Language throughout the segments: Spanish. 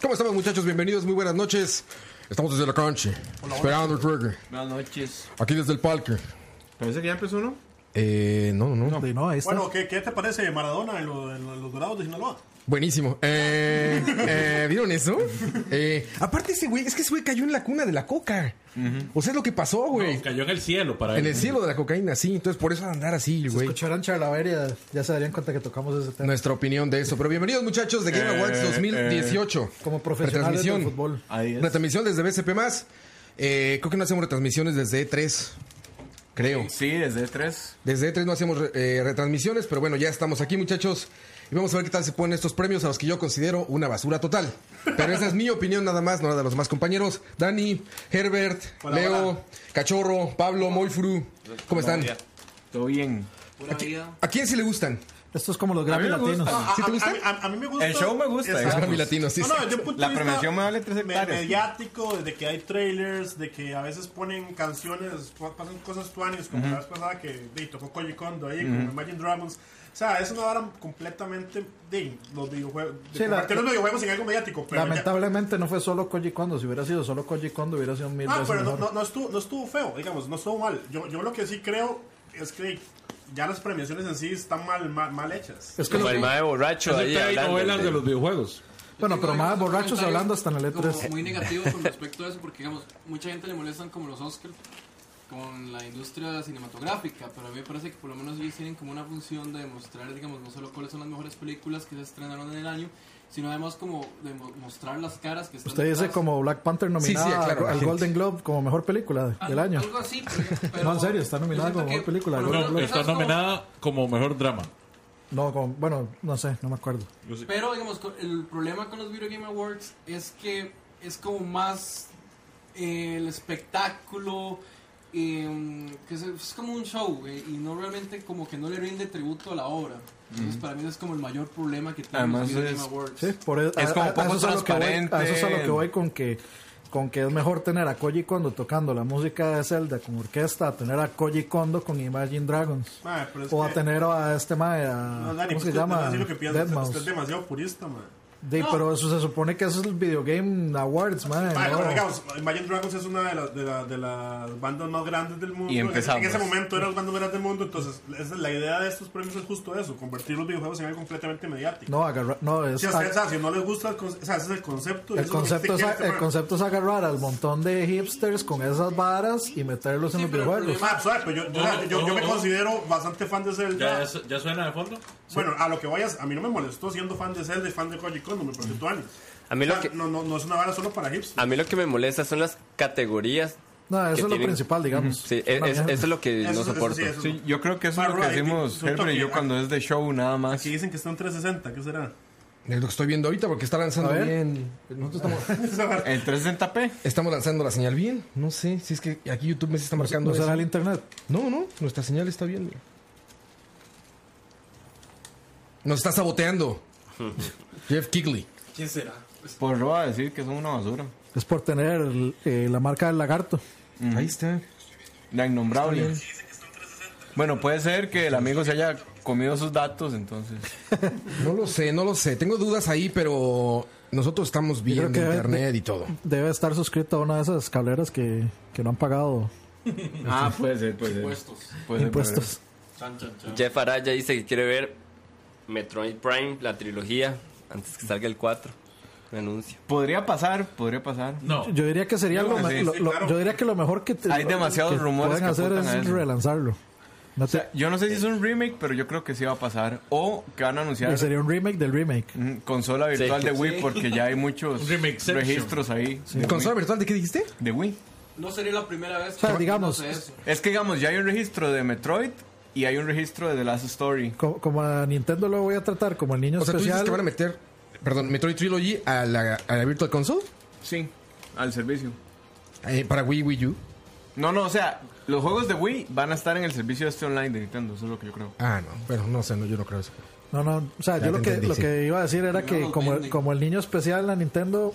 ¿Cómo estamos muchachos? Bienvenidos, muy buenas noches. Estamos desde la cancha, esperando el trigger. Buenas noches. Aquí desde el parque. Parece que ya empezó, ¿no? Eh, no, no, no. Sí, no, ahí está. Bueno, ¿qué, qué te parece de Maradona en, lo- en los Dorados de Sinaloa? Buenísimo. Eh, eh, ¿Vieron eso? Eh, aparte ese güey, es que ese güey cayó en la cuna de la coca. O sea, es lo que pasó, güey. No, cayó en el cielo para en él. el cielo de la cocaína, sí. Entonces, por eso andar así, Si güey. escucharan Charlaveria, ya se darían cuenta que tocamos ese tema. Nuestra opinión de eso. Pero bienvenidos, Eh, muchachos, de Game Eh, Awards eh, 2018. Como profesionales Retransmisión. del fútbol. Ahí es. Retransmisión desde BCP más. Eh, creo que no hacemos retransmisiones desde E3. Creo. Sí, desde E3. Desde E3 no hacíamos eh, retransmisiones, pero bueno, ya estamos aquí, muchachos. Y vamos a ver qué tal se ponen estos premios a los que yo considero una basura total. Pero esa es mi opinión nada más, no la de los demás compañeros. Dani, Herbert, Hola, Leo, hola. Cachorro, Pablo, Moifru. ¿Cómo están? Todo bien. ¿A, qui- a quién sí le gustan? Esto es como los Grammy mí me gusta. latinos. ¿Sí te gusta? A, a- a mí me gusta. El show me gusta, Los Ah, Exacto. pues, Grammy Latinos, sí. No, no, desde un punto La de vista premiación me vale tres me- hectáreas. Mediático, desde que hay trailers, de que a veces ponen canciones, pa- pasan cosas tuanis, como la vez pasada que de, tocó Koji Kondo ahí, con Imagine Dragons. O sea, es una vara completamente de los videojuegos. De Sí, la- convertir los videojuegos en algo mediático. Pero ya- Lamentablemente no fue solo Koji Kondo. Si hubiera sido solo Koji Kondo, hubiera sido mil Ah, veces pero no, mejor. no, no estuvo, no estuvo feo, digamos, no estuvo mal. Yo, yo lo que sí creo es que ya las premiaciones en sí están mal, mal, mal hechas. Es que Como lo- el mae borracho ahí Hay hablando. novelas de los videojuegos. bueno, pero más borrachos comentarios hablando hasta en el como E3. Muy negativo con respecto a eso, porque digamos, mucha gente le molestan como los Oscars, con la industria cinematográfica, pero a mí me parece que por lo menos ellos tienen como una función de demostrar, digamos, no solo cuáles son las mejores películas que se estrenaron en el año, sino además como de mo- mostrar las caras que están Usted dice detrás. como Black Panther sí, nominada claro, al gente. Golden Globe como mejor película del Algo- año. Algo así, pero- Ah, pero- No, en serio, está nominada yo siento como mejor que- película, por lo Golden menos No, Globe. esas está como- nominada como mejor drama. No, como- bueno, no sé, no me acuerdo. Pero digamos, co- el problema con los Video Game Awards es que es como más eh, el espectáculo, eh, que es, es como un show eh, y no realmente como que no le rinde tributo a la obra. Entonces para mí es como el mayor problema que tienen Además los Video es- Game Awards. Sí, por eso, Es como poco eso es a lo que voy, transparente. a eso es a lo que voy con que con que es mejor tener a Koji Kondo tocando la música de Zelda con orquesta, a tener a Koji Kondo con Imagine Dragons. Mae, pero es o a que- tener a este mae, a, No, Dani, ¿cómo pues se tú- no, llama? así lo que piensas, usted- Deadmau. usted es demasiado purista, man. De- Pero eso se supone que eso es el Video Game Awards, mae. Mae, Ah, no, ahora. digamos, Imagine Dragons es una de las, de, la- de las bandas más grandes del mundo. Y En ese- empezamos. En ese momento era las bandas más grandes del mundo, entonces esa es la idea de estos premios es justo eso, convertir los videojuegos en algo completamente mediático. no, agarra- no, es, Si, a a- ustedes, o sea, si no les gusta, el, con- o sea, ese es el concepto. y el, eso es lo que concepto es, quiere a- este el mae. concepto es agarrar al montón de hipsters con esas varas y meterlos en Sí, los pero el videojuegos. Mae, suave, pero Pues yo, yo, o sea, yo- yo me Ojo, ojo. considero bastante fan de Zelda. ¿Ya, es- ya suena de fondo? Bueno, a lo que vayas, a mí no me molestó siendo fan de Zelda y fan de Koji Kondo, me pareció tu A mí lo que- no, no, no es una vara solo para hipsters. A mí lo que me molesta son las categorías. No, que eso es lo tienen- principal, digamos. Sí, es- Una es- mierda. eso es lo que Eso- no eso sí, soporto. eso Sí, yo creo que eso es lo que Alright, decimos un toque. Herbert y yo cuando es de show nada más. Aquí dicen que está en 360, ¿qué será? Es lo que estoy viendo ahorita porque está lanzando A ver. bien. Nosotros estamos, El 360p. estamos lanzando la señal bien. No sé si es que aquí YouTube me está marcando. ¿No eso. será el internet? No, no, nuestra señal está bien. mira. Nos está saboteando. Jeff Kigley. ¿Quién será? Pues, Por roba decir que son una basura. Es por tener eh, la marca del lagarto. Ahí está. La innombrable. Bueno, puede ser que el amigo se haya comido sus datos, entonces. No lo sé, no lo sé. Tengo dudas ahí, pero nosotros estamos creo bien que- en internet y todo. Debe estar suscrito a una de esas cableras que, que no han pagado Ah, puede ser, puede ser. Impuestos. Puede ser, puede ser. impuestos. Chan, chan, chan. Jeff Araya dice que quiere ver Metroid Prime, la trilogía, antes que salga el 4. Un anuncio. Podría pasar, podría pasar. No. Yo diría que sería lo, Sí, me- sí, lo- lo- claro. yo diría que lo mejor que te- Hay demasiados que rumores pueden que hacer apuntan a es eso. relanzarlo. No te- Yo no sé si es un remake, pero yo creo que sí va a pasar. O que van a anunciar sería un remake del remake. mm, consola virtual Sí. de Wii, porque ya hay muchos Un remixation. registros ahí. De, ¿Consola Wii, virtual de qué dijiste? de Wii. No sería la primera vez que sea, digamos, hablamos de eso. Es que digamos, ya hay un registro de Metroid y hay un registro de The Last Story. Co- Como, a Nintendo lo voy a tratar como el niño O sea, tú dices especial. que van a meter, perdón, Metroid Trilogy a la, a la Virtual Console Sí, al servicio. eh, para Wii Wii U. No, no, o sea, los juegos de Wii van a estar en el servicio este online de Nintendo, eso es lo que yo creo. Ah, no, pero no sé, no, yo no creo eso. No, no, o sea, Ya yo lo te que, entendí, lo sí. que iba a decir era que Digamos, como, vende. como el niño especial a Nintendo,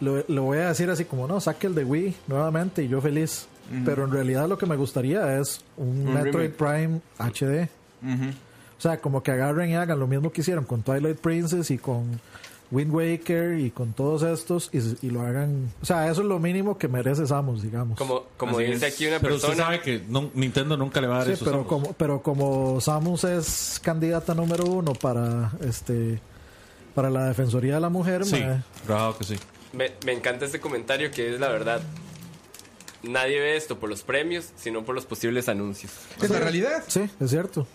lo, lo voy a decir así como, no, saque el de Wii nuevamente y yo feliz. Pero en realidad lo que me gustaría es un, Un Metroid remake. Prime Mm-hmm. HD. O sea, como que agarren y hagan lo mismo que hicieron con Twilight Princess y con Wind Waker y con todos estos y, y lo hagan. O sea, eso es lo mínimo que merece Samus, digamos. Como, como Así dice es. aquí una Pero persona. usted sabe que no- Nintendo nunca le va a dar Sí, esos pero ambos. como, pero como Samus es candidata número uno para este para la Defensoría de la Mujer, Sí, mae, rajado que sí. Me, me encanta este comentario que es la verdad. Nadie ve esto por los premios, sino por los posibles anuncios. Es la realidad. sí, es cierto.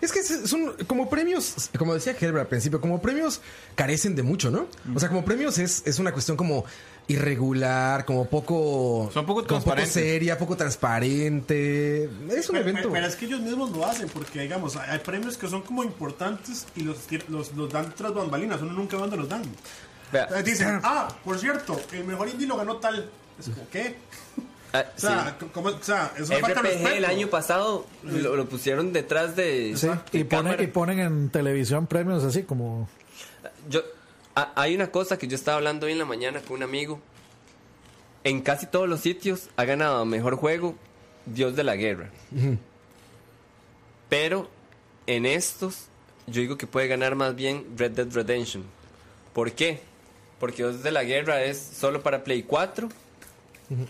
Es que es- son como premios, como decía Herbert al principio, como premios carecen de mucho, ¿no? O sea, como premios es, es una cuestión como irregular, como poco. Son poco como transparentes. seria, poco transparente. Es un Pero, evento. pero- pero es que ellos mismos lo hacen, porque digamos, hay hay premios que son como importantes y los, ti- los, los dan tras bambalinas, uno nunca manda los dan. Vea, Entonces dicen, ah, por cierto, el mejor indie lo ganó tal. Es como, ¿qué? ah, O sí. sea, co- como- o sea, es una falta de RPG el respeto. año pasado lo, lo pusieron detrás de. Sí, y, de ponen, cámara. y ponen en televisión premios así como... Yo, a- hay una cosa que yo estaba hablando hoy en la mañana con un amigo. En casi todos los sitios ha ganado mejor juego Dios de la Guerra. Pero en estos yo digo que puede ganar más bien Red Dead Redemption. ¿Por qué? Porque Dios de la Guerra es solo para Play 4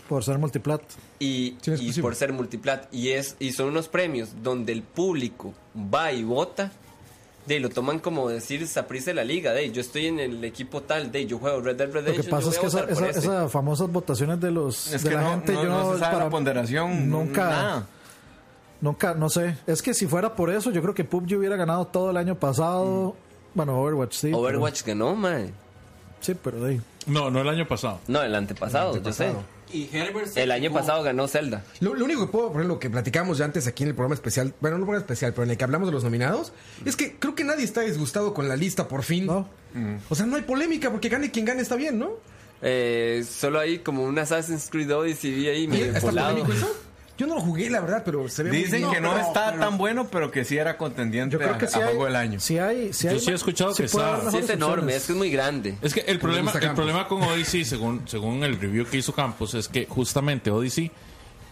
por ser multiplat. y, Sí, es y posible. por ser multiplat. Y, es, y son unos premios donde el público va y vota. De, ahí, lo toman como decir saprisa de la liga. De, ahí, yo estoy en el equipo tal. De, ahí, yo juego Red Dead Lo Redemption. que pasa yo es voy que a esa- votar por este. esa- esas famosas votaciones de los Es de que la no, gente no- yo no se sabe la ponderación. nunca Nada. nunca no sé es que si fuera por eso yo creo que PUBG hubiera ganado todo el año pasado bueno Overwatch sí pero- Mm. Overwatch ganó, man. sí pero de ahí. No, no el año pasado. No, el antepasado, yo Y Herbert sé. se El año quejó. pasado ganó Zelda. Lo, lo único que puedo poner, lo que platicamos ya antes aquí en el programa especial, bueno, no programa especial, pero en el que hablamos de los nominados, es que creo que nadie está disgustado con la lista por fin. No. Mm. O sea, no hay polémica porque gane quien gane está bien, ¿no? Eh, solo ahí como un Assassin's Creed Odyssey ahí medio ¿Está volado. polémico eso? Yo no lo jugué, la verdad, pero se ve muy Dicen bien. que no pero- está pero- tan bueno, pero que sí era contendiente yo creo que a, sí a hay, juego del año. sí hay sí Yo hay- sí he escuchado que puede está- haber Sí, mejores es enorme, opciones. es que es muy grande. Es que el problema, gusta el Campos. problema con Odyssey, según, según el review que hizo Campos, es que justamente Odyssey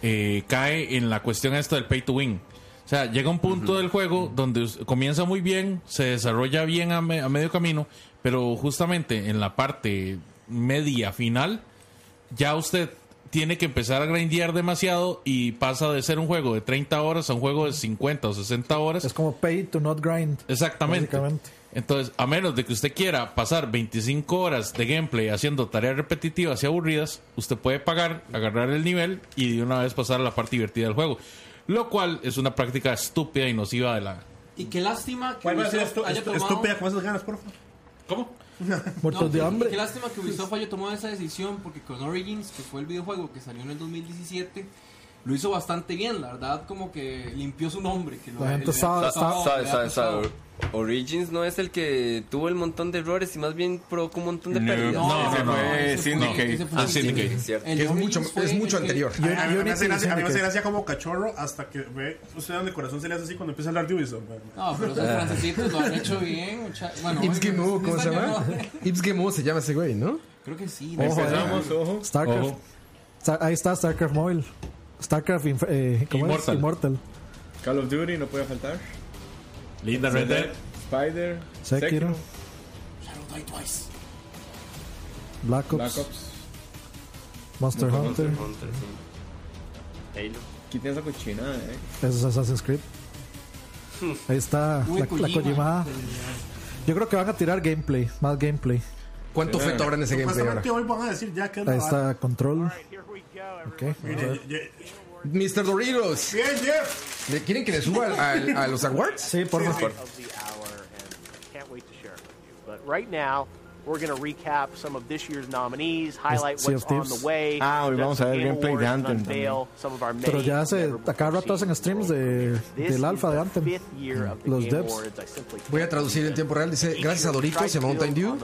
eh, cae en la cuestión esta del pay to win. O sea, llega un punto del juego donde us- comienza muy bien, se desarrolla bien a, me- a medio camino, pero justamente en la parte media final, ya usted tiene que empezar a grindear demasiado y pasa de ser un juego de 30 horas a un juego de 50 o 60 horas. es como pay to not grind Exactamente. Básicamente. Entonces, a menos de que usted quiera pasar 25 horas de gameplay haciendo tareas repetitivas y aburridas, usted puede pagar, agarrar el nivel y de una vez pasar a la parte divertida del juego. Lo cual es una práctica estúpida y nociva de la... Y qué lástima que Vuelve a ser Ubisoft estu- haya estu- tomado- estúpida con esas ganas, por favor. ¿Cómo? muertos No, de y- y hambre Qué lástima que Ubisoft haya tomado esa decisión porque con Origins, que fue el videojuego que salió en el 2017, lo hizo bastante bien, la verdad, como que limpió su nombre. Que lo- La gente le había estaba- Sa- costado, sabe, le había sabe, sabe, costado. Origins no es el que tuvo el montón de errores y más bien provocó un montón de No, pérdidas. no, ese no, fue ese Syndicate. ese Ah, Syndicate. Es cierto. El Que es Origins mucho, fue es mucho el que- anterior. Yo- Ah, A- a- a mí yo ni me hace gracia- a mí me hace que- gracia como cachorro hasta que ve, usted donde el corazón se le hace así cuando empieza a hablar de Ubisoft. man. No, pero esos francesitos pues, lo han hecho bien. mucha- Bueno, Ibs bueno, Guimau, este Ah. ¿cómo se año llama? no. Ibs Guimau se llama ese güey, ¿no? Creo que sí. Ojo, ¿eh? no sé. Empezamos, ojo. Starcraft Ojo. Star- ahí está Starcraft Mobile Starcraft Inf- eh, ¿cómo es? Immortal. Immortal Call of Duty no puede faltar. Linda Red Dead. Spider. Sekiro, Shadow Die Twice. Black Ops, Monster Hunter Hunter, sí. Halo. Quiten esa cochinada, eh. Eso es Assassin's Creed. Ahí está Uy, la, la Kojima. Kojimada. Yo creo que van a tirar gameplay, más gameplay. ¿Cuánto Eh. feto habrá en ese gameplay ahora? Supuestamente hoy van a decir ya que es la Ahí vara. está Control. Ok, vamos a Mire, ye- ver. ye- Mr. Doritos, Bien, Jeff. ¿le quieren que le suba al- al- a los awards? Sí, por favor. of the hour and can't wait to share it with you. But right now, we're going to recap some of this year's nominees, highlight Sea what's of Thieves. on the way. Ah, hoy present vamos a ver some Game gameplay de Awards, Anthem unveil some of our Pero many ya hace, never a cada rato hacen before seen streams de, This del is alfa de the Anthem. fifth year of the Los Game devs. Awards. I simply Voy a traducir en tiempo real. Dice, gracias a Doritos y a Mountain Dew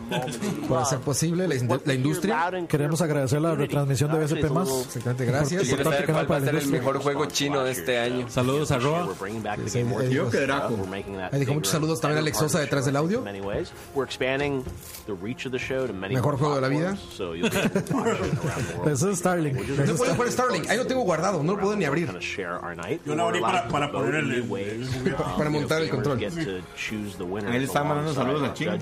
por hacer posible la, in- la industria. Queremos agradecer la retransmisión de BSP más. Exactamente, gracias. Quiero saber Importante que no cuál va a para la ser el industria. mejor juego chino de este año. Saludos a Roa. Ahí dijo muchos saludos también a Alex Sosa detrás del audio. We're expanding the each of the show to many Mejor more juego de la vida. platforms, so you'll be able to watch it around the world. Eso es Starlink. Pues Eso No es- puedo jugar Starlink. Ahí lo tengo guardado, no lo puedo ni abrir. Kind of share our night. Yo lo abrí para, para poner el, el- el juguete. Para montar el control. Él Él está mandando saludos a Ching.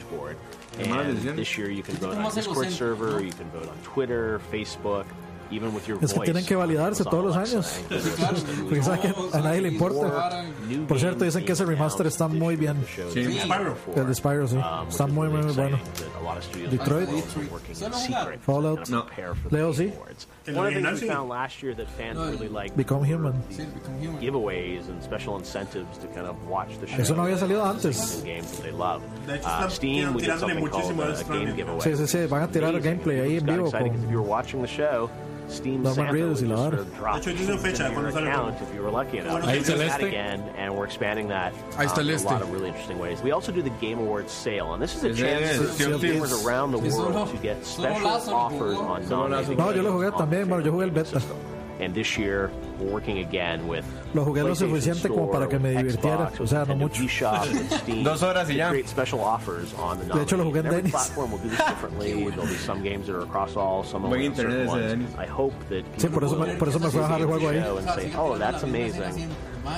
Malas decisiones. This year you can vote ¿Cómo on hace Discord docente, server, no? you can vote on Twitter, Facebook, even with your Es que voice, tienen que uh, validarse goes on todos los Alexa. años. And goes Claro, to Porque sabe que a nadie le importa. new Por cierto, games dicen que ese being remaster announced está this muy year bien. for shows Sí. we haven't Spyro. before. El de Spyro, sí. Um, which Está is muy, really muy bueno. exciting that a lot of studios Detroit. are working Solo in jugar. secret Fallout. to prepare for the Leo, sí. Game Awards. El One of the things we original, sí. found last year that fans No, el- really liked Become were Human. the Sí, Become Human. giveaways and special incentives to kind of watch the show. Eso no había salido and antes. see the games that they love. De hecho, Uh, están Steam, we did tirándole something called muchísimo a uh, Stranding. Game Giveaway. Sí, sí, sí, van a tirar el gameplay ahí en Got vivo excited 'cause con- if you were watching the show, Steam Norman Santa Reedus y would la just vara. sort of drop De hecho, tiene things fecha into your cuando sale. account if you were lucky enough. Ahí We está el do that este. again, and we're expanding that, Ahí está um, el in a lot este. of really interesting ways. We also do the Game Awards sale, and this is a Ese chance es for Sea of viewers Thieves. around the Es solo- world to get solo special Lazo lo offers jugó. on Solo Lazo. nominated No, yo lo jugué games on también, the bueno, yo jugué el Game beta. System. And this year, we're working again with Lo jugué lo PlayStation suficiente como Store, para que me with divirtiera, Xbox, o sea, no Nintendo mucho. eShop, with Steam, Dos horas y to ya. create special offers on the De hecho, lo jugué en nominees. And every Dennis. platform will do this differently. There'll be some games that are across all, some Buen only on certain internet ese de ones. Dennis. I hope that Sí, por eso people me- will por eso me fue a bajar el see juego the ahí. show and say, oh, that's amazing.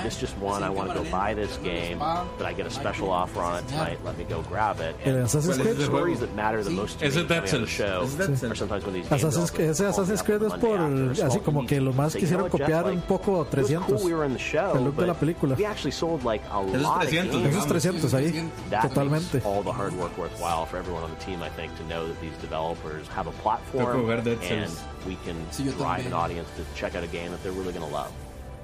This just one. I want to go buy this game, but I get a special offer on it tonight. Let me go grab it. El ¿Cuál Assassin's es Creed. The stories that matter the most to me Ese coming on the Tetzel. show Ese Tetzel. are sometimes when these games Assassin's- open. ese Assassin's Creed es por- Monday after. así como que lo más So, you quisieron know what, Jeff, copiar like, un poco a it was cool 300, we were in the show, el look de la but película. we actually sold, like, a lot of 300, games. Esos 300 ahí, That totalmente. makes all the hard work worthwhile for everyone on the team, I think, to know that these developers have a Tengo que platform jugar Dead and Cells. we can Sí, yo drive también. an audience to check out a game that they're really going to love.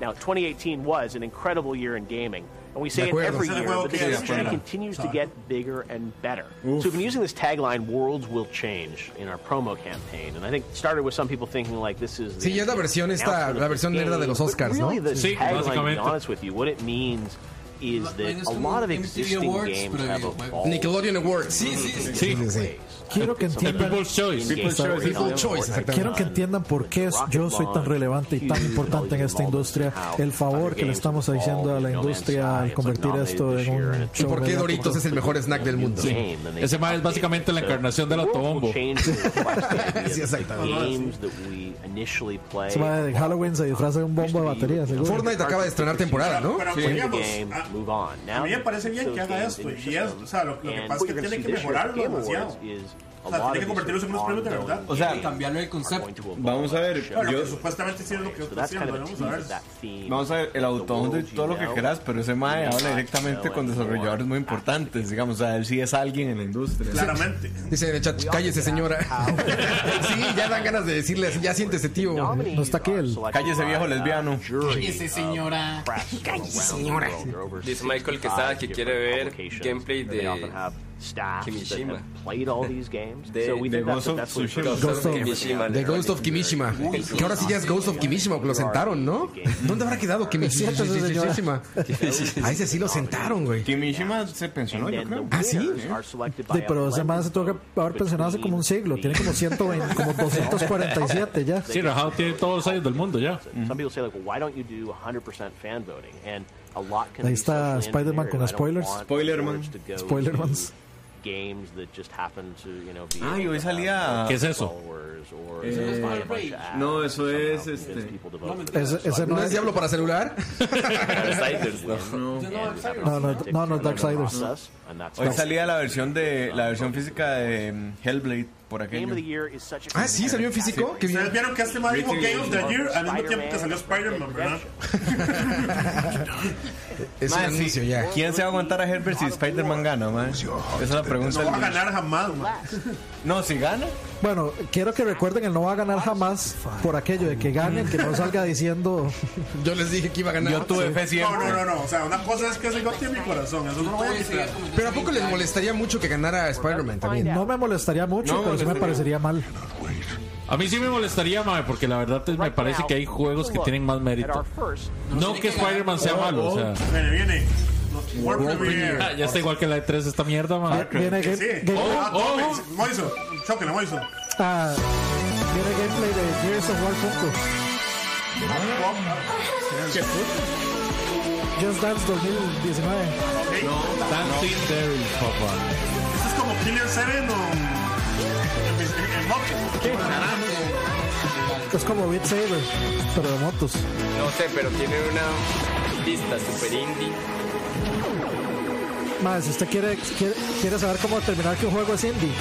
Now, 2018 was an incredible year in gaming, and we say it acuerdo. every Ese year, juego but que the industry era. continues to get bigger and better. So we've been using this tagline, "Worlds will change," in our promo campaign, and I think it started with some people thinking like, "This is the Sí, ya es la versión esta, announcement of la the versión nerda game," de los but Oscars, ¿no? really the Sí, tagline, to be básicamente. honest with you, what it means is Like, that it's a como lot of MTV existing Awards, games pero, have eh, evolved. Nickelodeon Awards. Sí, sí, sí. Sí, sí, sí. Quiero que Something entiendan People's Choice. in-game People's Choice. storytelling, People's Choice, Fortnite exactamente. Quiero que entiendan por qué es- yo soy tan relevante y tan importante en esta industria, el favor que le estamos haciendo a la industria al convertir esto en un ¿Y show. por qué mediático. Doritos es el mejor snack del mundo? Sí. Ese mae es básicamente la encarnación del autobombo. Sí, sí, exactamente. Se va de Halloween se disfraza de un bombo de batería, seguro. Fortnite acaba de estrenar temporada, ¿no? Pero, digamos, a- a mí me parece bien que haga esto, y es- o sea, lo- lo que pasa es que tiene que mejorarlo demasiado. O sea, tiene que convertirlos en unos premios de verdad. O sea, Cambiarle el concepto. Vamos a ver, Claro, yo- que supuestamente hicieron lo que yo estoy haciendo, vamos a ver. Vamos a ver, el autobombo y todo lo que quieras, pero ese mae habla directamente con desarrolladores muy importantes, digamos, o sea, él sí es alguien en la industria. Claramente. Dice en el chat, cállese señora. sí, ya dan ganas de decirle así, ya siéntese tío. No está aquí el- Cállese, viejo lesbiano. Cállese, señora. Cállese, señora. Dice Michael Quesada que quiere ver gameplay de Kimishima. De, De- so we de think that's- Ghost of that's what- Tsushima. Ghost of Kimishima. The Ghost of Kimishima. Que ahora sí ya es Ghost of Kimishima, porque lo sentaron, ¿no? ¿Dónde habrá quedado Kimishima? Ahí sí lo sentaron, güey. Kimishima se pensionó, yo creo. ¿Ah, sí? Sí, pero ese man se tuvo que haber pensionado hace como un siglo. Tiene como 120, como 247 ya. Sí, Rajao tiene todos los años del mundo ya. Some people say like, well, why don't you do 100% fan voting? And a lot can Ahí be está socially Spider-Man engineered. con I don't spoilers. want Spoiler-Man. awards to go Spoiler-Mans. to Games that just happen to, you know, be Ah, able y hoy to have salía- ¿Qué es eso? followers or Eh, buy a Spider-Rage. bunch of ads no, eso somehow es, convince este- people to vote for Ese, them. ese ¿No no es es. Diablo para celular? Darksiders, ¿no? No. And we have a No, no, scientific no, no, Darksiders. process, and that's Hoy how- salía la versión de la versión física de mm, Hellblade por Game of the aquello. year is such a Ah, sí, salió en físico. Qué Ustedes bien. vieron que este man dijo Game of the Year al mismo tiempo que salió Spider-Man, ¿verdad? Es un Mae, anuncio sí. ya. ¿Quién se va a aguantar a Herbert si Spider-Man gana, mae? Esa es la pregunta. No va a del- ganar jamás, man. No, si gana. Bueno, quiero que recuerden el no va a ganar jamás por aquello de que gane, que no salga diciendo. Yo les dije que iba a ganar. Yo tuve fe No, no, no, siempre. no. O sea, una cosa es que se gote en mi corazón. Eso no lo voy a quitar. Pero ¿a poco les molestaría mucho que ganara Spider-Man también? No me molestaría mucho, No, pero sí me molestaría. parecería mal. A mí sí me molestaría, mae, porque la verdad es- me parece que hay juegos que tienen más mérito. No que Spider-Man sea malo, o sea. Viene, viene. Los World Ah, Premiere. ya está igual que la E3 esta mierda, mae. Ah, Viene, Que game- sí. game- Ah, oh. Topics. Moiso. Chóquenle, Moiso. ah, viene gameplay de Gears of War Funko. Just Dance 2019. Ok. Dancing Devil, papá. Esto es como Killer 7 o... en moto. Es como Beat Saber, pero de motos. No sé, pero tiene una pista super indie. Más, si usted quiere, quiere, quiere saber cómo terminar que un juego es indie,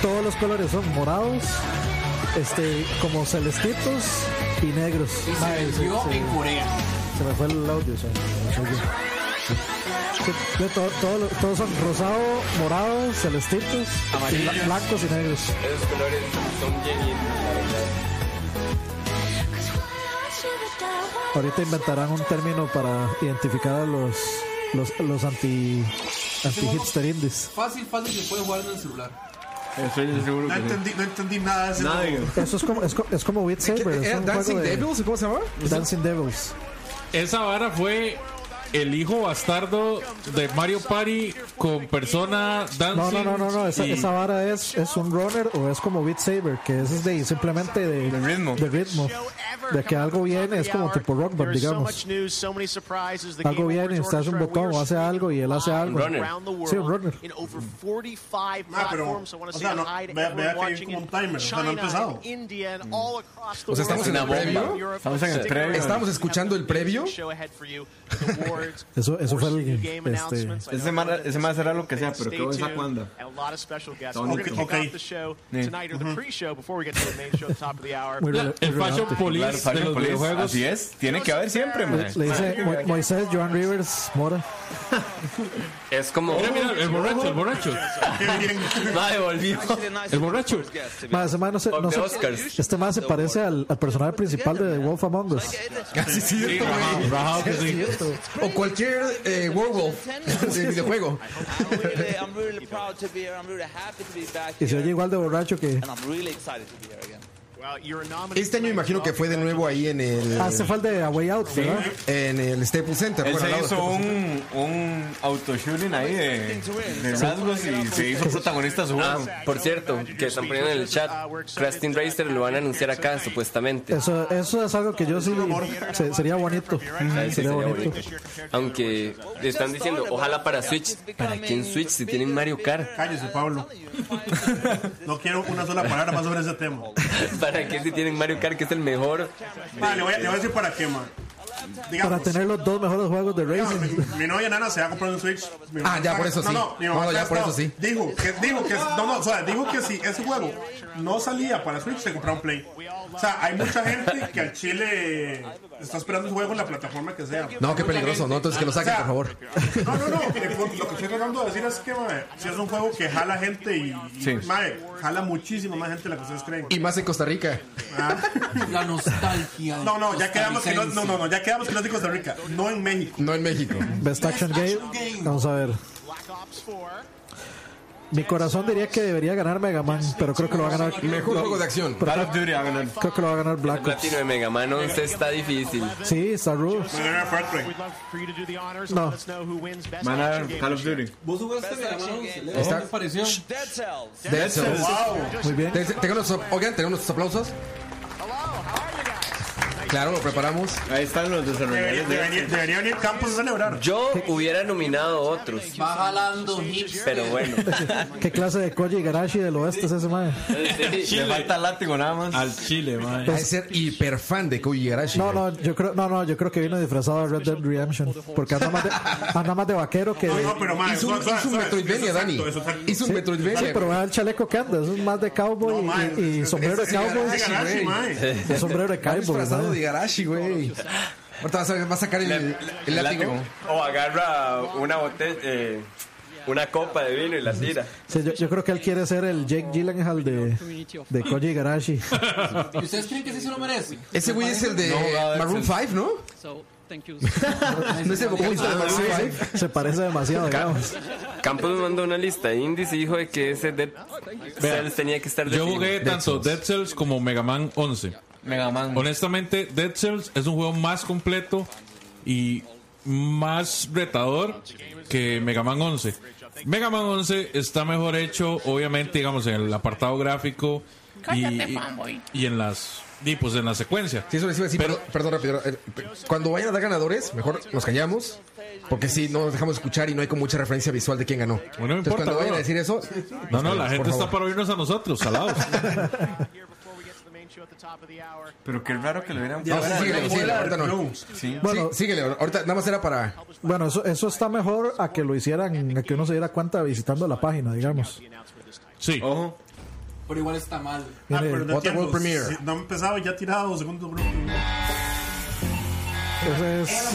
todos los colores son morados, este, como celestitos y negros. Y Mae, se vendió se- en Corea. se me fue el audio. se me- se me fue yo. Sí, de todo- todo lo- todos son rosado, morado, celestitos, y bla- blancos y negros. Esos colores son bien indies, la verdad. Ahorita inventarán un término para identificar a los los, los anti anti hipster indies. Fácil, fácil se puede jugar en el celular. Estoy seguro No que sí. entendí, no entendí nada de ese Nadie. juego. Eso es como es, co- es como Beat Saber, es ¿Era un Eh, Dancing juego de- Devils? ¿Cómo se llama? Dancing Devils. Oh, Esa vara fue el hijo bastardo de Mario Party con persona No, dancing. no, no, no, no, Esa, y- esa vara es, es un runner o es como Beat Saber, que es de, simplemente de, De ritmo. De ritmo. De que algo viene, es como tipo rock band, digamos. Algo Algo viene, viene, estás instalas un botón o hace algo y él hace algo. Sí, un runner. Ah, pero, o sea, no, vea- vea que hay como un timer, o sea, no ha empezado. Mm. O sea, estamos en el previo. Estamos en el previo. Estamos escuchando el previo. Eso- eso fue el- este- Ese man- ese man será lo que sea, pero qué buena esa cuanda. bonito. Ok. Muy La- rele- el muy Fashion relevante. Police Claro, de Fire los Police, videojuegos. Así es. Tiene que haber siempre, man. Le dice Mo- Moisés Joan Rivers Mora. Es como. Mira, mira, el borracho, el borracho. Qué bien. Madre, volvió. El borracho. Ma, ese ma no se- no se- Of the Oscars. este más se parece al, al personaje principal de The Wolf Among Us. Casi cierto, Rajao, güey. rajao que sí. O cualquier eh, werewolf de videojuego. Y se oye igual de borracho que. Este año imagino que fue de nuevo ahí en el, Ah, este fue el de A Way Out, ¿verdad? en el Staples Center. Él bueno, al se lado del hizo Staples Center. un, un auto-shooting ahí de, de rasgos y se hizo protagonista de su Ah, juego. por cierto, que están poniendo en el chat, Crash Team Racer lo van a anunciar acá, supuestamente. Eso, eso es algo que yo sí. se- sería bonito. Ahí sí Sería bonito. Aunque están diciendo, ojalá para Switch. ¿Para qué en Switch si tienen Mario Kart? Cállese, Pablo. No quiero una sola palabra más sobre ese tema. ¿Para qué si tienen Mario Kart, que es el mejor? Vale, le voy a, le voy a decir para qué, man. Digamos, Para tener los dos mejores juegos de digamos, Racing. mi, mi novia Nana se va a comprar un Switch. mi Ah, mamá ya, está- por eso no, sí. No, mi mamá No, ya, está por eso gastado. sí. Dijo que, dijo que, no, no, o sea, dijo que si ese juego no salía para Switch, se compraba un Play. O sea, hay mucha gente que al Chile está esperando un juego en la plataforma que sea. No, qué peligroso, ¿no? Entonces que lo saquen, por favor. No, no, no. eh, por- Lo que estoy tratando de decir es que, mae, si es un juego que jala gente y, y, Sí. mae, jala muchísima más gente de la que ustedes creen. Ah. Y más en Costa Rica. La nostalgia. del No, no, ya quedamos que no, no, costarricense. no, no, ya quedamos que no es de Costa Rica, no en México. No en México. Best Action Game. Vamos a ver. Mi corazón diría que debería ganar Mega Man, pero creo que lo va a ganar. Mejor juego de acción. Call of Duty va a ganar. Creo que lo va a ganar Black Ops. Platino de Mega Man 11 está difícil. Sí, está rudo. Bueno, era Far Cry. No. Van a ganar Call of Duty. Vos jugaste Mega Man 11, Leo, ¿qué Está- te pareció? Dead Cells. Wow. Muy bien. Te- tengan los- Oigan, tengan nuestros aplausos. Claro, lo preparamos. Ahí están los Debería, desarrolladores. de- debería, debería venir Campos a celebrar. Yo hubiera nominado otros, Va jalando hits. pero bueno. ¿Qué clase de Koji Garashi del oeste es ese mae? Le falta látigo nada más. Al chile, man. Hay Pues, que ser hiperfan de Koji Igarashi. No, no, yo creo, no, no, yo creo que vino disfrazado de Red Dead Redemption, porque anda más de, anda más de vaquero que No, de, no, pero mae, Hizo un, suave, hizo un suave, Metroidvania, eso es Dani. exacto, eso es exacto. Hizo un Sí, Metroidvania. pero vea el chaleco que anda, eso es más de No, cowboy mae, y, y es- sombrero es- de es cowboy. Igarashi, Sí, güey. mae. Un sombrero de Está cowboy. disfrazado de mae. Igarashi, güey. Ahorita vas a, vas a sacar el, el látigo. O agarra una botella, eh, una copa de vino y la tira. Sí, yo, yo creo que él quiere ser el Jake Gyllenhaal de, de Koji Garashi. ¿Y ustedes creen que sí se lo merece? Ese güey es el de No, va a Maroon 5, ¿no? ¿No es el vocalista de Maroon 5? Se parece demasiado, digamos. Campos me mandó una lista de indies y dijo de que ese Dead Cells tenía que estar de Yo fijo. jugué tanto Dead Cells como Mega Man 11. Mega Man. Honestamente, Dead Cells es un juego más completo y más retador que Mega Man 11. Mega Man 11 está mejor hecho, obviamente, digamos, en el apartado gráfico y, y- y en las Y pues en la secuencia. Sí, eso les iba a decir, Pero- perdón, perdón, rápido. eh, Cuando vayan a dar ganadores, mejor nos callamos. Porque si no nos dejamos escuchar y no hay como mucha referencia visual de quién ganó. no me Entonces, importa, cuando vayan bueno. a decir eso, No, no, la pues, por gente está favor. para oírnos a nosotros, salados. Pero qué raro que lo hubieran No, sí, síguele, puesto. síguele, ahorita no. Sí. Bueno. Sí, síguele, ahorita nada más era para. Bueno, eso, eso está mejor a que lo hicieran, a que uno se diera cuenta visitando la página, digamos. Sí. Ojo. Pero igual está mal. Ah, Mire, pero no Otra tiempo. World Premiere. Sí, No ha empezado y ya ha tirado dos segundos grupo. ese es.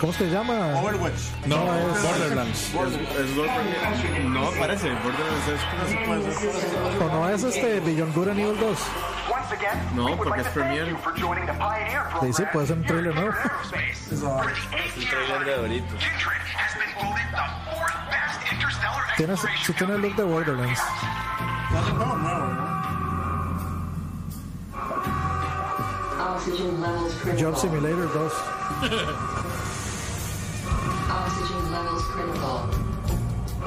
¿Cómo se llama? Overwatch. No, es- Borderlands. Es Gold Premier. No, parece. Borderlands es. No se puede hacer. ¿O no es este Beyond Good and Evil 2? Once again, No, we would porque like es to premier. thank you for joining the Pioneer program. Sí, sí, puede ser un trailer nuevo. Un trailer de Doritos. Kindred has been voted the fourth best interstellar Tiene, sí tiene el look de Borderlands. No, no, no, no. Oxygen levels critical. Job Simulator 2. Oxygen levels critical.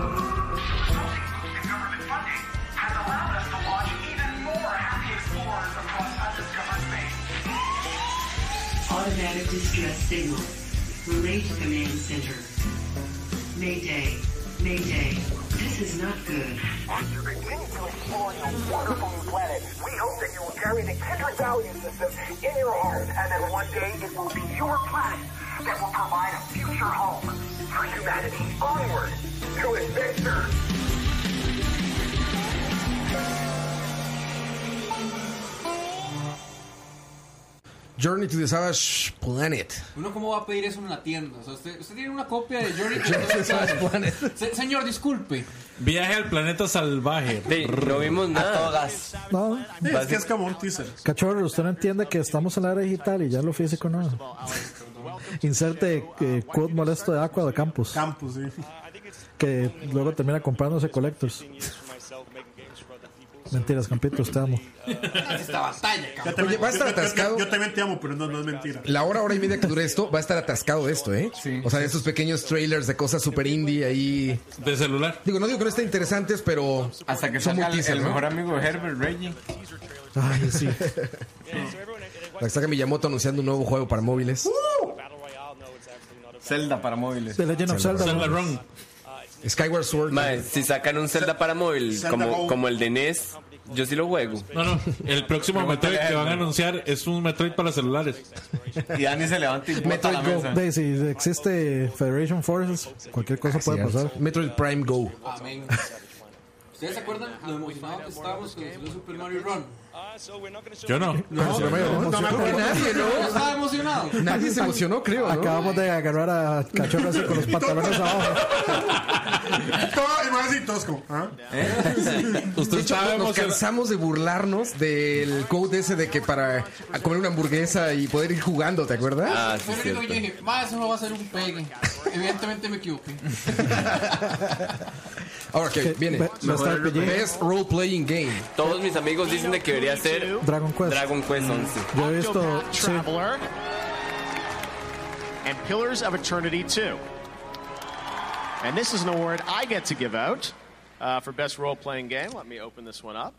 and government funding has allowed us to launch even more happy explorers across undiscovered space. Automatic distress signal. Relay to command center. Mayday. Mayday. This is not good. As you continue to explore your wonderful new planet, we hope that you will carry the Kindred value system in your heart, and that one day it will be your planet that will provide a future home for humanity. Onward to adventure. Journey to the Savage Planet. ¿Uno cómo va a pedir eso en la tienda? O sea, usted, usted tiene una copia de Journey to Journey to the the Savage Savage. Planet. Se- señor, disculpe. Viaje al planeta salvaje. Sí, no vimos nada. gas. No, Sí, Es que es como un teaser. cachorro, usted no entiende que estamos en la era digital y ya lo físico no. Inserte eh, quote molesto de Aqua de Campus, Campus, sí. que luego termina comprándose collectors. Mentiras, Campito, te amo. Esta batalla, Ya cabrón. también- va a estar yo- yo- yo- atascado. Yo también te amo, pero no, no es mentira. La hora, hora y media que dure esto, va a estar atascado de esto, ¿eh? O sea, de esos pequeños trailers de cosas super indie ahí. De celular. Digo, no digo que no estén interesantes, pero. Hasta que son muy salga el, teaser, el ¿no? mejor amigo de Herbert, Reggie. Ay, sí. La que saca Miyamoto anunciando un nuevo juego para móviles. Zelda para móviles. The Legend of Zelda. Zelda ¿no? Run. Skyward Sword. Mae, si sacan un Zelda para móvil Zelda como, Go. como el de NES, yo sí lo juego. No, no. El próximo Metroid que van a anunciar es un Metroid para celulares. Y Dani se levanta y bota a la Metroid Go. mesa. Daisy, existe Federation Forces, cualquier cosa puede Cierto. pasar. Metroid Prime Go. Amén. ¿Ustedes se acuerdan lo emocionados que estábamos con el Super Mario Run? Yo no. Pero se lo veo. No me Creo que acuerdo. nadie, ¿No ¿no? estaba emocionado? Nadie se emocionó, creo. ¿no? Acabamos de agarrar a Cachorro así con los pantalones abajo. Todo- y van a decir todos como, ¿ah? ¿Eh? Usted De hecho, estaba nos emocionado. cansamos de burlarnos del code ese de que para a comer una hamburguesa y poder ir jugando, ¿te acuerdas? Ah, sí, Fue lo único cierto. que yo dije, más eso no va a ser un pegue. Evidentemente me equivoqué. Ahora que Que- viene. Be- Best RPG, Best Role Playing Game. Todos mis amigos dicen de que debería ser Dragon Quest. Dragon Mm. Quest 11. Yo he visto. Octopath Sí, Traveler and Pillars of Eternity 2. And this is an award I get to give out uh, for best role playing game. Let me open this one up.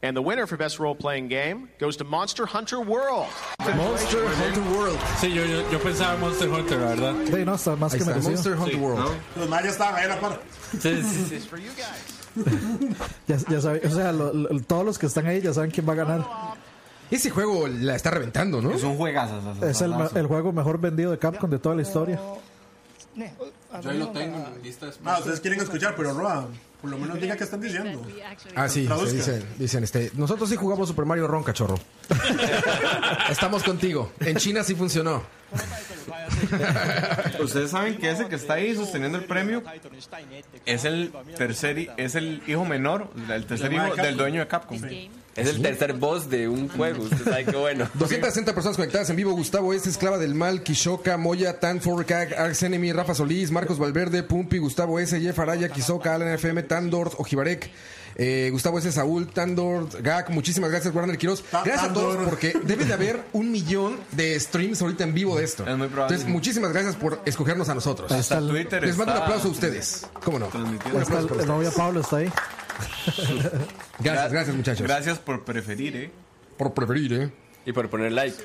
And the winner for best role playing game goes to Monster Hunter World. Monster Hunter World. Sí, yo, yo, yo pensaba en Monster Hunter, la verdad. de no, está más Ahí que está, merecido. Monster Hunter World. Los mayas estaban ahí a la par. Sí, sí, sí. Ya, ya sabe- o sea, lo- lo- todos los que están ahí ya saben quién va a ganar. Ese juego la está reventando, ¿no? Son juegazas. Es el, ma- el juego mejor vendido de Capcom de toda la historia. Yo ahí lo tengo en mi lista de Ah, Smash. ustedes quieren escuchar, pero Roa, por lo menos diga qué están diciendo. Ah, sí, se Traduzca. dicen, dicen este, nosotros sí jugamos Super Mario Ron, cachorro. Estamos contigo. En China sí funcionó. Ustedes saben que ese que está ahí sosteniendo el premio es el tercer, hi- es el hijo menor, el tercer La hijo marca. del dueño de Capcom. Es el tercer boss de un juego. Usted sabe qué bueno. 260 personas conectadas en vivo. Gustavo es Esclava del Mal, Kishoka, Moya, Tan, Forcag, Arx Enemy, Rafa Solís, Marcos Valverde, Pumpi, Gustavo S, Jeff Araya, Kisoka, Alan FM, Tandord, Ojibarek. eh, Gustavo S. Saúl, Tandord, Gak, muchísimas gracias, Warner Quiroz. Ta- Gracias a todos Tandor. porque debe de haber un millón de streams ahorita en vivo de esto. Es muy probable. Entonces, muchísimas gracias por escogernos a nosotros. Hasta Twitter Les mando un está aplauso a ustedes. ¿Cómo no? transmitiendo. Un Está aplauso el, para ustedes. el novio Pablo está ahí. Gracias, gracias muchachos. Gracias por preferir, eh. Por preferir, ¿eh? Y por poner like.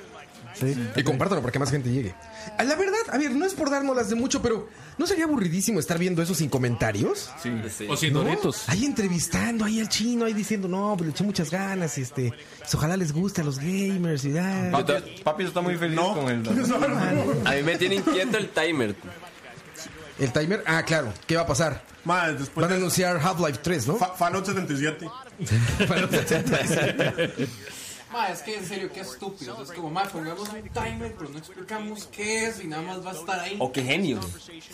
Sí. Y compártalo para que más gente llegue. A La verdad, a ver, no es por dárnoslas de mucho, pero ¿no sería aburridísimo estar viendo eso sin comentarios? Sí. O sin Este, ¿No? doritos. Ahí entrevistando ahí al chino, ahí diciendo, no, pues le eché muchas ganas, este, pues, ojalá les guste a los gamers y da. Papi, papi está muy feliz con el A mí me tiene inquieto el timer. El timer, ah, claro, ¿qué va a pasar? Madre, después Van a de anunciar Half-Life 3, ¿no? Fa- Fallout 77. Ma, es que en serio, qué estúpido. Es como, ma, pongamos un timer, pero no explicamos qué es y nada más va a estar ahí. O qué genio.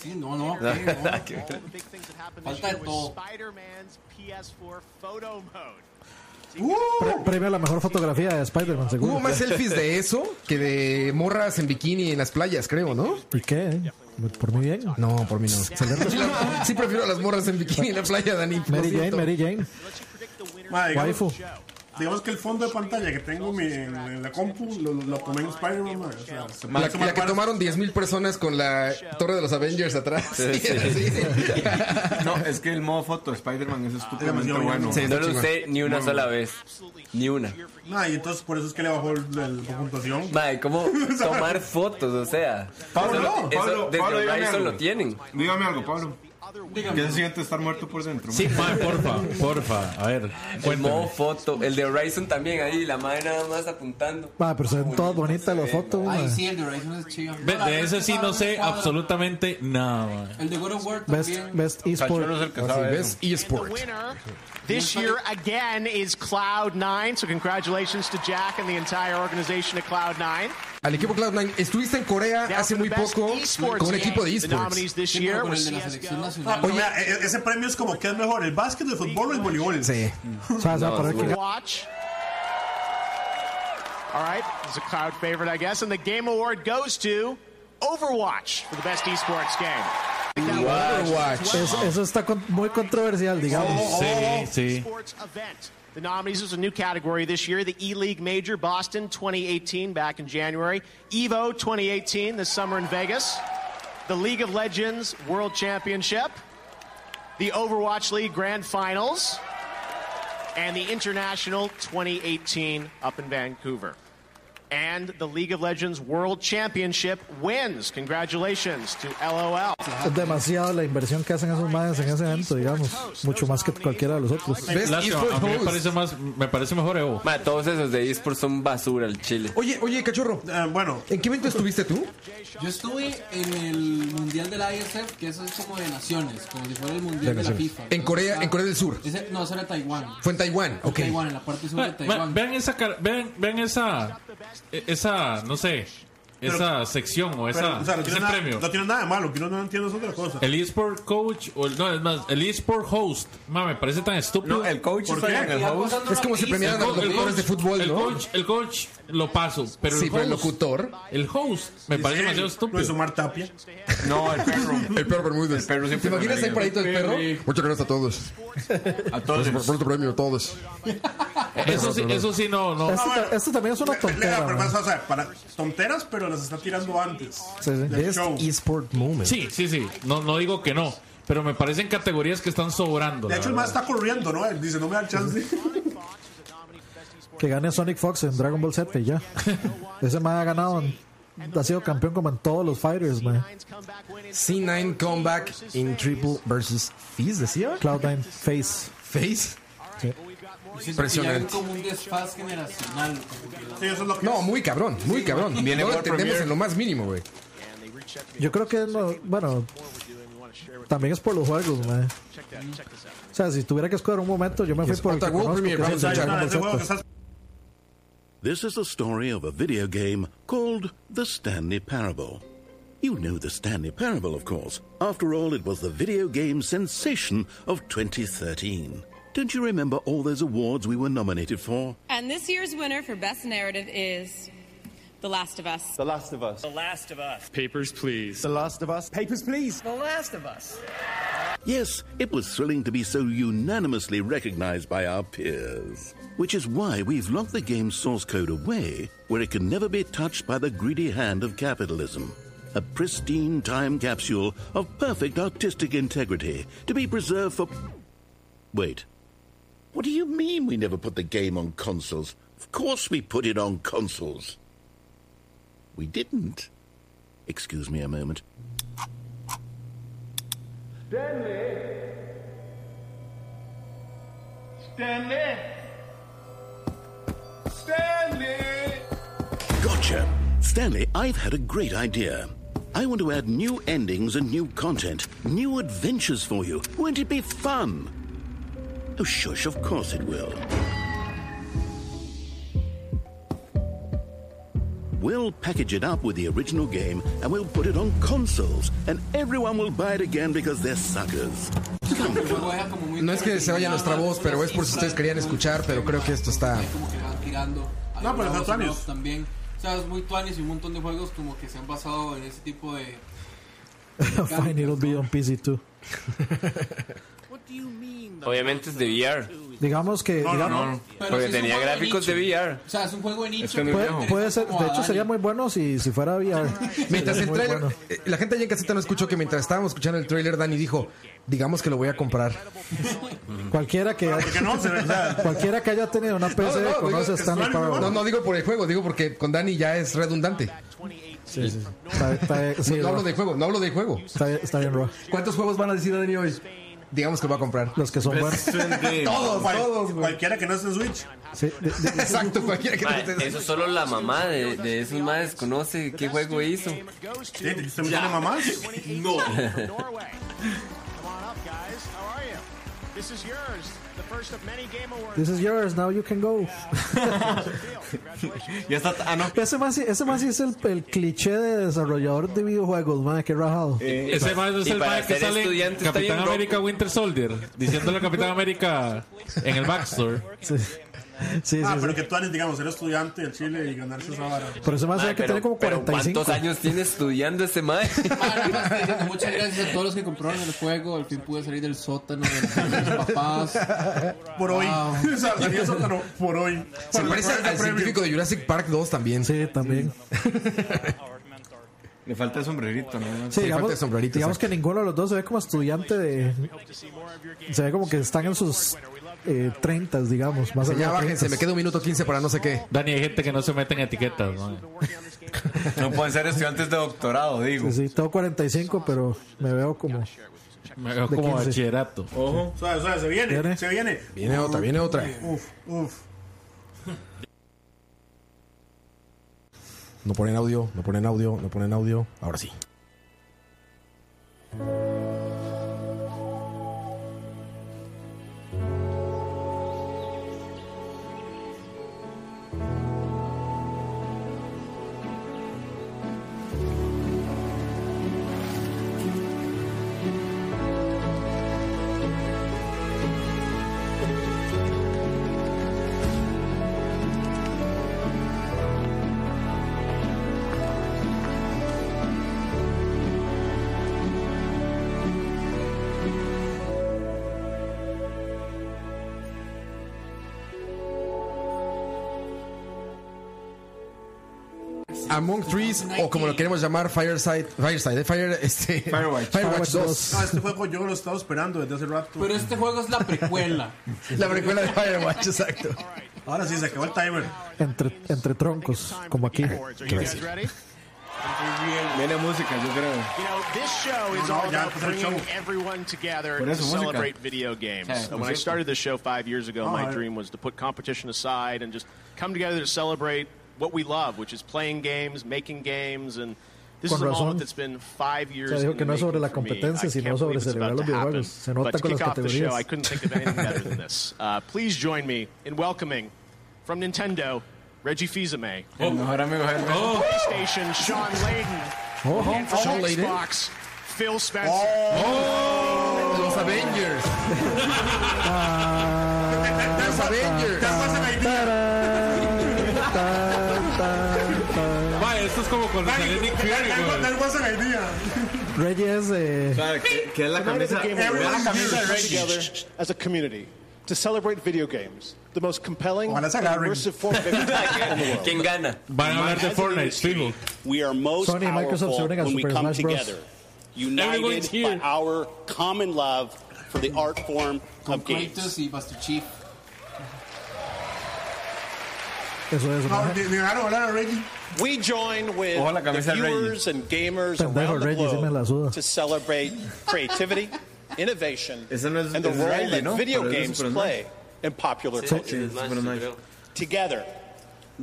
Sí, no, no, ok, no. Falta de todo. Pre- premio a la mejor fotografía de Spider-Man, seguro. Hubo más selfies de eso que de morras en bikini en las playas, creo, ¿no? ¿Y qué? Por mí bien. No, por mí no. Se le- Sí prefiero a las morras en bikini en la playa, Dani. lo Mary Jane, siento. Mary Jane. Madre, digamos, Waifu. digamos que el fondo de pantalla que tengo en mi- en, en la compu lo, lo tomé en Spider-Man. madre, o sea, se La, puede tomar la que para- tomaron 10.000 personas con la torre de los Avengers atrás. Sí, sí. No, es que el modo foto de Spider-Man es estúpidamente Demasiado bueno. bueno. No lo usé ni una sola vez. Ni una. Madre, y entonces por eso es que le bajó el- el- la puntuación. Madre, ¿cómo tomar fotos? O sea, Pablo, eso, eso Pablo, desde Pablo, dígame Horizon algo. lo tienen. Dígame algo, Pablo. ¿Qué se siente estar muerto por dentro? Sí, mae, porfa, porfa. A ver, El modo cuéntame. foto, el de Horizon también ahí, la madre nada más apuntando. Ah, pero se ven todas bonitas las fotos. Ay, ma. sí, el de Horizon es chido. Ve, De ese sí no sé absolutamente. absolutamente nada, mae. El de God of War Best, también. best eSport. Cachorro es el que Así sabe ves, eso. eSport. Winner this year again is Cloud9. So congratulations to Jack and the entire organization at Cloud9. Al equipo Cloud9, estuviste en Corea Now hace for muy the best poco esports con un equipo de games. pues, The esports. nominees this Sí, year pero con were el de la CS:GO, selección Ah, nacional. pero mira, e- e- ese premio es como que es mejor, el básquet, el fútbol o el voleibol. Sí. O sea, se va a No, parar que- eh, Watch. All right, it's a crowd favorite, I guess, and the game award goes to Overwatch for the best esports game. Overwatch. es- eso está con- muy controversial, Oh, digamos. Sí, sí. Sports event. The nominees is a new category this year: the E League Major Boston 2018, back in January, Evo 2018 this summer in Vegas, the League of Legends World Championship, the Overwatch League Grand Finals, and the International 2018 up in Vancouver. And the League of Legends World Championship wins. Congratulations to LOL. Es demasiado la inversión que hacen esos madres en ese evento, digamos. Mucho más que cualquiera de los otros. Best Lástima, eSport a mí me Pues, host. parece, más, me parece mejor Evo. Madre, todos esos de eSports son basura al chile. Oye, oye, cachorro, Eh, bueno, ¿en qué evento estuviste tú? Yo estuve en el mundial de la ISF, que eso es como de naciones, como si fuera el mundial de, la FIFA. En Corea, en Corea del Sur. Ese- no, eso era Taiwán. Fue en Taiwán, ok. Taiwán, en la parte sur de Mae, mae, Taiwán. Vean esa, cara- vean, vean esa, e- esa, no sé, esa sección o pero, esa, o sea, no ese tiene, nada, premio. no tiene nada de malo, que no, no entiendo es otra cosa. El eSport coach, o el, no, es más, el eSport host, mae, me parece tan estúpido. No, el coach ¿Por está qué? bien, el Ya host. pasando Es como si rapidísimo. premiaran a los co- locutores de fútbol, el ¿no? coach, el coach lo paso, pero Sí, el, pero el host, locutor. el host me parece Sí, demasiado Lo hizo estúpido. Omar Tapia. No, el perro. El perro Bermúdez. El perro ¿Te siempre imaginas ahí amarillo. paradito el perro? Muchas gracias a todos. A todos. Por este premio, a todos. Eso sí, eso sí no, no. Esto, bueno. esto también es una Le- le da tontera. permiso, man. o sea, para tonteras, pero las está tirando antes. Sí, sí. del Best show. eSport moment. Sí, sí, sí. No, no digo que no. Pero me parecen categorías que están sobrando. De la hecho, el verdad. más está corriendo, ¿no? Él dice, no me dan chance. Que gane Sonic Fox en Dragon Ball Z y ya. ese madre ha ganado. en- ha sido campeón como en todos los fighters, man. C9 comeback in triple versus Fizz, decía. Cloud9 Face. Face. Impresionante. Impresionante. como un desfaz generacional. como Sí, que- eso es lo que No, es. muy cabrón, muy cabrón. Viene no lo World entendemos Premiere. en lo más mínimo, güey. Yo creo que, no- bueno, también es por los juegos, man. O sea, si tuviera que escoger un momento, yo me fui Es por el que otra World conozco, que Premiere, es el vamos a de escuchar. Dragon Ah, Ball ese juego que Z. estás This is the story of a video game called The Stanley Parable. You know the Stanley Parable, of course. After all, it was the video game sensation of 2013. Don't you remember all those awards we were nominated for? And this year's winner for Best Narrative is The Last of Us. Yes, it was thrilling to be so unanimously recognized by our peers. Which is why we've locked the game's source code away where it can never be touched by the greedy hand of capitalism. A pristine time capsule of perfect artistic integrity to be preserved for. Wait. What do you mean we never put the game on consoles? Of course we put it on consoles. We didn't. Excuse me a moment. Stanley! Stanley! Stanley! Gotcha! Stanley, I've had a great idea. I want to add new endings and new content, new adventures for you. Won't it be fun? Oh, shush, of course it will. We'll package it up with the original game and we'll put it on consoles, and everyone will buy it again because they're suckers. No es que se vaya nuestra voz, pero es por si ustedes querían escuchar, pero creo que esto está... como que le van tirando. Hay No, pero unos está tuanis. spin-off También. O sea, es muy tuanis y un montón de juegos como que se han basado en ese tipo de... Fine, it'll be on PC too. Obviamente es de VR. Digamos que. digamos, Pero Porque sí es un tenía juego de gráficos de Este nicho. VR. O sea, es un juego de nicho. muy Puede, viejo. puede ser, de hecho sería muy bueno si, si fuera VR. Mientras Sería el muy trailer... bueno. eh, La gente allá en casita no escuchó que mientras estábamos escuchando el trailer, Dani dijo, digamos que lo voy a comprar. Cualquiera que, ¿Por qué no? Se ve, o sea, cualquiera que haya tenido una PC no, conoce digo, Stanley Parable. No, no digo por el juego, digo porque con Dani ya es redundante. Sí, sí, sí. Está, está- sí, No, no hablo Roa. de juego, no hablo de juego. Está- está bien, Roa. ¿Cuántos juegos van a decir Dani hoy? Digamos que va a comprar. Los que son Pues, buenos. Todos, cual- todos, güey. cualquiera que no esté en Switch. Sí, de- de- Exacto, cualquiera que no Mae, esté- eso solo la mamá de, de esos madres conoce qué juego hizo. Sí, ¿Usted me tiene mamás? No. Norway. Come on up, guys. How are you? This is yours, the first of many Game Awards. This is yours, now you can go. Ya está. Ah, no. Ese más, sí- ese más sí es el, el cliché de desarrollador de videojuegos, madre, qué rajado. Ese mae es Eh, y el para mae que ser sale en estudiante está Capitán bien loco. América Winter Soldier, diciéndole a Capitán América en el backstore. Sí, sí, sí. Ah, pero sí. que tú eres, digamos, ser estudiante en Chile y ganarse esa vara. Por eso más Mae, hay que tener como Ah, pero 45. ¿Cuántos años tiene estudiando ese mae? Ahora más estoy diciendo, Muchas gracias a todos los que compraron el juego. Al fin pude salir del sótano de mis papás. Por hoy. Wow. o sea, sería eso, pero por hoy. Se Por- parece por- al por- científico de Jurassic Park 2 también. Sí, también. Le falta el sombrerito, ¿no? Sí, digamos, falta de sombrerito, digamos exacto. que ninguno de los dos se ve como estudiante de... Se ve como que están en sus eh, 30, digamos. Más allá Ya de bájense, 30. me queda un minuto 15 para no sé qué. Dani, hay gente que no se mete en etiquetas, mae. No pueden ser estudiantes de doctorado, digo. Sí, sí, tengo 45, pero me veo como... Me veo De como 15. bachillerato. O sea, o sea, se viene, ¿Viene? se viene. Viene otra, viene otra. Uf, uf. No ponen audio, no ponen audio, no ponen audio. Ahora sí. Among Trees, o como lo queremos llamar, Fireside. Fireside, eh, Fire, este, Firewatch. Firewatch 2. Ah, este juego yo lo estaba esperando desde hace rato. Pero este juego es la precuela. La precuela de Firewatch, exacto. Ahora sí, se acabó el timer. Entre, entre troncos, como aquí. Are you guys ready? Viene música, yo creo. You know, this show is all ya, about pues, el bringing show. everyone together Por to eso, música. celebrate video games. Sí, So when I concierto. started this show five years Oh, ago, my Ah, eh. dream was to put competition aside and just come together to celebrate what we love, which is playing games, making games, and this Con is a razón. moment that's been five years. dijo in que the no es sobre making la for me. competencia, I sino can't sobre believe it's celebrar about los to happen. videojuegos. Se But nota to con las kick off the categorías. show, I couldn't think of anything better than this. Uh, please join me in welcoming from Nintendo Reggie Fils-Aimé, Oh. El Oh. mejor amigo es Hermes. PlayStation Sean Layden. Oh, And for Sean Layden. Xbox, Phil Spencer. Oh. Los Avengers. Los Avengers. Mae, esto es como cuando salió Nick Fury, Algo- mae. algo hacen ahí, día. Reyes, eh, Claro, que, que Ah, es la Tonight is a camisa. game Vea where we la all camisa de come Reggie. together as a community to celebrate video games, the most compelling, Ojalá and se agarren. immersive form of entertainment in the world. ¿Quién gana? Van a hablar de As an Fortnite, industry, fijo. We are most Sony and Microsoft se powerful unen a when we Super come Smash Bros. together, united Everyone's by here. our common love for the art form Con of games. Kratos y Buster Chief. Eso es. Ah, ¿eh? maje. le- le dejaron hablar a Reggie. We join with Ojo la the camisa de Reggie. viewers and gamers Pendejo, around the Reggie, sí me la globe suda. to celebrate creativity, innovation, Ese no es and the role Israeli, that ¿no? video Pero es games Super play Smash. in popular Sí, culture. sí, Super Smash. Together,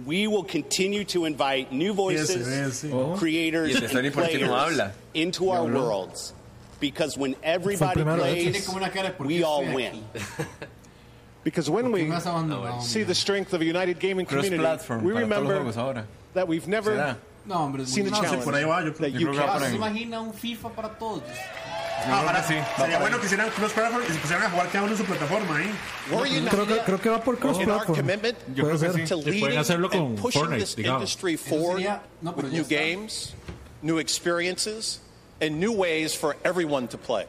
we will continue to invite new voices, Yes, yes, yes. creators, Y el de Sony, and ¿por qué no players habla? into our worlds. Because when everybody primero, ¿eh? plays, Tiene como una cara de, ¿por we qué all estoy win. Because when me has abandonado, see the strength of a united gaming Cross community, platform. we para todos los remember juegos ahora. that we've never Será. No, hombre, es seen muy- a no, challenge sí, por ahí va, yo creo- that Yo you creo que va can't- por ¿Se ahí. imagina un FIFA para todos? Yo creo que sí, va Sería para bueno ahí. que hicieran cross platform y se pusieran a jugar cada uno en su plataforma, ¿eh? Creo que, creo que va por cross in our platform. commitment Yo creo que sí. to Que pueden leading hacerlo and con pushing Fortnite, this digamos. industry Eso sería- forward no, pero with ya new está. games, new experiences, and new ways for everyone to play.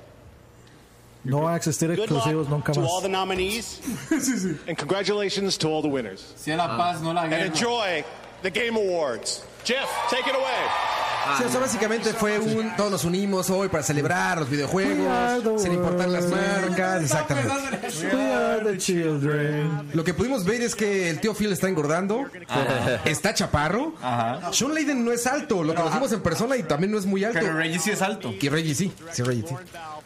No va a existir Good luck exclusivos nunca to all más. the nominees And congratulations to all the winners. Sea la paz, no la Ah. and guerra. enjoy the Game Awards. Jeff, take it away. Ah, Sí, o sea, básicamente fue un. Todos nos unimos hoy para celebrar los Cuidado, videojuegos, sin importar las marcas. Exactamente. We are the children. Lo que pudimos ver es que el tío Phil está engordando, Ajá. está chaparro. Ajá. Sean Layden no es alto, lo conocimos en persona y también no es muy alto. Pero Reggie sí es alto. Y Reggie sí, sí, Reggie sí.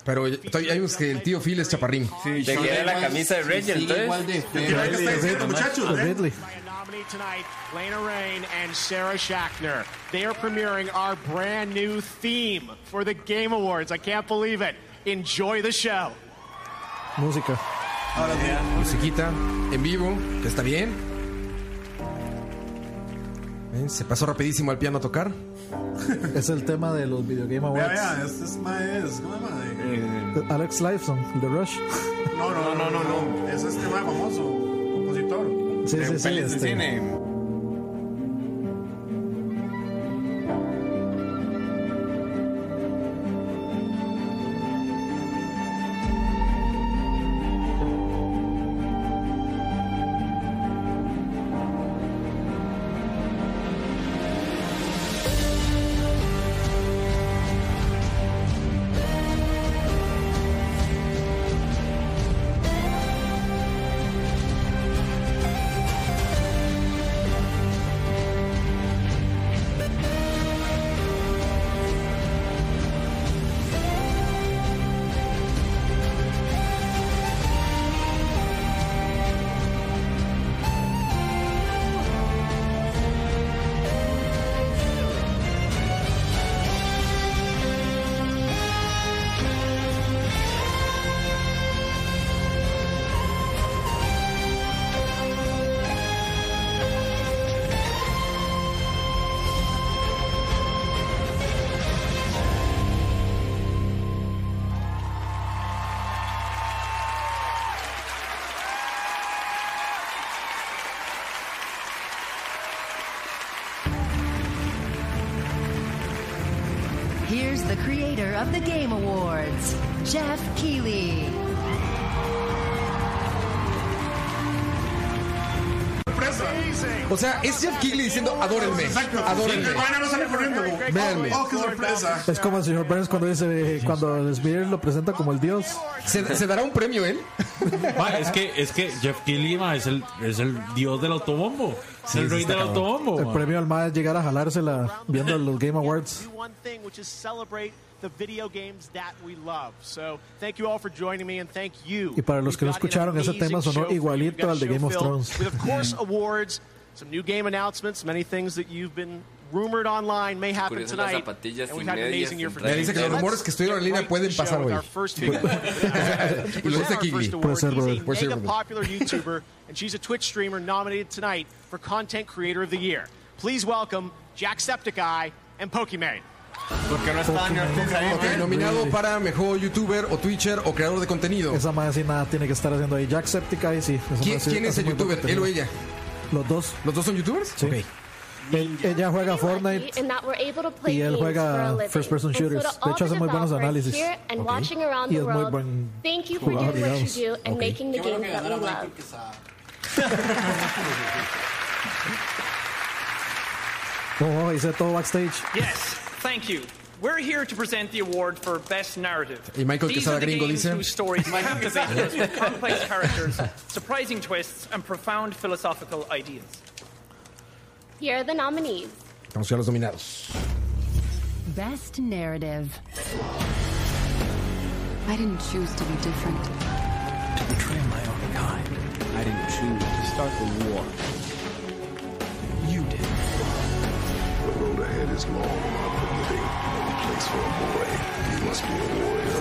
Pero estoy- hay unos que el tío Phil es chaparrín. Sí, Te Sean queda la Layden- camisa de Reggie, Sigue igual entonces. de ¿Qué feo. creen que está diciendo, muchachos? ¿eh? Ridley. By a nominee tonight, Lena Rain and Sarah Schachner. They are premiering our brand new theme for the Game Awards. I can't believe it. Enjoy the show. Música. Musiquita, en vivo, que está bien. Eh, Se pasó rapidísimo al piano a tocar. Es el tema de los Video Game Vea, Awards. vea, este es más. ¿Cómo se llama? Eh, Alex Lifeson, The Rush. No, no, no, no, no. Es este más famoso, compositor. Sí, de Eh, sí, sí. pelis de este, cine. Here's the creator of the Game Awards, Jeff Keighley. O sea, es Jeff Keighley diciendo, adórenme, adórenme. Nirvana no sale corriendo. Véanme. Oh, qué sorpresa. Es como el señor Burns cuando dice eh, cuando el Spears lo presenta como el dios. ¿Se, se dará un premio él? Ma, es que es que Jeff Keighley ma, es el es el dios del autobombo, es sí, el rey está del cabrón. autobombo. El ma. premio al más llegar a jalársela viendo los Game Awards. Do one thing, which is celebrate the video games that we love. So thank you all for joining me, and thank you. Y para los que no We've got escucharon, an ese amazing tema sonó show for you. We've igualito got a al de show Game of filled Thrones. With, of course, awards, some new game announcements, many things that you've been rumored online may happen Curioso, las tonight. zapatillas and sin we've had an medias, amazing year sin for traje. Me dice que los Let's rumores que estuvieron en get línea right pueden to the pasar show with hoy. our first video. To Y lo dice present our Kigli. first Puede award, ser, brother. he's a Puede ser, mega brother. popular YouTuber, and she's a Twitch streamer nominated tonight for Content Creator of the Year. Please welcome Jacksepticeye and Pokimane. ¿Por qué no está New York ahí? Ok, nominado para mejor youtuber o twitcher o creador de contenido. Esa madre sí nada tiene que estar haciendo ahí. Jacksepticeye, sí. esa ¿Quién, madre sí quién es hace el muy buen youtuber? ¿Él contenido. o ella? Los dos. ¿Los dos son youtubers? Sí. Ok. Él- ella juega Fortnite y él juega first person shooters. De hecho hace muy buenos análisis. Y es muy buen jugador, digamos. Ok. Qué bueno que ganara Michael Quesada. Oh, hice todo backstage. Yes, thank you. We're here to present the award for Best Narrative. Y Eh, Michael These Quesada are the Gringo games dice- whose stories captivate us with complex characters, surprising twists, and profound philosophical ideas. Here are the nominees. Vamos a los nominados. Best narrative. I didn't choose to be different. To betray my own kind. I didn't choose to start the war. You did. The road ahead is long and unforgiving. No place for a boy. You must be a warrior.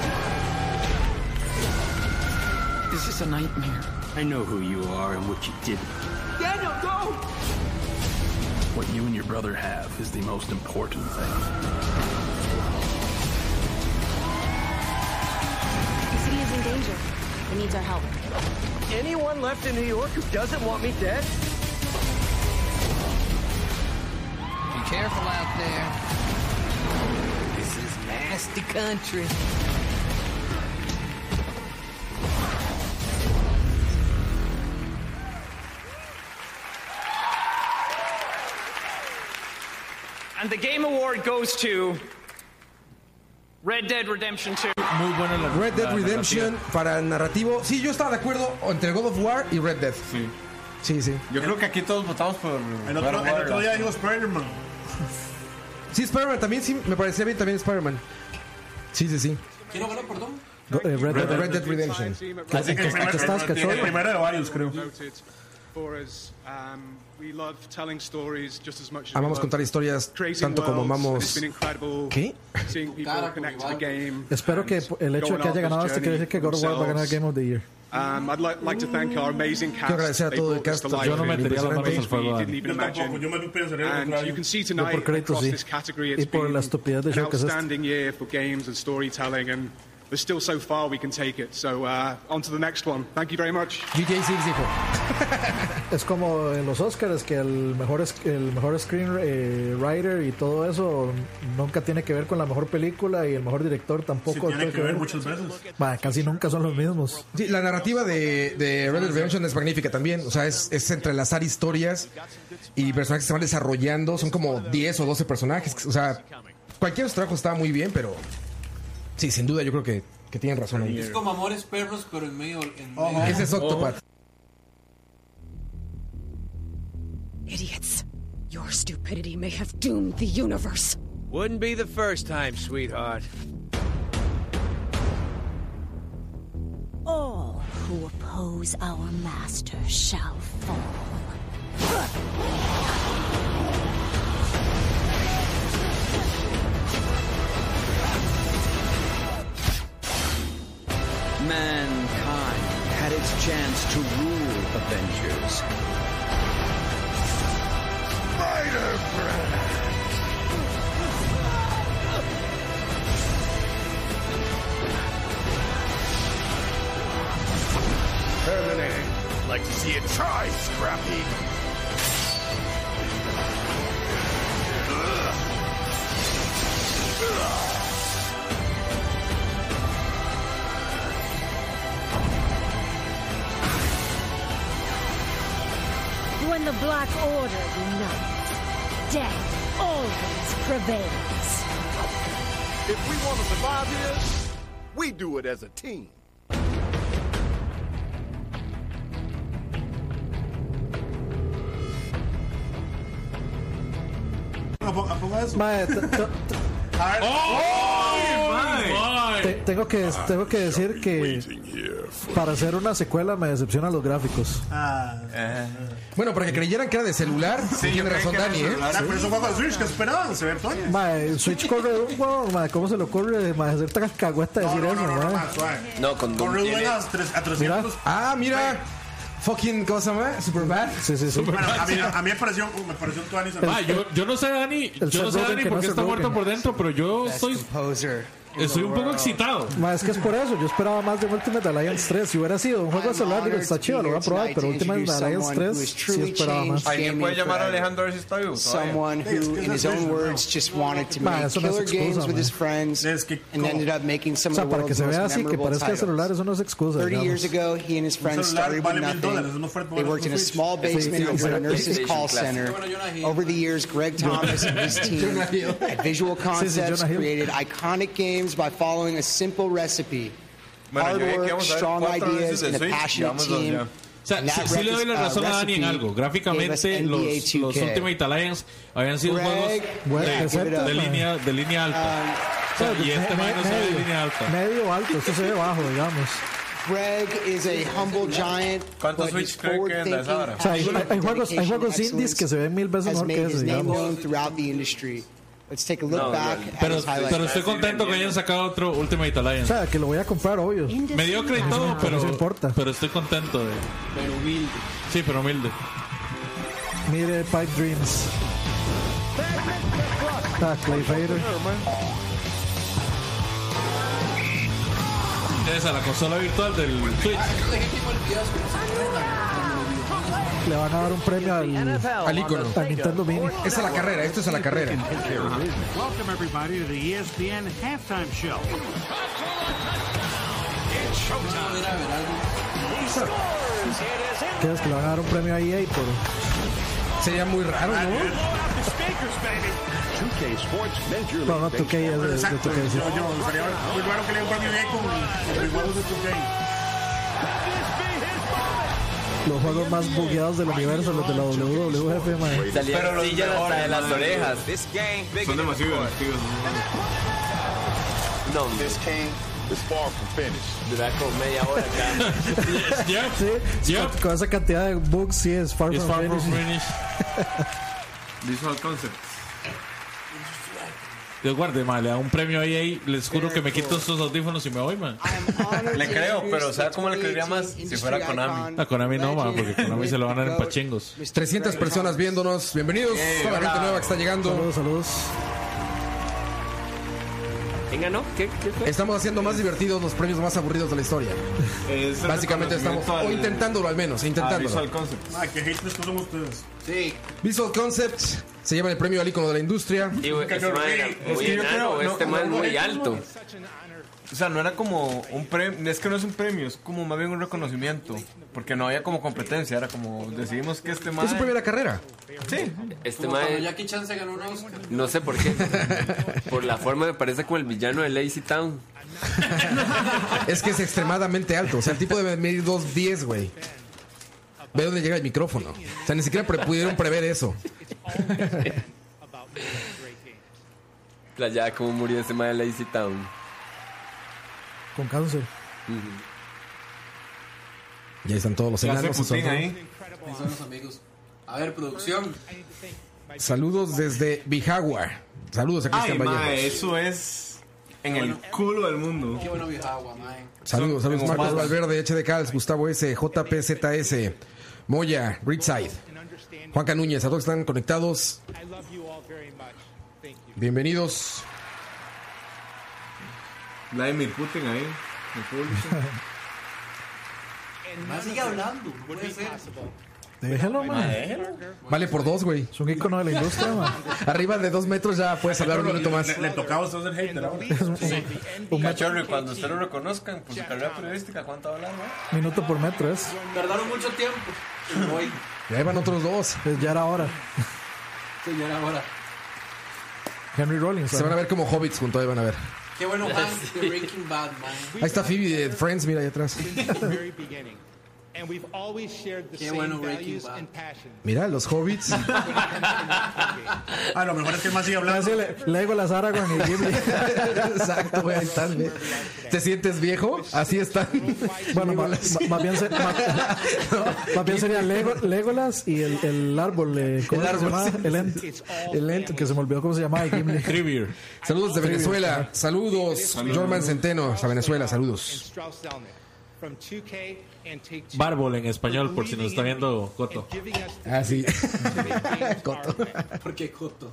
This is a nightmare. I know who you are and what you did. Daniel, go! What you and your brother have is the most important thing. city is in danger. It needs our help. Anyone left in New York who doesn't want me dead? Be careful out there. This is nasty country. And the Game Award goes to Red Dead Redemption 2. Muy buena la Red Dead Redemption para el narrativo. Sí, yo estaba de acuerdo entre God of War y Red Dead. Sí. Sí, sí. Yo creo que aquí todos votamos por. El otro, el otro día dijo Spider-Man. Sí, Spider-Man también, sí, me parecía bien también Spider-Man. Sí, sí, sí. ¿Quién lo ganó, perdón? Go- eh, Red, Dead, Red Dead Redemption. Así que que estás, cachorro. El primero de varios, creo. for us. Um, we love telling stories just as much as Amamos we love Ah, contar historias creating tanto como worlds. amamos. It's been incredible ¿Qué? seeing people connect to the game. Espero and que el hecho de going que haya on ganado this este quiere journey decir que for God of War va a ganar themselves. Game of the Year. Um, I'd li- like to thank our amazing cast. agradecer a They todo el brought us cast. to life Yo no in metería las manos ways al fuego, we Dani. didn't even Yo imagine. And you can see Yo tonight por créditos across sí. this category, Y it's por been la estupidez de an show que es este. outstanding year for games and storytelling, and there's still so far we can take it. So uh, on to the next one. Thank you very much. DJ Six dijo. Es como en los Oscars que el mejor es- el mejor screen eh, writer y todo eso nunca tiene que ver con la mejor película y el mejor director Sí, tampoco tiene que ver muchas veces. Ma, casi nunca son los mismos. Sí, la narrativa de, de Red Dead Redemption es magnífica también. O sea, es, es entrelazar historias y personajes que se van desarrollando. Son como 10 o 12 personajes. O sea, cualquiera de los trabajos estaba muy bien, pero sí, sin duda, yo creo que, que tienen razón ahí. Es como Amores Perros, pero en medio. En medio. Oh, Ese es Octopath. Oh. Idiots. Your stupidity may have doomed the universe. Wouldn't be the first time, sweetheart. All who oppose our master shall fall. Mankind had its chance to rule Avengers. Terminating. Like to see it try, Scrappy. When the Black Order unites, death always prevails. If we want to survive this, we do it as a team. ¿A poco- a poco eso? Mae, te- te- Oh! Oh! te- tengo que tengo que decir que para hacer una secuela me decepcionan los gráficos. Bueno, para que creyeran que era de celular, sí, tiene razón Dani, ¿eh? Ahora, pero eso fue para Switch, ¿qué esperaban? Se ve Toño. Mae, el eh, Switch corre de un huevón, mae, ¿cómo se le ocurre mae, hacer tan cagüesta decir eso, mae? No, con Doom Corre tiene- buenas a tres- a 300. Ah, mira. Fucking cosa más, Superbad. Sí, sí, sí. Bueno, Ah, a, mí, a mí me pareció, me pareció un tuanis. Ah, yo, yo no sé, Dani. Yo no sé, Dani, por qué está muerto por dentro, pero yo estoy. Estoy un poco excitado. Ma, es que es por eso, yo esperaba más de Ultimate Alliance 3. Si hubiera sido un juego de celular, digo, está chido, lo voy a probar, pero Ultimate Alliance 3 sí esperaba más. ¿Alguien puede llamar a Alejandro a ver si está vivo? Someone who, in his own words, just wanted to Ma, make eso no es killer games excusa, with ma. his friends and ended up making O some of sea, the para que world's se vea most así, que memorable parezca de titles. celular, eso no es excusa. 30 digamos. years ago, he and his friends celular started vale with mil dólares, nothing. no fuerte They para worked in a Switch. small Sí, basement sí, over a exacto. nurse's PlayStation call Classic. center. Over the years, Greg Thomas and his team Jonah Hill. at Visual Sí, sí, Concepts Jonah Hill. created iconic games by following a simple recipe. Bueno, Hard yo vi que work, vamos a ver strong cuatro veces ideas, de and a Switch, passionate llevamos dos team ya. O sea, sí, sí le doy la razón a Dani en algo. Gráficamente, los, los Ultimate Alliance habían sido juegos de, de línea, de línea alta. Ah, O sea, y este man no se ve de línea alta. Medio alto, esto se ve bajo, digamos. Greg is a humble giant. ¿Cuántos Switch cree que andas ahora? O sea, hay, hay juegos, hay juegos indies que se ven mil veces mejor que ese, digamos. Let's take a look no, back no, no. Pero, at pero estoy contento que hayan sacado otro Ultimate Alliance. O sea, que lo voy a comprar, obvio. Mediocre y todo, pero, no importa. pero estoy contento. De... Pero humilde. Sí, pero humilde. Mire, Pipe Dreams. Ah, Clay Fader. Esa, la consola virtual del Switch. Le van a dar un premio al, al ícono. Al Nintendo Mini. Esa es la carrera, esto es a la carrera. Welcome everybody to the E ESPN halftime show. ¿Crees que le van a dar un premio a EA por? Sería muy raro, ¿no? 2K Sports Major League no, no, 2K es de, Exacto, de 2K. Yo, yo, sería muy raro que le guarde bien con los juegos de 2K. Los juegos más bugueados del universo, los de la WWF, man. Salían los sillas hasta de las orejas. This game big Son demasiado divertidos. No, this game is far from finished. Duraco media hora acá. yeah. Sí, yeah. Con, esa cantidad de bugs, sí, es far, It's from, far finished. from finished. Visual concepts. Dios guarde, ma, le da un premio ahí, ahí. Les juro que me quito estos audífonos y me voy, man. Ah, Ah, le creo, pero ¿sabes cómo le creería más si fuera Konami? A Konami no, ma, porque Konami se lo van a dar en pachingos. 300 personas viéndonos. Bienvenidos a la gente nueva que está llegando. Saludos, saludos. Venga, ¿no? ¿Qué, qué fue? Estamos haciendo más divertidos los premios más aburridos de la historia. Es el Básicamente estamos, reconocimiento o al- intentándolo al menos, Ah, intentándolo. Visual Concepts. Ah, que haters no son ustedes. Sí. Visual Concepts se lleva el premio al icono de la industria. Y güey, ese man era Es muy que yo enano, creo- no, este man no, no, muy no, alto. O sea, no era como un premio, es que no es un premio, es como más bien un reconocimiento, porque no había como competencia, era como decidimos que este más Es su primera carrera. Sí, Este Como cuando man, Jackie Chan se ganó un Oscar. no sé por qué. Por la forma me parece como el villano de Lazy Town. Es que es extremadamente alto. O sea, el tipo debe medir 2.10, güey. Ve dónde llega el micrófono. O sea, ni siquiera pre- pudieron prever eso. Playada como murió ese man de Lazy Town. Con cáncer. Y ahí están todos los se hace enanos. Putin esos- ahí. Ahí son los amigos. A ver, producción. Saludos desde Bijagua. Saludos a Ay, Cristian mae, Vallejo. eso es en el culo del mundo. Qué bueno viajagua, mae. Saludos, son- saludos son Marcos malos. Valverde, H de Cals, Gustavo S, JPZS, Moya, Reedside, Juanca Núñez, a todos que están conectados. Bienvenidos. Vladimir Putin ahí, en público. Mae, sigue hablando. No puede ser. Déjelo, man. Vale por dos, güey. Es un icono de la industria, man. Arriba de dos metros ya puedes hablar un minuto más. Le, le tocaba a usted ser hater ahora. Un cachorro, y cuando usted lo reconozcan por su carrera periodística, ¿cuánto hablar, no? Minuto por metro es. Tardaron mucho tiempo. Hoy, Y ahí van otros dos. Es ya era hora. señora, ahora. Henry Rollins. Se van a ver como hobbits juntos, ahí van a ver. Qué bueno, Hank de Breaking Bad, mae. Ahí está Phoebe de Friends, mira ahí atrás. And we've always shared the Qué same bueno Breaking values Bad. and passion. Mira, los hobbits. Ah, lo mejor es que el más sigue hablando. Así le, Lego las Aragorn y Ghibli. Exacto, güey, ahí están, güey. ¿Te sientes viejo? Así están. Bueno, ma- ma- más bien, se- ma- más bien sería Lego, Legolas y el, el árbol. eh, ¿Cómo El se árbol, llamaba? sí. El ent. El ent, que se me olvidó cómo se llamaba. de Gimli. Trivia. Saludos de Venezuela. Saludos, Jorman Centeno, a Venezuela. Saludos. Strauss Zelnick from 2K and Take Two. Bárbol en español, por si nos está viendo Coto. And giving us the Ah, sí. games Coto. our way. Porque Coto.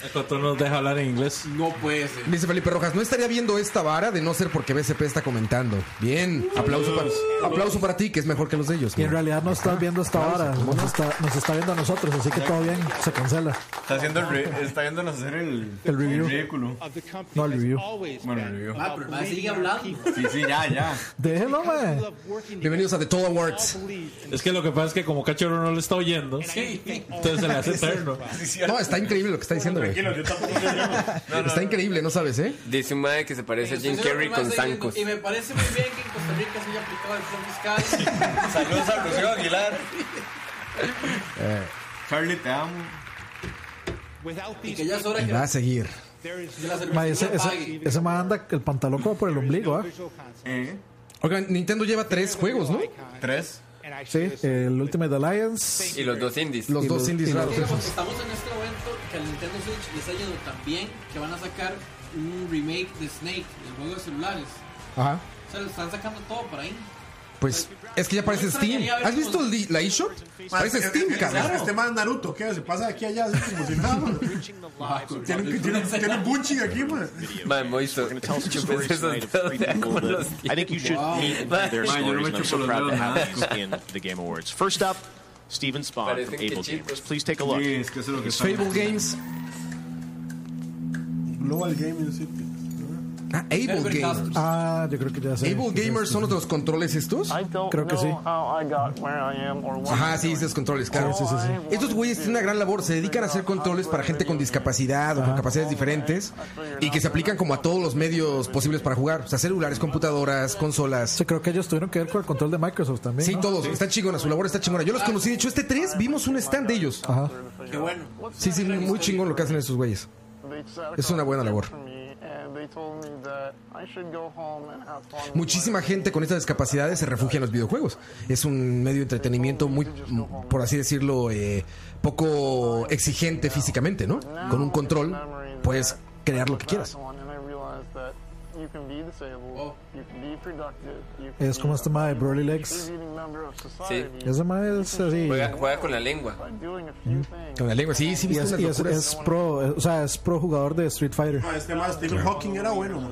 Coto nos deja hablar en inglés. No puede ser. Dice Felipe Rojas, no estaría viendo esta vara de no ser porque BCP está comentando. Bien, aplauso para, aplauso para ti, que es mejor que los de ellos. Y en ¿no? realidad no estás viendo hasta ahora. Nos está, nos está viendo a nosotros, así que todo bien. Se cancela. Está haciendo el re- está viéndonos hacer el, El review. ridículo. Of the company No, el that's review. always Bueno, been el review. Ah, pero mae sigue hablando. Sí, sí, ya, ya. Déjelo, man. love working together. Bienvenidos a The Total Awards. All believe in Es que lo que pasa es que como Cachorro no lo está oyendo, I think all entonces se le hace eterno. Sí, sí, No, está increíble lo que está diciendo. güey. Tranquilo, yo tampoco soy yo. no, Está increíble, ¿no sabes, eh? Dice un madre que se parece a Jim Entonces, Carrey Pues lo que con más hay- zancos. Y me parece muy bien que en Costa Rica se haya aplicado el plan fiscal. Saludos a Rocío Aguilar. Eh. Charlie, te amo. Y que ya es hora Y que va a seguir. que la cerveza Ma, ese, ese, pague. ese ma anda el pantalón como por el ombligo, ¿ah? ¿Eh? Oigan, Nintendo lleva tres juegos, ¿no? Tres. Sí, el Ultimate Alliance. Y los dos indies. Los Y dos los- indies y los- raros. Digamos, Estamos en este momento que al Nintendo Switch les ha ido tan bien que van a sacar un remake de Snake, el juego de celulares. Ajá. O sea, lo están sacando todo por ahí. Pues es que ya parece No Steam. extrañaría ver ¿Has visto el di- la eShop? Parece Steam, Este, cabrón. este man Naruto, ¿qué? Se pasa de aquí a allá, así como si nada, man. Tiene tiene- tiene un bunching aquí, man. Mae, Moiso. Chupes esos dedos de ángulos. I think you should meet their stories, and I'm so proud to have these in the Game Awards. First up, Steven Spawn from Able Gamers. Please take a look. Fable Games. Global Gaming City. Ah, Able Never Gamers. Ah, yo creo que ya sé. Able Gamers son los de los controles estos. Creo que sí. Ajá, sí, esos controles, claro. Estos güeyes tienen una gran labor. Se dedican a hacer controles para gente con discapacidad o con capacidades diferentes y que se aplican como a todos los medios posibles para jugar. O sea, celulares, computadoras, consolas. Sí, creo que ellos tuvieron que ver con el control de Microsoft también. Sí, ¿no? todos. Está chingona, su labor está chingona. Yo los conocí, de hecho, este 3 vimos un stand de ellos. Ajá. Qué bueno. Sí, sí, muy chingón lo que hacen esos güeyes. Es una buena labor. Muchísima gente con estas discapacidades se refugia en los videojuegos. Es un medio de entretenimiento muy, mm, por así decirlo, eh, poco exigente físicamente, ¿no? Con un control puedes crear lo que quieras. Es como este ma de Broly Legs. Sí. Ese ma es así. Juega, juega con la lengua. Con la lengua, sí, sí, Y viste es, unas y es, locuras. es pro, eh, o sea, es pro jugador de Street Fighter. Ah, Este man Stephen Hawking era bueno, man.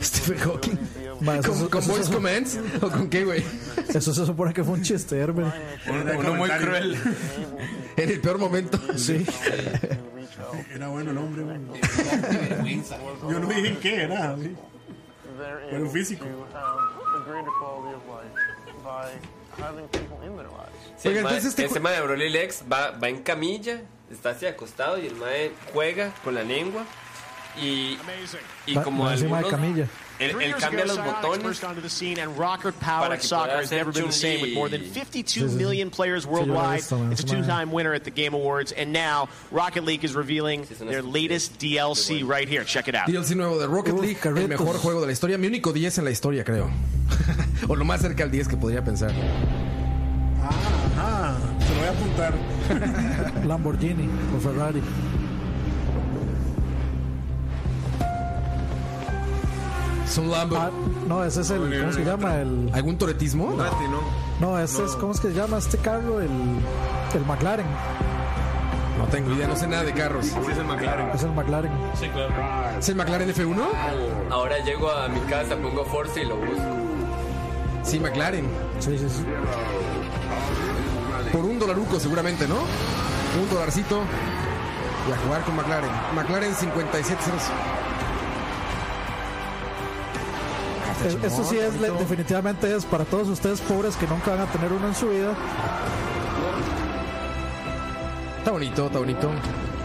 Stephen Hawking. Ma, eso ¿Con, se- con eso voice se- commands? ¿O con qué, güey? Eso se supone que fue un chiste, Herman. Uno muy cruel. En el peor momento. Sí. Era bueno el hombre, man. Yo no dije en qué era, sí. Era un físico. Sí, Oiga, el mae- entonces este ese mae de Broly Lex va, va en camilla, está así acostado y el mae juega con la lengua. Y, y Ma- como ma, ese ma de algunos- camilla. él, Three él years cambia ago, los Psyonix botones. burst onto the scene, and rocket para powered que soccer pueda has never hacer been the same with more than Chun-Li. 52 million players Sí, yo lo he worldwide. visto, man. It's a Es una- two time winner at the Game Awards, and now Rocket League is revealing their latest DLC right here. Check it out. DLC nuevo de Rocket Uf, League, el carritos. mejor juego de la historia, mi único 10 en la historia, creo. o lo más cerca al 10 que podría pensar. Ah, se lo voy a apuntar. Lamborghini o Ferrari. Son Lambo. Ah, no, ese es el. ¿Cómo se llama? El, ¿Algún toretismo? no, ese es. ¿Cómo es que se llama este carro? El, el McLaren. No tengo idea, no sé nada de carros. es el McLaren. Es el McLaren. ¿Es el McLaren F1? Ahora llego a mi casa, pongo Forza y lo busco. Sí, McLaren. Sí, sí, sí. Por un dolaruco seguramente, ¿no? Un dolarcito y a jugar con McLaren. McLaren 57 Es- Esto E, sí es le- definitivamente es para todos ustedes pobres que nunca van a tener uno en su vida. Está bonito, está bonito.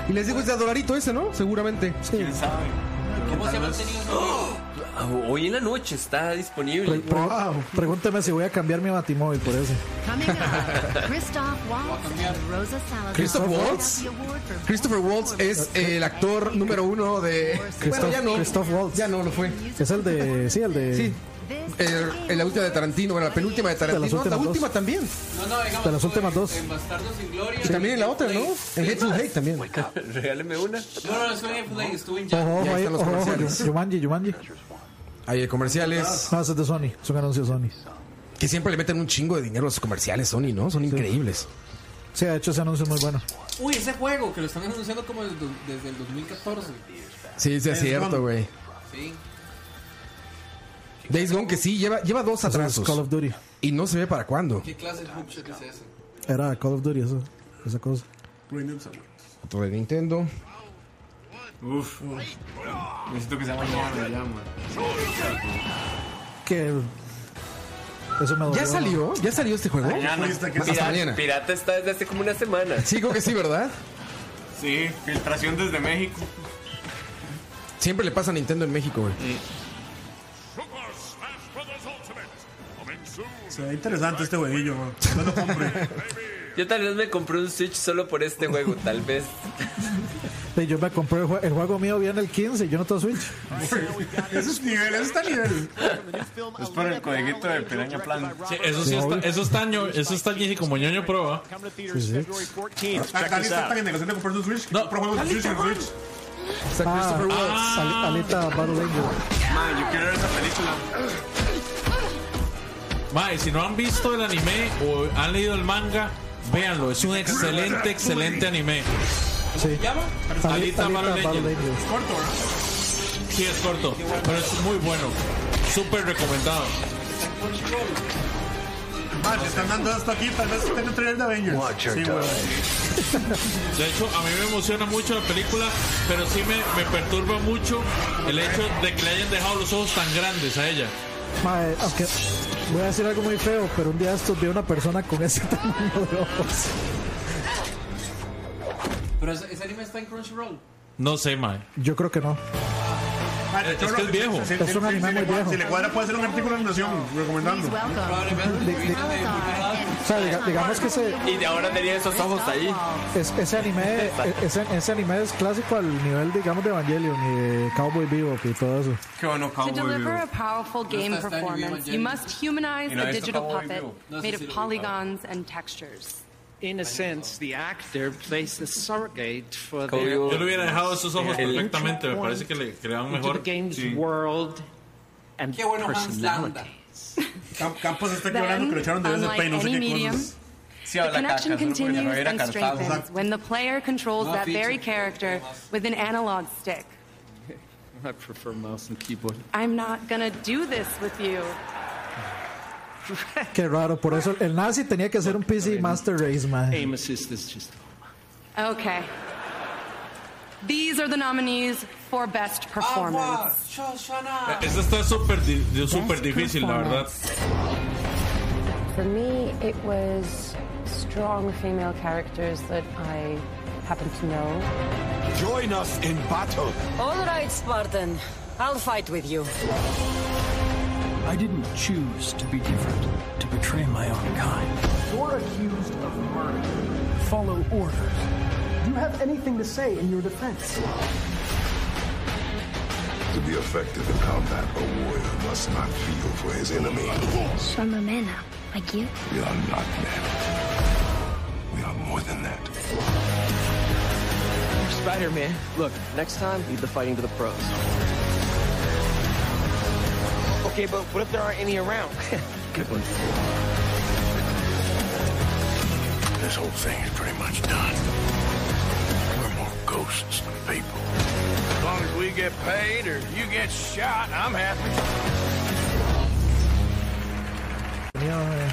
Y les digo, es de a dolarito ese, ¿no? Seguramente. ¿Quién sabe? ¿Cómo se ha este mantenido ese juego? Ah, Hoy en la noche está Pre- disponible. pre- Pregúnteme si voy a cambiar mi batimóvil por eso. Coming up, Christoph Waltz and Rosa Salazar. Christoph Waltz. Christopher Waltz es el actor número uno de. Christoph, Bueno, ya no. Christoph Waltz. Ya no lo fue. Es el de. Sí, el de. Sí. El- el- la última de Tarantino, bueno, la penúltima de Tarantino. De las la últimas última también. No, no, digamos. De las últimas dos. En Bastardos sin Gloria. Y también en la otra, ¿no? Oh En Hateful Hate también. Regáleme una. No, no, no, soy en Play, estuve en Ojo, ojo, Ya ahí, están los ojo, ojo, comerciales. Jumanji, Jumanji. Ahí hay comerciales. No, Ah, ese es de Sony. Es un anuncio de Sony. Que siempre le meten un chingo de dinero a los comerciales, Sony, ¿no? Son increíbles. Sí, de hecho ese anuncio es muy bueno. Uy, ese juego que lo están anunciando como desde, desde el 2014. Sí, sí, es Days cierto, Gone. güey. Sí. Days Gone que sí, lleva, lleva dos Eso es atrasos. Call of Duty. Y no se ve para cuándo. ¿Qué clase de hookshot es ese? Era Call of Duty, eso, esa cosa. Otro de Nintendo. Uf. Necesito que sea mañana, ya, man. Que. Eso me dolió. ¿Ya salió? ¿Ya salió este juego? Mañana. Hasta Pirata, mañana. pirata está desde hace como una semana. Sí, creo que sí, ¿verdad? Sí, filtración desde México. Siempre le pasa a Nintendo en México, güey. Se ve interesante este huevillo, man. No lo compré. Yo tal vez me compré un Switch solo por este juego, tal vez. Sí, yo me compré el, jue- el juego mío viene el 15, yo no tengo Switch. Esos niveles, esos están niveles. Es por el codiguito de Piraña Plan. Sí, eso sí, está, eso está ño- eso está ñeji como ñoño pro. ¿ah? Ah, Dani está tan en negación de comprar un Switch. No, compra juegos de Switch en Switch. Ah, Ali- Alita Battle Angel. Man, yo quiero ver esa película. Mae, si no han visto el anime o han leído el manga, véanlo. Es un excelente, excelente anime. Sí. Alita Battle Angel. Corto, Angel. ¿eh? ¿verdad? Sí, es corto, pero es muy bueno. Súper recomendado. Man, te están dando esto aquí, tal vez tenga un trailer de Avengers. Sí, güey. De hecho, a mí me emociona mucho la película, pero sí me, me perturba mucho el hecho de que le hayan dejado los ojos tan grandes a ella. Mae, aunque voy a decir algo muy feo, pero un día de estos vi a una persona con ese tamaño de ojos. Pero ese, ese anime está en Crunchyroll. No sé, mae. Yo creo que no. Ah, Es que es viejo. Si- Es si- un si- anime si le muy cuadra- viejo. Si le cuadra, puede hacer un artículo de Nación recomendando. O sea, diga- digamos que ese, Y de ahora tenía esos ojos ahí. es- ese anime e-, ese, ese anime es clásico al nivel, digamos, de Evangelion y de Cowboy Bebop y todo eso. Qué bueno, To Cowboy deliver Bebop. a powerful game está en vivo performance, ayer. you must humanize Y no a está digital Cowboy puppet Bebop. made of polygons and textures. In a sense, the actor plays the surrogate for the. Yo le hubiera dejado esos ojos perfectamente, me parece que le, que le dan Into the mejor. game's Sí. world and Qué bueno Hans personality. Landa. Cam- Campos está llorando que lo echaron de vez unlike en no sé any qué medium, cosas. Sí, The habla connection caca, solo porque continues no era and Cartago. strengthens when the player controls No, that pinche. very character with an analog stick. I prefer mouse and keyboard. I'm not gonna do this with you. Qué raro, por eso el nazi tenía que ser un PC Master Race, mae. Aim assist is just. Okay. These are the nominees for best performance. Eh, Esta está súper di- di- súper difícil, la verdad. For me, it was strong female characters that I happen to know. Join us in battle. All right, Spartan. I'll fight with you. I didn't choose to be different, to betray my own kind. You're accused of murder. Follow orders. Do you have anything to say in your defense? To be effective in combat, a warrior must not feel for his enemy. I'm a man now, like you. We are not men. We are more than that. Spider Man, look, next time, leave the fighting to the pros. Okay, but what if there aren't any around? Good one. This whole thing is pretty much done. We're more ghosts than people. As long as we get paid or you get shot, I'm happy. Tenía, eh,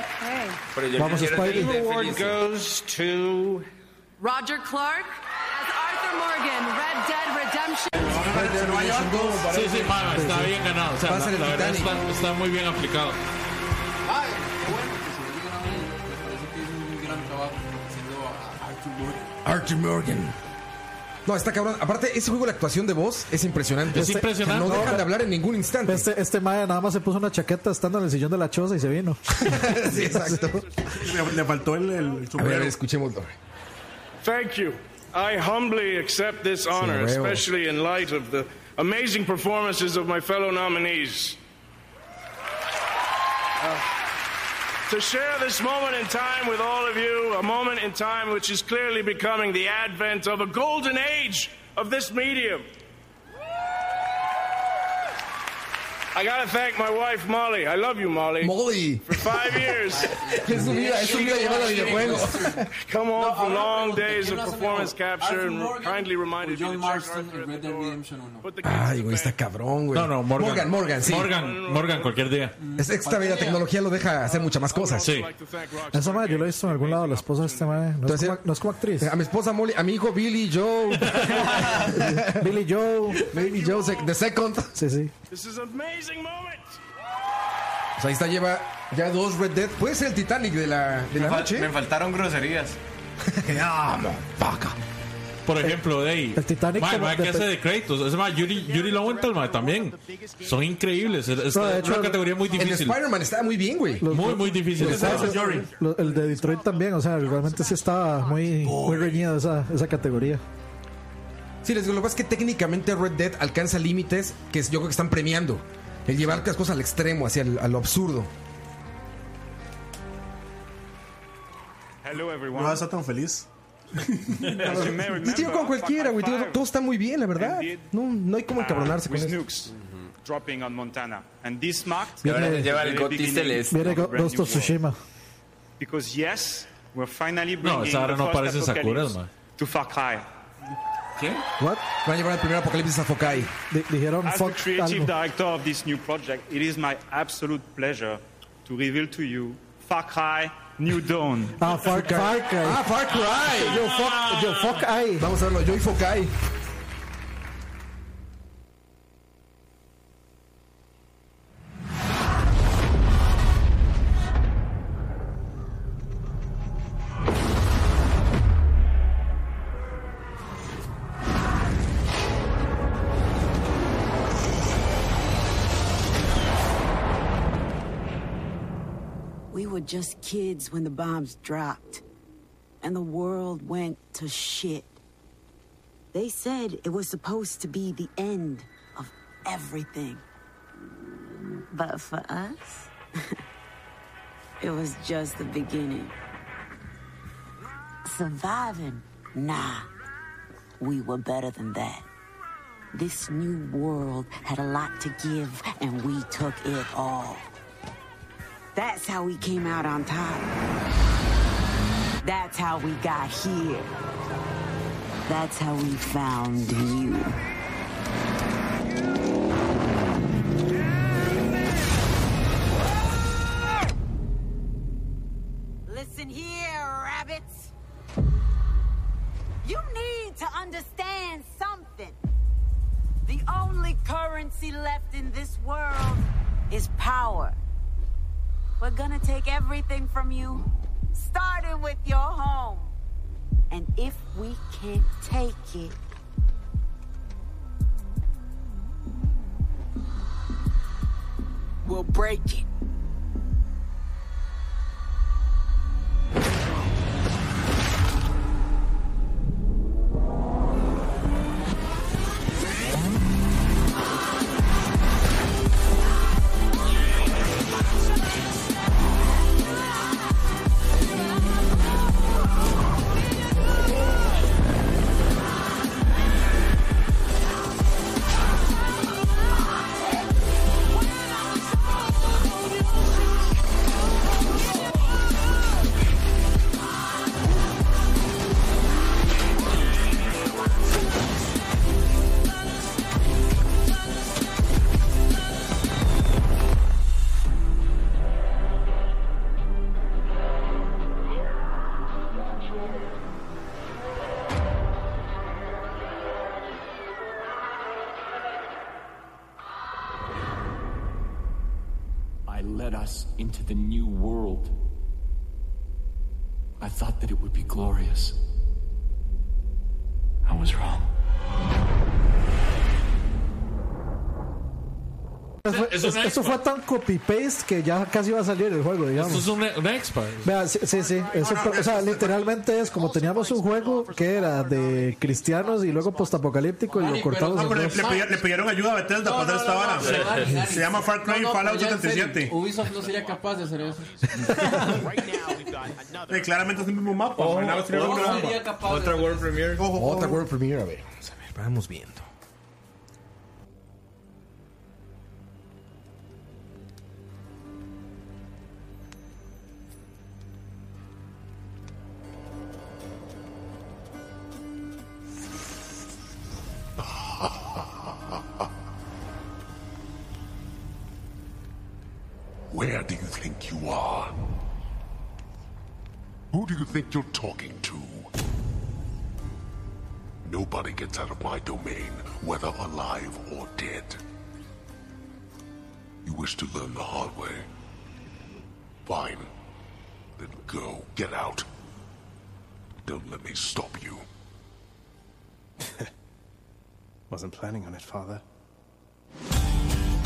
Okay. Pero yo Vamos, quisiera Spidey. ser Award feliz. goes to. Roger Clark as Arthur Morgan, Red Dead Redemption. Sí, sí, mae, está bien ganado. O sea, Va a la, ser el la verdad Titanic. está, está muy bien aplicado. Ay, qué bueno que se lo digan a él. Me parece que es un gran trabajo haciendo a Arthur Morgan. Archie Morgan. No, está cabrón. Aparte, ese juego, la actuación de voz es impresionante. Es impresionante. No dejan de hablar en ningún instante. Este, este mae nada más se puso una chaqueta estando en el sillón de la choza y se vino. Sí, exacto. Le, le faltó el, el A ver, a sombrero. ver, escuchémoslo. Thank you. I humbly accept this honor, huevo. especially in light of the amazing performances of my fellow nominees. Uh, to share this moment in time with all of you, a moment in time which is clearly becoming the advent of a golden age of this medium. I gotta thank my wife, Molly. I love you, Molly. Molly! For five years. Es su vida, es su vida llevada a videojuegos. Come on No, from ahora long pregunto, days of ¿quién lo hace performance mejor? capture Arthur and Morgan kindly reminded you John to Marston en Red Dead Redemption 1. Ay, güey, está cabrón, güey. No, no, Morgan. Morgan, sí. Mm. Morgan, Morgan, cualquier día. Es que esta bella tecnología lo deja hacer muchas más cosas. Sí. Esa mae yo lo he visto en algún lado, la esposa de este mae. No, es como, no es como actriz. A mi esposa Molly, a mi hijo Billy Joe. Billy Joe. Billy Joe, sec- The Second. Sí, sí. This is an amazing moment. Pues ahí está, lleva ya dos Red Dead. Puede ser el Titanic de la, de Me, la fal- noche. me faltaron groserías. que, ah, vaca. Por ejemplo, de ahí. El Titanic Mae, se- mae, que hace de créditos. Es más, Yuri, Yuri Lowenthal, mae, también. Son increíbles. Es, es No, de una hecho, categoría muy El difícil. Spider-Man estaba muy bien, güey. Los- Muy, muy difícil. los- lo- el de Detroit también, o sea, realmente sí estaba muy, muy reñido esa, esa categoría. Sí, les digo, lo que pasa es que técnicamente Red Dead alcanza límites que yo creo que están premiando. El llevar las cosas al extremo, hacia el- a lo absurdo. Hello, everyone. No está tan feliz. As you may remember, Sí, tío, con cualquiera, güey. Todo, todo está muy bien, la verdad. No, no hay como Ah, uh, encabronarse con with eso. nukes dropping on Montana, and this marked Viene- the Lleva very el Gotti beginning celeste. Viene of a Go- brand Ghost new of Tsushima. world. Because yes, we're finally No, bringing esa ahora the no first parece Sakura, apocalypse man. to Far Cry. ¿Qué? What? Van a llevar el primer apocalipsis a Fokai. dijeron As the fuck creative algo. director of this new project, it is my absolute pleasure to reveal to you Far Cry New Dawn. Ah, Far Cry. Ah, Far Cry. Yo fuck, yo fuck I. Vamos a verlo, yo y Fokai. We were just kids when the bombs dropped, and the world went to shit. They said it was supposed to be the end of everything. But for us, it was just the beginning. Surviving? Nah. We were better than that. This new world had a lot to give, and we took it all. That's how we came out on top. That's how we got here. That's how we found you. Listen here, rabbits. You need to understand something. The only currency left in this world Is power. We're gonna take everything from you, starting with your home. And if we can't take it, we'll break it. I led us into the new world. I thought that it would be glorious. I was wrong. Eso, Eso es una eso fue tan copy-paste que ya casi iba a salir el juego, digamos. Esto es una, una expa. Vea, sí, sí, sí, eso fue- o sea, literalmente es como teníamos un juego que era de cristianos y luego postapocalíptico y lo cortamos. Ah, en pero le, dos. le pidieron, le pidieron ayuda a Bethesda para hacer esta vara. Se llama Far Cry Fallout 77. Ubisoft no sería capaz de hacer eso. Eh, claramente es el mismo mapa. man, nada más tiene otro mapa. Otra World Premiere. Otra World Premiere, a ver. Vamos a ver, vamos viendo. Where do you think you are? Who do you think you're talking to? Nobody gets out of my domain, whether alive or dead. You wish to learn the hard way? Fine. Then go, get out. Don't let me stop you. Wasn't planning on it, Father. Oh,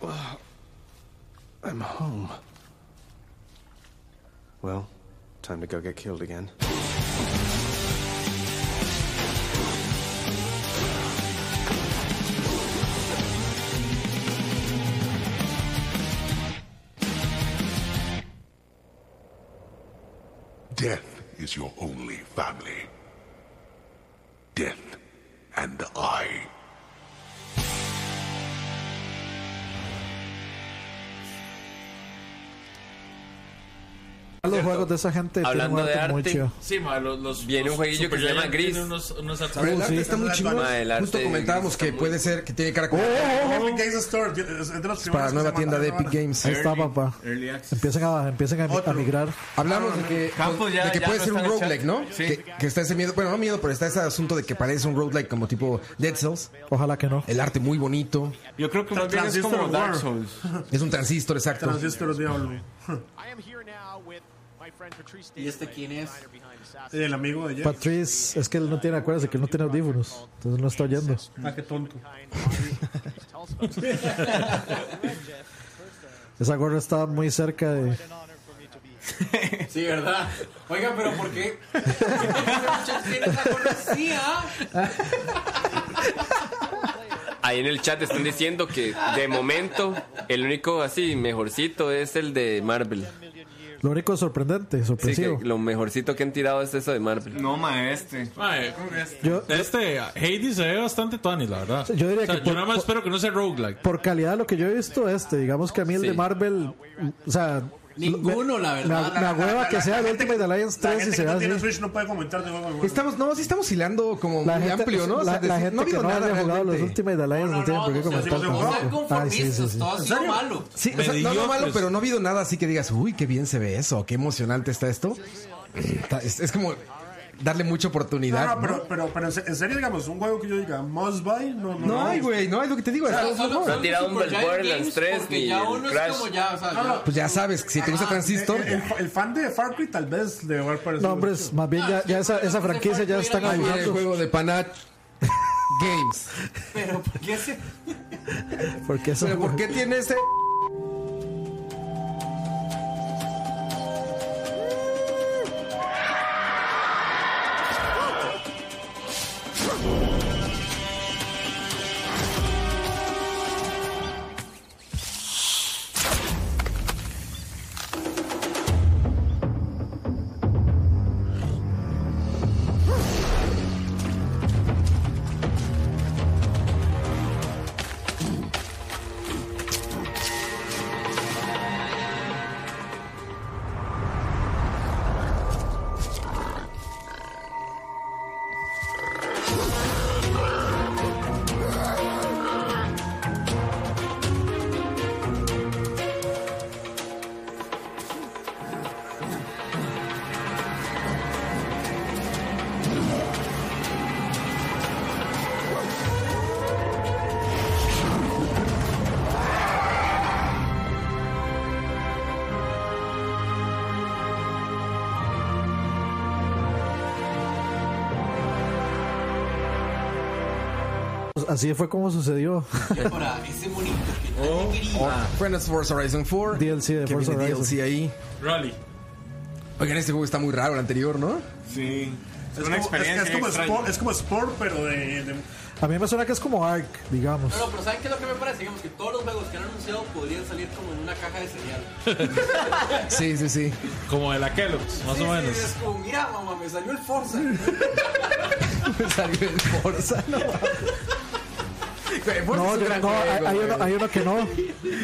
Wow. I'm home. Well, time to go get killed again. Death is your only family. Death and I. Ah, Los juegos de esa gente tienen Hablando un de arte muy arte, chido. Sí, ma, los, los- Viene un los jueguillo que se llama Supergiant Gris. tiene Unos, unos Pero el arte está muy chingón. Ma, el arte Justo comentábamos que puede ser que tiene cara como. oh, Epic Games Store. yo- Es es de las primeras Para que nueva se tienda de mandaron Epic Games. Ahí está, papá. Empiezan a, empiezan a, a migrar. Hablamos de que, pues, Campos Ah, ya- de que ya puede no ser un están en chat. roguelike, ¿no? Sí. Que, que está ese miedo, bueno, no miedo, pero está ese asunto de que parece un roguelike como tipo Dead Cells. Ojalá que no. El arte muy bonito. Yo creo que más bien es Transistor como War. Dark Souls. Es un transistor, exacto. Transistor Diablo. ¿Y este quién es? El amigo de Jeff. Patrice, es que él no tiene, acuérdese que él no tiene audífonos. Entonces no está oyendo. Ah, qué tonto. Esa gorra está muy cerca de. Sí, ¿verdad? Oigan, pero ¿por qué? ¿Por qué muchachos tienen esa conocida? Ahí en el chat están diciendo que de momento el único así mejorcito es el de Marvel. Lo único sorprendente, Sí, que sorpresivo. lo mejorcito que han tirado es eso de Marvel. No, ma, este. Yo- Este, Hades se ve bastante Tony, la verdad. Sí, yo diría O sea, que yo por- nada más espero que no sea roguelike. Por calidad de lo que yo he visto, este, digamos que a mí el Sí. de Marvel. O sea. Ninguno, la verdad. La, la hueva que sea el Ultimate Alliance La 3 y gente se que ve no tiene así. Switch no puede comentar de juego en juego. Estamos, no, sí estamos hilando como La muy gente, amplio, ¿no? O sea, la, la decir, gente no que digo no nada haya jugado los realmente. Ultimate Alliance no, tiene por qué comentar tampoco. Ay, sí, sí, sí. todo ha sido malo. Sí, o sea, no, no malo, pero no ha habido nada así que digas, uy, qué bien se ve eso, qué emocionante está esto. Está- Es, es como darle mucha No, oportunidad. no, pero, pero, pero en se- en serio, digamos, un juego que yo diga, must buy, no, no. No hay, güey, no hay lo que te digo. sea, está- solo- no. solo- No han tirado un del Supergiant Borderlands Games 3 porque ni ya el uno es Crash. como ya, o sea, No, no. Pues ya sabes, si te gusta Transistor, Eh, El, el- el fan de Far Cry tal vez de jugar para No, hombre, es- más bien Ah, ya, ya esa, esa franquicia ya están ahí viene el abusando. juego de Panat Games. Pero ¿por qué se Porque eso. Pero ¿por qué tiene ese? pues, Así fue como sucedió. Ahora, ese monito que nadie quería. Oh, Bueno, es Forza Horizon 4. DLC de que Forza viene Horizon. DLC ahí. Rally. Oigan, este juego está muy raro el anterior, ¿no? Sí. Es, Es como, una es, experiencia. es como extraña. sport, es como Sport, pero de. de A mí me suena que es como Ark, digamos. No, no, pero ¿saben qué es lo que me parece? Digamos que todos los juegos que han anunciado podrían salir como en una caja de cereal. Sí, sí, sí. Como de la Kellogg's, más Sí, sí, o menos. es como, mira, mamá, me salió el Forza. Salió el Forza, no. No, yo- no, hay, hay uno, hay uno que no.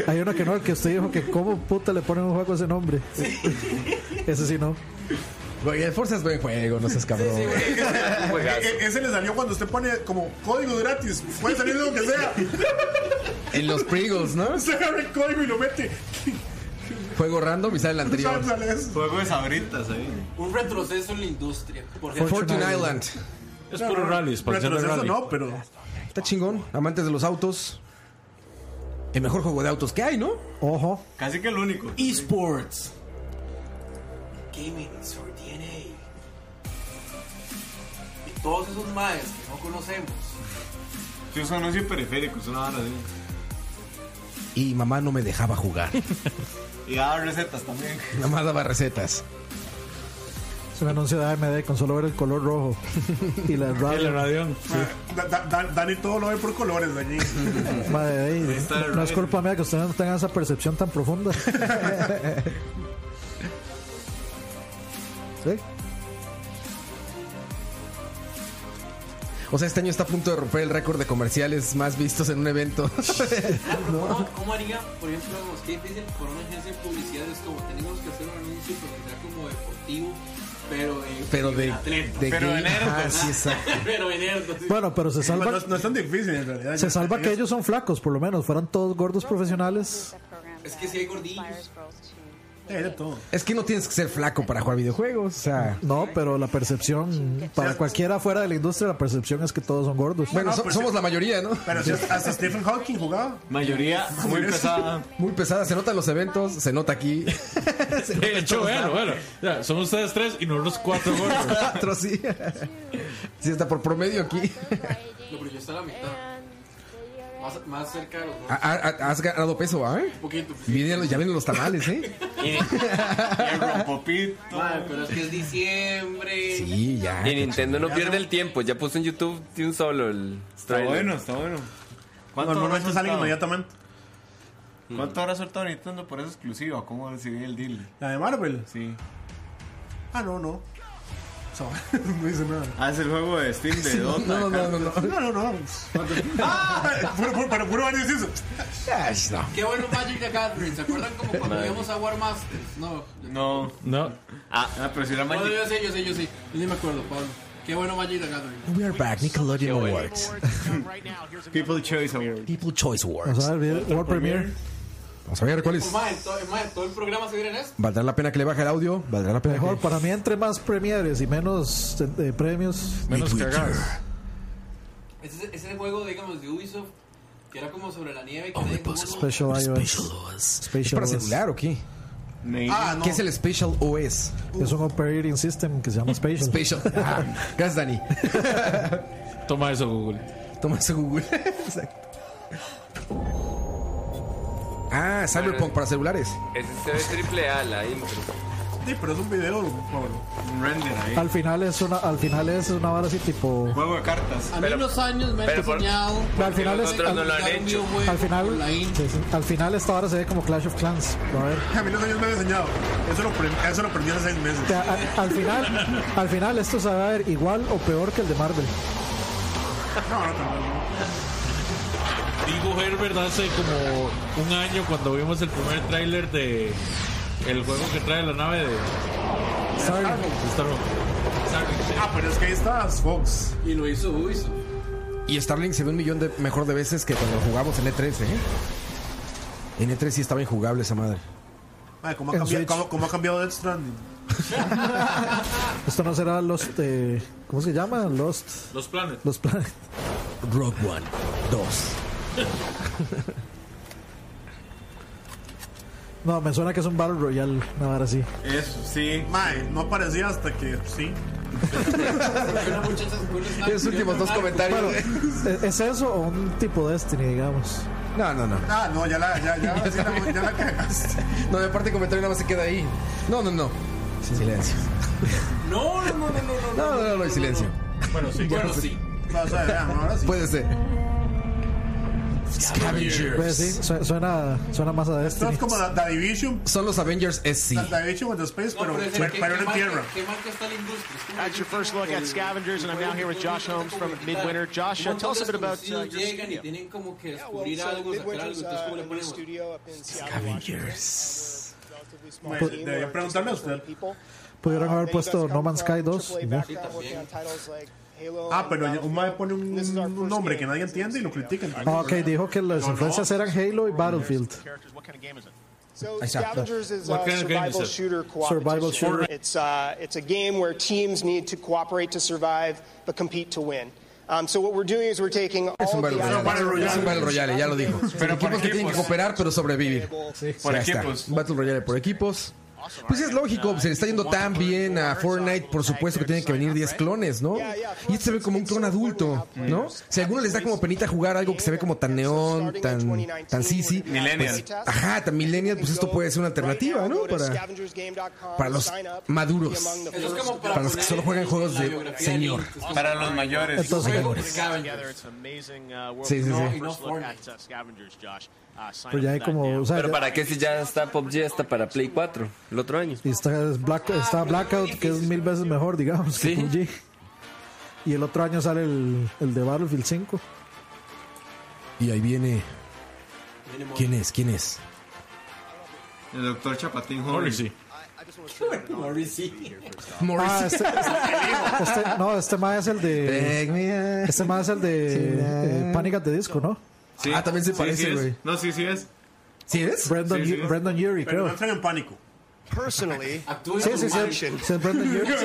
Hay uno que no, el que usted dijo que cómo puta le ponen un juego ese nombre. Ese sí no. Güey, el Forza es buen juego, no seas cabrón. E- Ese le salió cuando usted pone como código gratis. Puede salir de donde sea. En los Prigos, ¿no? Usted agarra el código y lo mete. Juego random y sale el anterior. Juego de sabritas eh. ahí. Un retroceso en la industria. Por El Fortune ejemplo. Island. Es puro rallies, para hacer Retroceso rally. no, pero. Está chingón. Amantes de los autos. El mejor juego de autos que hay, ¿no? Ojo. Casi que el único. Esports. Gaming is our DNA. Y todos esos maes que no conocemos. Si usan anuncio periférico, es una vara así. Y mamá no me dejaba jugar. Y daba recetas también. Nada más daba recetas. Es un anuncio de AMD con solo ver el color rojo. Y la radio. Da- da- da- Dani todo lo ve por colores de allí. Madre, ahí, Ahí está el no es radio. culpa mía que ustedes no tengan esa percepción tan profunda. ¿Sí? O sea, este año está a punto de romper el récord de comerciales más vistos en un evento. ¿Cómo, Ah, cómo haría, por ejemplo, digamos, qué difícil por una agencia de publicidad? Es como, tenemos que hacer un anuncio porque sea como deportivo, pero de, Pero de- atleta. de pero gay. de nerdo. Ah, Ajá, sí, exacto. pero de nerdo. sí. Bueno, pero se salva- No, no es tan difícil en realidad. Se salva que ellos son flacos, por lo menos. Fueran todos gordos profesionales. Es que si hay gordillos. es que no tienes que ser flaco para jugar videojuegos. O sea. No, pero la percepción, para cualquiera fuera de la industria, la percepción es que todos son gordos. Bueno, pues so- somos la mayoría, ¿no? Pero si hasta este Stephen Hawking jugaba. Mayoría muy pesada. Muy pesada. Se nota en los eventos, se nota aquí. De hecho, bueno, bueno. Ya, son ustedes tres y nosotros cuatro gordos. Cuatro, sí. Sí, está por promedio aquí. No, pero yo estoy a la mitad. Más, más cerca de los Ha- ha- Has ganado peso, ¿ah? ¿eh? poquito. pues Vienen- Ya vienen los tamales, ¿eh? Madre, pero es que es diciembre. Sí, ya. Y Nintendo no pierde el tiempo. Ya puso en YouTube de un solo el Está bueno, está bueno. ¿Cuánto Normalmente habrá salen soltado? inmediatamente. Mm. ¿Cuánto habrá soltado Nintendo por esa exclusiva? ¿Cómo recibí el deal? ¿La de Marvel? Sí. Ah, no, no. So, no dice nada. Ah, es el juego de Steam de Dota. No, acá. no, no, no. No, no, no. Ah, puro- puro- Pero puro Dani es eso. Qué bueno Magic the Gathering. ¿Se acuerdan como cuando Madre. íbamos a War Masters? No. No. No. Ah, pero si era No, Magic. yo sé, yo sé, yo sé. Yo ni me acuerdo, Pablo. Qué bueno Magic the Gathering. We are back. Nickelodeon Awards. People Choice Awards. People Choice Awards. Vamos a ver, World Premiere. Vamos a ver cuál es. Oh, Madre, todo, madre, todo el programa se viene en esto. ¿Valdrá la pena que le baje el audio? ¿Valdrá la pena Mejor, que... para mí, entre más premieres y menos eh, premios. Menos cagadas. Ese ese es el juego, digamos, de Ubisoft. Que era como sobre la nieve. Oh, Que nadie jugó. Special iOS. ¿Es Special para OS. celular o qué? Ah, no. ¿Qué es el Special OS? Es un operating system que se llama Special. Special. Ah, gracias, Dani. Toma eso, Google. Toma ese Google. Exacto. Ah, Cyberpunk para celulares. Ese se ve triple A la intro. Sí, pero es un video, Pablo. Un render ahí. Al final es una, al final es una vara así tipo. Juego de cartas. A mí unos años me han pero por- enseñado. al final es- al- Al final, sí, sí. al final esta hora se ve como Clash of Clans. A ver. A mí los años me han enseñado. Eso lo, pre- eso lo aprendí hace seis meses. O sea, a- al final, al final esto se va a ver igual o peor que el de Marvel. No, no, no. Digo Herbert hace como un año cuando vimos el primer tráiler de el juego que trae la nave de Starlink. Starlink. Ah, pero es que ahí estás, Fox. Y lo hizo Ubisoft. Y Starlink se ve un millón de mejor de veces que cuando jugamos en E3, ¿eh? En E3 sí estaba injugable esa madre. Ay, ¿cómo, ha En cambiado, Switch. cómo- cómo ha cambiado Death Stranding? Esto no será Lost. eh, ¿Cómo se llama? Lost. Los Planet. Los Planet. Rock One, 2. No, me suena que es un Battle Royale, una vara así. Eso, sí. Mae, no parecía hasta que sí. Los últimos dos comentarios. Bueno, ¿es- ¿es eso o un tipo Destiny, digamos? No, no, no. Ah, no, ya la, ya, ya, sí la- ya la cagaste. No, de parte comentario nada más se queda ahí. No, no, no. Silencio. No, no, no, no, no. No, no, no, no, hay silencio. Bueno, sí. Bueno, sí. No, o sea, vean, ahora sí. Puede ser. Scavengers. Pues sí, su- suena, suena más a Esto Destiny. es como la, la Division. Son los Avengers SC. La Division with the Space, pero, pero, pero en tierra. That's your first look at Scavengers, and I'm now here with Josh Holmes from Midwinter. Josh, uh, tell us a bit about uh, your llegan y studio. tienen como que descubrir algo, sacar algo, uh, entonces uh, cómo le ponemos. Scavengers. Pues, Debería preguntarle a usted. Pudieron haber puesto No Man's Sky 2. y ya. Ah, pero ya- un mae pone un, un nombre que nadie entiende y lo critican. Ah, ok, dijo que las No, no. influencias eran Halo y Battlefield. So Ahí está. Scavengers is What a kind of game is survival it? shooter cooperative. Survival shooter. It's uh, it's a game where teams need to cooperate to survive, but compete to win. Um, so what we're doing is we're taking all Es un of Battle the Royale. Es un Battle Royale, ya lo dijo. Pero equipos por que tienen que equipos. cooperar, pero sobrevivir. Por Ya está. equipos. Battle Royale por equipos. Pues es lógico, se le está yendo tan bien a Fortnite, por supuesto que tienen que venir 10 clones, ¿no? Y este se ve como un clon adulto, ¿no? Si a alguno les da como penita jugar algo que se ve como tan neón, tan, tan sisi, Millennial. pues, ajá, tan millennial, pues esto puede ser una alternativa, ¿no? Para, para los maduros, para los que solo juegan juegos de señor. Para los mayores. Entonces, mayores. Together, it's an amazing uh, world. Sí, sí, premiere. sí. First look at uh, Scavengers, Josh. Uh, sign Pero Pues ya up hay for that como. O sea, Pero ya- para qué si ya está PUBG está para Play 4 el otro año. y está, es Black- Ah, está Blackout, que es mil veces mejor, digamos, que PUBG. Y el otro año sale el, el de Battlefield 5. Y ahí viene. ¿Quién es? ¿Quién es? El doctor Chapatín Morrissey. Morrissey. Ah, este, este- este- no, este más es el de. Este más es el de eh, Panic at the Disco, ¿no? Ah, también se parece, sí es. güey. No, sí, sí es. ¿Sí es? Brandon, Sí, sí es. Brandon Pero no Urie, creo. entren en pánico. Personally, Sí, sí, sí, sí, es Brandon Urie.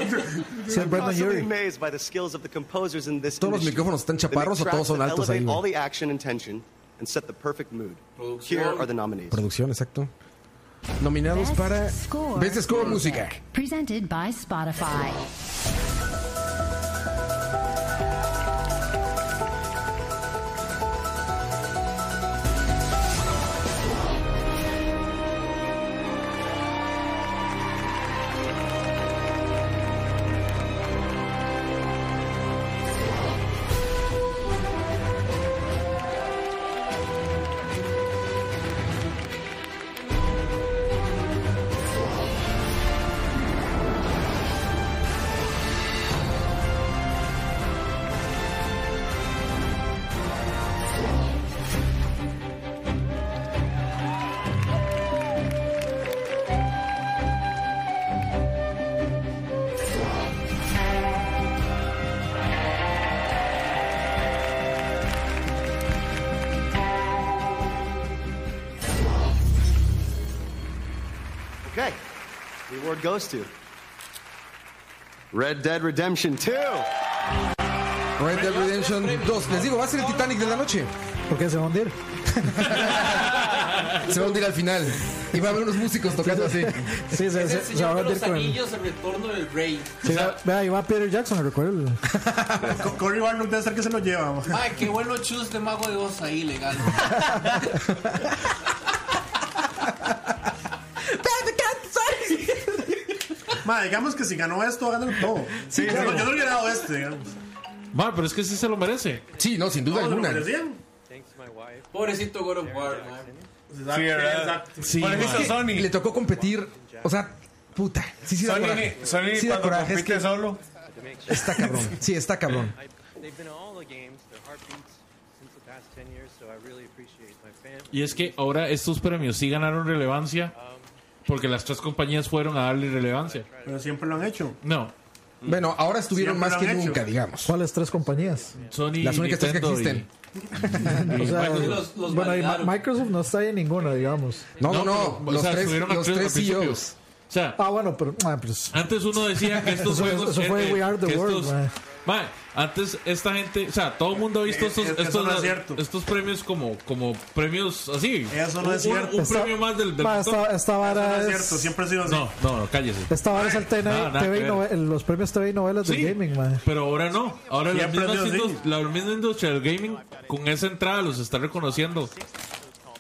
Sí, es I'm Brandon constantly Urie. amazed by the skills of the composers in this ¿Todos los industry. micrófonos están They make chaparros o tracks todos son that altos ahí, elevate güey? all the action and tension and set the perfect mood. Here are the nominees. Producción, exacto. Nominados para Best Score Música. Presented by Spotify. Okay, the award goes to Red Dead Redemption 2. Red Dead Redemption 2. Les digo, va a ser el Titanic de la noche. ¿Por qué se va a hundir? Se va a hundir al final. Y va a haber unos músicos tocando así. Sí, se, Es el se- se va señor a de hundir los con el. anillos, el retorno del rey. Sí, vea- vea, ahí va Peter Jackson, recuerdo. Co- Cory Barlow debe ser que se lo lleva. ma. Ay, qué bueno chus de mago de Oz ahí, legal. Ma, digamos que si ganó esto, gánalo todo. Sí, yo, claro. no- yo no he ganado este, digamos. Ma, pero es que sí se lo merece. Sí, no, sin duda No, lo alguna. merecían. Pobrecito God of War, man. Sí, ¿verdad? Sí, es que Le tocó competir. O sea, puta. Sí, sí, da Sony, coraje. Sony Sí, da cuando coraje, es compite que- solo. Está cabrón. Sí, está cabrón. They've been all the games, their heartbeats since the past 10 years, so I really appreciate my family. Y es que ahora estos premios sí ganaron relevancia porque las tres compañías fueron a darle relevancia. Pero siempre lo han hecho. No. Bueno, ahora estuvieron Siempre más lo que han hecho. nunca, digamos. ¿Cuáles tres compañías? Sony, Las únicas tres que Nintendo existen. y- O y sea, Microsoft. bueno, y Ma- Microsoft no está ahí en ninguna, digamos. No, no, no, No, pero, los o sea, tres- estuvieron los activos tres E al principio. CEOs. ah, bueno, pero. ah, pues, Antes uno decía que estos Eso- juegos. eso fue We Are the que World, man. Ma, antes esta gente, o sea, todo el mundo ha visto Eh, estos, es que eso estos, no es cierto. estos premios como, como premios así. Eso no Un- es un- cierto. Un, Está- premio más del, del ma, montón. ah, esta, esta vara No es es. cierto, siempre ha sido así. No, no, no, cállese. Esta vara es el TNA Nada, nada TV que ver. nove- el- los premios TV y novelas Sí. del gaming, man. Pero ahora no. Ahora la Siempre misma, ha sido indust- la misma industria del gaming con esa entrada los está reconociendo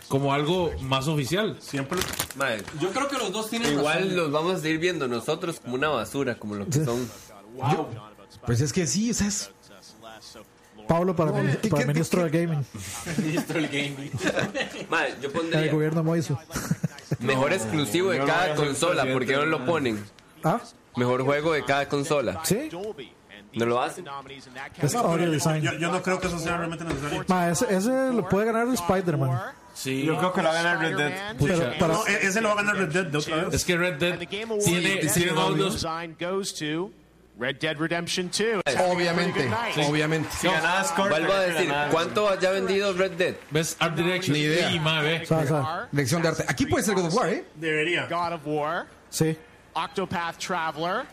como algo más oficial. Siempre. Madre, Yo creo que los dos tienen Igual razón. ¿eh? los vamos a seguir viendo nosotros como una basura, como lo que son. Pues es que sí, esa es. Pablo para, Oye, mini- ¿qué- para qué- ministro qué- del gaming. Ministro del gaming. Madre, yo El pondría gobierno Moiso. mejor exclusivo de yo no voy a cada hacer consola, presidente, porque no lo no. ponen. ¿Ah? Mejor juego de cada consola. ¿Sí? ¿No lo hacen? Es audio design. Yo, yo no creo que eso sea realmente necesario. Ma, ese, ese lo puede ganar Spider-Man. Sí. Yo creo que lo va a ganar Red Dead. Pero para- No, e- ese lo va a ganar Red Dead de otra vez. Es que Red Dead tiene- tiene audios. design goes to Red Dead Redemption 2. Obviamente, obviamente. Si ganabas Corner, Vuelvo a decir, ganabas. ¿cuánto haya vendido Red Dead? ¿Ves? Art Direction. Ni idea. Sí, ma, ve. O sea, Dirección de arte. Aquí puede ser God of War, ¿eh? Debería. God of War, Sí. Octopath Traveler,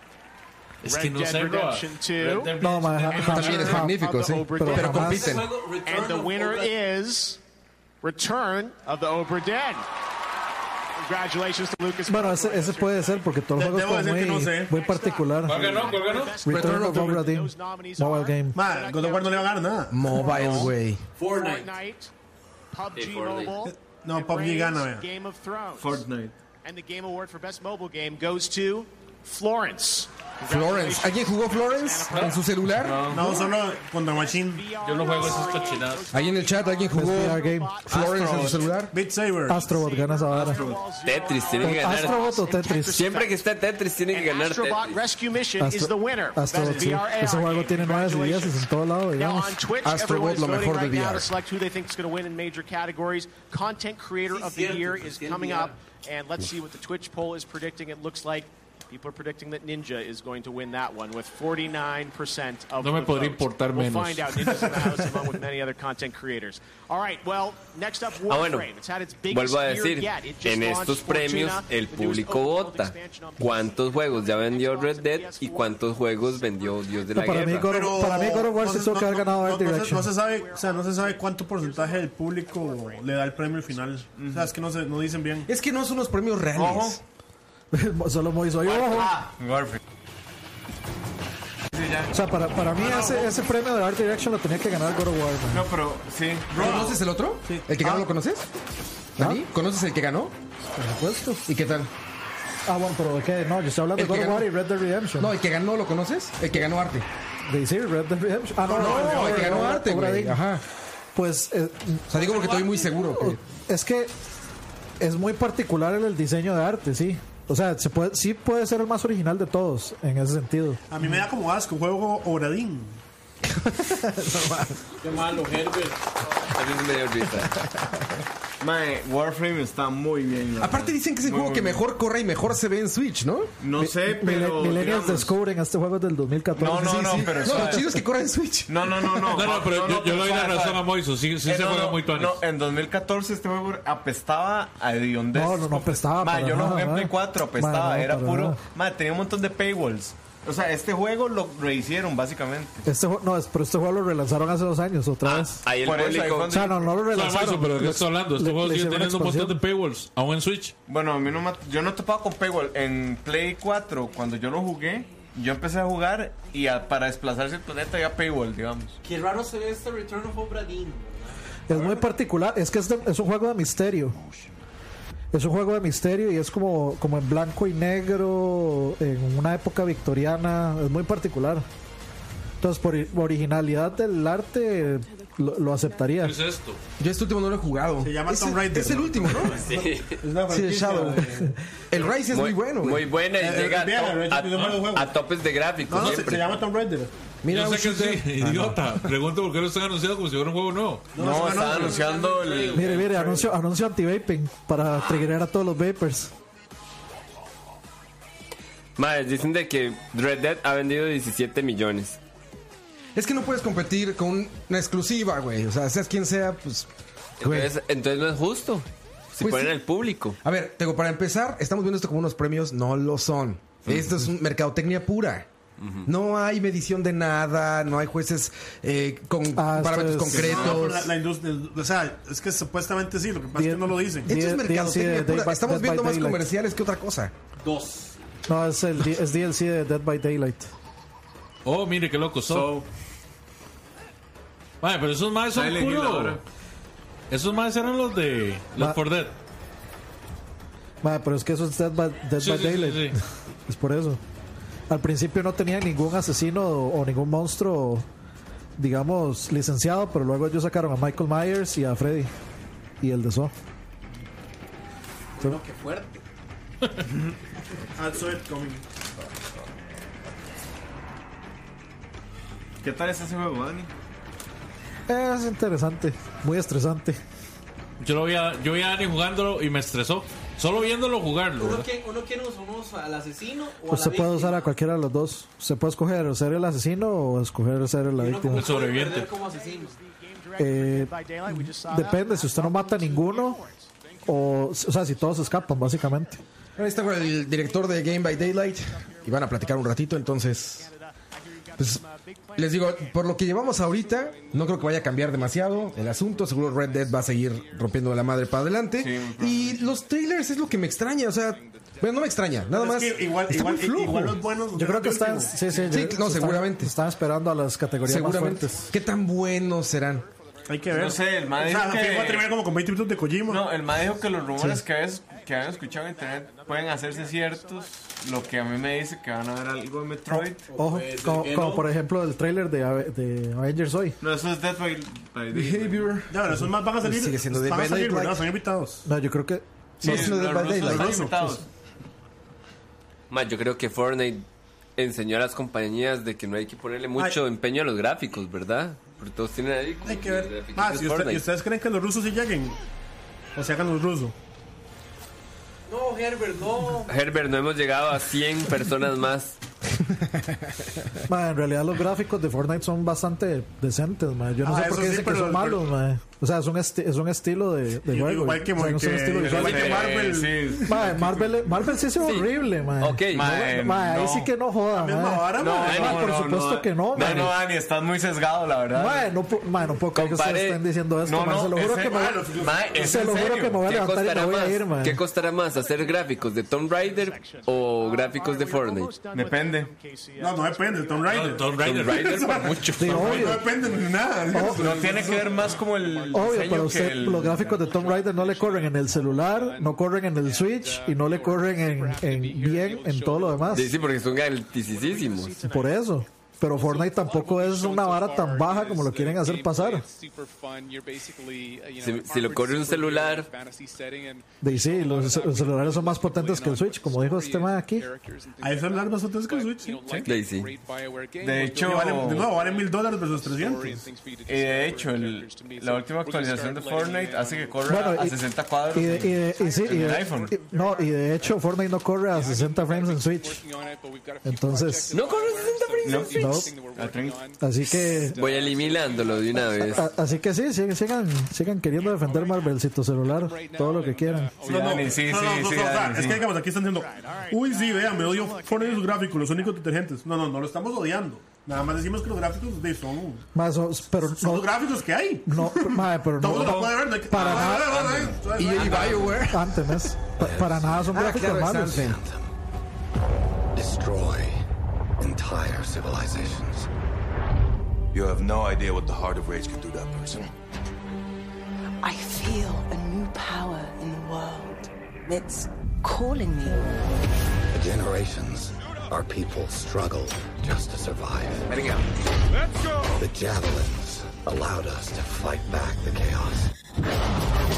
Es Red que no Dead sé, Roa. Redemption 2. Red Dead No, ma, and jamás- the También es winner magnífico, of the sí. Obra Pero Dinn. jamás- compiten. And the winner is Return of the Obra Dinn. Congratulations to Lucas. Bueno, ese, ese puede ser porque todos los De- debo juegos son muy, decir que no sé. muy particular. ¿Cuál ganó? ¿Cuál ganó? Return of Obra Dinn. Mobile Game. Ma, God of War no le va a ganar nada. Mobile, güey. Fortnite. PUBG Fortnite. Mobile. No, and PUBG gana, Braves vea. Game of Thrones. Fortnite. And the Game Award for Best Mobile Game goes to Florence. Florence. ¿Alguien jugó Florence en su celular? No, solo contra Machine. Yo no juego esas cochinadas. Ahí en el chat, ¿alguien jugó VR game. Florence en su Astrobot. celular? Ah, Beat Saber. Astrobot ganas ahora. Tetris tiene que ganar. Astrobot o Tetris. Siempre que está Tetris tiene que ganar Astrobot Tetris. Rescue Mission is Astro- the winner. Astrobot, Best sí. VR Ese juego tiene 9 y 10 en todo lado, Now digamos. on Twitch, everyone Astrobot, is lo voting mejor de right now VR. to select who they think is going to win in major categories. Content Creator of the Year is coming up, and let's see what the Twitch poll is predicting. It looks like people are predicting that Ninja is going to win that one with 49% of No the me podría votes. importar We'll menos. find out. Ninja's in the house along with many other content creators. All right, well, next up, Warframe. Ah, bueno, It's had its biggest vuelvo a year decir, yet. It just en launched estos premios Fortuna, el the newest público vota cuántos juegos ya vendió Red Dead y cuántos juegos vendió Dios de No, la para, mí, Guerra. God of- para mí God of War se tuvo que haber ganado Art No, no se, Direction. no se sabe, o sea, no se sabe cuánto porcentaje del público le da el premio al final. O sea, es que no, se, no dicen bien. Es que no son los premios reales. Ojo. Solo Moiso. Oye, ojo. Warframe. Sí, ya. O sea, para, para mí ese, ese premio de Art Direction lo tenía que ganar God of War. man. No, pero sí. ¿Conoces el otro? ¿El que ganó Ah. lo conoces? ¿Dani? ¿Conoces el que ganó? Por supuesto. ¿Y qué tal? Ah, bueno, pero ¿de qué? No, yo estoy hablando de El que God of ganó. War y Red Dead Redemption. No, el que ganó lo conoces? El que ganó arte. De decir Red Dead Redemption. Ah, no, No, no, el que ganó Obra- arte, Obra güey. Dinn. Ajá. Pues eh, O sea, digo porque estoy muy seguro. que- es que es muy particular el, el diseño de arte, sí. O sea, se puede, sí puede ser el más original de todos en ese sentido. A mí me da como asco un juego obradín. Qué malo, Herbert. También me dio risa. Mae, Warframe está muy bien. la Aparte verdad. dicen que es el Muy, juego muy que bien. mejor corre y mejor se ve en Switch, ¿no? No sé, pero. Mille- digamos- Millennials descubren este juego del 2014. No, no, Sí, no, sí. pero. No, lo suave. chido es que corre en Switch. No, no, no, no. No, no, pero yo- yo le doy la suave, razón suave. a Moiso, sí- sí Eh, se juega muy tuanis. No, en 2014 este juego apestaba a hediondez. No, no, no Ah, apestaba Ma, para yo lo nada, jugué en ma. Play 4, apestaba. Ma, no, era para puro. nada. Ma, tenía un montón de paywalls. O sea, este juego lo rehicieron, básicamente. Este juego, no, es- pero este juego lo relanzaron hace dos años otra vez. Ahí el Por eso, ahí fue público. O donde- sea, no, no lo O sea, relanzaron. Moiso, pero ¿de qué Le- estás hablando? Este le- juego le sigue hicieron teniendo un montón de expansión. paywalls, aún en Switch. Bueno, a mí no me, yo no topaba con paywall. En Play 4, cuando yo lo jugué, yo empecé a jugar y a- para desplazarse el planeta había paywall, digamos. Qué raro se ve este Return of Obra Dinn. Es muy particular. Es que es, de- es un juego de misterio. Es un juego de misterio y es como, como en blanco y negro, en una época victoriana. Es muy particular. Entonces, por i- originalidad del arte, lo, lo aceptaría. ¿Qué es esto? Yo este último no lo he jugado. Se llama Ese- Tomb Raider, Es el ¿no? último, ¿no? Sí. Es una Sí, el franquicia Shadow. de- El Rise es muy, bueno, güey. Muy buena y Eh, llega vean, yo a, tengo varios to- juegos. a, a topes de gráficos No, no, se, se siempre. llama Tomb Raider. Mira, Yo sé que un shooter- sí, idiota. Pregunto por qué lo están anunciando como si fuera un juego nuevo. No, no, estaba no, no. anunciando el. Mire, mire, anuncio, anuncio anti-vaping para triggerar a todos los vapers. Madre, dicen de que Red Dead ha vendido 17 millones. Es que no puedes competir con una exclusiva, güey. O sea, seas quien sea, pues. Güey. Entonces, entonces no es justo. Si Pues ponen sí. al público. A ver, tengo para empezar, estamos viendo esto como unos premios, no lo son. Esto es un mercadotecnia pura. No hay medición de nada, no hay jueces eh, con Ah, parámetros esto es- No, pero concretos. la, la industria, o sea, es que supuestamente sí, lo que pasa es Bien. que no lo dicen. Esto es D- DLC mercadotecnia de Dead pura. by- Estamos Dead viendo by más Daylight. comerciales que otra cosa. Dos. No, es el D- es DLC de Dead by Daylight. Oh, mire qué loco son. So, Madre, pero esos más son Silent Hill puro. ahora. Esos más eran los de los Ma- for Dead. Ma, pero es que eso es Dead by, Dead Sí, by sí, Daylight. sí, sí. Es por eso. Al principio no tenía ningún asesino o ningún monstruo digamos, licenciado, pero luego ellos sacaron a Michael Myers y a Freddy y el de Saw. Qué fuerte. I saw it coming. ¿Qué tal es ese juego, Dani? Es interesante, muy estresante. Yo, lo vi a, yo vi a Dani jugándolo y me estresó. Solo viéndolo jugarlo. Uno ¿verdad? que, uno que nos unimos al asesino o a Pues la Usted puede usar a víctima. cualquiera de los dos. Usted puede escoger ser el asesino o escoger ser la víctima. El sobreviviente. como asesino. Eh, depende, si usted no mata a ninguno, o, o sea, si todos escapan, básicamente. Ahí está con el director de Game by Daylight y van a platicar un ratito, entonces... Pues, les digo, por lo que llevamos ahorita, no creo que vaya a cambiar demasiado el asunto. Seguro Red Dead va a seguir rompiendo la madre para adelante. y los trailers es lo que me extraña, o sea... Bueno, no me extraña, nada Pero más. es que igual- está igual- muy flojo. igual los buenos- Yo creo que están, sí, sí, yo- Sí, no, están- seguramente. Están esperando a las categorías Seguramente. más fuertes. ¿Qué tan buenos serán? Hay que ver. No sé, el mae O sea, dice la que- película va a terminar como con 20 minutos de Kojima. No, el mae dijo que los rumores que, habías- que habían escuchado en internet pueden hacerse ciertos. Lo que a mí me dice que van a ver algo de Metroid. Ojo, Pues, como, como por ejemplo Pues, el trailer de, Ave- de Avengers hoy. No, eso es Death by, by Daylight. Behavior. No, pero esos más van a salir. Sigue siendo Dead van a by salir, Daylight. ¿verdad? Son invitados. No, yo creo que. Sí, No, es lo de los Bad rusos Daylight. Los están rusos. invitados. Ma, yo creo que Fortnite enseñó a las compañías de que no hay que ponerle mucho empeño a los gráficos, ¿verdad? Porque todos tienen ahí. como Hay que los ver. grafiquitos Ah, si usted- Fortnite. ¿y ustedes creen que los rusos sí lleguen? O sea, hagan los rusos. No, Herbert, no. Herbert, no hemos llegado a 100 personas más. Pues, Ma, en realidad los gráficos de Fortnite son bastante decentes, ma. Yo no Ah, sé por eso qué sí, dicen que pero- son malos, pero- ma. O sea, es un, esti- es un estilo de, de Yo juego. digo, igual que o sea, no es un que- estilo visual. igual que Eh, Marvel. sí. Ma, Marvel, Marvel sí es horrible, ma. Ok, Ma, ahí sí que no joda, ma. Ma, por supuesto que no, ma. No, no, Dani, estás muy sesgado, la verdad. Ma, no, pu- ma, no puedo creer que Compare- ustedes estén diciendo esto, No, ma. no, Se lo juro ese- que me, ma, los- ma, es se en lo juro serio. que me voy a ¿Qué levantar y me costará, voy más, a ir, ma. ¿Qué costará más? ¿Hacer gráficos de Tomb Raider o gráficos de Fortnite? Depende. No, no depende. Tomb Raider. Tomb Tomb Raider para mucho. Sí, obvio. No depende de nada. No tiene que ver más como el Obvio, diseño pero que usted, el- los gráficos de Tomb Raider no le corren en el celular, no corren en el Switch y no le corren en, en bien en todo lo demás. Sí, sí, porque son altisísimos. Por eso. Pero Fortnite tampoco es una vara tan baja como lo quieren hacer pasar. Si, si lo corre un celular, Y sí, los, los celulares son más potentes que el Switch, como dijo este man aquí. Ahí se hablar más otros que el Switch. sí. Daisy. De hecho, Que valen- de nuevo, valen mil dólares versus 300. y de hecho el- la última actualización de Fortnite hace que corra Bueno, a y- 60 cuadros. Y de, y de- y sí, en y de- el iPhone. y- no, y de hecho Fortnite no corre a 60 frames en Switch. Entonces, No corre 60 frames en Switch. A 30. así que Ah, Voy eliminándolo de una vez. a- así que sí, sigan, sigan, sigan queriendo defender Marvelcito celular, todo lo que quieran. Sí, Dani, sí, sí, No, no, no, sí, no, o sea, Dani, es sí. que digamos, aquí están diciendo, uy, sí, vean, me odio Fortnite y sus gráficos, los únicos detergentes. No, no, no lo estamos odiando. Nada más decimos que los gráficos de son, Más, o- pero son los no, gráficos que hay. no, madre, pero Todo lo no, puede ver. no hay que- para Ah, nada. ah, ah, ah, ah, Y, ah, y ah, BioWare. Antes, mes. Pa- para nada son Ah, gráficos claro, es malos. Anthem. destroy entire civilizations. You have no idea what the Heart of Rage can do to a person. I feel a new power in the world. It's calling me. For generations, our people struggled just to survive. Heading out. Let's go. The javelins allowed us to fight back the chaos.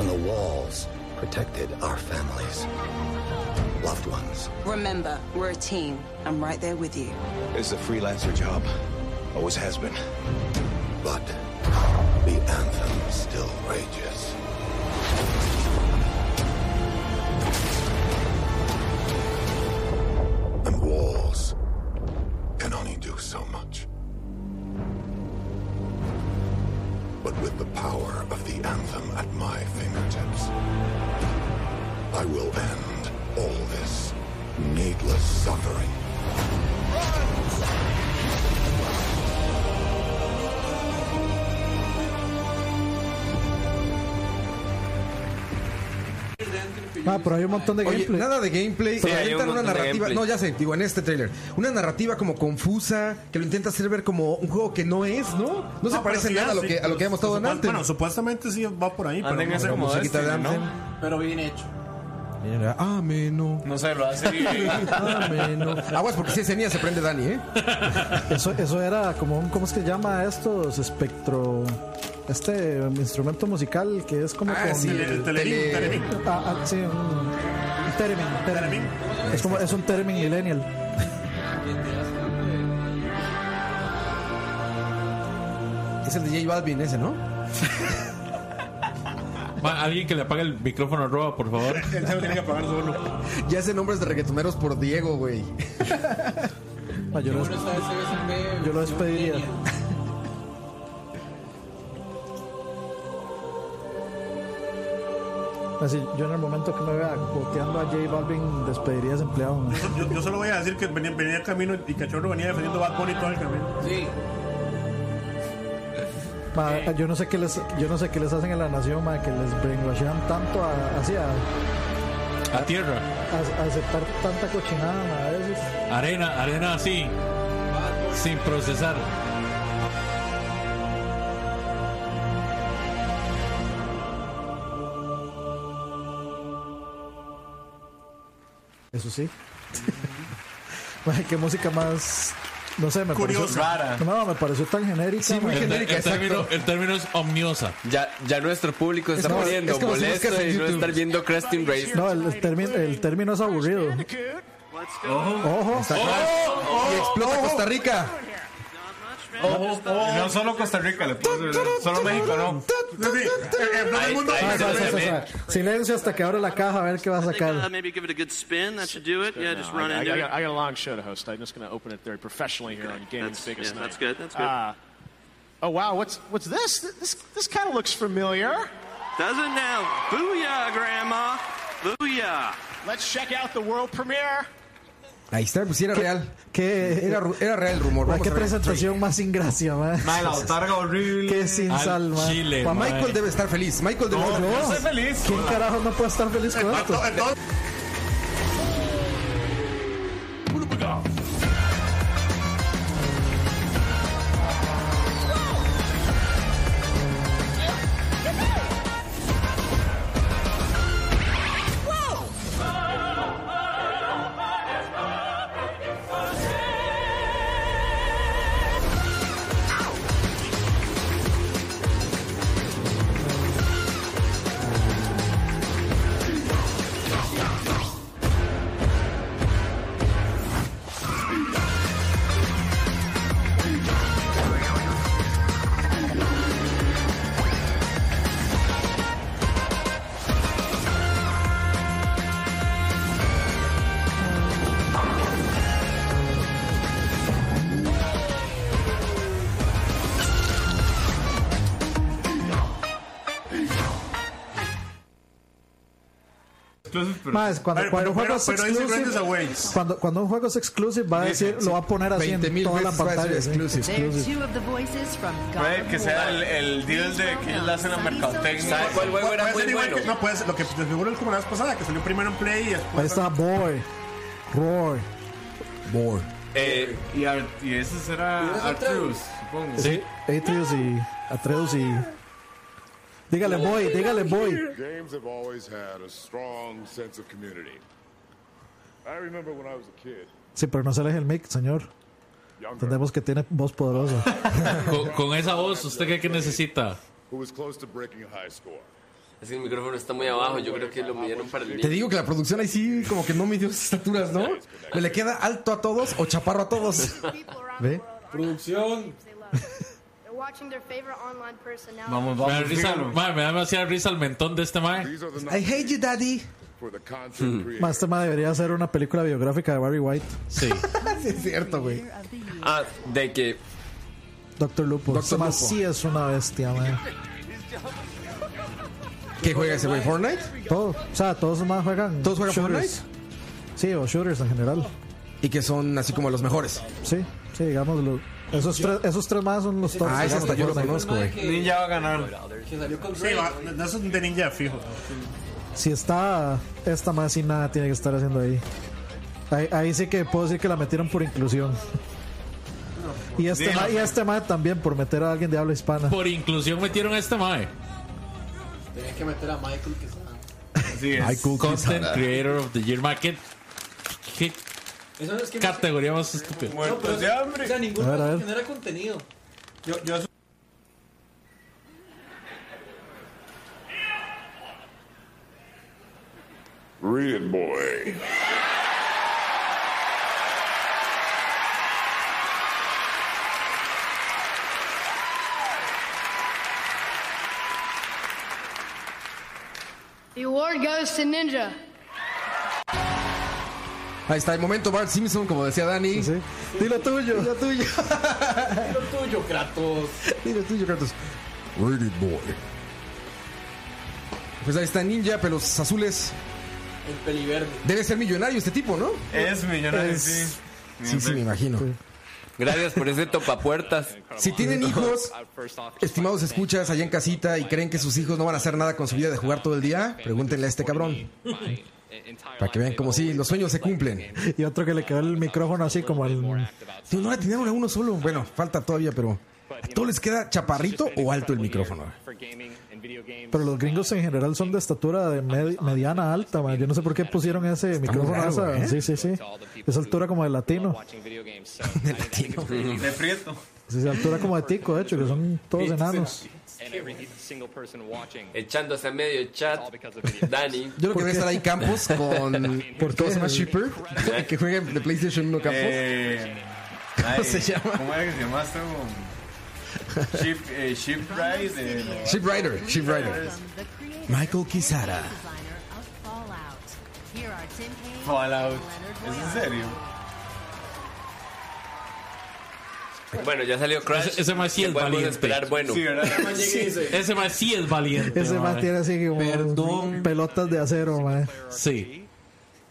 And the walls protected our families, loved ones. Remember, we're a team. I'm right there with you. It's a freelancer job. Always has been. But the anthem still rages. And walls can only do so much. But with the power of the anthem at my fingertips, I will end all this needless suffering. Ah, pero hay un montón de Oye, gameplay. nada de gameplay. Sí, pero hay un intentan una montón de narrativa. gameplay. No, ya sé, digo, en este trailer. Una narrativa como confusa, que lo intenta hacer ver como un juego que no es, ¿no? No, se pero parece sí, nada a lo sí, que, a lo que hemos estado en supuest- antes. Bueno, supuestamente sí va por ahí, pero Anden no ese este, sé. como musiquita de Destiny, ¿no? Anthem. Pero bien hecho. Era ameno. No sé, lo hace. Ameno. Aguas, porque si es Enya se prende Dani, ¿eh? Eso, eso era como un, ¿cómo es que llama estos? Espectro. Este instrumento musical que es como. Ah, con- sí, el- el telerín, Eh, telerín. Ah, ah, sí, un, un theremin, theremin. Es, como, es un termin millennial. Es el de J Balvin ese, ¿no? Ma, Alguien que le apague el micrófono a Roa, por favor. Él se lo tiene que pagar solo. Ya ese nombres de reggaetoneros por Diego, güey. Ah, yo, lo, yo lo despediría. Así, Pues yo en el momento que me vea boteando a J Balvin, despediría a ese empleado. man. Yo, yo solo voy a decir que venía, venía camino y Cachorro venía defendiendo Bad Bunny todo el camino. Sí. Ma, yo no sé qué les yo no sé qué les hacen en la nación ma, que les brainwashean tanto a, así a, A tierra. a- a aceptar tanta cochinada ma, a veces. Arena, arena así. Sin procesar. eso sí Ma, qué música más no sé me Curiosa. pareció Rara. No, me pareció tan genérica ma. el, el término, el término es omniosa. Ya, ya nuestro público está Es como- poniendo es como si molesto buscas en y no YouTube. estar viendo Crusting Race. no el, el término el término es aburrido ojo Y explota Costa Rica. No solo Costa Rica, le puedo decir, solo México, no. Ahí Ah, está, ahí sí, está, sí, sí, también. sí. Silencio hasta que abra la caja a ver qué va a Uh, sacar. maybe give it a good spin. That should do it. Yeah, just I- run I, into I, it. got, I got a long show to host. I'm just going to open it very professionally here on Gaming's That's- Biggest yeah, Night. that's good, that's good. Uh, oh wow, what's what's this? Th- This this kind of looks familiar. Does it now? Booyah, Grandma! Booyah! Let's check out the world premiere. Ahí está, pues sí era real. ¿Qué? Era, ru- era real el rumor. Ma, Vamos qué a ver. presentación más sin gracia, man. Mae, la otarga horrible. Qué sin Al salva. Chile, Ma, Michael debe estar feliz. Michael debe No, estar yo feliz. estoy feliz. ¿Quién carajo no puede estar feliz con esto? Más, cuando, Pero- cuando un pero- juego es pero dice Grandes exclusive, Aways. cuando, cuando un juego es exclusive, va a decir, lo va a poner así 20.000 en toda la veces va a decir pantalla. sí. exclusive. They're two of the voices from God Puede que of sea War. el, el deal de que él hace la mercadotecnia. ¿Sabes puede ser igual que- no, puede ser lo que desfiguró el como la vez pasada, que salió primero en Play y después. Ahí está Boy. Roy. Boy. Eh, y, Ar- y ese será Artrus, supongo. Sí. Atreus y Atreus y. Dígale Boy, dígale Boy. Games have always had a strong sense of community. I remember when I was a kid. Sí, pero no se aleje el mic, señor. Entendemos que tiene voz poderosa. Con, con esa voz, ¿usted qué, qué necesita? ah. Who was close to breaking a high score. Es que el micrófono está muy abajo, yo creo que lo midieron para el Te digo que la producción ahí sí, como que no midió sus estaturas, ¿no? Le, le queda alto a todos o chaparro a todos. ¿Ve? Producción. They're watching their favorite online personality. Me da, risa, ma, me da demasiada risa el mentón de este mae. I hate you, daddy. For the content creator. Más tema debería ser una película biográfica de Barry White. Sí. sí, es cierto, güey. Ah, de que Doctor Lupo. Dr. Este mae Lupo. sí es una bestia, man. ¿Qué juega ese güey? ¿Fortnite? Todo. O sea, todos más juegan. ¿Todos juegan shooters. Sí, o shooters en general. Y que son así como los mejores. Sí, sí, digámoslo. Esos tres, esos tres más son los tops. Ah, ese digamos, hasta yo lo de Fortnite. conozco, güey. Ninja va a ganar. Sí, va, no es de ninja fijo. Si está esta más sin nada tiene que estar haciendo ahí. ahí. ahí sí que puedo decir que la metieron por inclusión. Y este, Diga. ma- y este ma también por meter a alguien de habla hispana. Por inclusión metieron a este mae. Tenían que meter a Michael que está. Así es. Content Creator of the Year. Ma, ¿qué, qué Eso es que no sé- categoría más estúpida? No, pero es- O sea, ninguno A ver, a ver. genera contenido. Yo, yo asu- Read it, boy. The award goes to Ninja. Ahí está el momento Bart Simpson, como decía Dani. Dilo tuyo. Dilo tuyo. Lo tuyo, Kratos. Dilo tuyo, Kratos. Ready boy. Pues ahí está Ninja, pelos azules. El peliverde. Debe ser millonario este tipo, ¿no? Es millonario, sí. Sí, sí, me imagino. Gracias por ese topapuertas. Si tienen hijos, estimados escuchas allá en casita y creen que sus hijos no van a hacer nada con su vida de jugar todo el día, pregúntenle a este cabrón. Para que vean como si los sueños se cumplen. Y otro que le quedó el micrófono así como al. Sí, no le atinaron a uno solo. Bueno, falta todavía, pero ¿a todos les queda chaparrito o alto el micrófono? Pero los gringos en general son de estatura de med- mediana alta, man. Yo no sé por qué pusieron ese micrófono. raro, esa, ¿eh? Sí, sí, sí. Esa altura como de latino. De latino. De prieto. Sí, esa altura como de tico, de hecho, que son todos enanos. Echándose a medio chat. Dani. Yo lo que voy a estar ahí Campos con. ¿Cómo ¿Por qué? se llama Shipper? que juega de PlayStation 1 Campos. Eh, ¿Cómo ay, se llama? ¿Cómo era que se llamaba este? güey? Ship, eh, Shipwright. eh, Ship Rider, Ship Rider. Michael Kisara. Here are Tim Kaine, Fallout. ¿Es en serio? Bueno, ya salió Crash. Ese- ese más sí ¿Qué es podemos valiente. esperar bueno. Sí, ¿verdad? Ese más sí es valiente. Ese ma. más tiene así como pelotas de acero, man. Sí.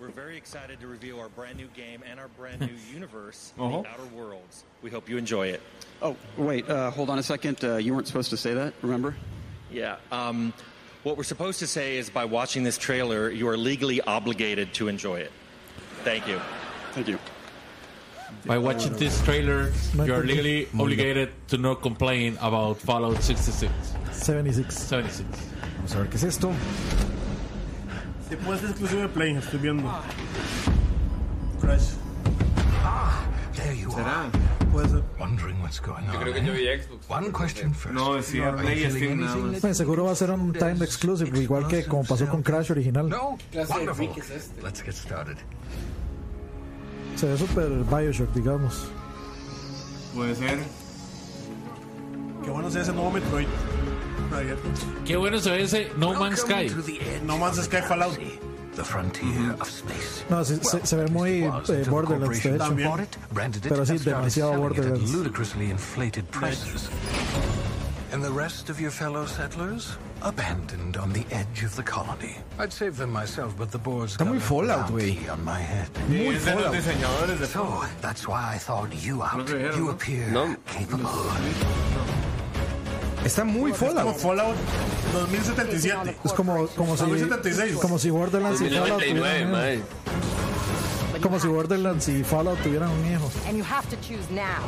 We're very excited to reveal our brand new game and our brand new universe, Uh-huh. The Outer Worlds. We hope you enjoy it. Oh, wait, uh, hold on a second. Uh, you weren't supposed to say that, remember? Yeah. Um, what we're supposed to say is by watching this trailer, you are legally obligated to enjoy it. Thank you. Thank you. By watching this trailer, you are legally obligated to not complain about Fallout 66. 76. 76. Vamos a ver qué es esto. Después de exclusivo de Play, estoy viendo. Crash. Ah, There you are. Puede ser. Wondering what's going on. eh? One question first. No, sí, Are Play you y Steam feeling nada anything? más. Man, seguro va a ser un timed exclusive, igual que como pasó con Crash original. Wonderful. Let's get started. Se ve súper Bioshock, digamos. Puede ser. Qué bueno sea ese nuevo Metroid. Ayer. Qué bueno se ve ese No Man's Sky. No Man's Sky Fallout. The frontier of space. No, sí, se, se ve muy eh, Borderlands, de hecho. bought it, branded it, Pero sí, and started demasiado selling it at Borderlands. ludicrously inflated prices. And the rest of your fellow settlers? Abandoned on the edge of the colony. I'd save them myself, but the board's Está got muy a Fallout, güey. bounty on my head. Y Eh, es de los diseñadores de So, that's why I thought you out. You appear capable. Está muy Fallout. Como Fallout 2077. Es como, como si. 2076. Como si Borderlands y Fallout tuvieran. Como si Borderlands y Fallout tuvieran un hijo. and you have to choose now.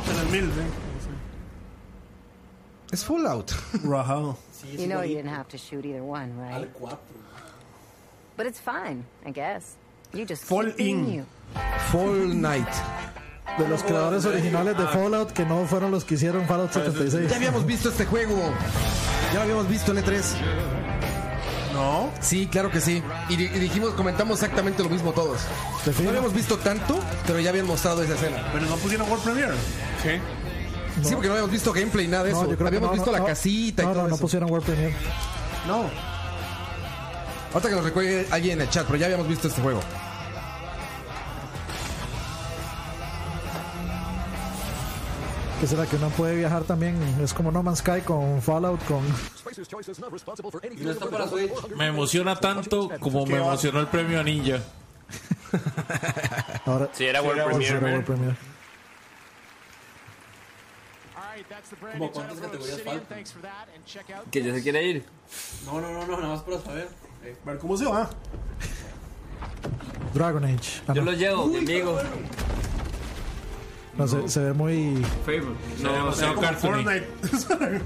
Es Fallout. Rajado. You know you didn't have to shoot either one, right? But it's fine, I guess. You just Fall keep being in. you. Fall Night. De los creadores originales de Fallout que no fueron los que hicieron Fallout 76. Pues, Ya habíamos visto este juego. Ya lo habíamos visto en E3. ¿No? Sí, claro que sí. Y, di- y dijimos, comentamos exactamente lo mismo todos. No habíamos visto tanto, pero ya habían mostrado esa escena. Pero no pusieron World Premiere. Sí. Sí, porque no habíamos visto gameplay, nada de No, eso. yo creo que habíamos no, visto no, la no. casita y No, todo no, no eso. pusieron World Premiere. No. Ahorita que nos recuerde alguien en el chat, pero ya habíamos visto este juego. Que será que uno puede viajar también. Es como No Man's Sky con Fallout, con. Me emociona tanto como me Qué va- emocionó el premio a Ninja. Ahora, Sí, era ¿eh? World Sí, Premiere. era World Premiere. Como cuántas categorías faltan. Que ya se quiere ir. No, no, no, no, nada más para saber. Eh, Ver cómo se va. Dragon Age. Ah, Yo no, lo llevo, mi amigo. No, se, se ve muy. Fable. No, se no, cartoony.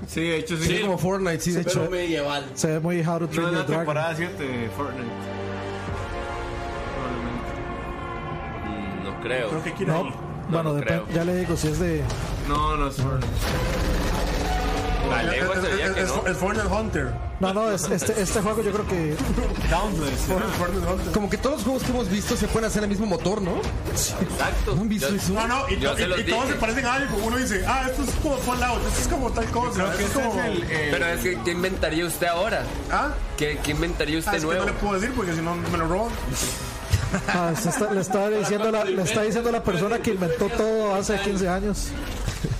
Sí, de hecho sí. Sí, como Fortnite, sí, de hecho. medieval. Se ve muy How to No Train es Your la Dragon. temporada 7 de Fortnite. Mm, no creo. Creo que No, bueno, no depende- creo. ya le digo si es de. No, no, es La Es- legua es- se veía es- que no. Es Fortnite Hunter. No, no, es- este, este juego yo creo que. Como que todos los juegos que hemos visto se pueden hacer el mismo motor, ¿no? Exacto. Un visual Yo- zoom. No, no, y, Yo y- se los y todos dije. se parecen a algo. Uno dice, ah, esto es como Fallout, esto es como tal cosa. Creo que esto ese como... es el- Ah, Pero es que, ¿qué inventaría usted ahora? ¿Ah? ¿Qué, qué inventaría es usted que este nuevo? no le puedo decir porque si no me lo roban. Ah, se está- le, está diciendo la, le está diciendo la persona que inventó todo hace 15 años.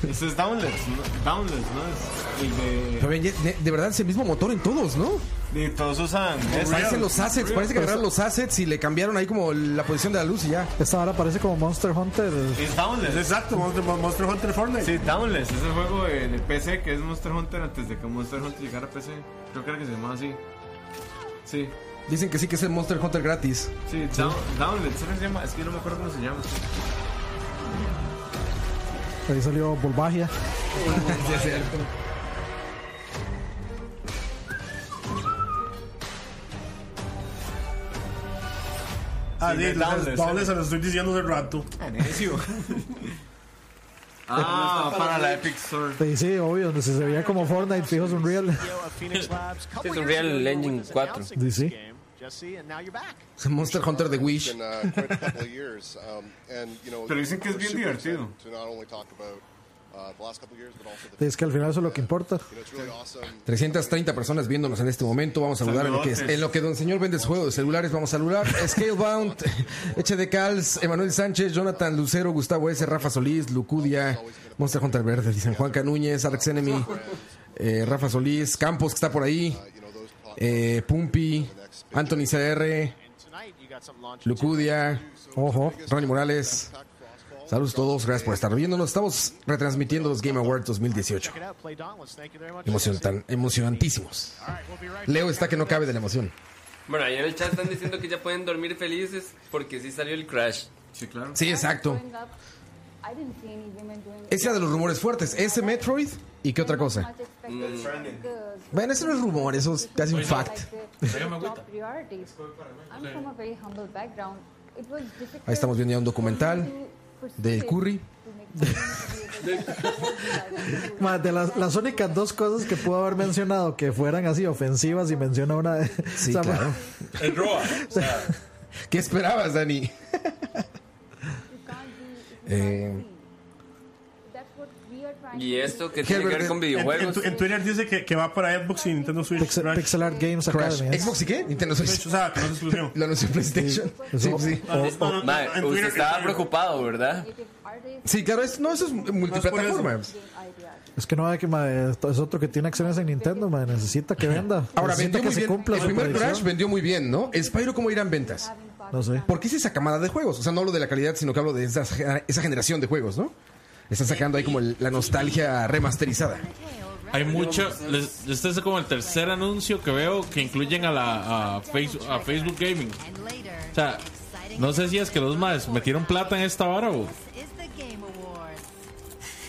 Ese es Downless, ¿no? Downless, ¿no? Es el de. Pero ven, ya- de, de verdad es el mismo motor en todos, ¿no? de todos usan. es- Parecen los assets, parece que agarraron los assets y le cambiaron ahí como la posición de la luz y ya. Esta ahora parece como Monster Hunter. Es Downless. Exacto, Monster, Monster Hunter Fortnite. Sí, Downless, es el juego de, de PC que es Monster Hunter antes de que Monster Hunter llegara a PC. Creo que era que se llamaba así. Sí, Dicen que sí que es el Monster Hunter gratis. sí, Down, Downless, ¿sí que se llama? Es que no me acuerdo cómo se llama. Ahí salió Volvagia. Ah, ah, Sí, sí, eh. de Downless, Downless, Downless se lo estoy diciendo hace rato. Necio. ah, para la Epic Store. Sí, sí, obvio, donde se veía como Fortnite, fijo, es un real. Es un Real Engine 4. Sí. Jesse, and now you're back. Monster Hunter de Wish. Been, uh, quite a couple of years, um, and, you know, Pero dicen que es we're bien super divertido. excited To not only talk about uh, the last couple of years, but also the Es que al final eso es lo que importa. you know, it's really awesome. 330 personas viéndonos en este momento. Vamos a saludar en lo, que, Saludotes. en lo que Don Señor vende su juego de celulares. Vamos a saludar. Scalebound, HD Cals, Emanuel Sánchez, Jonathan Lucero, Gustavo S., Rafa Solís, Lucudia, Monster Hunter Verde, dicen Juan Canúñez, Alex Enemy, eh, Rafa Solís, Campos que está por ahí, eh, Pumpi, Anthony CR, Lucudia, ojo, Ronnie Morales. Saludos a todos, gracias por estar viéndonos. Estamos retransmitiendo los Game Awards 2018. Emoción tan emocionantísimos. Leo está que no cabe de la emoción. Bueno, ahí en el chat están diciendo que ya pueden dormir felices porque sí salió el Crash. Sí, claro. Sí, exacto. Ese era de los rumores fuertes. Ese Metroid y qué otra cosa. Mm, Bueno, ese no es rumor, eso es casi un fact. Ahí estamos viendo ya un documental del Curry. Ma, de las, las únicas dos cosas que pudo haber mencionado que fueran así ofensivas y menciona una de. Sí, o sea, claro. El Roa. o sea, ¿Qué esperabas, Dani? Eh, ¿Y esto qué tiene que ver con videojuegos? En, en Twitter dice que, que va para Xbox y Nintendo Switch. Crash. Pixel Art Games Crash. Academy. ¿eh? ¿Xbox y qué? Nintendo Switch. O sea, que no es exclusivo. Lo anunció PlayStation. Sí, sí. Ah, Mae, usted estaba preocupado, ¿verdad? Sí, claro, es- no, eso es multiplataforma. Es que no hay que. ma, esto es otro que tiene acciones en Nintendo, ma, necesita que venda. Ahora, necesita vendió que muy se bien. cumpla El su primer predicción. Crash vendió muy bien, ¿no? Spyro, ¿cómo irán ventas? No sé. ¿Por qué es esa camada de juegos? O sea, no hablo de la calidad, sino que hablo de esa, esa generación de juegos, ¿no? Están sacando ahí como el- la nostalgia remasterizada. Hay mucha. les- Este es como el tercer anuncio que veo que incluyen a la a Facebook, a Facebook Gaming. O sea, no sé si es que los más metieron plata en esta vara o.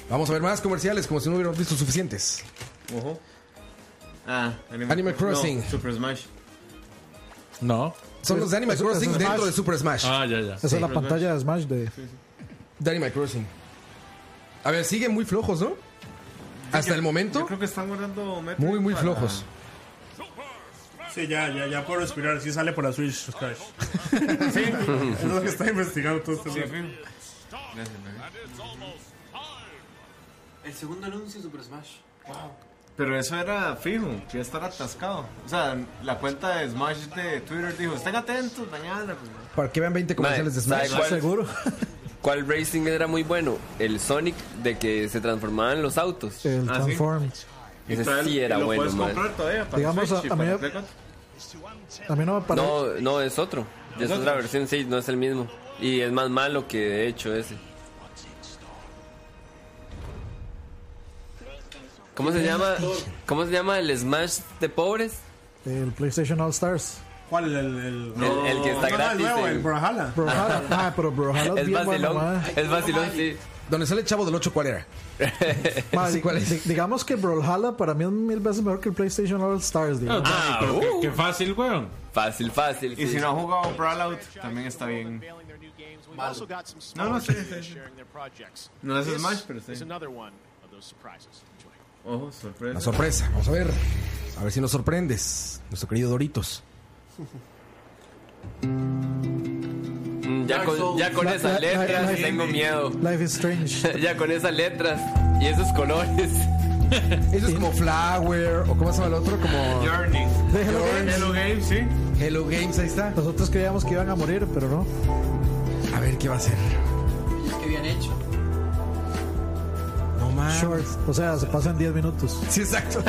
Vamos a ver más comerciales, como si no hubiéramos visto suficientes. Ojo. Ah, Animal Crossing. no, Super Smash. No. Son los de Animal Eso- Crossing eso es dentro Smash. de Super Smash. Ah, ya, ya. Esa es la Sí. pantalla de Smash de. De Animal Crossing. A ver, siguen muy flojos, ¿no? Hasta el momento, Yo creo que están guardando Metroid muy, muy para- flojos. Sí, ya, ya, ya puedo respirar. Sí sale por la Switch Crash. sí, es lo que está investigando todo este Sí, mundo. fin. Gracias, man. El segundo anuncio de Super Smash. Wow. Pero eso era fijo, que iba a estar atascado. O sea, la cuenta de Smash de Twitter dijo, estén atentos mañana. pues". Para que vean 20 Mae, comerciales de ¿sabe Smash. cuál- ¿Cuál racing era muy bueno? El Sonic de que se transformaban los autos. El Ah, ¿sí? Transform. Y Ese todavía- sí y era lo bueno, puedes mae. comprar todavía para Digamos, Switch y a- a mí- para Play cuatro. A mí no me parece. No, no, es otro. Ya es ¿Es otra otro? versión, sí, no es el mismo. Y es más malo que de hecho ese. ¿Cómo se llama? ¿Cómo se llama el Smash de pobres? El PlayStation All Stars. ¿Cuál? El, el, El- el que no, está no, gratis El nuevo, en- el Brawlhalla. Brawlhalla. Ah, pero Brawlhalla es Es bien bueno, vacilón. mae. Es vacilón, sí. Donde sale el chavo del 8, ¿cuál era? Ma, Sí, di- ¿cuál es? di- digamos que Brawlhalla para mí es mil veces mejor que el PlayStation All Stars. digamos. Ah, pero qué- qué fácil, weón. Fácil, fácil. Y si no ha jugado Brawlout, también está bien. We've also got some No, no, smaller sí, studios sí, sí. sharing their projects. No es This Smash, pero sí. is another one of those surprises. Enjoy. Ojo, sorpresa. La sorpresa, vamos a ver. A ver si nos sorprendes, nuestro querido Doritos. Mm, Ya con, ya con La- la- esas letras la- tengo miedo. Life is Strange. ya con esas letras y esos colores. Eso es como Flower, o cómo se llama el otro, como. Journey. De Hello Games. Hello Games, sí. Hello Games, ahí está. Nosotros creíamos que iban a morir, pero no. A ver qué va a ser. que habían hecho. No más. Short. O sea, se pasan 10 minutos. Sí, exacto.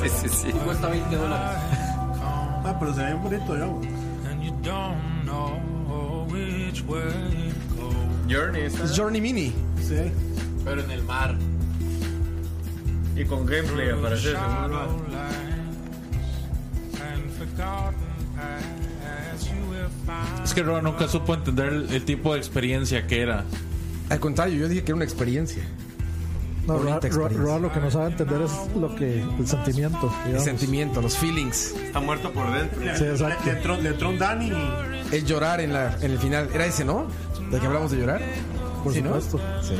sí, sí, sí. Cuesta 20 dólares. Ah, pero se ve bonito, yo. Journey está. Es Journey Mini. Sí. Pero en el mar. Y con gameplay aparece. según va. Es que Roa nunca supo entender el, el tipo de experiencia que era. Al contrario, yo dije que era una experiencia. No, Roa, Bonita Roa- experiencia. Roa lo que no sabe entender es lo que el sentimiento. El digamos. sentimiento, los feelings. Está muerto por dentro. Sí, exacto. Le entró- le entró un Dani. El llorar en, la, en el final. ¿Era ese, no? ¿De que hablamos de llorar? Por Sí, ¿no? supuesto. Sí.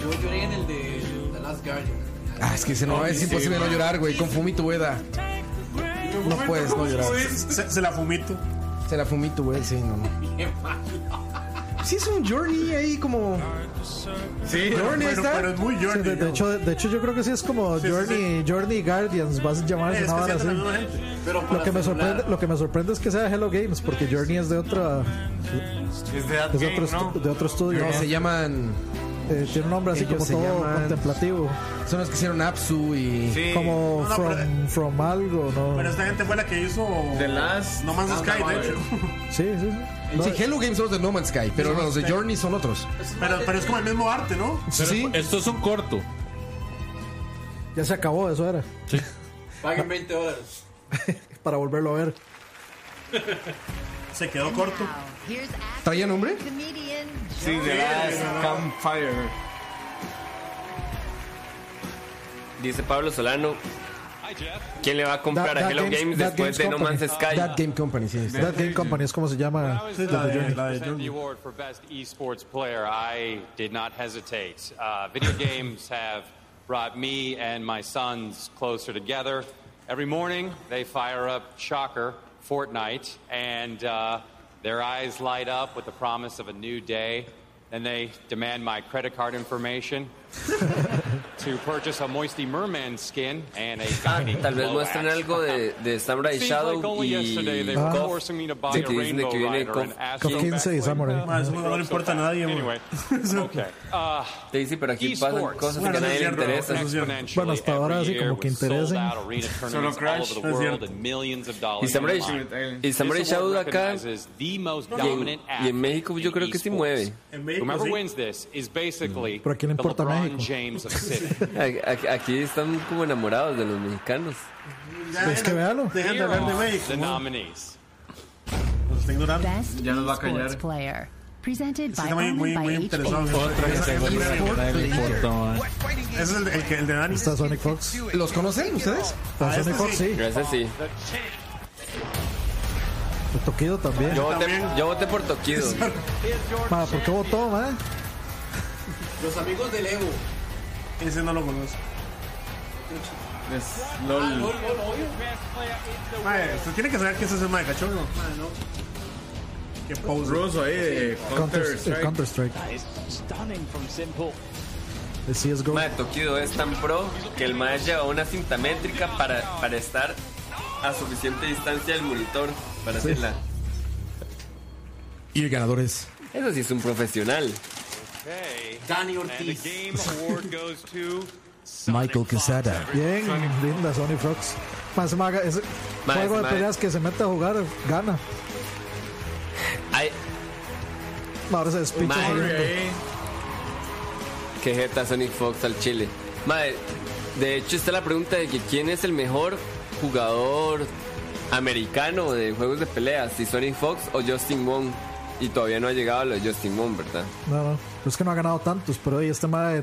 Yo lloré en el de The Last Guardian. Ah, es que ese no, Ay, es sí, imposible no man. llorar, güey. Con Fumito Ueda. No puedes no llorar. Se, se la fumito. Se la Fumito Ueda, sí, no, no. Sí, es un journey ahí como. Sí, Journey, ahí pero, está. pero es muy Sí, Journey. de, de yo. hecho, de hecho, yo creo que sí es como Sí, sí, Journey, Journey Guardians. Vas a llamar a es que una vara siente así. la misma gente. Pero Lo que, me sorprende, lo que me sorprende es que sea Hello Games, porque Journey es de otra. Es de That Es de Game, otro, ¿no? estu- de otro estudio. No, se llaman. Eh, tiene un nombre así Ellos como se todo llaman- contemplativo. Son los que hicieron Apsu y. Sí. Como No, no, from, pero- from algo, ¿no? Pero esta gente fue la que hizo. The Last. No Man's Ah, Sky, no, de hecho. Sí, sí, sí. No, Sí, Hello Games son los de No Man's Sky, pero los de Journey son otros. Pero, pero es como el mismo arte, ¿no? Pero Sí. Esto es un corto. ya se acabó, eso era. Paguen 20 dólares. Para volverlo a ver. Se quedó corto. ¿Traía nombre? Sí, The Last Campfire. Dice Pablo Solano. ¿Quién le va a comprar That- a That Hello Games, Games- That después Games de No Man's Company. Sky? That Game Company, sí. That Game Company es como se llama. Sí, uh, la de, la de Journey. award for best esports player, I did not hesitate. Uh, video games have brought me and my sons closer together. Every morning, they fire up Shocker, Fortnite, and uh, their eyes light up with the promise of a new day. Then they demand my credit card information to purchase a Moisty Merman skin and a Gandhi Ah, Tal vez blow muestren axe. algo de, de Samurai Seems like Shadow only yesterday y they were Cof, forcing me to buy de a que dicen de Rainbow que viene Rider Cof. and ask Con them 15 y ¿eh? back Samurai. Ma, eso no le importa a nadie, güey. Anyway, okay. Uh, Te dice, pero aquí pasan esports. cosas que Bueno, a nadie le eso es cierto, eso es interesan. cierto. Bueno, hasta ahora every así year como que with sold interesen. out arena tournaments all over the Crash, es world cierto. and millions of Y dollars Samurai, in the line. y Samurai This award Shadow acá recognizes the most y en, dominant y en athlete México yo in creo que sí esports. mueve. En México, Whoever sí. wins this is basically Pero ¿a quién le the importa LeBron México? James of City. A- a- Aquí están como enamorados de los mexicanos. Ya, Pues Es que véalo. Dejen de Here hablar de are México. the ¿no? nominees. Nos está ignorando. Best Ya nos va a esports callar. player. Presented Sí, by está muy, only muy, by muy interesado. HP. Otra Ese- ese premio. categoría que a nadie le importa, man. Ese es el, el que- el de Dani. Está Sonic Fox. ¿Los conocen ustedes? Está Ah, este Sonic Fox, sí. sí. Gracias, sí. Tokido también. Yo voté, yo voté por Tokido. Ma, ¿por qué votó, ma? Los amigos del Evo. Ese no lo conozco. Es Ah, LOL. Ah, Mae, usted tiene que saber que ese es el mae cachorro. Qué pose. Ruso ahí de Counter Counter-Strike. Strike. Counter Strike. That is stunning from Simple. De CSGO. Mae, Tokido es tan pro que el mae lleva una cinta métrica para, para estar a suficiente distancia del monitor para hacerla. Y el ganador es. Eso sí es un profesional. Okay. Dani And the Ortiz. game award goes to Michael Quesada. Bien, linda Sonic Fox. Más maga, ese Ma, juego ese de ma- peleas que se mete a jugar, gana. Ay, Ma, Ahora se despicha. Ma, jodiendo. Ahí. Que jeta Sonic Fox al Chile. Madre, de hecho está la pregunta de que quién es el mejor jugador americano de juegos de peleas, si Sonic Fox o Justin Wong. Y todavía no ha llegado a lo de Justin Wong, ¿verdad? No, no. Es que no ha ganado tantos, pero oye, este madre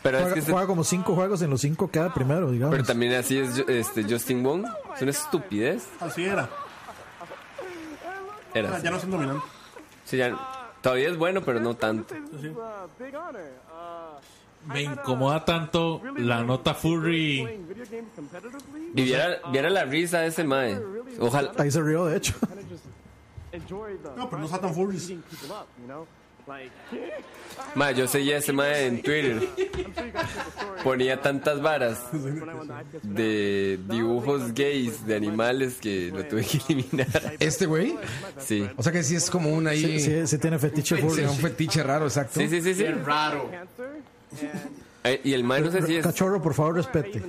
Pero es juega, que este- juega como cinco juegos y en los cinco queda primero, digamos. Pero también así es este, Justin Wong. Es una estupidez. Así era. Era Ya no así. son dominantes. Sí, ya- todavía es bueno, pero no tanto. Me incomoda tanto la nota furry. Y viera, viera la risa de ese mae. Ojalá. Ahí se rió, de hecho. No, pero no Satan Furries. Mae, yo seguía a ese mae en Twitter. Ponía tantas varas de dibujos gays de animales que lo tuve que eliminar. ¿Este güey? Sí. O sea que sí es como un ahí. Sí, sí, sí tiene fetiche Sí, furry. un fetiche raro, exacto. Sí, sí, sí, sí. raro. Eh, Y el mae no sé si es. Cachorro, por favor, respete.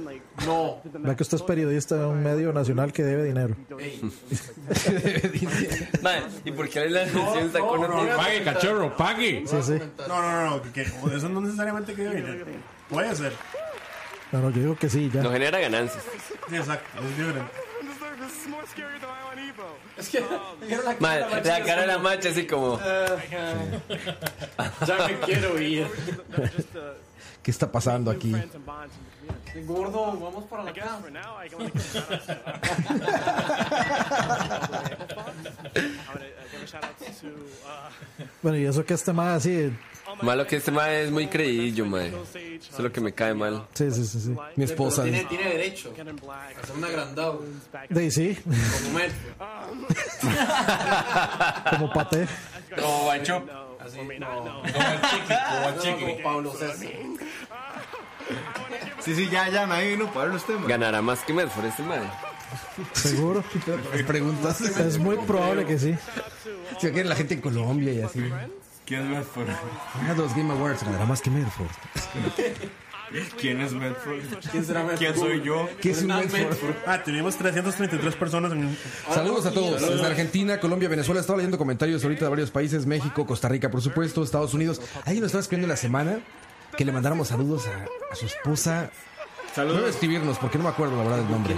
No. La que usted es periodista de un medio nacional que debe dinero. Mae, ¿y por qué la atención sacó una tira? pague. Sí, sí. No, no, no, no, que, que- eso no necesariamente que viene. Puede ser. No, no, yo digo que sí, ya. No genera ganancias. Sí, exacto, es diferente. Es que vieron la Mae, cara de la la chica, cara de la como, macha así como. "Ah, Ya me quiero ir. ¿Qué está pasando aquí? Gordo, vamos para la casa. uh, uh, Bueno, y eso que este más así. Malo que este mae es muy creidillo, mae. Eso es lo que me cae mal. Sí, sí, sí. sí. Mi esposa. Tiene, tiene derecho. Es un agrandado. De ahí sí. Como él. Oh. Como paté. No, guacho. Así, no. Como el chiqui, como el chiqui. Como Pablo César. Sí, sí, ya, ya, nadie vino para los temas. Ganará más que Medford este mae. Seguro. preguntas. Es muy probable que sí. Sí, que la gente en Colombia y así. ¿Quién es Medford? Ganará los Game Awards, ganará más que Medford. ¿Quién es Medford? ¿Quién será Medford? ¿Quién soy yo? ¿Qué es un Medford? Ah, tuvimos 333 personas en. Saludos a todos. Desde Argentina, Colombia, Venezuela. Estaba leyendo comentarios ahorita de varios países. México, Costa Rica, por supuesto. Estados Unidos. Alguien nos estaba escribiendo en la semana que le mandáramos saludos a, a su esposa. No debe escribirnos porque no me acuerdo la verdad del nombre.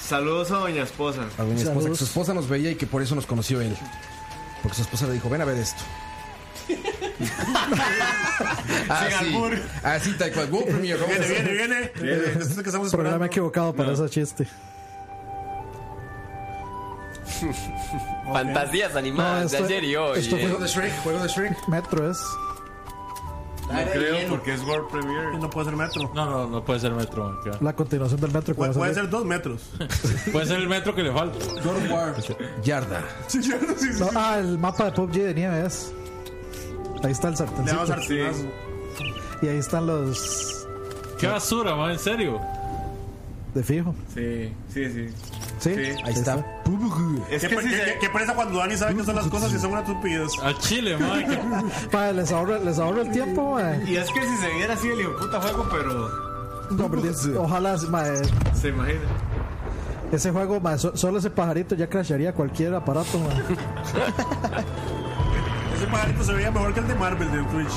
Saludos a doña esposa. A mi esposa, que su esposa nos veía y que por eso nos conoció él. Porque su esposa le dijo, ven a ver esto. así, albur. así tal cual. Go Premier, vamos a Viene, hacer- viene, viene. Viene. Esto es lo que estamos esperando. Programa equivocado para ese chiste. Fantasías animadas No, esto- de ayer y hoy. esto fue- eh. Juego de Shrek, juego de Shrek. Metro es. No creo porque es World Premiere. No puede ser metro. No, no, no puede ser metro. ¿qué va? La continuación del metro. que va a Puede, puede ser salir. dos metros. Puede ser el metro que le falta. Yarda. No, ah, el mapa de PUBG de nieve es. Ahí está el sartén. Le vamos a sí. Y ahí están los. Qué basura, man, en serio. De fijo. Sí, sí, sí. Sí, ahí está. Es que, si se- ¿Qué pasa cuando Dani sabe que son las cosas y son una estupidez? A Chile, man. que- Madre, les ahorro, les ahorro el tiempo, madre. Y es que si se viera así el hijo de puta juego, pero No, pero Dios, ojalá, madre, se imagina. ese juego, madre, so- solo ese pajarito ya crasharía cualquier aparato, madre. Ese pajarito se veía mejor que el de Marvel de Twitch.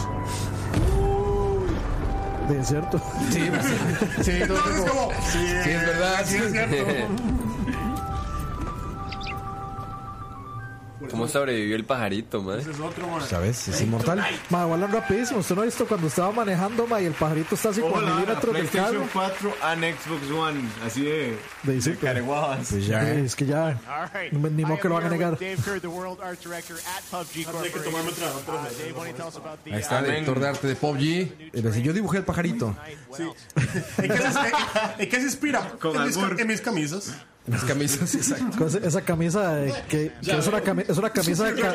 De cierto. Sí, pues, sí, todo Entonces, como- como, sí, sí, es verdad. sí, es cierto. ¿Cómo sobrevivió el pajarito, mae? Ese es otro, man. ¿Sabes? Es inmortal. Madre, vuelan rapidísimo. Usted no ha visto cuando estaba manejando, madre, y el pajarito está a 5 Ojalá, la milímetros del carro. PlayStation 4 and Xbox One, así de, De de careguadas. Pues ya, Sí, ¿eh? Es que ya. No me- Ni modo que lo van a negar. Dave Kerr, the world art director at PUBG Corporation. Uh, Dave, why don't you tell us about the Ahí está el Amén. director de arte de PUBG. Él dice, Yo dibujé el pajarito. ¿En qué se, en- en qué se inspira? en, mis, ca- en mis camisas. En las camisas, exacto. Con ese- Esa camisa de- que, que es, una cami- es una camisa de ca-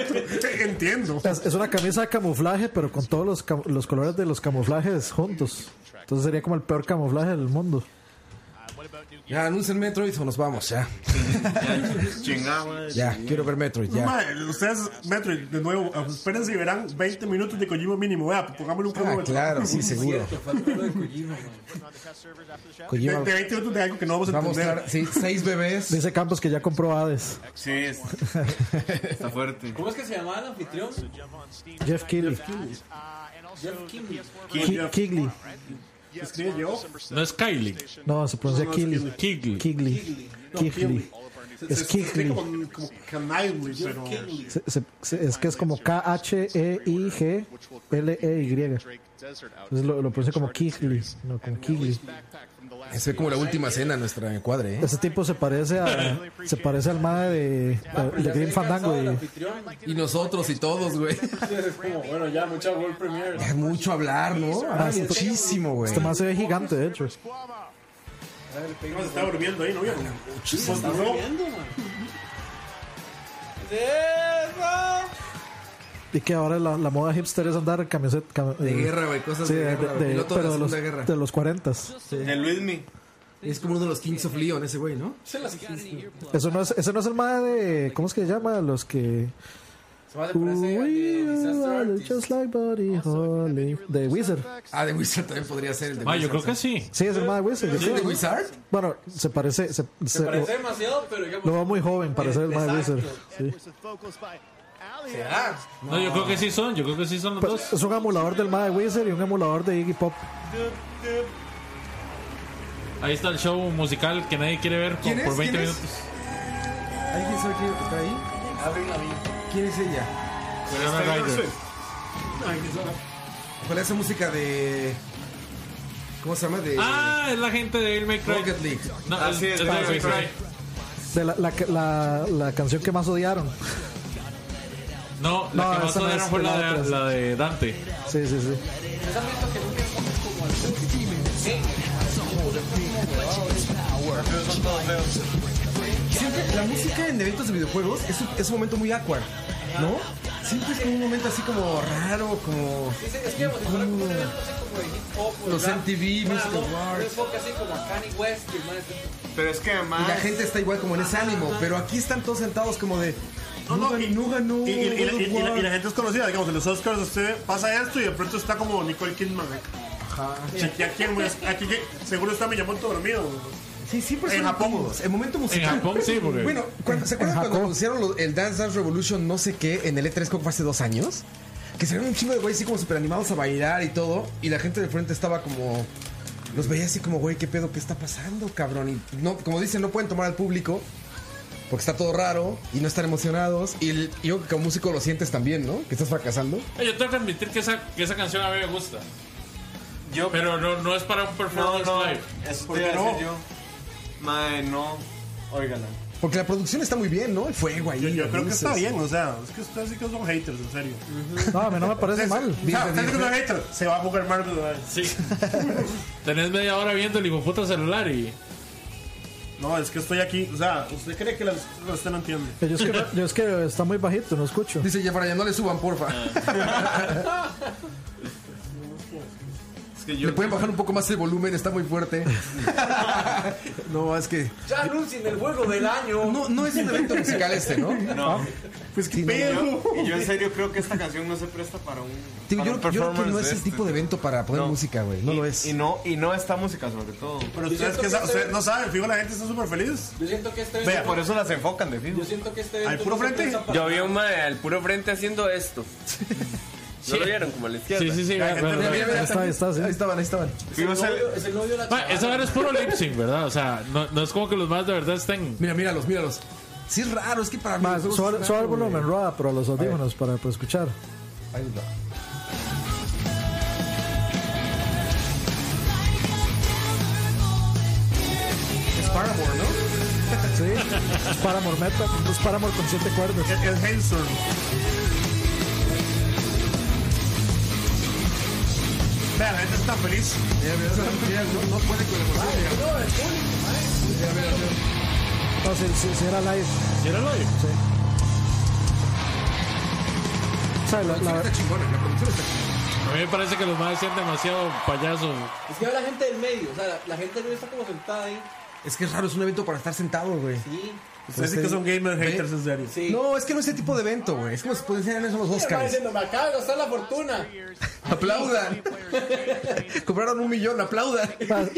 Entiendo. es, es una camisa de camuflaje, pero con todos los, cam- los colores de los camuflajes juntos. Entonces sería como el peor camuflaje del mundo. Ya, anuncien Metroid o nos vamos, ya. Chingada, Ya, quiero ver Metroid, ya. Madre, ustedes, Metroid, de nuevo, ah, pues, espérense y verán 20 minutos de Kojima mínimo. Vea, pongámosle un Ah, cronómetro. claro, sí, seguro. De, Kojima de 20 minutos de algo que no vamos a va a entender. mostrar sí, seis bebés. Dice Campos que ya compró Hades. Sí, es- está fuerte. ¿Cómo es que se llamaba el anfitrión? Jeff Keighley. Jeff Kimmy. Ki- Kigley. ¿Se escribe yo? No es Kylie. No, se pronuncia Kigley. Kigley. Kigley. Kigley. Se Es Kigley. como, como Knightley, pero. Se- se- se- es que es como E K-H-E-I-G-L-E-Y. E Entonces lo, lo pronuncia como Kigley. No, como Kigley. Se ve como la última cena nuestra encuadre, ¿eh? Ese tipo se parece a, se parece al madre de, de Green Fandango. y- Y nosotros y todos, güey. Es como, bueno, ya, mucha World Premiere. Es mucho hablar, ¿no? Ah, Ah, este- muchísimo, güey. Este más se ve gigante, de hecho. No, se está durmiendo ahí, ¿no vieron? Se está Pues, no. durmiendo, man. ¡Eso! Y que ahora la, la moda hipster es andar camiseta. cam- De eh, guerra, güey, cosas de guerra, güey. Piloto de pero la de los, Segunda Guerra. de los 40. De Luismi. Es como uno de los Kings of Leon, ese güey, ¿no? Se las quise. Eso no es, ese no es el más de. ¿Cómo es que se llama? Los que. Se va a depresión. We are just like "Oh, body holy. De Wizard. Ah, de Wizard también podría ser el de Ah, yo Wizard. creo que sí. Sí, es el más de Wizard. yo ¿Sí es de creo. Wizard? Bueno, se parece. Se, se- parece lo- demasiado, pero digamos- Lo veo muy joven para ser el más de Exacto. Wizard. Sí. No, yo creo que sí son, yo creo que sí son los Pues, dos. es un emulador del más de Wizard y un emulador de Iggy Pop. Ahí está el show musical que nadie quiere ver con- ¿Quién es? por 20 ¿Quién es? minutos. ¿Alguien sabe quién está ahí? ¿Quién es ella? Winona Ryder. ¿Cuál es esa música de. ¿Cómo se llama? De. Ah, es la gente de Devil May Cry. Rocket League. No, Ah, es, sí, es está, Devil May sí, Cry. De la, la, la, la canción que más odiaron. No, la No, que más esa no odiaron es, fue la la de, otra. la de Dante. Sí, sí, sí. Siempre la música en eventos de videojuegos es un, es un momento muy awkward, ¿no? Siempre es como un momento así como raro, como. Es que como si fuera como un evento así como de hip hop o de Los rap. MTV, Más, Music ¿no? Awards. Un enfoque así como a Kanye West que más- Pero es que además. Y la gente está igual como en ese ánimo, pero aquí están todos sentados Pues como de. No, no, y no ganó. Y, y- y la, y- y la- y la World". gente es conocida, digamos, en los Oscars usted pasa esto y de pronto está como Nicole Kidman. Ajá. Chequea quién, güey. Aquí que- seguro está Miyamoto dormido. Sí, siempre En son Japón. incómodos. Pues, El momento musical. En Japón, sí, porque- Bueno, cuando- ¿se acuerdan cuando anunciaron lo- el Dance Dance Revolution no sé qué en el E E3 como fue hace dos años? Que se vieron un chingo de güeyes así como super animados a bailar y todo. Y la gente de frente estaba como. Los veía así como, güey, ¿qué pedo? ¿Qué está pasando, cabrón? Y no, como dicen, no pueden tomar al público. Porque está todo raro y no están emocionados. Y el- y yo creo que como músico lo sientes también, ¿no? Que estás fracasando. Eh, Yo tengo que admitir que esa, que esa canción a mí me gusta. pero no, no es para un performance No, no, live. Eso ¿Por te iba qué a decir no? yo. Mae, no. Óigala. Porque la producción está muy bien, ¿no? El fuego ahí. Yo, yo las creo que está luces. bien, o sea, es que ustedes sí que son haters, en serio. No, a mí no me parece mal. O sea, ustedes sí que son haters, se va a jugar Marvel. ¿verdad? Sí. Tenés media hora viendo el hijo puta celular y. No, es que estoy aquí, o sea, usted cree que las- usted no entiende. Yo es, que, yo es que está muy bajito, no escucho. Dice ya para allá, no le suban, porfa. Es que yo. Le pueden bajar un poco más el volumen, está muy fuerte. no, es que. Ya anuncien el juego del año. No, no es un evento musical este, ¿no? No. Pues qué Yo, y yo en serio creo que esta canción no se presta para un. Tío, para yo, un yo creo que performance no de es el este. tipo de evento para poner música, güey. No lo es. Y no, y no esta música sobre todo. Pero ustedes que sa- ustedes no saben, fijo, la gente está súper feliz. Yo siento que este Vea, evento- por eso las enfocan de fijo. Yo siento que este ¿Al evento puro no se frente? presta para- Yo vi a un mae al puro frente haciendo esto. ¿No lo vieron? Como a la izquierda. Sí, sí, sí. Ya, bueno, gente, bueno. mira, mira, Ahí está, sí. Ahí estaban, ahí estaban. Es el novio- es el novio de la Ma, Esa chavala. vara es puro lip sync, ¿verdad? O sea, no, no es como que los más de verdad estén. Mira, míralos, míralos. Sí, es raro, es que para ¿eh? mí. Más, los suba, ojos- suba el volumen Roa, pero a los audífonos para, para escuchar. Ahí está. Es Paramore, ¿no? Sí, es Paramore Meta, es Paramore con siete cuerdas. El Hanson. Vea, la gente está feliz. Ya, mira, mira, no, no puede con la emoción, mira. Ya, mira, mira. No, si, si, si era live. ¿Era el hoyo? Sí. O sea, la, la- Está chingona, la producción está chingona. A mí me parece que los más sean demasiado payasos. Es que ve la gente del medio, o sea, la, la gente del medio está como sentada ahí. Es que es raro, es un evento para estar sentado, güey. Sí. Ustedes Este, sí que son gamer haters, en serio. Sí. No, es que no es ese tipo de evento, güey. Es como si pudieran esos los Mira, va Oscars. diciendo, me acaba de gastar la fortuna. Aplaudan. Cobraron un millón, aplaudan. la-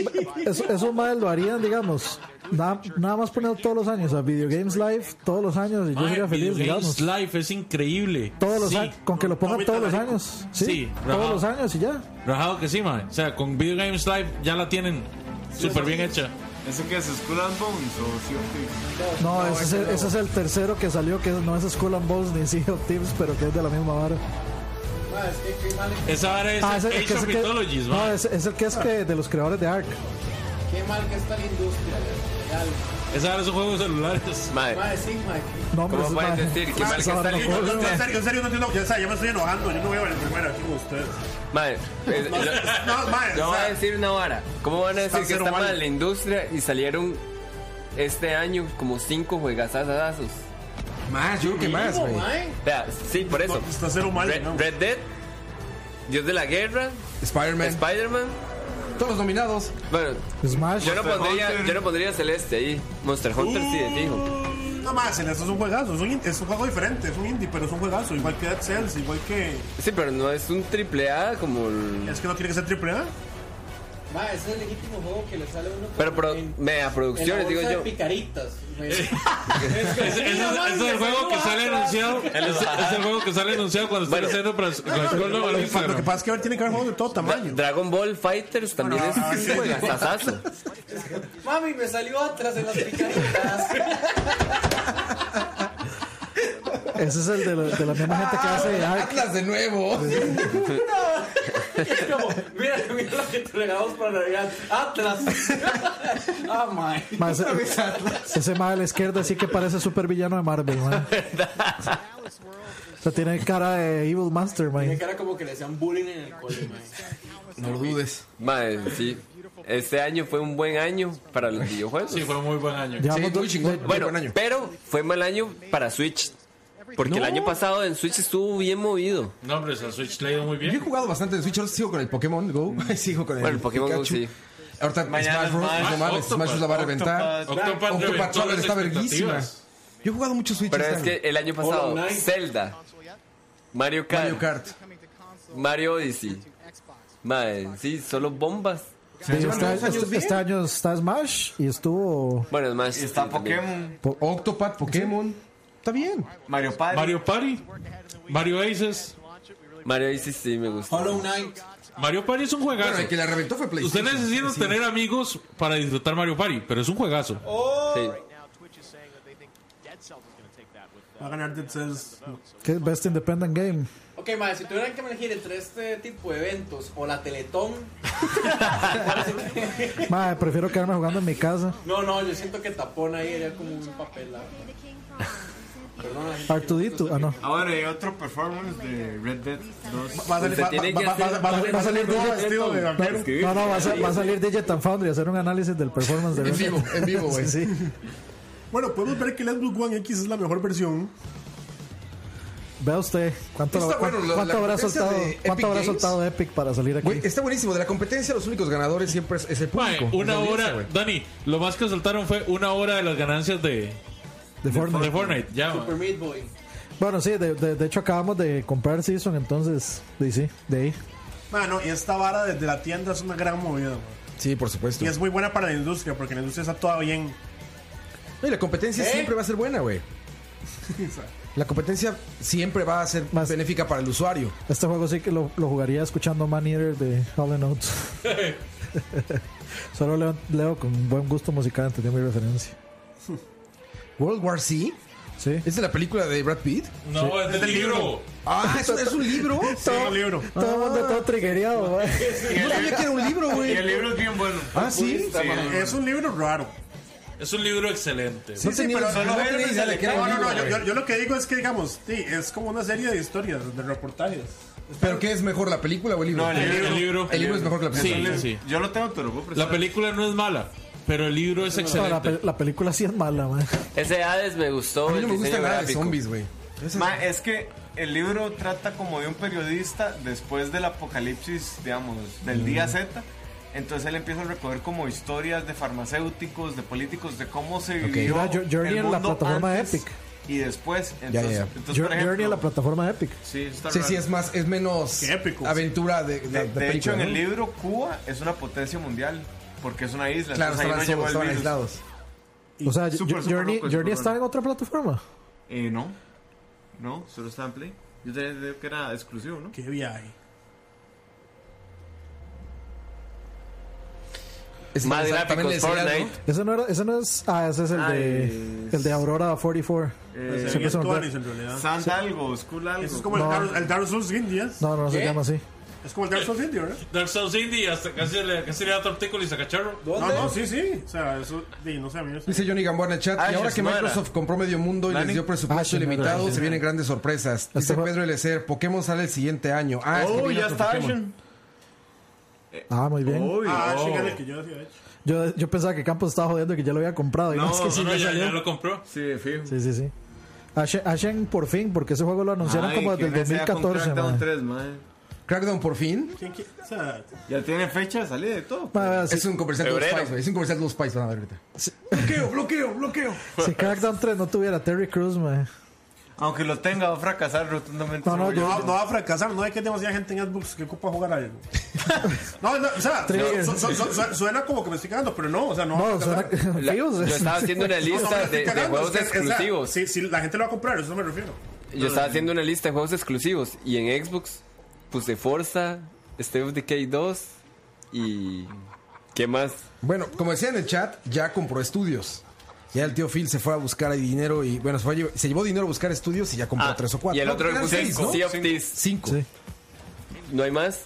eso, eso más lo harían, digamos. Nada, nada más poner todos los años a Video Games Live, todos los años, y yo Ma, sería feliz, Video Games digamos. Live es increíble. Todos los Sí, años, con que lo pongan todos los años. Sí, Sí, todos ajá. los años y ya. Rajado que sí, man. O sea, con Video Games Live ya la tienen súper bien hecha. ¿Ese que es Skull and Bones o Sea of Thieves? No, ese, es el, ese es el tercero que salió, que no es Skull and Bones ni Sea of Thieves, pero que es de la misma vara. Esa vara es Ah, ese- Age que es of el que- Mythologies, no, ma. es, es el que es de, de los creadores de Ark. Qué mal que está la industria, legal. Esa vara es un juego de celulares. Madre, sí, Mike. No, ¿Cómo hombre, eso es puedes madre. decir que Ah, mal que esa está vara no la corre. No, no, en serio, en serio, no entiendo. Ya, está, ya me estoy enojando. Yo no voy a ver aquí con ustedes. Mae, es- No, lo- no, mae, yo o voy sea, a decir una vara. ¿Cómo van a están decir que cero está mal. mal la industria y salieron este año como cinco juegazazazazos? Más, yo creo que más, güey. Vea, sí, por eso. está cero mal, Red, no. Red Dead, Dios de la Guerra, Spider-Man. Spider-Man. Todos los nominados. Bueno, Smash. yo no, pondría, yo no pondría Celeste ahí. Monster Hunter sí, Uh. de fijo. No más, en eso es un juegazo. Es un, in- es un juego diferente, es un indie, pero es un juegazo. Igual que Dead Cells, igual que. Sí, pero no es un triple A como el- Es que no tiene que ser triple A. Ma, ese es el legítimo juego que le sale a uno Pero pro, mega con en la producciones, digo bolsa de yo. picaritas. güey. Es Ese- ese- ese es el juego que sale anunciado. ese Es el juego que sale anunciado cuando está haciendo para para Skull and Lo que Bones, pa- lo que pero- pasa es que ahora tiene que haber juegos de todo tamaño. Dragon Ball Fighters también Bueno, ahora es sí. un juegazazazo. Mami, me salió atrás en las picaritas. Ese es el de, la- de la misma gente que hace Ark. Atlas de nuevo. Es como, mira, mira lo que te regalamos para Navidad. Atlas. Oh, Ah, mae. Ma, ese, ese mae de la izquierda sí que parece super villano de Marvel, man. O sea, tiene cara de Evil Master, Tiene man. cara como que le hacían bullying en el cole, mae. No lo dudes. Madre, sí. Este año fue un buen año para los videojuegos. Sí, fue un muy buen año. Llevamos dos- Bueno, pero fue mal año para Switch. Porque el No. año pasado en Switch estuvo bien movido. No, hombre, esa Switch le ha ido muy Yo he bien. jugado bastante en Switch, ahora sigo con el Pokémon Go. sigo con el, Bueno, el Pokémon Go, Pikachu. sí. Ahorita Mañana Smash Bros. Smash, no mames, Octopath, Smash Bros. la va a reventar. Octopath, Octopath Octopath reventó Traveler las está verguísima. expectativas. Yo he jugado mucho Switch. Pero este es que año. el año pasado, Hollow Knight. Zelda, Mario Kart, Mario, Mario Kart. Odyssey. Madre, sí, solo bombas. Sí, este, año- este- este año está Smash y estuvo. Bueno, Smash. Está también. Pokémon, Po- Octopath, Pokémon. Está bien. Mario Party. Mario Party. Mario Aces. Mario Odyssey sí me gusta. Hollow Knight. Mario Party es un juegazo. Bueno, el que la reventó fue Usted PlayStation. necesita Sí. tener amigos para disfrutar Mario Party, pero es un juegazo. Oh. Sí. uh, Va a ganar Dead Cells. ¿Qué es Best Independent Game? Ok, mae, si tuvieran que elegir entre este tipo de eventos o la Teletón. ¿cuál es el que- Mae, prefiero quedarme jugando en mi casa. No, no, yo siento que tapón ahí era como un papel. ah. la verdad. Perdona. Artudito, ah, no. Ahora hay otro performance de Red Dead 2. Va a salir- Usted va- tiene va- que va- hacer- va- va- va- va a salir todo vestido de vampiro. No, no, va a, sa- va a salir Digital Foundry a hacer un análisis del performance de En Red Dead. vivo, en vivo, güey. Sí, sí. Bueno, podemos ver que el Xbox One X es la mejor versión. Vea usted cuánto, Está bueno, la- cuánto la habrá competencia soltado, de Epic cuánto habrá Games. soltado Epic para salir aquí. Güey, está buenísimo. De la competencia, los únicos ganadores siempre es, es el Mae, público. es una la audiencia, hora, güey. Dani, lo más que soltaron fue una hora de las ganancias de, de Fortnite. de Fortnite. Ya, mae. Super Meat Boy. Bueno, sí, de, de- de hecho acabamos de comprar Season, entonces, de, sí, de ahí. Mano, y esta vara desde la tienda es una gran movida. man. Sí, por supuesto. Y es muy buena para la industria, porque la industria está toda bien. No, y la competencia ¿Eh? siempre va a ser buena, güey. La competencia siempre va a ser benéfica para el usuario. Este juego sí que lo, lo jugaría escuchando Man Eater de Hollow Notes. Solo leo, leo con buen gusto musical, entendí mi referencia. World War C. Sí. ¿Es de la película de Brad Pitt? No, es del libro. Ah, ¿es, es un libro. un libro. Todo el mundo todo trigueado, güey. Yo sabía que era un libro, Y güey. el libro es bien bueno. Ah, sí. Es un libro raro. Es un libro excelente. Sí, tenía- pero no no, tenía idea de que era no, un no, libro, yo, güey. yo- yo lo que digo es que, digamos, sí, es como una serie de historias, de reportajes. ¿Pero qué es mejor, la película o el libro? No, el libro. El libro. El libro es mejor que la película. Sí, sí. Yo lo tengo, pero lo puedo La prestar. película no es mala, pero el libro es No, la, excelente. pe- la película sí es mala, man. Ese Hades me gustó. A mí el no me gusta diseño nada de gráfico. zombies, güey. Ma, es que el libro trata como de un periodista después del apocalipsis, digamos, del día Z. Entonces él empieza a recoger como historias de farmacéuticos, de políticos, de cómo se vivió Era Jo- Journey el en la mundo plataforma antes Epic. y después. Entonces, ya. entonces, Jour- por ejemplo, Journey a la plataforma Epic. sí, está Sí, raro. sí, es más, es menos Qué épico. aventura de, de, De, de de película, hecho, en ¿no? el libro Cuba es una potencia mundial porque es una isla. Claro, entonces ahí estaban, no solos, llegó el estaban virus. aislados. O sea, Súper, Jo- súper Journey, loco, Journey súper está en otra plataforma. Eh, no, no, solo estaba en Play. Yo tenía que era exclusivo, ¿no? Qué viaje. Ese Más es exactamente gráficos, el serial, Fortnite. Ese no, era, ese no es. Ah, ese es el, de, el de Aurora 44. Eh, Siempre se me olvida. Sand algo, Skull algo. Eso es como el No. Dar- el Dark Souls India. No, no, no se llama así. Es como el Dark Souls India, ¿verdad? Dark Souls Indie, hasta casi le, casi le da tortícolis y sacacharro. No, no, sí, sí. O sea, eso. di, no sé, a mí no sé. Dice Johnny Gamboa en el chat. Ah, Ay, y ahora que Shazmara. Microsoft compró medio mundo y Dani. les dio Ah, presupuesto Shazmara. ilimitado, se Shazmara. vienen grandes sorpresas. Dice Pedro Elecer, Pokémon sale el siguiente año. Ah, es que oh, viene ya otro está Oh, Pokémon. Ashen. Ah, muy bien. Ah, chingar el que yo decía, de hecho. Yo, yo pensaba que Campos estaba jodiendo y que ya lo había comprado. Y no, es que sí, ya salió. compró. Sí, fijo. Sí, sí, sí. Ashen, Ashen por fin, porque ese juego lo anunciaron Ay, como que desde el sea con 2014. Crackdown man. 3, man. Crackdown por fin. ¿Quién quiere? O sea, Ya tiene fecha de salida y todo. Ah, Es un comercial de los Spice, güey. Es un comercial de los Spice, van a ver ahorita. Bloqueo, bloqueo, bloqueo. Si Crackdown 3 no tuviera Terry Crews, man. Aunque lo tenga, va a fracasar rotundamente. No, no, Seguro. no, va a fracasar, no hay que demasiada gente en Xbox que ocupa jugar a algo. No, no, o sea, Trigger. su- su- su- su- suena como que me estoy cagando, pero no, o sea, no. va a fracasar. La- yo estaba haciendo una No, no, me lista estoy de, de cagando, es juegos que, o sea, exclusivos. Sí, sí, la gente lo va a comprar, eso me refiero. Yo estaba haciendo una lista de juegos exclusivos y en Xbox puse Forza, State of Decay 2 y ¿qué más? Bueno, como decía en el chat, ya compró estudios. Ya el tío Phil se fue a buscar ahí dinero y bueno, se, fue a llevar- se llevó dinero a buscar estudios y ya compró tres o cuatro. Y el No, otro le eran puse seis, ¿no? Sea of Thieves. ¿No hay más?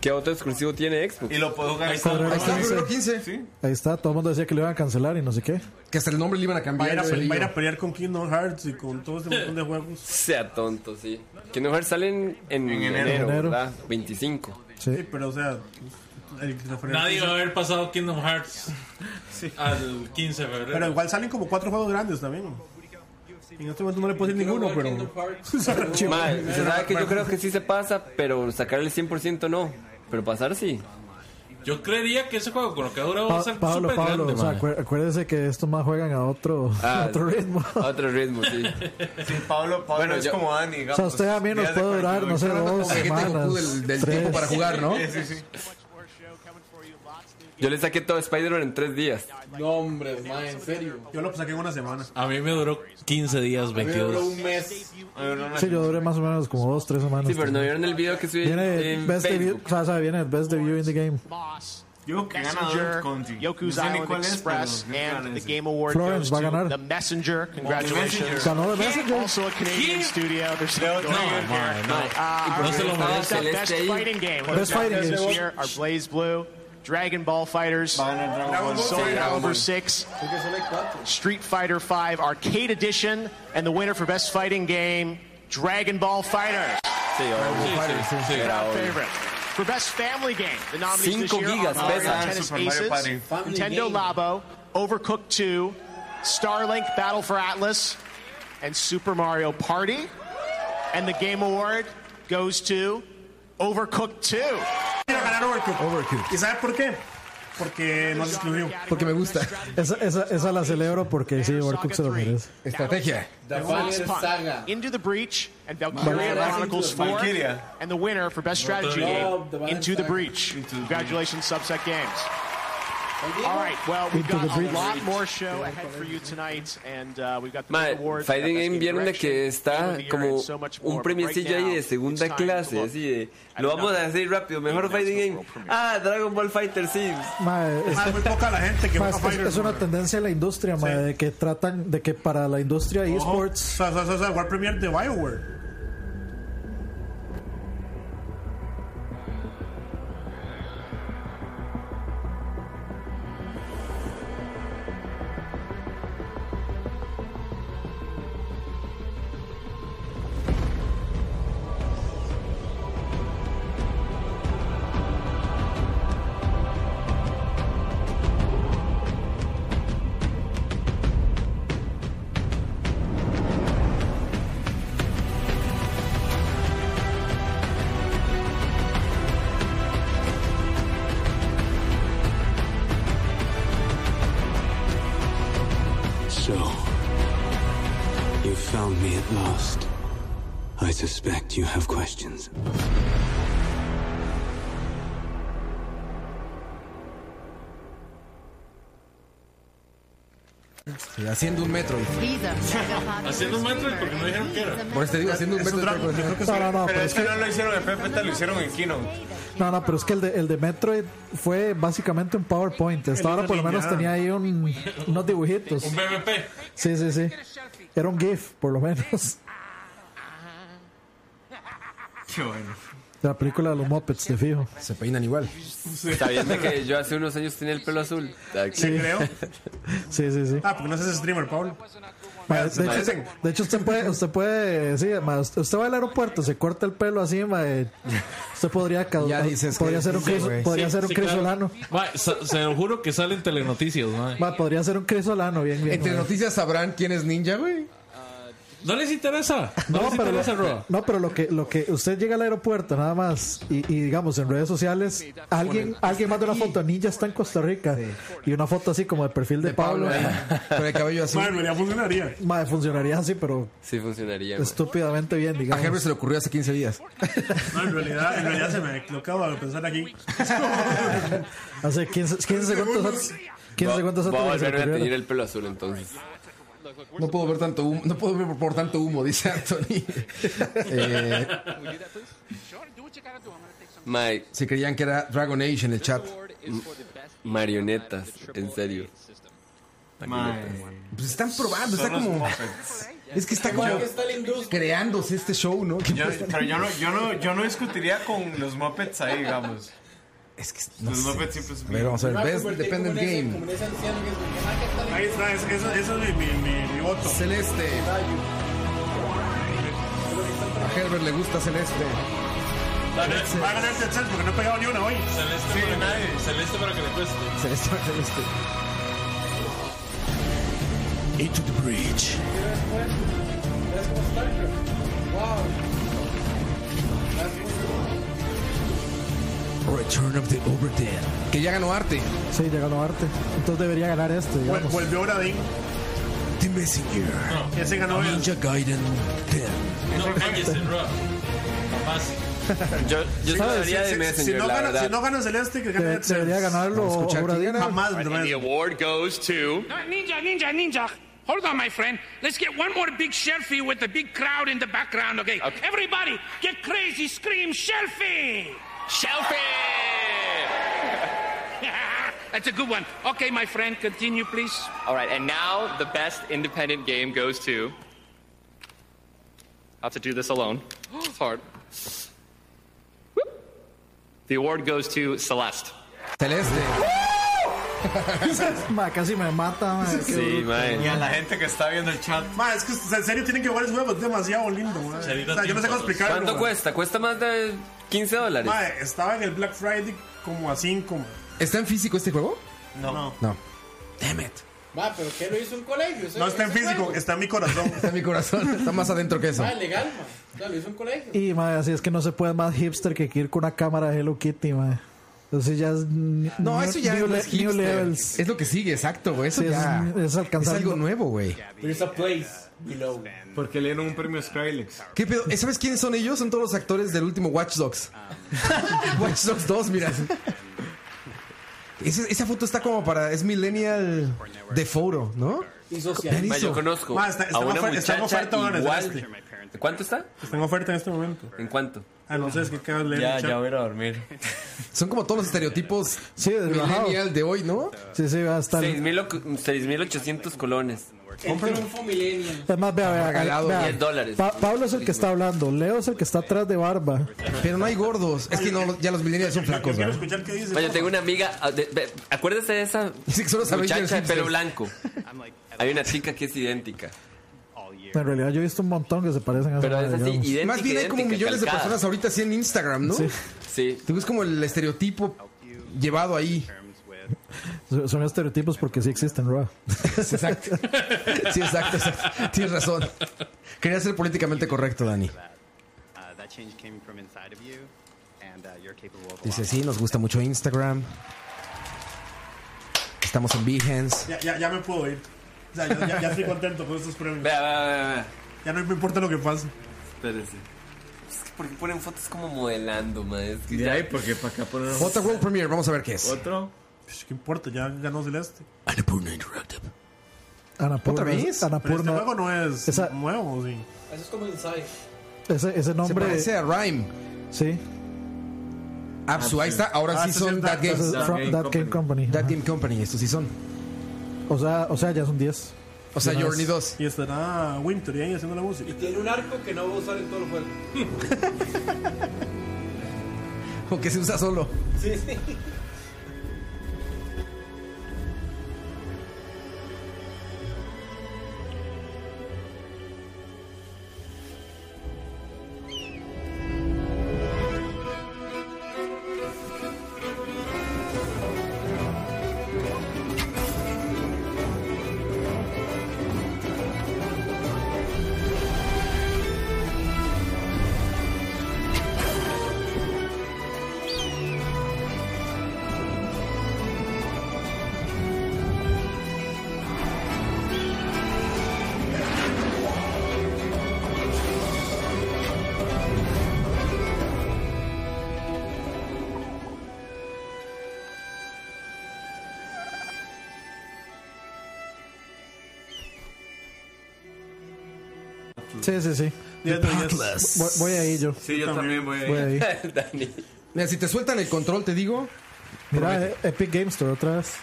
¿Qué otro exclusivo tiene Xbox? Y lo puedo jugar Ahí está, ahí está, ahí está. 15. Ahí está, todo el mundo decía que lo iban a cancelar y no sé qué. Que hasta el nombre le iban a Va a ir a, Vaya lío. va a ir a pelear con Kingdom Hearts y con todo este montón de juegos. Sea tonto, sí. Que no salen en, enero, enero. ¿verdad? 25. Sí. pero o sea, pues, el- la Nadie va a referencia- haber pasado Kingdom Hearts al 15 de febrero. Pero igual salen como cuatro juegos grandes también. En este momento no le puedo decir ninguno, pero. Mae, se sabe que yo creo que sí se pasa, pero sacar el 100% no. Pero pasar sí. Yo creería que ese juego con lo que ha durado va Pa- a ser Pablo, súper Pablo, grande, o sea, mae. acuér- acuérdese que estos más juegan a otro, Ah, a otro ritmo. A Ah, otro ritmo, sí. Sí, Pablo, Pablo Bueno, es yo- como Dani. O sea, usted a mí nos puede durar, no sé, dos semanas, tres. Sí, sí, sí. Yo le saqué todo Spider-Man en tres días. No, hombre, ma, en serio. Yo lo saqué en una semana. A mí me duró 15 días, Me duró 22. un mes. Sí, yo duré más o menos como dos, tres semanas. Sí, pero no vieron el video que subí Viene este en best debut, Facebook. o sea, o sea, viene el best debut in the game. Yo que gana Messenger, Conti. No Yoku's sé ni Island cuál es, Express, pero no and sé. the Game Award Florence goes va a to ganar. The Messenger. Congratulations. Ganó The Messenger. Also a Canadian studio. There's no, no. no, Uh, no Ah, se lo merece. Best fighting game. Best fighting this game. year are Blaze Blue, Dragon Ball Fighters, Ball. Soul Sí, Dragon Ball. Calibur 6, Street Fighter 5 Arcade Edition, and the winner for Best Fighting Game, Dragon Ball Fighter. Sí, obvio. Era obvio. favorite. For best family game, the nominees this Cinco year gigas, are Mario pesa. Tennis Super Mario Aces, Party. Family Nintendo game. Labo, Overcooked 2, Starlink Battle for Atlas, and Super Mario Party. And the game award goes to Overcooked 2. Iba a ganar Overcooked. ¿Y sabe por qué? Porque no se excluyó. Porque me gusta. Esa, esa, esa la celebro porque sí, Overcooked se lo merece. Estrategia. The Last Valkyrie Punt, Saga. Into the Breach and Valkyria Valkyria Chronicles 4. Valkyria. And the winner for best strategy No, game, the Valkyrie Into the Saga. Breach. Congratulations, Subset Games. All right. Well, we've Into got the a breach. lot more show ahead for you tonight, and uh, we've got the Mae, big awards. we've got Fighting Best Game vieron de que Direction, Game está of the Year, como and so much more, un but right premiecillo now, ahí de it's segunda time to clase, look así de lo vamos a hacer rápido, mejor Fighting Game. Ah, Dragon Ball Fighter sí. Mae, es- Ah, muy poca la gente que juega mae, es- es, Fighters. es una tendencia en la industria, mae, de que tratan de que para la industria eSports. O sea, o sea, o sea, World Premiere de Bioware. So, you found me at last. I suspect you have questions. Sí, haciendo un metro. Haciendo un Metroid porque no dijeron que era. Por eso te digo, haciendo un Es metro. este un drama, yo creo que No, no, pero no, pero es es que que- no lo hicieron en Pepeta, lo hicieron en Kino. No, no, pero es que el de, el de Metroid fue básicamente un PowerPoint. Esta ahora por lo menos tenía ahí un- unos dibujitos. Un BBP. Sí, sí, sí. Era un GIF, por lo menos. Qué bueno. De la película de los Muppets, te fijo. Se peinan igual. Sabiendo que yo hace unos años tenía el pelo azul. Sí. Creo. Sí, sí, sí. Ah, porque no haces streamer, Pablo. Ma, se de, hecho, parecen. de hecho, usted puede, usted puede, sí, ma, usted, usted va al aeropuerto, se corta el pelo así, ma, eh, usted podría, ca- podría ser un Sí, Chris- güey. podría Sí, ser un sí, Chris claro. Solano. Ma, se, se lo juro que sale en telenoticias, ma. Ma, podría ser un crisolano, bien, bien. Entre güey. noticias sabrán quién es ninja, güey. No les interesa. No, No, les pero, interesa, lo, Roa. no, pero lo que lo que usted llega al aeropuerto nada más y, y, digamos en redes sociales alguien alguien manda una foto ninja está en Costa Rica y una foto así como de perfil de, Pablo, Con el cabello así. Madre, ya funcionaría. Madre, funcionaría así, pero Sí funcionaría. güey. estúpidamente bien, digamos. A Herbert se le ocurrió hace 15 días. No, en realidad, en realidad se me equivocaba al pensar aquí. Hace 15, 15 segundos antes- Voy a 15 segundos antes de que se volver a ocurriera. tener el pelo azul entonces. No puedo ver tanto humo, no puedo ver por tanto humo, dice Anthony. Eh, Mike, se creían que era Dragon Age en el chat. marionetas, en serio. Marionetas. Pues están probando, Son está los como. Muppets. Es que está como Yo- creándose este show, ¿no? Yo- pero yo no, yo, no, yo no discutiría con los Muppets ahí, digamos. Es que los sé. Muppets siempre A ver, vamos a ver. Best Dependent Game. Ahí está, es- eso, eso es mi, mi, mi, mi voto. Celeste. A Herbert le gusta este. Celeste. Va a ganar el tercer porque no he pegado ni una hoy. Celeste, para, que, celeste para que le cueste. Celeste, Celeste. Into the breach. Return of the Overdead. Que ya ganó arte. Sí, ya ganó arte. Entonces debería ganar este, digamos. Volvió Obradín. The Messenger. Ese ganó el. Ninja Gaiden 10. No cállese, Roa. Jamás. Yo, Sí, sí, sí, si, no gana, si no gana Celeste, que gane De- el tercer. debería ganarlo Vamos a escuchar Obradín. quién gana. Jamás, Right, no and es- the award goes to. Ninja, ninja, ninja. Hold on, my friend. Let's get one more big selfie with the big crowd in the background, okay? Everybody, get crazy, scream, selfie! Selfie! That's a good one. Okay, my friend, continue, please. All right, and now the best independent game goes to. I have to do this alone. It's hard. Whoop. The award goes to Celeste. Celeste. Ma, casi me mata, ma, qué bruto. Y a la gente que está viendo el chat. Ma, es que o sea, en serio tienen que jugar ese juego, es demasiado lindo, ma. O sea, yo no sé cómo explicarlo. ¿Cuánto ma. cuesta? Cuesta más de 15 dólares. Ma, estaba en el Black Friday como a 5, ma. ¿Está en físico este juego? No. no. No. Va, pero ¿qué lo hizo un colegio? Ese- No está en ese físico, juego. está en mi corazón. Está en mi corazón. Está más adentro que eso. Va, Ah, legal, man. O sea, lo hizo un colegio. Y madre, así es que no se puede más hipster que ir con una cámara de Hello Kitty, madre. Entonces ya es. No, eso ya no es hipster. levels. Es lo que sigue, exacto, güey. Eso Sí, es- ya es alcanzando- algo nuevo, güey. There's a place below. Porque le dieron un premio Skrillex. ¿Qué pedo? Eh, ¿Sabes quiénes son ellos? Son todos los actores del último Watch Dogs. Watch Dogs 2, mira. Ese- esa foto está como para. Es Millennial de foro, ¿no? Y Vean Ma, eso. yo conozco Ma, está- está a una en oferta- está en muchacha oferta ahora, igual. Celeste. ¿Cuánto está? Está en oferta en este momento. ¿En cuánto? Ah, no sé, es que acabo de leer. Ya, el chat. ya voy a ir a dormir. Son como todos los estereotipos desbajados. Millennial de hoy, ¿no? Sí, sí, va a estar. 6.800 colones. El triunfo millennial. Es más, vea, vea, Regalado vea. 10 dólares. Pa- Pablo es el que está hablando, Leo es el que está atrás de barba. Pero no hay gordos. Es que no, ya los millennials son flacos, ¿verdad? Escuchar qué dice. Oye, tengo una amiga. ah, de- de- acuérdese de esa que solo sabéis que muchacha de eres hipster. pelo blanco. Hay una chica que es idéntica. En realidad, yo he visto un montón que se parecen a esa Pero es madre, así, digamos. idéntica, Más bien hay como idéntica, millones de calcada. personas ahorita así en Instagram, ¿no? Sí. Sí. Tú ves como el estereotipo llevado ahí. Son- Son estereotipos porque sí existen, Roa. Exacto. Sí, exacto, exacto. Tienes razón. Quería ser políticamente correcto, Dani. Uh, that change came from inside of you, and uh, you're capable of. a Dice, lot. sí, nos gusta mucho Instagram. Estamos en Behance. Ya, ya, ya me puedo ir. O sea, ya, ya- ya estoy contento con estos premios. Vea, vea, vea, vea. Ya no me importa lo que pase. Espérese. Es que porque ponen fotos como modelando, man. Es que De ahí, porque para acá poner Otra World Premiere, vamos a ver qué es. otro. Pues, ¿Qué importa? Ya ganó Celeste. Anapurna. ¿Otra vez? Pero este Anapurna. juego no es Esa- nuevo, sí. Eso es como Inside. Ese, ese nombre. parece a Rhyme. Sí. Apsu, ahí está. Ahora Ah, sí sí, son sí, That, That- Games. That- From That Game Company. That Game Company, estos sí son. O sea, o sea, ya son 10. O sea, De una Journey vez. 2. Y estará Winter y ahí haciendo la música. Tiene un arco que no va a usar en todo el juego. O que se usa solo. Sí, sí. Sí, sí, sí. The Pathless. Voy, voy ahí yo. Sí, yo también voy ahí. ahí. Mira, si te sueltan el control, te digo. Mira, eh, Epic Game Store otra vez.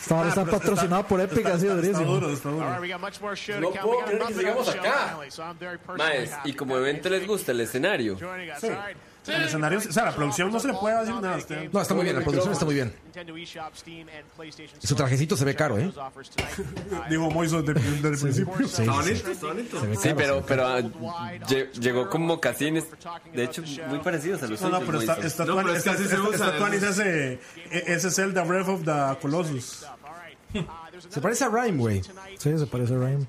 Está, Ah, está pero patrocinado está- por Epic, está- ha sido está- está durísimo. duro, está All right, we got much more show to No come. We puedo got creer que nothing on sigamos the show acá. finally, so I'm very personally Maes, happy. y como evento les gusta el escenario. joining us. Sí. All right. El escenario, o sea, la producción no se le puede decir nada a usted. No, está muy bien, la producción está muy bien. Nintendo eShop, Steam, and PlayStation. Su trajecito se ve caro, ¿eh? Digo, Moiso desde, desde el principio. sí, sí. Sí, pero, pero ah, lle- llegó con mocasines. De hecho, muy parecidos a los No, no, suyos, pero está, Moisés. está, Tuanis- está, está- está Tuanis este ese, e- ese Zelda Breath of the Colossus. Se parece a Rhyme, güey. Sí, se parece a Rhyme.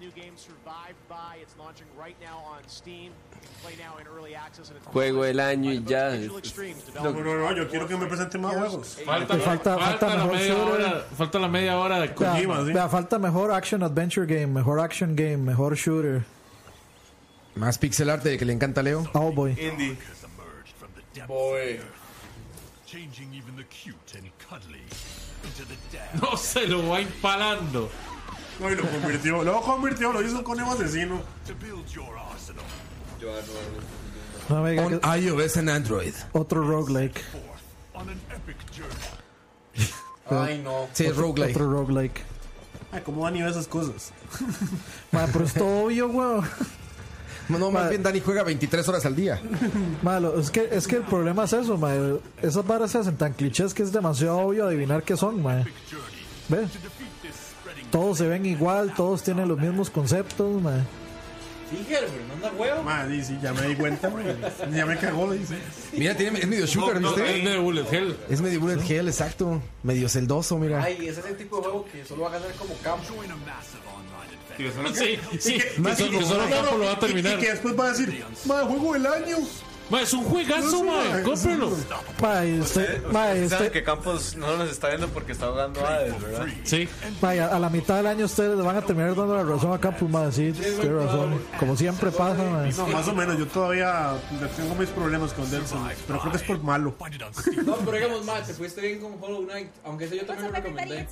Juego del año y ya. es- es No, lo- no, no, yo quiero que me presenten más juegos. Falta, falta, la mejor media shooter. hora, falta la media hora de Vea, Kojima, ¿sí? vea, falta mejor action adventure game, mejor action game, mejor shooter. Más pixel arte que le encanta a Leo. Oh boy. Indie. Boy. Changing even the cute and cuddly into the No se lo va impalando. No, y lo convirtió, lo convirtió, lo hizo un conejo asesino. No me diga On que- iOS and Android. Otro roguelike. Ay, no. Sí, es Otro- roguelike. Otro roguelike. Ay, ¿cómo van a ir esas cosas? Ma, Ah, pero es todo obvio, weón. No, más bien Dani juega 23 horas al día. Malo, es que, es que el problema es eso, ma. Esas barras se hacen tan clichés que es demasiado obvio adivinar qué son, ma. ¿Ve? Todos se ven igual, todos tienen los mismos conceptos, ma. Sí, Herbert, no anda huevo. Madre, sí, ya me di cuenta, güey. Ya me cagó, dice. Mira, tiene, es medio shooter, No, no, ¿viste? es medio bullet hell. Es medio bullet hell, exacto. Medio celdoso, mira. Ay, ese es el tipo de juego que solo va a ganar como campo. Sí, sí. Y que solo- que solo no, no, Campo lo va a y- terminar. Y, que después va a decir, madre, juego del año. Ma, es un juegazo, ma. Cómprelo. Ma, y usted, ma, este- y Saben usted- que Campos no nos está viendo porque está jugando Hades, ¿verdad? Sí. Vaya, a la mitad del año ustedes le van a terminar dando la razón pues, a Campus Más. Sí, tiene razón. Como siempre pasa, ma. No, más o menos, yo todavía tengo mis problemas con Delson, pero creo que es por malo. No, pero digamos, más, te fuiste bien con Hollow Knight. Aunque ese yo también lo recomendé.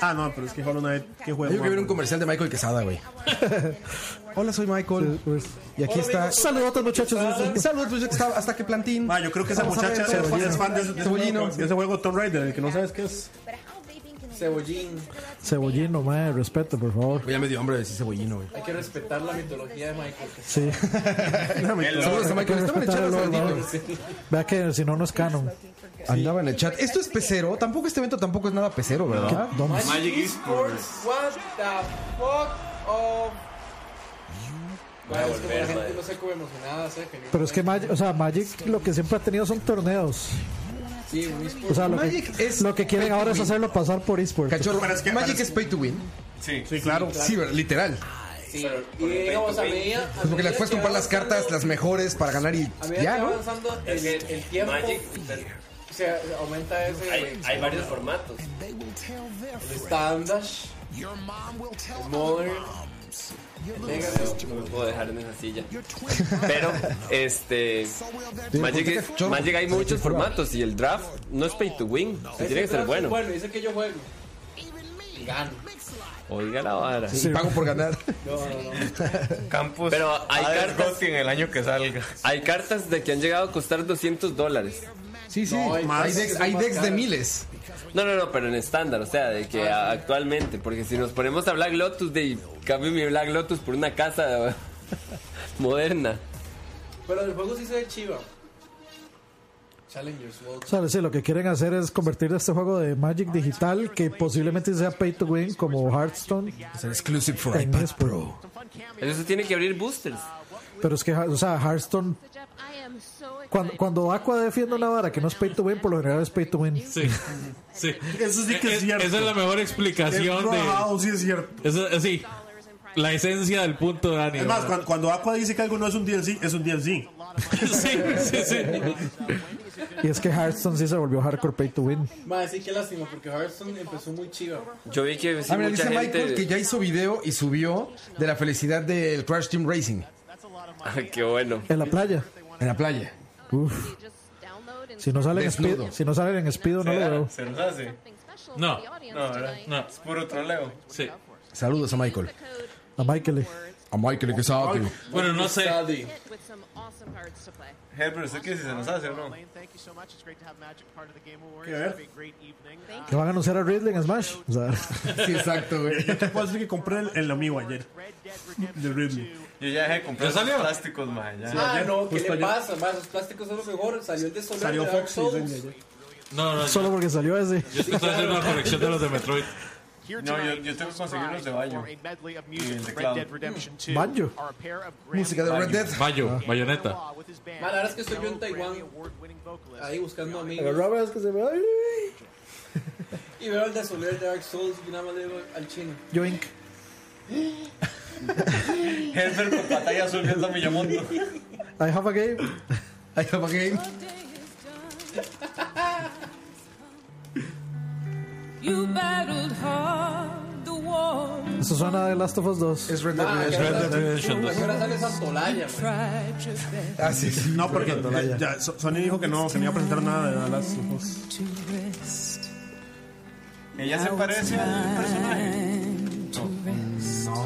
Ah, no, pero es que Hollow Knight, qué juego. Tengo que ver un comercial de Michael Quesada, güey. Hola, soy Michael. Y aquí está. Saludos, muchachos. pues. Saludos, muchachos. Hasta que plantín. Ah, yo creo que esa Vamos a ver, muchacha es fan- Cebollino. es fan de ese, de ese Cebollino. juego, de ese juego Tomb Raider, el que no sabes qué es. Cebollín. Cebollino, ma, respeto, por favor. Ya me dio hambre de decir cebollino, güey. Hay que respetar la mitología de Michael. Sí. Saludos a Michael. Estaba en el chat hace ratito. Vea que si no, no es canon. Andaba en el chat. Esto es pecero. Tampoco este evento tampoco es nada pecero, ¿verdad? ¿Qué? ¿Dónde? Magic Esports. What the fuck of. Bueno, es que la gente no sé cómo emocionada, eh, sé que Pero es que Magic, o sea, Magic lo que siempre ha tenido son torneos. Sí, un esports. O sea, lo que, Magic es lo que quieren pay to ahora es win. hacerlo pasar por esports. Cachorro, Magic es pay to win. Sí, sí, claro. Sí, ¿verdad? literal. Sí, y digamos, a medida. a Pues porque medida les puedes que comprar las avanzando- cartas, las mejores para ganar y A medida ya, que va ¿no? avanzando el, Este, el tiempo, se aumenta ese. Hay, hay varios formatos. El estándar, el modern. el legacy. No me puedo dejar en esa silla. Pero, este. Magic, es- Magic hay muchos formatos y el draft no es pay to win. Se tiene que ser bueno. dice que yo juego. Y Gano. Oiga la vara. Sí, pago por ganar. Campos. Pero hay Hades cartas- Gotti en el año que salga. Hay cartas de que han llegado a costar 200 dólares. Sí, sí. hay, decks, hay decks de miles. No, no, no, pero en estándar, o sea, de que a- actualmente, porque si nos ponemos a Black Lotus, de cambio mi Black Lotus por una casa moderna. Pero el juego sí se ve chiva. Challengers World. O sea, sí, lo que quieren hacer es convertir este juego de Magic digital que posiblemente sea pay to win como Hearthstone. Es exclusive for En iPad eSport. Pro. Eso tiene que abrir boosters. Pero es que, o sea, Hearthstone. Cuando, cuando Aqua defiende una vara que no es pay to win, por lo general es pay to win. Sí. Sí. Eso sí que es E- e- cierto. Esa es la mejor explicación El de. Roadhouse sí es cierto. Eso, eh, sí. La esencia del punto de Dani. Es más, cuando, cuando Aqua dice que algo no es un DLC, es un DLC. sí, sí, sí. Y es que Hearthstone sí se volvió hardcore pay to win. Madre, sí, qué lástima, porque Hearthstone empezó muy chiva. Yo vi que sí, Ah, mira, mucha dice gente... Michael que ya hizo video y subió de la felicidad del Crash Team Racing Ah, qué bueno. En la playa. en la playa. Uf. Si no sale en Desnudo. Speed, si no sale en Speedo, no lo veo. ¿Se nos hace? No. No, ¿verdad? No. Es puro troleo. Sí. Saludos a Michael. A Michael. A Michael que sabe. Bueno, no sé. Herbert, ¿usted qué dice? ¿Se nos hace o no? Que van a anunciar a Ridley en Smash. O sea, Sí, exacto, güey. Yo te puedo decir que compré el, el amigo ayer. De Ridley. Yo ya dejé de comprar ¿Ya salió? esos plásticos, man. Ya. Ah, ayer, no, ¿qué justo le ayer. pasa? Más los plásticos son lo mejor. Salió el de Soler. Salió de Dark Fox Souls. Disney ayer. No, no. Yo solo porque salió ese. estoy haciendo una colección de los de Metroid. No, yo, yo tengo que conseguir los de Bayo. Y el teclado. Banjo. Música de Red Dead. Ah. Bayo, bayoneta. Man, Mm. la verdad es que estoy yo en Taiwán. Ahí buscando amigos. Agarraba, es que se ve, ay, Y veo el de Soler de Dark Souls y nada más le digo al chino. Yoink. Herbert con pantalla azul viendo a Miyamoto. I have a game. I have a game. You battled hard the war. Eso suena de Last of Us 2. Es Red Ah, Dead que ahora- Redemption. Ahora sale Santolaya, Tried man. your best Ah, sí, sí. No, porque ya, ya, So- Sony dijo que no, que no iba a presentar nada de Dallas. to rest. Ella se parece al personaje. No,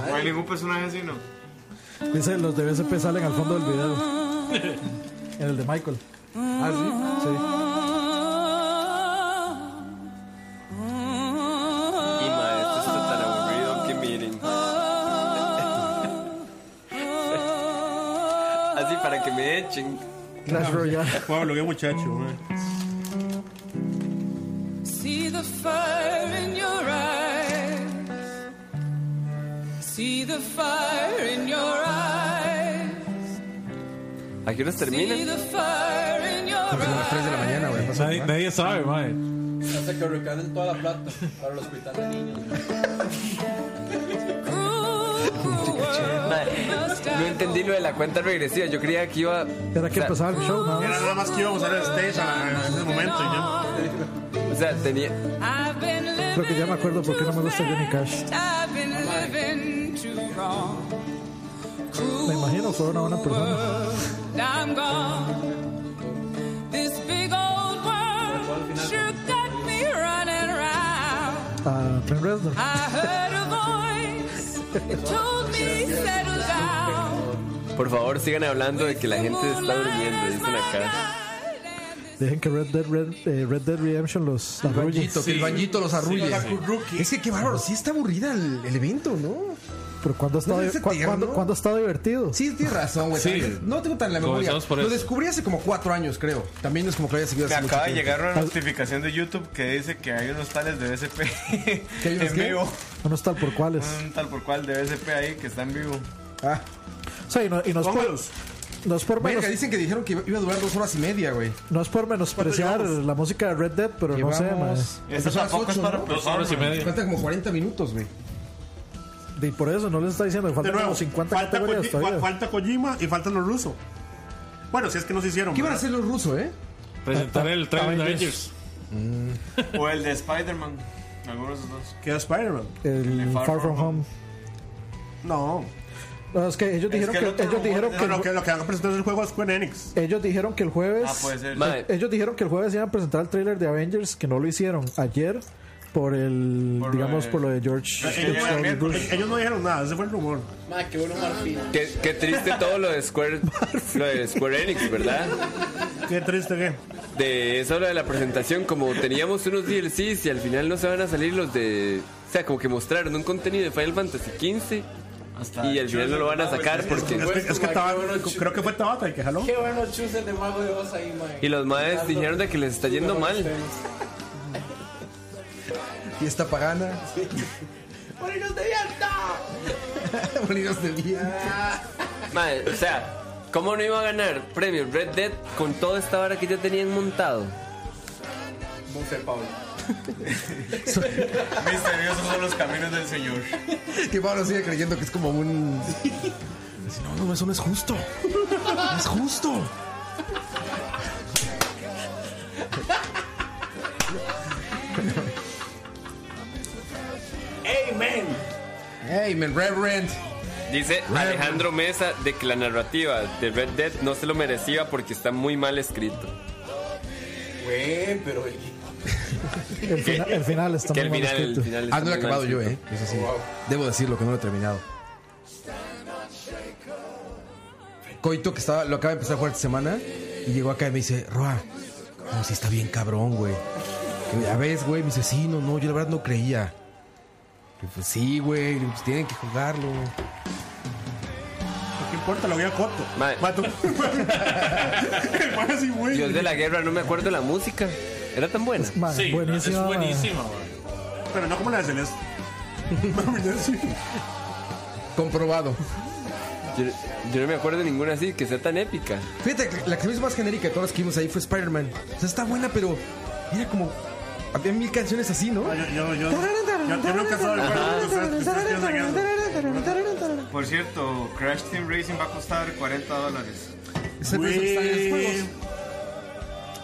no hay ningún personaje así, ¿no? Dice, los de BSP salen al fondo del video. En el de Michael. Ah, Sí. Y ma, esto está tan aburrido que miren. Así para que me echen. Clash Royale. Pablo, qué muchacho, man. See the fire in your eyes. See the fire in your eyes. ¿A qué horas See termina? the fire in your Son como las 3 de la mañana, güey. Pasa- Nadie, nadie sabe, mae. Hasta que recauden toda la plata para el hospital de niños. Ma, No entendí lo de la cuenta regresiva. Yo creía que iba. Era que o sea, empezaba el show, ¿no? Era nada más que íbamos a usar el stage a- en ese momento. y ya. O sea, tenía. I've been Creo que ya me acuerdo por qué no me gusta Johnny Cash. I've been living too wrong. Me imagino fue una buena persona. I'm gone. This big old world sure got me running around. A Trent Reznor. I heard a voice that told me settle down. Por favor, sigan hablando de que la gente está durmiendo, dicen acá. Dejen que Red Dead, Red, eh, Red Dead Redemption los arrulle. Banjito, que el bañito los arrulle. Es que qué bárbaro, sí está aburrida el, el evento, ¿no? Pero cuando ha estado, ¿No es ese cu- tierno? cuando, cuando ha estado divertido. Sí, tienes razón, güey. Sí. No tengo tan la memoria. Comenzamos por Lo eso. descubrí hace como cuatro años, creo. También es como que lo había seguido Me hace mucho acaba de tiempo. llegar una notificación de YouTube que dice que hay unos tales de BSP ¿Que hay unos en qué? vivo. Ah, No está por cuáles. Un tal por cual de BSP ahí que está en vivo. Ah, O sea, y no, y no es por, Póngalos. no es por menos- verga, dicen que dijeron que iba iba a durar dos horas y media, güey. no es por menospreciar la música de Red Dead, pero no sé, man. Llevamos. Esta Empezó a las tampoco es ocho, para ¿no? Dos horas y media. Falta como 40 minutos, güey. Y por eso no les está diciendo que De faltan nuevo, como 50 falta, categorías Koji- fa- todavía. falta Kojima y faltan los rusos. Bueno, si es que nos hicieron. ¿Qué iban a ¿verdad? hacer los rusos, eh? Presentar el trailer de Avengers. Avengers. O el de Spider-Man. Algunos de esos dos. ¿Qué era Spider-Man? El Far, From Home. No. No, es que ellos Es dijeron que el que, otro ellos rumor dijeron es que, No, lo que, lo que van a presentar es el juego a Square Enix. ellos dijeron que el jueves Ah, puede ser. Mae, ellos dijeron que el jueves iban a presentar el tráiler de Avengers que no lo hicieron ayer por el, Por lo digamos, de- por lo de George. Ellos, George Bush. ellos no dijeron nada, ese fue el rumor. Ma, Ah, qué bueno Marfil. Qué, qué triste todo lo de Square, lo de Square Enix, ¿verdad? Qué triste que. De eso lo de la presentación, como teníamos unos DLCs y al final no se van a salir los de. O sea, como que mostraron un contenido de Final Fantasy XV y al final no lo van a sacar porque. Pues, Es que, es que Tabata- creo que fue Tabata el que jaló. Qué bueno chus el de Mago de Oz ahí, mae. Y los madres dijeron de que les está yendo mal. Fiesta pagana. ¡Morirnos de viento! Molinos de viento. Madre, o sea, ¿cómo no iba a ganar premio Red Dead con toda esta vara que ya tenían montado? No sé, Pablo. Misteriosos son los caminos del Señor. Que Pablo sigue creyendo que es como un. Dice, No, no, eso no es justo. No es justo. Amen. Hey, man, Reverend. Dice Alejandro Mesa de que la narrativa de Red Dead no se lo merecía porque está muy mal escrito. Güey, pero el El, fina- el final está Que muy el mal final- el escrito. final Ah, no lo he acabado yo, eh. Eso sí. Debo decirlo que no lo he terminado. Coito, que estaba, lo acaba de empezar a jugar esta semana, y llegó acá y me dice, Roa, no, sí está bien cabrón, güey. A ves, güey, me dice, sí, no, no, yo la verdad no creía. Y pues sí, güey, pues tienen que jugarlo. ¿Qué importa? Lo voy a Coto. Mato. El mae así, güey. Dios de la guerra, no me acuerdo la música. Era tan buena. Sí, buenísima. es buenísima, Pero no como la de Celeste. Mami, ya sí. Comprobado. Yo, yo no me acuerdo de ninguna así que sea tan épica. Fíjate, que la que se me hizo más genérica de todas las que vimos ahí fue Spider-Man. O sea, está buena, pero era como. Había mil canciones así, ¿no? Ah, Yo, yo, yo, yo, yo nunca sabe cuál es ustedes- ustedes piensan en eso. Por cierto, Crash Team Racing va a costar 40 dólares. Es el precio que salen los juegos.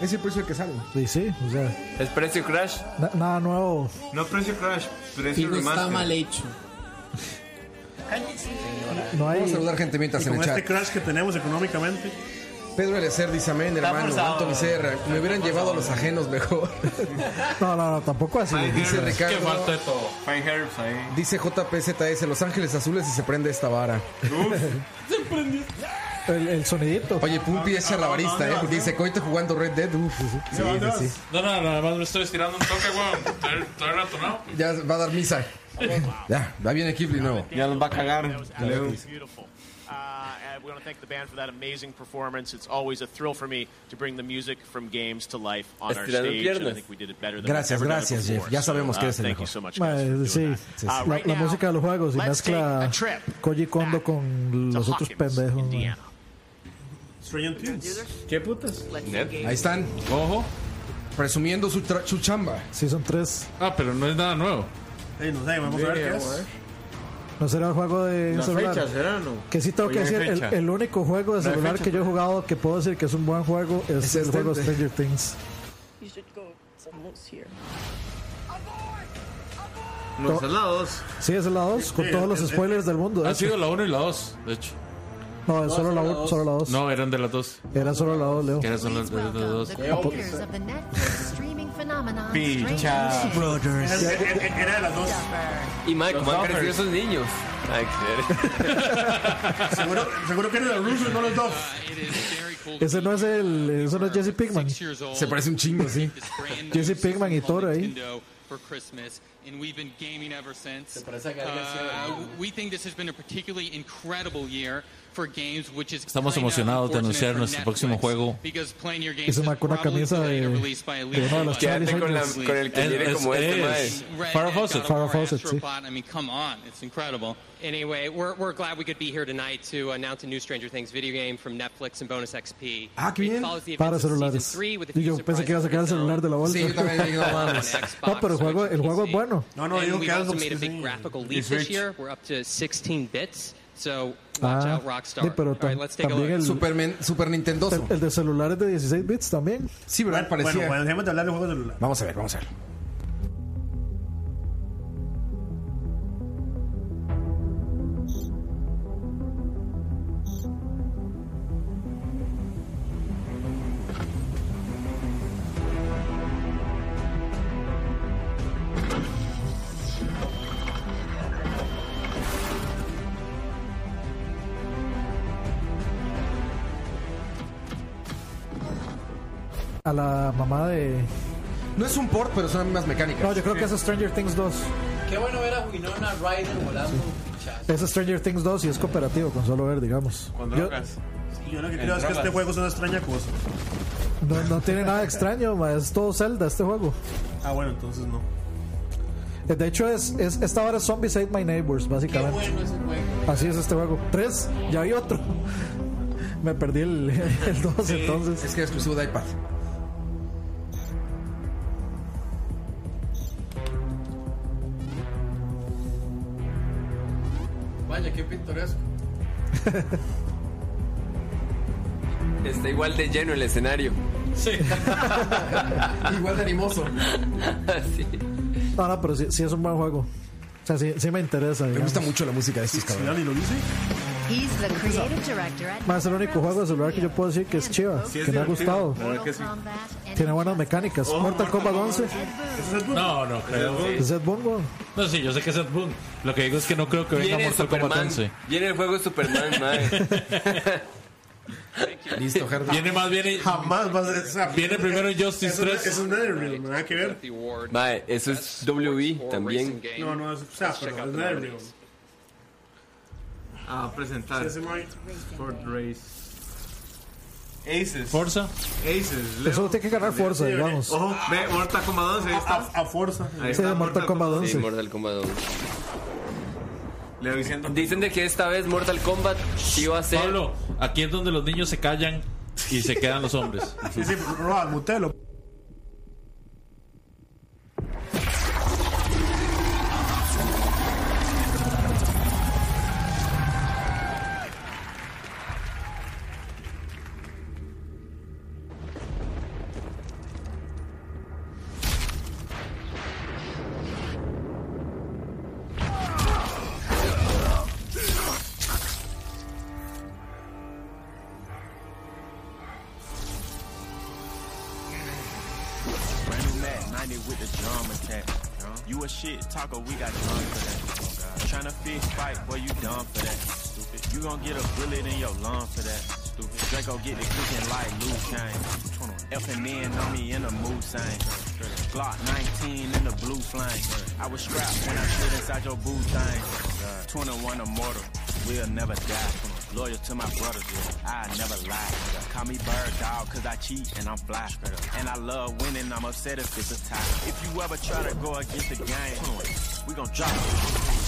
Es el precio que salen. Sí, sí, o sea, ¿Es precio Crash? na- nada nuevo. No precio Crash, Y precio no está remaster. mal hecho. No hay. Vamos a saludar gente mientras Y en con el este chat. crash que tenemos económicamente. Pedro Elecer dice amén, Está hermano. forzado. Anthony Serra. Me hubieran llevado a los ajenos mejor. No, no, no, tampoco así. Dice Qué falta Ricardo. de todo. Fine Herbs ahí. Dice JPZS, Los Ángeles Azules y se prende esta vara. El, el sonidito. Oye, Pumpi es charlabarista, ¿eh? Porque dice, coito jugando Red Dead. Uf, uf. Sí, sí, sí. No, no, no, además me estoy estirando un toque, weón. Estoy ratonado. Ya va a dar misa. Ya, va bien Kipling nuevo. Ya los va a cagar. Leo. Beautiful. Uh, and we want to thank the band for that amazing performance. It's always a thrill for me to bring the music from games to life on our Estirando stage. And I piernas. think we did it better than Gracias, we've ever gracias, done it Jeff. before. Ya sabemos so, que uh, eres el thank mejor. you so much. Ma, sí, sí. Ah, La, la música de los juegos y mezcla Koji Kondo con los otros pendejos. ma. Stranger Things. ¿Qué putas? Ahí están. Ojo. Presumiendo su, tra- su chamba. Sí, son tres. Ah, pero no es nada nuevo. Ey, no sé, vamos a ver qué ¿eh? es. No será el juego de Las celular. fechas, ¿será o no? Que sí tengo Oye, que no hay decir, el, fecha. el único juego de No hay celular fecha. que yo he jugado que puedo decir que es un buen juego es, Es el este. juego Stranger Things. You should go. Someone's here. No, esa es la Sí, es la 2, con todos los spoilers del mundo. de Han hecho. sido la 1 y la 2, de hecho. No, es solo la 1, solo la 2. No, eran de las 2. Era solo la 2, Leo. Eran solo de las dos. Creators of the Netflix streaming phenomenon Picha. Stranger Brothers. Era de las dos. Y madre, Los ¿cómo han buffers. crecido esos niños? Ay, qué Seguro, seguro que era de ruso y no los dos. Ese no es el. Eso no es Jesse Pinkman. Se parece un chingo, sí. Jesse Pinkman y Thor ahí. Nintendo for Christmas, and we've been gaming ever since. parece que alguien se Uh, lo- we think this has been a particularly incredible year for games, which is Estamos kinda emocionados de anunciar unfortunate nuestro for próximo Netflix, juego. because playing your Y games se is marcó una probably camisa de, delayed de or uno released by at least de los Quédate Charlie con la- Hunnels. con el que Es- viene es- como este, es mae. Farrah Fawcett. Farrah Fawcett, sí. Astrobot. I mean, come on, it's incredible. Anyway, we're, we're glad we could be here tonight to announce a new Stranger Things video game from Netflix and Bonus XP. Ah, qué bien. It follows the events Para of season celulares. three with a Y few yo pensé que iba a sacar surprises el celular de la bolsa. on its own. On Xbox, no, pero el juego, el juego es bueno. and we've also made a big sí. graphical Y leap Switch. this year. We're up to 16 bits, so watch Ah, out, sí, Rockstar. pero All right, tam- let's take a también look. el, Superman- Super Nintendo. el, el de celulares de 16 bits también. Sí, ¿verdad? Bueno, Parecía. bueno, dejemos de hablar de juegos de celular. Vamos a ver, vamos a ver. a la mamá de. No es un port, pero son las mismas mecánicas. No, yo creo que es Stranger Things 2. Qué bueno ver a Winona Ryder volando pichas. Es Stranger Things 2 y es cooperativo con solo ver, digamos. Con Yo- drogas. Yo lo que creo es que este juego es una extraña cosa. no, no tiene nada extraño, ma, es todo Zelda este juego. Ah, bueno, entonces no. Eh, De hecho, es, es esta hora es Zombies Ate My Neighbors, básicamente. Así es este juego. Tres, ya hay otro. Me perdí el, el 2 entonces. Es que es exclusivo de iPad. Vaya, qué pintoresco. Está igual de lleno el escenario. Sí. Igual de animoso. Ah, No, no, pero sí, sí es un buen juego. O sea, sí, sí me interesa. Me gusta mucho la música de estos cabrones. He's the creative director at Más el único juego de celular que yo puedo decir que es Ah, chiva, Sí, es que me ha divertido. gustado. La verdad que sí. Tiene buenas mecánicas. Oh, Mortal Kombat 11. No, no creo. Zed Bungo. No, sí, yo sé que es Ed Boon. Lo que digo es que no creo que venga Viene Mortal Kombat Superman. 11. Viene el juego de Superman, mae. Listo, Gerda. Viene más, viene. Jamás va a ser. Viene primero Justice eso 3. Es, eso es Netherrealm, nada que ver. Mae, eso es WB también. No, no, es, o sea, pero es Netherrealm. A presentar. Sí, sí, Mike. Ford Race. Aces. Forza. Aces. Leo. Eso lo tiene que ganar Forza, digamos. Ojo, ve, Mortal Kombat 11. Ahí A, está. a Forza. Ahí Sí, está Mortal Kombat 11. Sí, Mortal Kombat 11. Leo diciendo. Dicen de que esta vez Mortal Kombat sí va a ser. Pablo, aquí es donde los niños se callan y se quedan los hombres. Sí, sí, Rob, mutelo. Brand new Mac, 90 with the drum attack. You a shit talker, we got done for that. Tryna fix fight, boy, you dumb for that. Stupid. You gon' get a bullet in your lung for that. Stupid. Draco get the cooking like Liu Kang. F and N on me in the mood sign. Glock 19 in the blue flame. I was strapped when I stood inside your boo thing. 21 immortal, we'll never die. Loyal to my brothers, I never lie. Call me bird dog, cause I cheat and I'm fly. And I love winning, I'm upset if it's a tie. If you ever try to go against the game, we gon' drop it.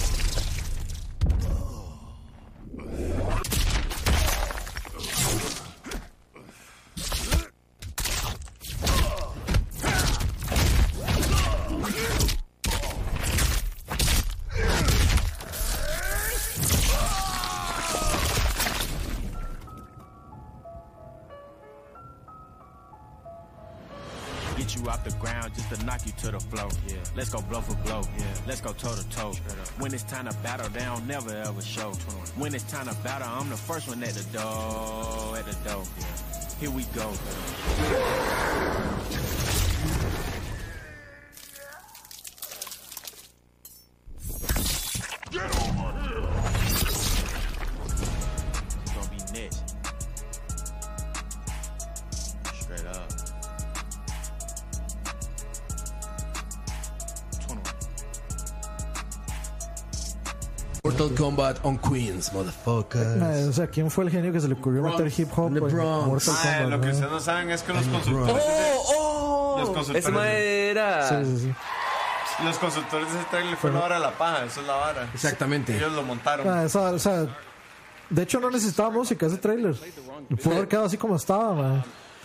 Get you off the ground just to knock you to the floor. Yeah. Let's go blow for blow. Yeah. Let's go toe to toe. When it's time to battle, they don't never ever show. When it's time to battle, I'm the first one at the door. At the door. Yeah. Here we go. It's gonna be next. Straight up. 21. Mortal Kombat on Queens, motherfucker. Eh, o sea, ¿quién fue el genio que se le ocurrió meter hip hop? en LeBron. Mortal Ah, Kombat, lo que ¿no? ustedes no saben es que los consultores. Los consultores. ¡Oh, Ese mae era. Sí, sí, sí. Los consultores de ese trailer fueron ahora la paja, eso es la vara. Exactamente. Ellos lo montaron. Ah, esa- o sea, de hecho, no necesitaba música ese trailer. Pudo haber quedado así como estaba, man.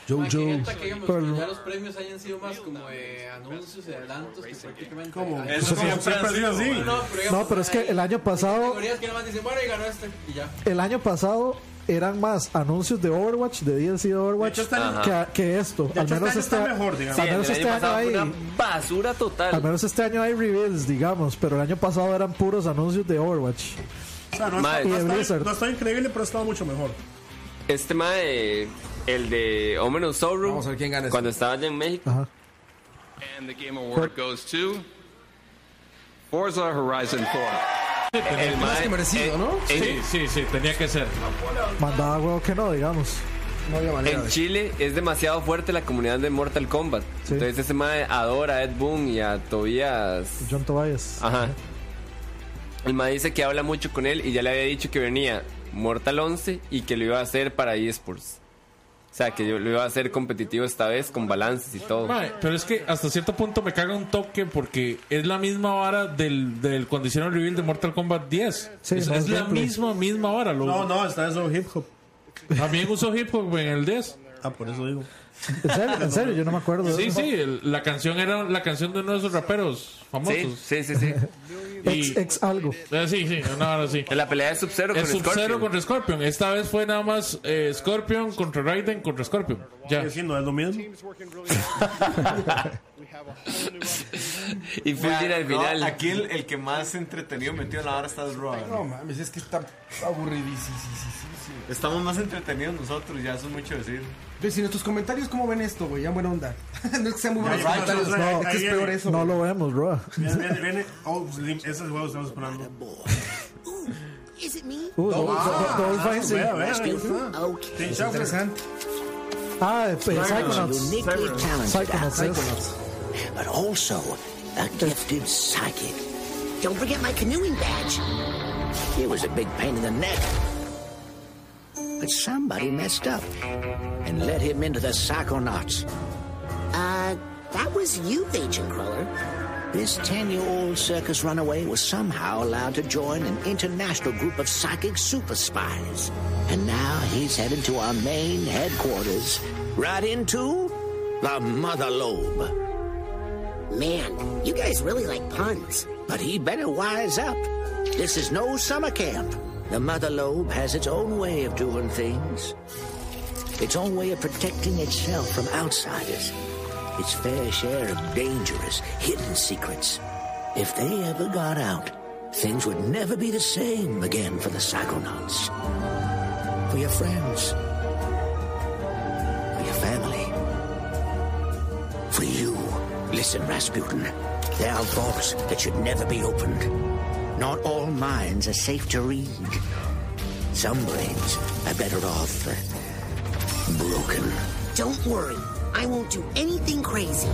Jojo. Ahorita que digamos Pero- que ya los premios hayan sido más como de anuncios y adelantos que prácticamente. ¿Cómo? Hay Eso Entonces, siempre ha sido así. No, pero, digamos, No, pero es que el año pasado, categorías que nada más dicen, bueno, y ganó este y ya. el año pasado eran más anuncios de Overwatch, de DLC de Overwatch, De hecho, está- que, que esto. De al hecho, menos este este, año está mejor, digamos. Sí, al el menos del este año año pasado hay, fue una basura al total. menos este año hay reveals, digamos, pero el año pasado eran puros anuncios de Overwatch. O sea, no Mae. está, no Y de está- Blizzard. no está increíble, pero está mucho mejor. Este mae, el de Omen of Sorrow, Vamos a ver quién gana eso. cuando estaba allá en México. And the game award goes to Forza Horizon 4. Más que merecido, ¿no? eh, Sí, sí, sí, tenía que ser. Mandaba huevo que no, digamos. No había manera. En de- Chile es demasiado fuerte la comunidad de Mortal Kombat. Entonces ese mae adora a Ed Boon y a Tobias. John Tobias. Ajá. El mae dice que habla mucho con él y ya le había dicho que venía Mortal 11 y que lo iba a hacer para eSports. O sea, que yo lo iba a hacer competitivo esta vez con balances y todo. Mae, pero es que hasta cierto punto me caga un toque porque es la misma vara del, del conditional reveal de Mortal Kombat 10. Sí, es no es es la gameplay. misma, misma vara. Lo, No, no, está eso hip hop. También usó hip hop en el 10. Ah, por eso digo. En serio, en serio, yo no me acuerdo. de Sí, eso. sí, el- la canción era la canción de uno de esos raperos famosos. Sí, sí, sí. Ex, ex algo. Eh, Sí, sí, una hora sí. La pelea de Sub-Zero Es con Sub-Zero Scorpion. contra Scorpion. Esta vez fue nada más eh, Scorpion contra Raiden contra Scorpion. Ya. no es lo mismo. Y fue Fulgir al final. aquí el, el que más entretenido metido en la hora está es Roa. No mames, es que está aburridísimo. Estamos más entretenidos nosotros, ya eso es mucho decir. Pues, y nuestros comentarios, ¿cómo ven esto, güey? Ya buena onda. no es que sean muy buenos Ya, ya, comentarios, ya, ya, no, ya, es que es ya, peor ya. eso. No lo vemos, bro. Viene, viene, viene. Oh, Slim, ese es el juego que estamos esperando. Is it me? Uh, Double- Ah, Double ah, Fancy. vea, vea, ahí Es está. Sí, chao, pues. interesante. Ah, eh, Psychonauts. uniquely talented Psychonauts, ¿eh? athlete, but also a gifted psychic. Don't forget my canoeing badge. It was a big pain in the neck. But somebody messed up and let him into the psychonauts. Uh, that was you, Agent Crawler. This 10 year old circus runaway was somehow allowed to join an international group of psychic super spies. And now he's headed to our main headquarters, right into the Mother Lobe. Man, you guys really like puns. But he better wise up. This is no summer camp. The Mother Lobe has its own way of doing things, its own way of protecting itself from outsiders its fair share of dangerous, hidden secrets. If they ever got out, things would never be the same again for the Psychonauts. For your friends. For your family. For you. Listen, Rasputin. There are vaults that should never be opened. Not all minds are safe to read. Some brains are better off uh, broken. Don't worry, I won't do anything crazy.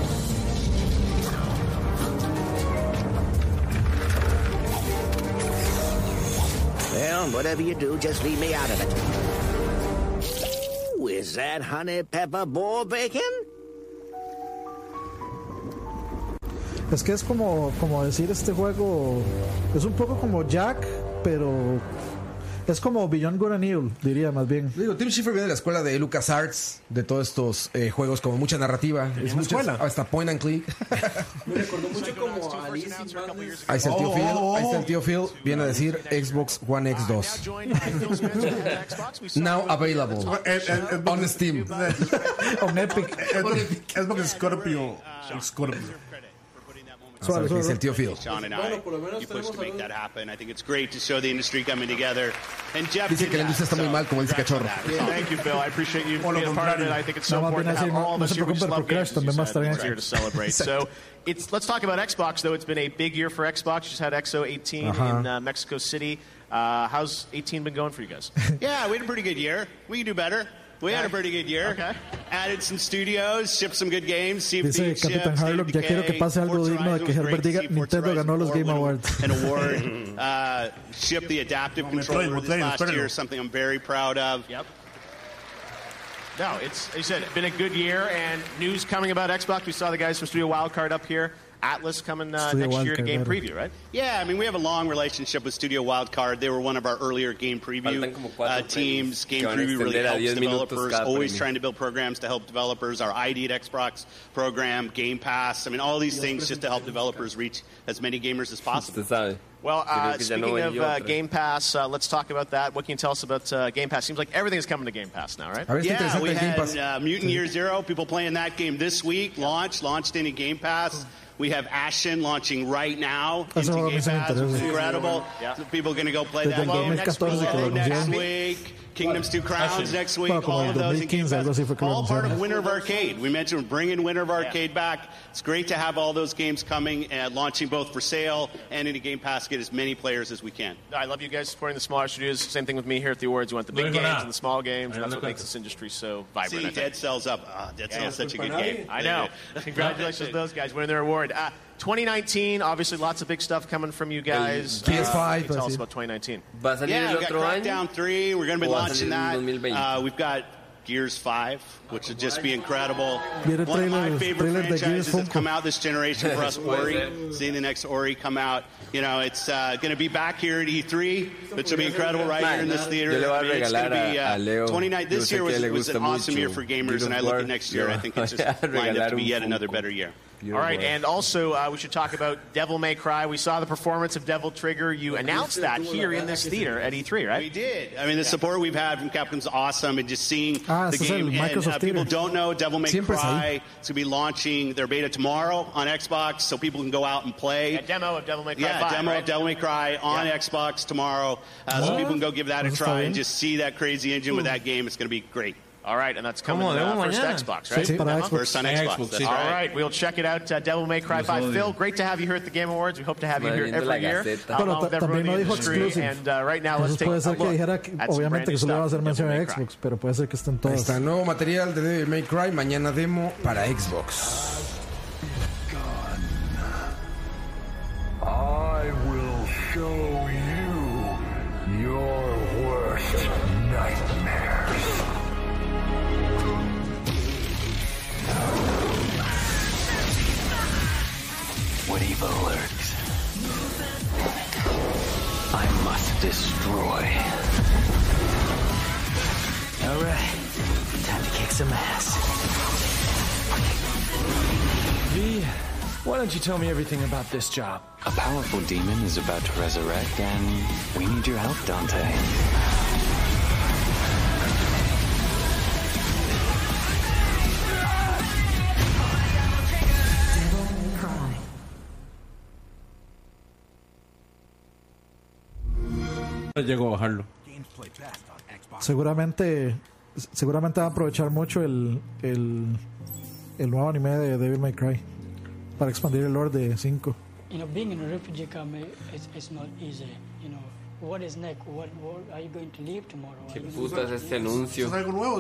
Well, whatever you do, just leave me out of it. Ooh, is that honey pepper boar bacon? Es que es como, como decir este juego. Es un poco como Jack, pero. Es como Beyond Good and Evil, diría más bien. Digo, Tim Schiffer viene de la escuela de LucasArts, de todos estos eh, juegos con mucha narrativa. Es muchas- escuela? Hasta point and click. Me recordó mucho como a Alice in Wonderland. Ahí está el tío Oh, Phil, oh, ahí está el oh. tío Phil, viene a decir Xbox One oh, X2. Now available on Steam. On Epic. Es porque Scorpio. Scorpio. Vamos a ver qué dice el tío Phil. John and I, you pushed to make that happen. I think it's great to show the industry coming together. And Jeff Dice did que la that, industria está muy so mal, como dice Cachorro. Yeah, thank you, Bill. I appreciate you O lo being a part of contrario. it. I think it's so Nada más viene important to a decir, have all no, of no us se here. We just preocupe por love games, Crash, as también you va a said. estar en We're here to celebrate. Exacto. So, So it's let's talk about Xbox though. It's been a big year for Xbox. Just had XO 18 Ajá. in uh, Mexico City. Uh, how's 18 been going for you guys? yeah, we had a pretty good year. We can do better. We had a pretty good year. Okay. Added some studios, shipped some good games. See if Dice the Capitán Harlock: Ya quiero que pase algo digno de que Herbert diga Nintendo ganó los Game Awards. an award. uh, shipped the adaptive controller Metroid, this Metroid, last Metroid. year, something I'm very proud of. Yep. No, it's like you said it's been a good year and news coming about Xbox. We saw the guys from Studio Wildcard up here. Atlas coming uh, Studio next year to Wildcard, game claro. preview, right? Yeah, I mean, we have a long relationship with Studio Wildcard. They were one of our earlier game preview uh, teams. Game que van a preview really extender a 10 helps minutos developers, cada always premio. trying to build programs to help developers. Our ID at Xbox program, Game Pass, I mean, all these things just to help developers reach as many gamers as possible. Well, uh, Creo que ya no speaking of hay uh, otra. Game Pass, uh, let's talk about that. What can you tell us about uh, Game Pass? Seems like everything is coming to Game Pass now, right? Yeah, uh, we had uh, Mutant Year Zero. People playing that game this week. Launch, launched into Game Pass. We have Ashen launching right now. That's into what Game I'm saying, Pass, that which is is- incredible. So people are going to go play Desde that. el Well, 2014 next que week, lo Halo next anunciaron. week, Kingdoms Two Crowns Ashen. next week. Bueno, como all en of el those in Game 2015 algo así fue que lo all part of anunciaron. Winter of Arcade. We mentioned we're bringing Winter of Arcade back. It's great to have all those games coming and launching both for sale and in a Game Pass. Get as many players as we can. I love you guys supporting the smaller studios. Same thing with me here at the awards. You want the No big digo games nada. and the small games. Ahí That's no what cuento. makes this industry so vibrant. See, I think. Dead Cells up. Ah, Dead Cells such a good game. I know. Congratulations to those guys winning their award. Uh, 2019, obviously, lots of big stuff coming from you guys. El PS5, Uh, tell us así. about 2019. Va a salir Yeah, el we got otro año. Crackdown 3, We're going to be O va a launching salir that. en 2020. Uh, we've got Gears 5, which would just be incredible. Viene el One of my trailer- favorite trailer de Gears franchises that's Funko. come out this generation for us, Puede Ori. Seeing the next Ori come out. You know, it's uh, going to be back here at E3, which will be incredible right here in this theater. Yo le voy a I mean, it's gonna regalar be, a- uh, a Leo. 29 Yo this sé year que was, le was an gusta awesome mucho. year for gamers, Gears and I of look War. at next year. Yo I think it's voy a just lined up regalar to be un yet another Funko. better year. All right, and also uh, we should talk about Devil May Cry. We saw the performance of Devil Trigger. You announced that here in this theater at E3, right? We did. I mean, the support we've had from Capcom's awesome, and just seeing Ah, the ese es game. And, el Microsoft uh, people Theater. don't know Devil May Siempre es Cry. ahí. It's going to be launching their beta tomorrow on Xbox, so people can go out and play. A demo of Devil May Cry yeah, 5, demo right? of Devil May Cry on Xbox tomorrow, uh, so What? people can go give that a Eso está try bien. and just see that crazy engine with that game. It's going to be great. All right, and that's coming Como uh, debo first mañana. Xbox, Sí, right? para Demo? Xbox. First on Xbox, Xbox, that's All right. right, we'll check it out. Uh, Devil May Cry Nos 5. odia. Phil, great to have you here at the Game Awards. We hope to have you here Valiendo la every year. Gaceta. uh, Bueno, along with ta- everyone in también the lo dijo industry. Exclusive. And uh, right now, let's Entonces take a puede ser que look dijera que at some brand new obviamente que solo iba a stuff hacer from mención Devil May a Cry. Xbox, pero puede ser que estén Ahí todas. está, nuevo material de Devil May Cry, mañana demo para Xbox. I will show you your worst nightmares. What evil lurks, I must destroy. Alright, time to kick some ass. oh. V, why don't you tell me everything about this job? A powerful demon is about to resurrect, and we need your help, Dante. Llego a bajarlo. Seguramente, seguramente va a aprovechar mucho el, el, el nuevo anime de Devil May Cry para expandir el lore de 5. You know, being in a refugee camp eh, it's, it's not easy. You know, what is next? What, what are you going to leave tomorrow? Are you going to- putas este anuncio?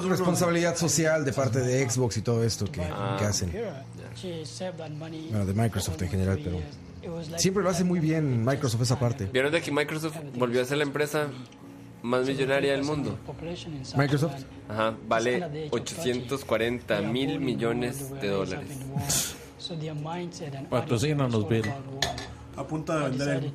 Responsabilidad social de parte de Xbox y todo esto que, Ah. que hacen. Here, she saved that money. Bueno, de Microsoft en general, pero It was like siempre lo hace muy bien Microsoft esa parte. ¿Vieron de que Microsoft volvió a ser la empresa más millonaria del mundo? population in South Microsoft. Ajá, vale 840 mil millones de dólares. Sudan. So their mindset and Patrocínanos, Bill. A punta de vender el-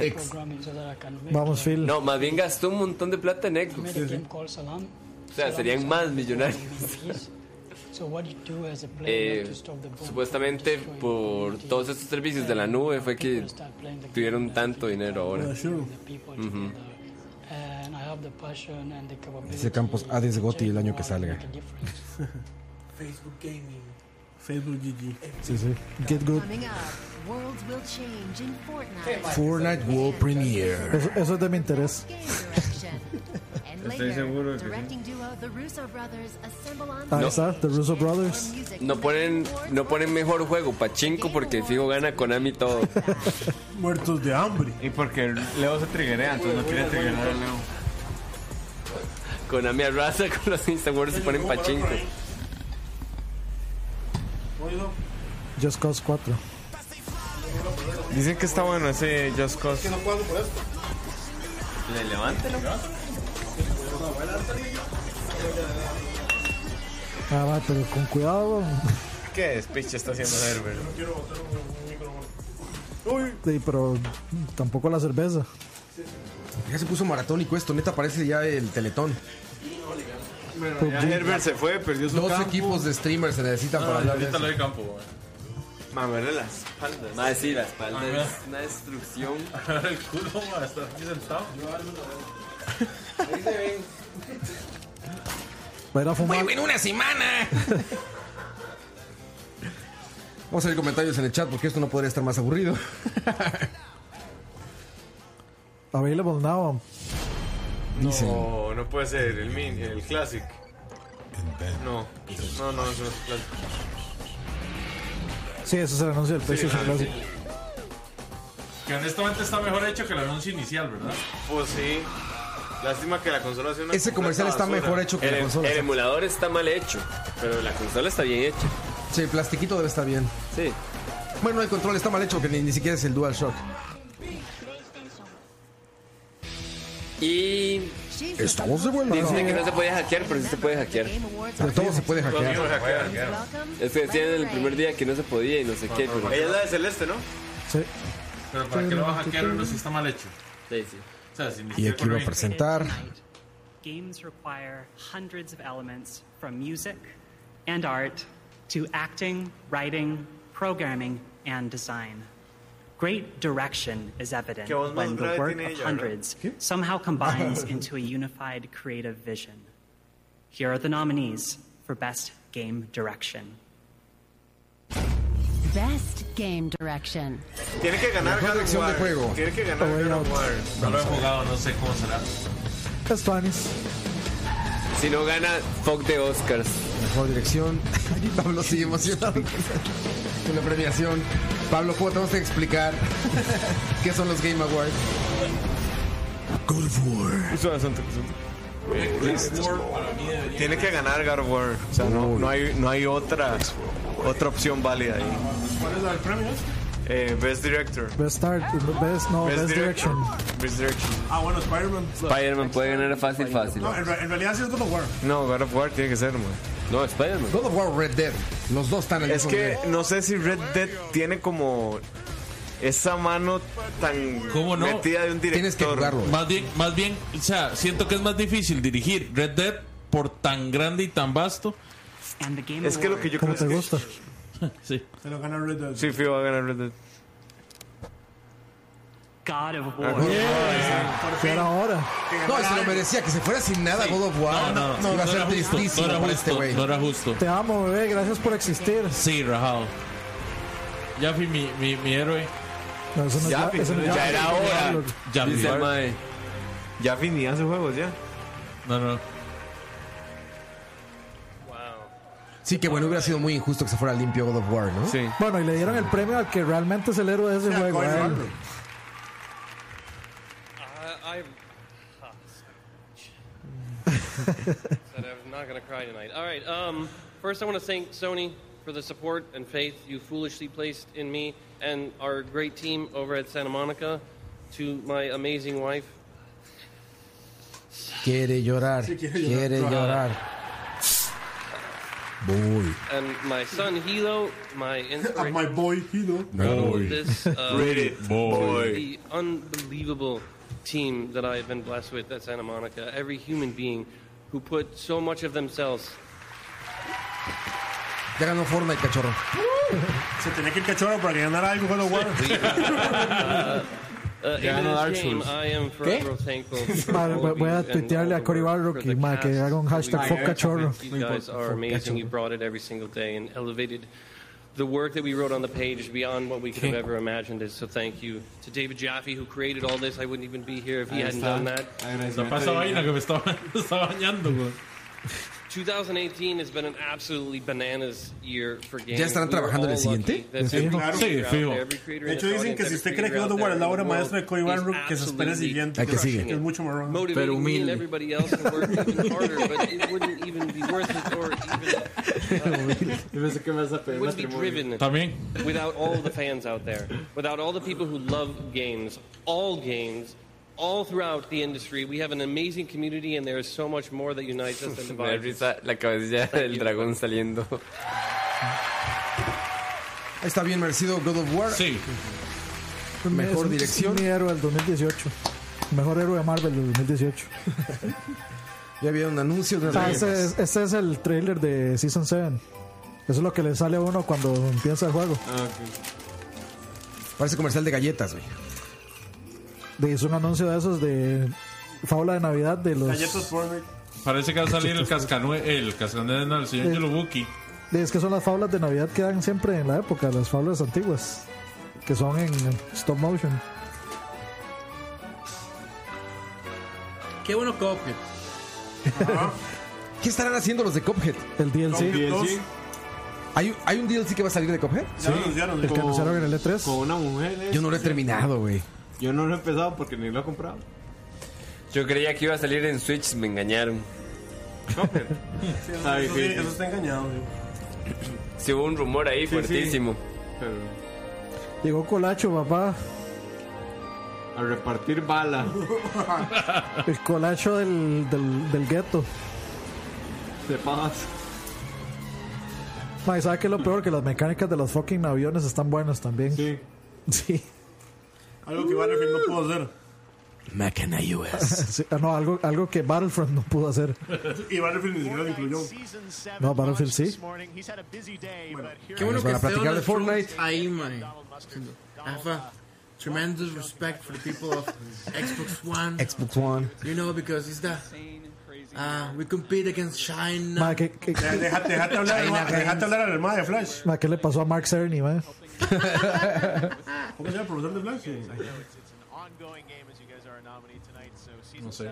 Ex. programming so that I can make Vamos, Phil. No, más bien gastó un montón de plata en I Xbox. made a game called Salam. O sea, serían más millonarios. So what you do as a player Eh, to stop the bomb supuestamente por todos estos servicios de la nube fue que tuvieron tanto dinero ahora. Ujú. and I have the passion and the capability. Dice Campos Hades Gotti el año que salga. Facebook Gaming. Facebook GG. Sí, sí. Get good. Coming up, worlds will change in Fortnite. Fortnite World Premiere. Eso, eso es de mi interés. And Estoy seguro later, que sí. directing duo the Russo brothers assemble on Ahí No. está, The Russo Brothers. No ponen, no ponen mejor juego Pachinko porque fijo gana Konami todo. Muertos de hambre. Y porque Leo se triguea, entonces no quiere triguear a Leo. Konami arrasa con los Instagram se ponen Pachinko. Just Cause 4. Dicen que está bueno ese Just Cause. No puedo por esto. Le levántelo. Ah, va, pero con cuidado. ¿Qué despiche está haciendo Herbert? Sí, pero tampoco la cerveza. Ya se puso maratónico esto, neta parece ya el Teletón. Bueno, ya Herbert se fue, perdió su Dos campo. Ah, equipos de streamers se necesitan para hablar de eso. de campo, güey. Mameré las espaldas. Más sí, la espalda es una destrucción. el culo, ma, está aquí sentado. Ahí se ven. Va a ir a fumar. Vuelvo en una semana. Vamos a ver comentarios en el chat porque esto no podría estar más aburrido. Available now. Dicen. No, no puede ser. El, min, el Classic. No, no, no, eso no es Classic. Sí, ese es el anuncio del PlayStation ah, Classic. Que honestamente está mejor hecho que el anuncio inicial, ¿verdad? Pues sí. Lástima que la consola sea una. Ese comercial está basura. mejor hecho que la El, consola. el emulador está mal hecho, pero la consola está bien hecha. Sí, el plastiquito debe estar bien. Sí. Bueno, el control está mal hecho, que ni, ni siquiera es el DualShock. Y. Estamos de vuelta. Dicen que no se puede hackear, pero sí se puede hackear. Pero todo se puede hackear. Es que decían el primer día que no se podía y no sé qué. pero- Ella es la de Celeste, ¿no? Sí. Pero para que lo va a hackear uno si está mal hecho. Sí, sí. O sea, si ni Y siquiera aquí lo corre bien. presentar. Games require hundreds of elements from music and art to acting, writing, programming, and design. Great direction is evident Que vos más when the grave work tiene of ella, hundreds somehow combines into a unified creative vision. Here are the nominees for Best Game Direction. Best game direction. Tiene que ganar Mejor God of dirección de War. juego. Tiene que ganar Way God Out. of War. No lo he jugado, no sé cómo será. Castanis. Si no gana, fuck de Oscars. Mejor dirección. Pablo sigue emocionado. Una premiación. Pablo, ¿cómo te vamos a explicar qué son los Game Awards? God of War. Eh, Tiene que ganar God of War. O sea, no, no hay, no hay otra, otra opción válida ahí. ¿Cuál es la del premio? este? Eh, Best Director. Best Art, Best, no, Best, Direction. Best Direction. Ah, bueno, Spider-Man. Spider-Man puede ganar fácil, fácil. No, en, re- en realidad sí es God of War. No, God of War tiene que ser, man. No, Spider-Man. God of War Red Dead. Los dos están en el Es que no sé si Red Dead tiene como esa mano tan no? metida de un director. Más bien, más bien, o sea, siento que es más difícil dirigir Red Dead por tan grande y tan vasto. Es que lo que yo creo es que- gusta? sí. Se lo gana Red Dead. Sí, Fio va a ganar Red Dead. God of Ah, War. God of ¿Qué era ahora? No, y se lo merecía que se fuera sin nada God of War. No, iba a no ser era justo, tristísimo no era para justo, este güey. no era justo. Te amo, bebé. Gracias por existir. Sí, rajado. Ya fui mi, mi, mi héroe. No, eso no es ya- eso no es ya- eso no es Diablo. Ya vi. Dice el mae. Ya finían sus juegos, ya. No, no. Sí, que bueno, hubiera sido muy injusto que se fuera limpio God of War, ¿no? Sí. Bueno, y le dieron el premio al que realmente es el héroe de ese juego. ¿eh? Coin a él. Marvel. Uh, I'm. ah, Said I was not gonna cry tonight. All right. Um, first, I want to thank Sony for the support and faith you foolishly placed in me and our great team over at Santa Monica. To my amazing wife. Quiere llorar. Sí, quiere quiere llorar. llorar. Voy. And my son Hilo, my inspiration. My boy, Hino. Boy. This, uh, Boy. The unbelievable team that I've been blessed with at Santa Monica. Every human being who put so much of themselves Ya ganó Fortnite, cachorro. Se tenía que ir cachorro para que ganara algo God of War. uh, uh, in Ya no this Dark game, Souls. I am forever thankful. for Madre, all voy- of voy a you and tuitearle all a the Cory work Barrow for que, the ma, que cast haga un that hashtag we fuck did. cachorro. You guys are amazing. You brought it every single day and elevated the work that we wrote on the page beyond what we could have ever imagined. It. So thank you to David Jaffe who created all this. I wouldn't even be here if he Ahí hadn't está. done that. No pasa vaina que me está, me está bañando, güey. 2018 has been an absolutely bananas year for games. ¿Ya estarán We were trabajando en el all lucky siguiente? that Sí, every claro. creator Sí, out fijo. there, every creator De in hecho, this dicen que audience, si usted every cree que God of creator War es la out there obra in the world maestra de Cory is Barrow, que se espere el absolutely siguiente. Hay que sigue. Es mucho marrón. motivating me and everybody else to work even harder, but it wouldn't even be worth it or Yo pensé que me vas a pedir it wouldn't be matrimonio. driven También. without all the fans out there, without all the people who love games, all games, all throughout the industry. We have an amazing community, and there is so much more that unites us than Me da divides us. risa la cabecilla del dragón saliendo. Está bien merecido God of War. Sí. Mejor Es mi- dirección. Es mi héroe del 2018. Mejor héroe de Marvel del 2018. Ya había un anuncio de Ah, este, es, este es el trailer de Season 7. Eso es lo que le sale a uno cuando empieza el juego. Parece comercial de galletas, güey. De, hizo un anuncio de esos de Fábula de Navidad de los. Parece que va a salir el cascanue, el cascanue, no, el señor Sí. Yolobuki. Es que son las fábulas de Navidad que dan siempre en la época, las fábulas antiguas, que son en stop motion. Qué bueno Cophead. ¿Qué estarán haciendo los de Cophead? El DLC. ¿Hay, un- ¿Hay un DLC que va a salir de Cophead? Ya lo anunciaron, el que anunciaron en el E E3. Con una mujer. ¿eh? E Yo no lo he terminado, güey. Yo no lo he empezado porque ni lo he comprado. Yo creía que iba a salir en Switch, me engañaron. Está eso, sí, difícil. eso está engañado. sí. Sí hubo un rumor Sí, ahí sí. fuertísimo. Llegó Colacho, papá. A repartir bala. El Colacho del, del, del gueto. De paz. Mae, ¿sabe qué es lo peor? Que las mecánicas de los fucking aviones están buenas también. Sí. Sí. Algo que Battlefield no pudo hacer. Mecana US. Ah, no, algo, algo que Battlefront no pudo hacer. Y Battlefield ni siquiera lo incluyó. No, Battlefield sí. Qué bueno Nos que van a esté platicar Donald de Fortnite. Trump ahí, man. I have a tremendous respect for the people of Xbox One. Xbox One. You know, because it's the... Ah, we compete against China. Ma, que- que- Ya, Déjate, déjate hablar, China ma, déjate friends. hablar al hermano de Flash. Ma, ¿Qué le pasó a Mark Cerny, mae? ¿Cómo se llama el profesor de Flash? No sé.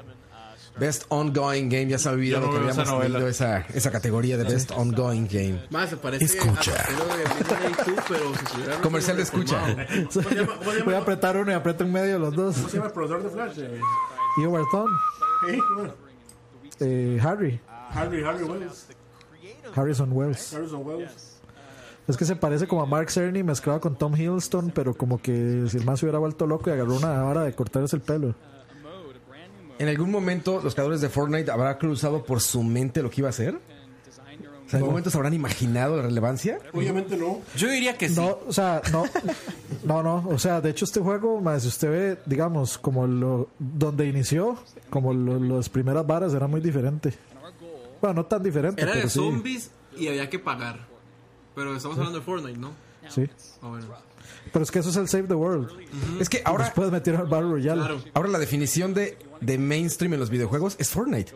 Best Ongoing Game, ya se me olvidó Ya no que veo esa habíamos novela. tenido esa, esa categoría de Best Ongoing Game. Más se parece Escucha. a Marcelo de Midnight Two, pero si se hubiera Comercial de reformado. escucha. Voy a apretar uno y aprieto en medio los dos. ¿Cómo se llama el profesor de Flash? Eh, Y Overton. sí, bueno, Eh, Harry. Harry, Harry Wells. Harrison Wells. Harrison Wells. Es que se parece como a Mark Cerny mezclado con Tom Hiddleston, pero como que si el más se hubiera vuelto loco y agarró una vara de cortarse el pelo. ¿En algún momento los creadores de Fortnite habrá cruzado por su mente lo que iba a hacer? O sea, ¿En algún momento se habrán imaginado la relevancia? Obviamente no. Yo diría que sí. No, o sea, no. No, no. O sea, de hecho, este juego, más si usted ve, digamos, como lo donde inició, como lo- las primeras varas, era muy diferente. Bueno, no tan diferente, Era pero de sí. zombies y había que pagar. Pero estamos hablando de Fortnite, ¿no? Sí. Ah, bueno. Pero es que eso es el Save the World. Es que ahora. Después metieron al Battle Royale. Ahora la definición de, de mainstream en los videojuegos es Fortnite.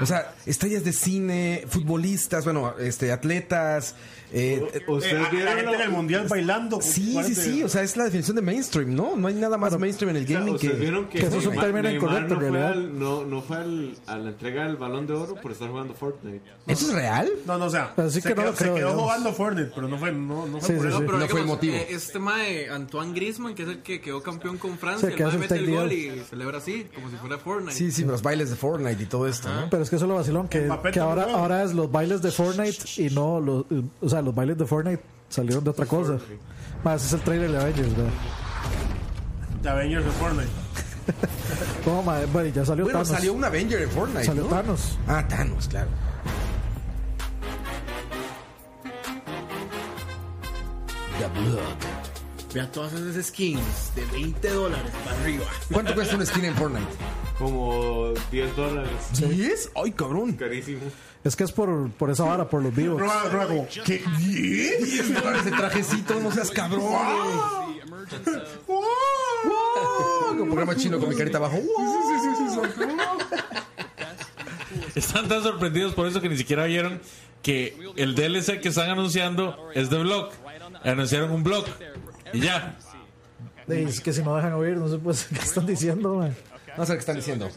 O sea, estrellas de cine, futbolistas, bueno, este, atletas. eh, Eh, a- la gente en el mundial bailando. Sí, sí, Fuerte. sí. O sea, es la definición de mainstream, ¿no? No hay nada más mainstream en el gaming que. ¿Ustedes vieron que, eso es un Neymar- término Neymar incorrecto, no en fue, realidad. al- no, no fue al- a la entrega del balón de oro por estar jugando Fortnite? ¿Eso es real? No, no, o sea, Así se que no quedó, lo se creo, quedó digamos. jugando Fortnite, pero no fue, no, no fue Sí, por sí, eso. sí. Pero No fue el digamos, motivo. eh, este mae, Antoine Griezmann, que es el que quedó campeón con Francia, Sí, el que mae hace mete el el take gol y celebra así, como si fuera Fortnite. Sí, sí, los bailes de Fortnite y todo esto, ¿no? Pero es que eso es lo vacilón, que, Mbappé que ahora, también juega. ahora es los bailes de Fortnite y no los. O sea, los bailes de Fortnite salieron de otra cosa. Más, ese es el trailer de Avengers, ¿verdad? De Avengers de Fortnite. No, madre, bueno, ya salió Bueno, Thanos. salió un Avenger en Fortnite. Salió ¿no? Thanos. Ah, Thanos, claro. The Blood. Vea todas esas skins de 20 dólares para arriba. ¿Cuánto cuesta una skin en Fortnite? Como 10 dólares. ¿10? ¡Ay, cabrón! Carísimo. Es que es por, por esa vara, por los vivos. Roba, roba como, ¿qué? ¿10? 10 dólares de trajecito, no seas cabrón. ¡Wow! Como programa chino con mi carita abajo. Están tan sorprendidos por eso que ni siquiera vieron que el DLC que están anunciando es de blog. Anunciaron un blog. Y ya. Ey, Es que si no dejan oír, no sé pues, qué están diciendo, man. No sé qué están diciendo.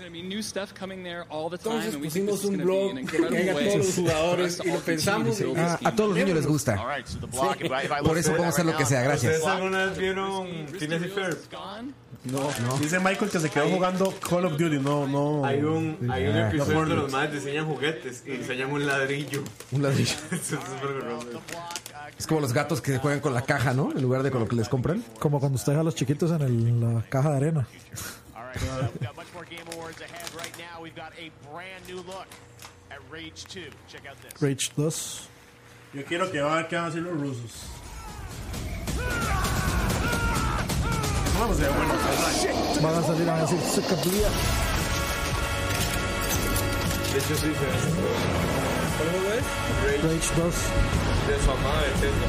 Entonces pusimos un blog que haya todos los jugadores y lo pensamos. y- Ah, a todos los niños les gusta. Por eso podemos hacer lo que sea, gracias. ¿Ustedes alguna vez vieron Phineas y Ferb? No, no. Dice Michael que se quedó jugando Call of Duty, no, no. Hay un, Oh, hay un Ah. episodio No, donde los Fortnite. madres diseñan juguetes y diseñan un ladrillo. Un ladrillo. Eso es súper grosso. Es como los gatos que juegan con la caja, ¿no? En lugar de con lo que les compran. Como cuando usted deja a los chiquitos en, el- en la caja de arena. All right, so we've got much more Game Awards ahead. Right now, we've got a brand new look at Rage 2. Check out this. Rage 2. Yo quiero que va- que van a hacer los rusos. Vamos a ver, bueno, Van a salir van a decir, se cumplía. De hecho, sí, se ve. Rage 2. De su amada de Zelda.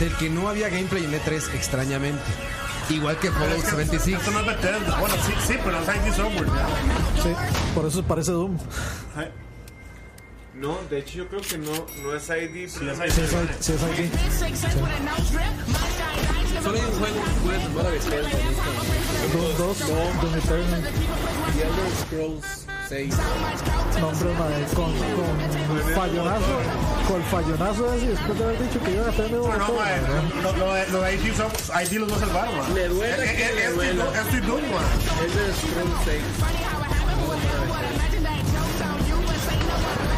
Del que no había gameplay en E3, extrañamente. Igual que Fallout 76. esto no es Bethesda. Ah, Bueno, sí, sí, pero es ID Software. ya. Sí, por eso parece Doom. No, de hecho yo creo que no, no es ID. Sí, es Sí, es ID, sí, es ID. Solo hay un juego que puedes jugar a Bethesda. Doom 2, Doom Eternal. The Elder Scrolls 6. No, hombre, madre, con, con fallonazo, con fallonazo ese, después de haber dicho que iban a tener un No, no, botón. mae, lo, lo, de- lo de ID, son, ID los va a salvar, man. Le duele Eh, que eh, le estoy duela. du- Estoy duro, man. Elder Scrolls 6.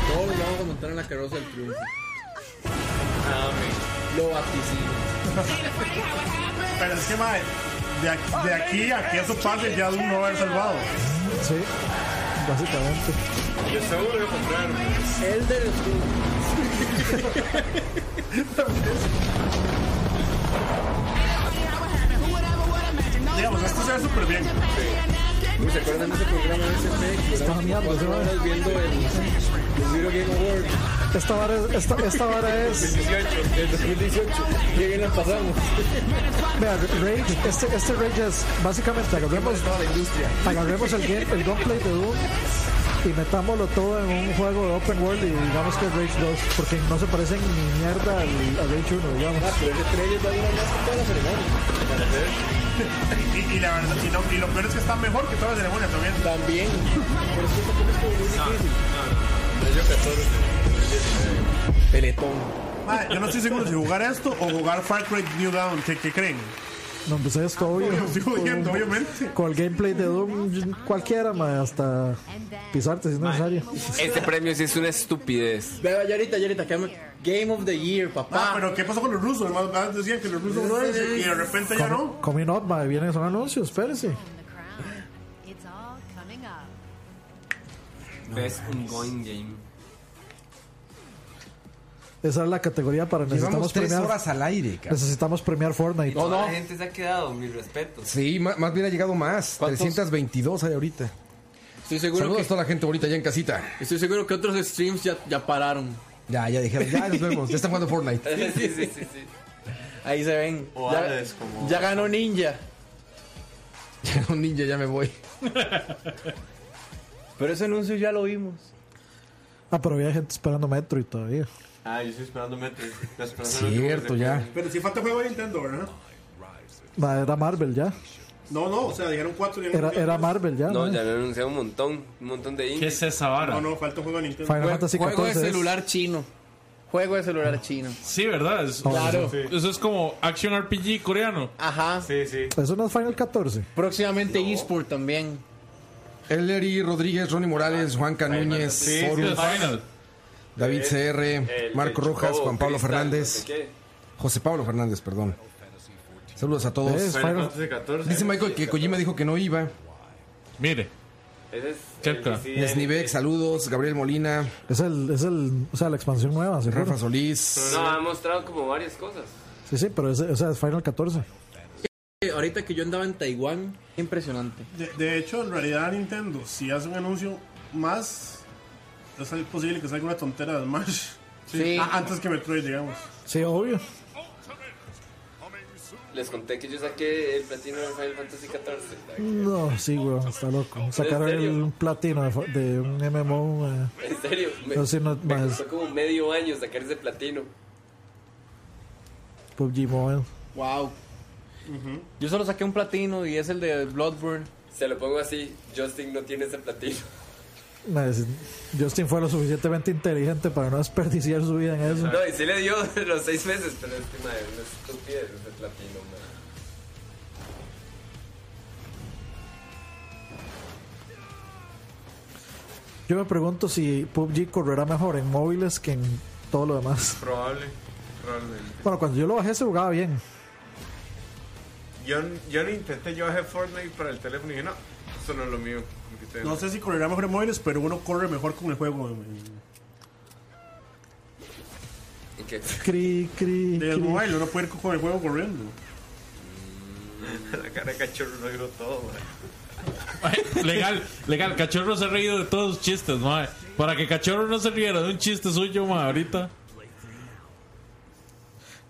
Todo lo vamos a montar en la carroza del triunfo. Ah, Lo vaticino. Pero es que, mae, de, aquí- de aquí a que eso pase ya Doom no va a haber salvado. Sí, básicamente. Yo seguro que compraron. Elder Digamos, esto se ve súper bien. ¿Se acuerdan de ese programa de SP? Que duramos mirando, cuatro se va. horas viendo el, el Video Game Awards. Esta vara, es- esta, esta vara es. 2018. El 2018. Qué bien la pasamos. Vea, Rage, este, este Rage es básicamente agarremos, agarremos el, game, el gameplay de Doom y metámoslo todo en un juego de open world y digamos que es Rage 2, porque no se parecen ni mierda al, a Rage 1, digamos. Ah, pero ese trailer va a durar más que toda la ceremonia. Y, y la verdad, y, no- y lo peor es que está mejor que toda la ceremonia también. También. Por eso tampoco es como muy difícil. Peletón. Mae, yo no estoy seguro si jugar esto o jugar Far Cry New Dawn. ¿Qué, qué creen? No, pues esto obvio. Obvio, sí, obviamente, Con- Ah, obviamente. Con el gameplay de Doom, cualquiera, ma, hasta pisarte si es necesario. Este premio sí es una estupidez. Vea, ya ahorita, ya ahorita, que- Game of the Year, papá. Ah, pero ¿qué pasó con los rusos? Hermano, antes decían que los rusos no es y de repente ya no. Coming up, ma, vienen son anuncios, espérese. It's all coming up. Best ongoing game. Esa es la categoría para Llevamos necesitamos tres premiar. horas al aire, cabrón. Necesitamos premiar Fortnite. No, no. La gente se ha quedado, mis respetos. Sí, ma- más, bien ha llegado más. 322 hay ahorita. Estoy seguro Saludos que- a toda la gente bonita allá en casita. Estoy seguro que otros streams ya, ya pararon. Ya, ya dijeron, ya nos vemos. Ya están jugando Fortnite. Sí, sí, sí, sí, sí. Ahí se ven. O ya, Hades, como- ya ganó Ninja. Un ninja, ya me voy. Pero ese anuncio ya lo vimos. Ah, pero había gente esperando Metroid todavía. Ah, yo estoy esperando Metro. Estoy esperando el último Cierto, que se ya. acabe. Pero si falta juego de Nintendo, ¿verdad? Ma, Era Marvel ya. No, no, o sea, dijeron cuatro. y Era, era Marvel ya. No, ¿no? ya lo anuncié un montón, un montón de indies. ¿Qué es esa No, no, falta un juego de Nintendo. Final Fantasy Juego de 14 es. celular chino. Juego de celular chino. Sí, ¿verdad? Es- Claro. Sí. Eso es como Action RPG coreano. Ajá. Sí, sí. Eso no es Final 14. Próximamente eSport también. Ellery Rodríguez, Ronnie Morales, Juan Canúñez, Sí, sí, Horus, el final. David CR, el Marco Rojas, Chocobo, Juan Pablo Cristal, Fernández, no sé qué. José Pablo Fernández, perdón. Saludos a todos. Es Final Fantasy Dice Michael que Kojima dijo que no iba. Mire. Ese es Checa. Snivek, saludos. Gabriel Molina, Es el, es el, o sea, la expansión nueva, seguro. Rafa Solís. Pero no, ha mostrado como varias cosas. Sí, sí, pero ese, o sea, es Final 14. Eh, Ahorita que yo andaba en Taiwán, impresionante. De, de hecho, en realidad Nintendo, si hace un anuncio más, es posible que salga una tontera de Smash. Sí. A- antes que Metroid, digamos. Sí, obvio. Les conté que yo saqué el platino de Final Fantasy XIV. No, sí, weón, está loco. Sacaron ¿En serio? el platino de, fa- de un MMO. ma. En serio, me, No, sí, no, me más. costó como medio año sacar ese platino. PUBG Mobile. Wow. Yo solo saqué un platino y es el de Bloodborne. Se lo pongo así, Justin no tiene ese platino. Ma, es- Justin fue lo suficientemente inteligente para no desperdiciar su vida en eso. No, y sí le dio los seis meses, pero es que madre, no es tus pies, es de platino, madre. Yo me pregunto si PUBG correrá mejor en móviles que en todo lo demás. Probable. Probablemente. Bueno, cuando yo lo bajé se jugaba bien. Yo, yo no intenté, yo bajé Fortnite para el teléfono y dije, no, eso no es lo mío. No sé si correrá mejor en móviles, pero uno corre mejor con el juego. ¿Y qué? Cri, cri, Del cri. mobile, uno puede ir con el juego corriendo. La cara de cachorro lo dijo todo, madre. Legal, legal. Cachorro se ha reído de todos los chistes, mae. Para que Cachorro no se riera de un chiste suyo, mae, ahorita.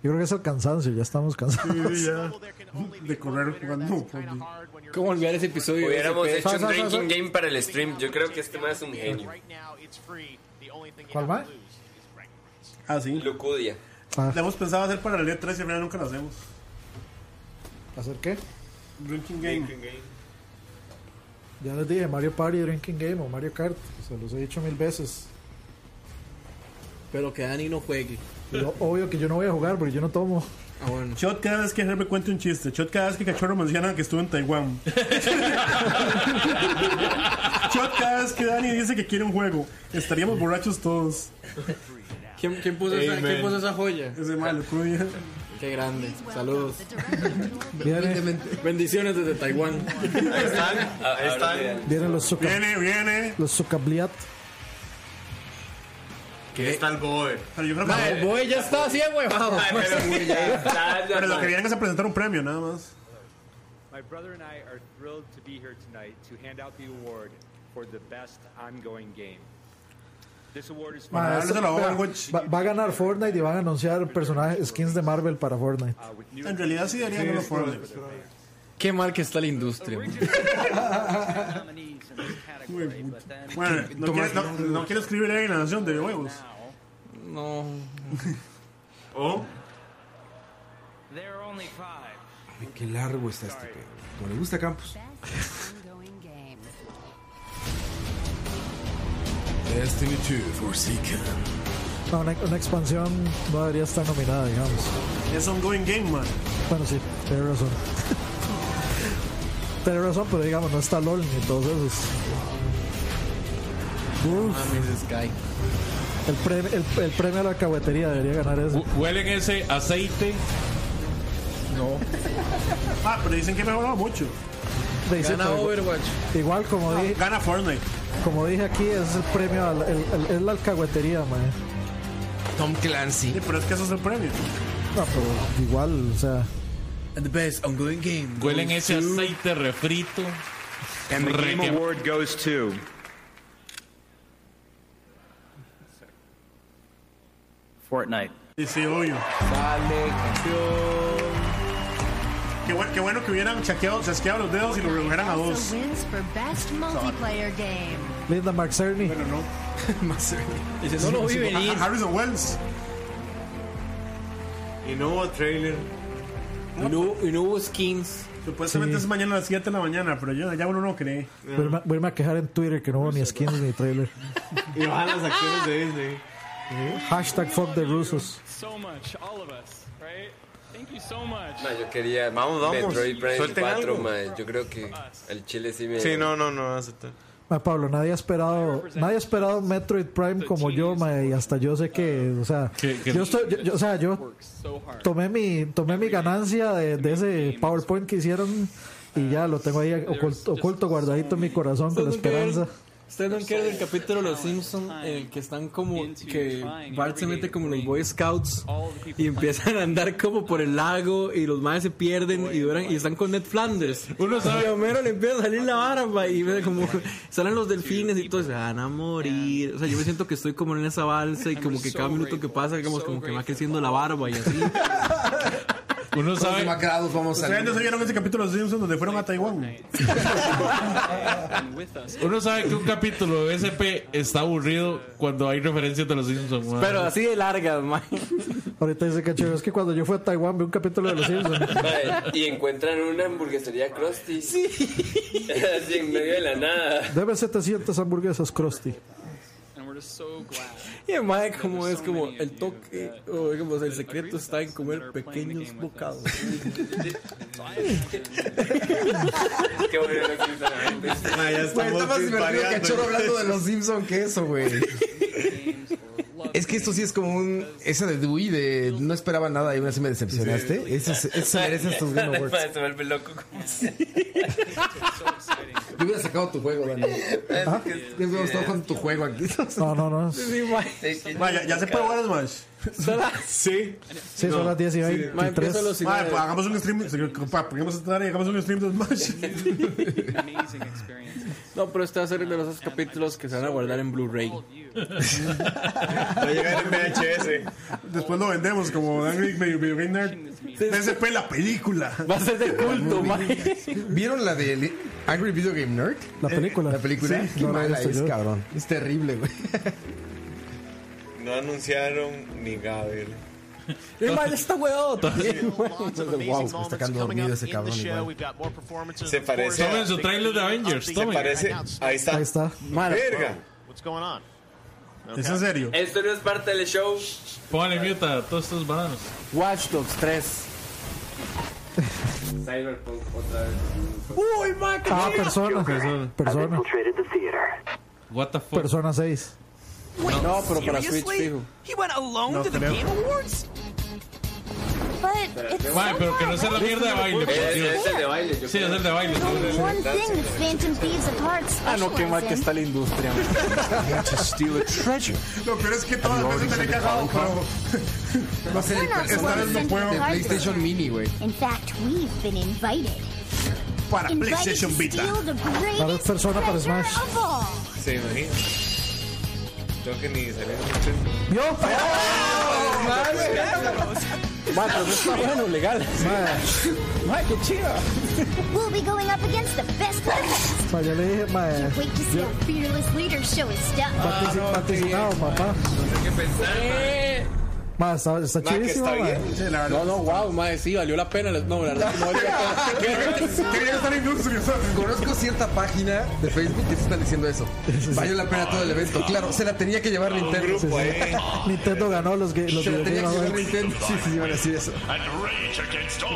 Yo creo que es el cansancio, ya estamos cansados. De correr jugando. ¿Cómo olvidar ese episodio? Hubiéramos Ese- hecho Sa, un sa, sa, drinking sa. game para el stream. Yo creo que este más es un genio. ¿Cuál va? Ah. Ah, sí. Lucudia. La hemos pensado hacer para el E3 y al final nunca lo hacemos. ¿Hacer qué? Drinking Game. Ya les dije, Mario Party, Drinking Game o Mario Kart. Se los he dicho mil veces. Pero que Dani no juegue. Pero obvio que yo no voy a jugar porque yo no tomo. Ah, bueno. Shot cada vez que Herbert cuenta un chiste. Shot cada vez que Cachorro menciona que estuvo en Taiwán. Shot cada vez que Dani dice que quiere un juego. Estaríamos borrachos todos. ¿Quién, quién puso, esa, Amen. ¿quién puso esa joya? Ese malo, Cudia. Qué grande. Saludos. Bendiciones desde Taiwán. Ahí están, ahí están. Vienen los Zucca- Viene, viene. Los Zucabliat. Ahí está el boe. Pero yo creo Ma, el boy ya está así, güey. Pero lo que vienen es a presentar un premio, nada más. My brother and I are thrilled to be here tonight to hand out the award for the best ongoing game. This award is Ma, for eso- vea, va, va a ganar Fortnite y van a anunciar personajes, skins de Marvel para Fortnite. En realidad sí deberían ganarlo Fortnite. Qué mal que está la industria. Bueno, no quiere, no, no quiere escribir ahí en la nación de huevos. No. ¿O? Qué largo está este pedo. Como le gusta a Campos. Destiny 2 Forsaken. No, una, una expansión no debería estar nominada, digamos. Es ongoing game, man. Bueno, sí, tiene razón. tiene razón, pero digamos, no está LOL ni todos esos. Uf. Ah, El, pre- el, el premio a la caguetería debería ganar Uh. eso. ¿Huelen ese aceite? No. Ah, pero dicen que mejoró mucho. Le dice, pero igual- Igual como dije. Gana Fortnite. Como dije aquí, es el premio, al- el- el- es la alcahuetería, man. Tom Clancy. Sí, pero es que eso es el premio. No, pero igual, o sea. The best ongoing game. Huelen ese aceite refrito. And the game Requem- award goes to. Fortnite. Y sí, obvio. Dale, Qué bueno, qué bueno que hubieran chaqueado, chasqueado los dedos y lo redujeran a dos. Also wins for best multiplayer game. Linda Mark Cerny. Bueno, no. Dice, no lo vi venir. Harrison Wells. Y no hubo trailer. Y no, y no hubo skins. Supuestamente es mañana a las 7 de la mañana, pero yo ya uno no cree. Eh, Voy a irme- voy a irme a quejar en Twitter que no hubo ni skins ni trailer. Y bajan las acciones de Disney. Hashtag fuck the rusos. So much, all of us, right? Thank you so much. Ma, yo quería Vamos, vamos. Metroid Prime Suelten 4, algo. ma. Yo creo que al chile sí me. Sí, no, no, no, aceptar. Ma, Pablo, nadie ha esperado, nadie ha esperado Metroid Prime como yo, ma, y hasta yo sé que, o sea, que- yo estoy, yo- yo- o sea, yo tomé mi, tomé mi ganancia de, de ese PowerPoint que hicieron y ya lo tengo ahí oculto, oculto, guardadito en mi corazón con la esperanza. Ustedes no quieren el capítulo de los Simpsons en el que están como que Bart se mete como en los Boy Scouts y empiezan a andar como por el lago y los madres se pierden y duran y están con Ned Flanders. Uno sabe. Y a Homero le empieza a salir la vara ma, y ve como salen los delfines y todo se van a morir. O sea, yo me siento que estoy como en esa balsa y como que cada minuto que pasa, digamos, como que me va creciendo la barba y así. Uno sabe- Macrados vamos a ¿Ustedes salir. no se vieron ese capítulo de los Simpsons donde fueron a Taiwán? Uno sabe que un capítulo de SP está aburrido cuando hay referencias de los Simpsons. ma. Pero así de largas, man. Ahorita dice Cacho, es que cuando yo fui a Taiwán vi un capítulo de los Simpsons. Ma, y encuentran una hamburguesería Krusty. Sí. Así en medio de la nada. Debe 700 hamburguesas Krusty. And we're just so glad. Y el mae como es como el toque, o digamos, el secreto está en comer pequeños bocados. Qué bueno lo que hizo la gente. Este Ah, Pues Güey, está más divertido que Choro hablando de los Simpsons que eso, güey. Es que esto sí es como un. Esa de Dewey de no esperaba nada y aún así me decepcionaste. Eso, se- eso se merece estos Game Awards. Ma, se vuelve loco. como- Yo hubiera sacado tu juego, Daniel. ¿Ah? Yo hubiera estado con tu juego aquí. No, no, no. Ma, ya, ya se puede jugar Smash. Sí. Sí, son las 10 y Sí. 23. Ma, pues, hagamos un stream. pa, Ponemos esta tarea y hagamos un stream de Smash. No, pero este va a ser uno de esos capítulos que se van a guardar en Blu-ray. Va a llegar en VHS. Después lo vendemos como Dan Rick, medio medio Game Nerd. PSP la película. Va a ser de culto, ¿Vieron la de Li- Angry Video Game Nerd? La película. La película. Sí, Qué no la he mala visto es, yo. cabrón. Es terrible, güey. No anunciaron ni Gabriel. esta huevada también, Wow, me está quedando dormido ese cabrón. igual. Se parece. Tomen su trailer de Avengers, Se tomen. parece. Ahí está. Ahí está. Verga. What's going on? ¿Es en serio? Esto no es parte del show. Póngale mute a todos estos bananos. Watch Dogs 3. Cyberpunk otra vez. Uy, ma, Ah, persona. Persona. What the fuck? Persona 6. No, pero para Switch, fijo. He went alone No to the creo. Game Awards? But it's Mae, pero que no sea la mierda de baile. por Es- Dios. es el de baile, yo Sí, es el de baile. One thing that Phantom Thieves of Heart Ah, no, qué mal specializes que in. está la industria. Lo peor es que todas las veces me he cagado, pero. Va a ser el We're not esta vez no supposed puedo. to De PlayStation Mini, güey. In fact, we've been invited. Para invited PlayStation to Vita. steal the greatest Para persona para treasure Smash. of all. Se imagina. Yo que ni este salí mucho. Yo. Ma, pero eso está bueno, legal. Ma, qué chido. We'll be going up against the best players. Ma, yo le dije, ma. Wait to see Yo, our fearless leader show his stuff. Ah, partici- Vaticinado, papá. Ma, está, está chidísimo, ma. No, no, wow, ma, sí, valió la pena. No, la verdad que no valió la pena. Conozco cierta página de Facebook que te están diciendo eso. Valió la pena todo el evento. Claro, se la tenía que llevar Nintendo. Sí, sí. Nintendo ganó los, ga- los eh. Se la tenía que videojuegos. llevar ma. Nintendo. Sí, sí, iban a decir eso.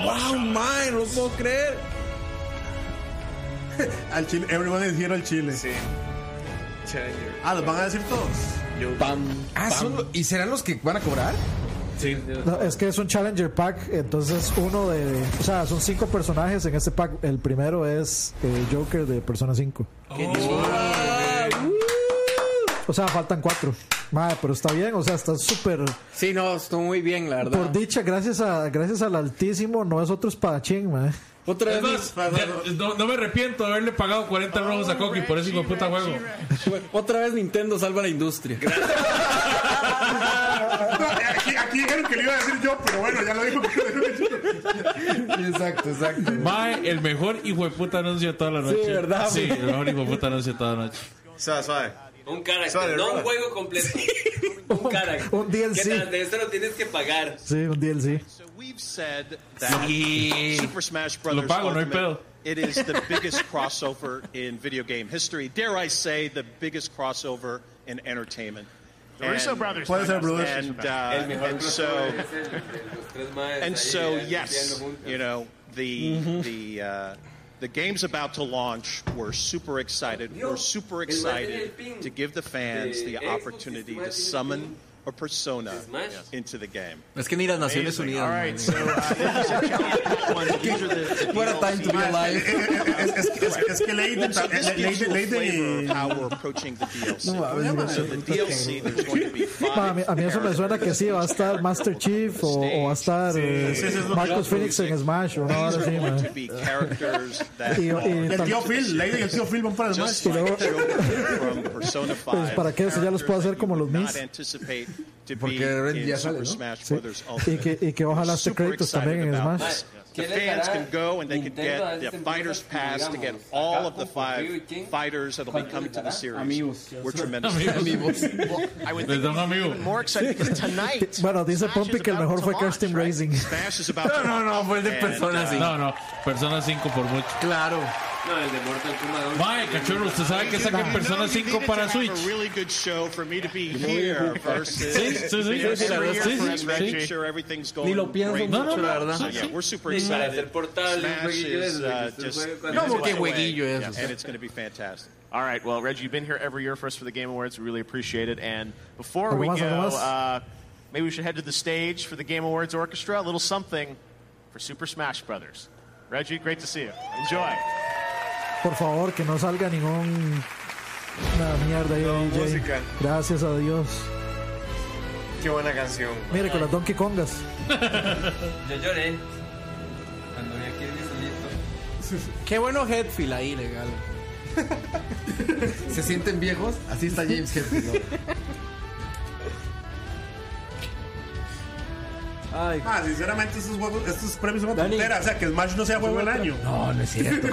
Wow, ma, no puedo creer. Al chile, everyone is here al chile. Sí. Ah, los van a decir todos. Ah, son- ¿y serán los que van a cobrar? Sí. No, es que es un Challenger Pack, entonces uno de. O sea, son cinco personajes en este pack. El primero es eh, Joker de Persona 5. Oh. O sea, faltan cuatro. Madre, pero está bien, o sea, está súper. Sí, no, estuvo muy bien, la verdad. Por dicha, gracias a gracias al Altísimo, no es otro espadachín, madre. Otra Es más, ya- no, no me arrepiento de haberle pagado 40 rojos a Coqui por ese hijo de puta juego. Otra vez Nintendo salva la industria. No, aquí, aquí dijeron que lo iba a decir yo, pero bueno, ya lo dijo. Exacto, exacto. Mae, el mejor hijo de puta anuncio de toda la noche. Sí, ¿verdad, Sí, mae? el mejor hijo de puta anuncio de toda la noche. Suave, suave. Un carácter, no un juego completo. un carácter. un DLC. Que nada, de esto lo tienes que pagar. Sí, un DLC. We've said that Super Smash Bros. Lo pago, no hay Ultimate, pedo. it is the biggest crossover in video game history. Dare I say, the biggest crossover in entertainment. The Russo brothers Puede ser, brothers. And, uh, El mejor and crossover so, es el de los tres maes ahí, and so, eh, yes, peleando juntos. you know the Mm-hmm. the uh, the game's about to launch. We're super excited. We're super el man tiene excited el pin to give the fans de the Xbox, opportunity este man tiene to el summon pin a persona Smash. into the game. Uh. Es que ni las Naciones Amazing. Unidas. All right, so uh, these are challenge ones. These are the- the What a time to be DLC. alive. Es, es, es, es que Leiden So this también. gives you a flavor of Leiden how we're approaching the DLC. No, a ver, mira, so the DLC, there's going to be five. Ma, a, mí, a mí eso me suena que sí, va a estar Master Chief o, o va a estar eh, sí, sí, es lo que Marcus Phoenix en Smash o una hora These are así, going ma. to be characters that Y- y- are y el tío Phil, Leiden y el tío Phil van para Smash. just like Joker from Persona 5. Pues para qué, si ya los puedo hacer como los Not Mis. anticipate to be Porque Red in ya Super sale, ¿no? Smash Sí. Brothers Y Ultimate. que, y que ojalá esté Super créditos también en excited about Smash. this. The fans can go and they can get the Fighters Pass to get all of the five fighters that'll be coming to the series. We're tremendous. Amigos. I would Les think da un amigo. even more excited because tonight. Bueno, dice Smash Pompi is que el about mejor to fue launch, Kirsten right? Racing. Smash is about to No, no, no, launch, fue el de and, Persona uh, cinco. No, no, Persona 5 por mucho. Claro. No, el de Mortal Kombat 11. Mae, cachorro, usted sabe que You saquen know, Persona you 5 needed para to have Switch. a really good show for me to be here versus Sí, sí, sí, you know, sí, sí, every la year verdad, sí, for sí, us making sí. sure everything's Ni lo going pienso great. mucho, No, no, la no, verdad. So, yeah, we're super Para hacer excited. portable, un Smash jueguillo de is, los que uh, usted just juega cuando No, se porque juega. jueguillo Yeah, es. and it's going to be fantastic. All right, well, Reggie, you've been here every year for us for the Game Awards. We really appreciate it. And before we go, Algo más, algo uh, maybe we should head to the stage for the Game Awards Orchestra. A little something for Super Smash Brothers. Reggie, great to see you. Enjoy. Por favor, que no salga ningún. Una mierda ahí de No, DJ. música. Gracias a Dios. Qué buena canción. Mire, con las Donkey Kongas. Yo lloré cuando vi aquí el solito. Qué bueno Headfield ahí, legal. ¿Se sienten viejos? Así está James Hetfield. ¿no? Ay. Ah, sinceramente, estos, juegos, estos premios son una Dani. tontera. O sea, que Smash no sea juego del año. No, no es cierto.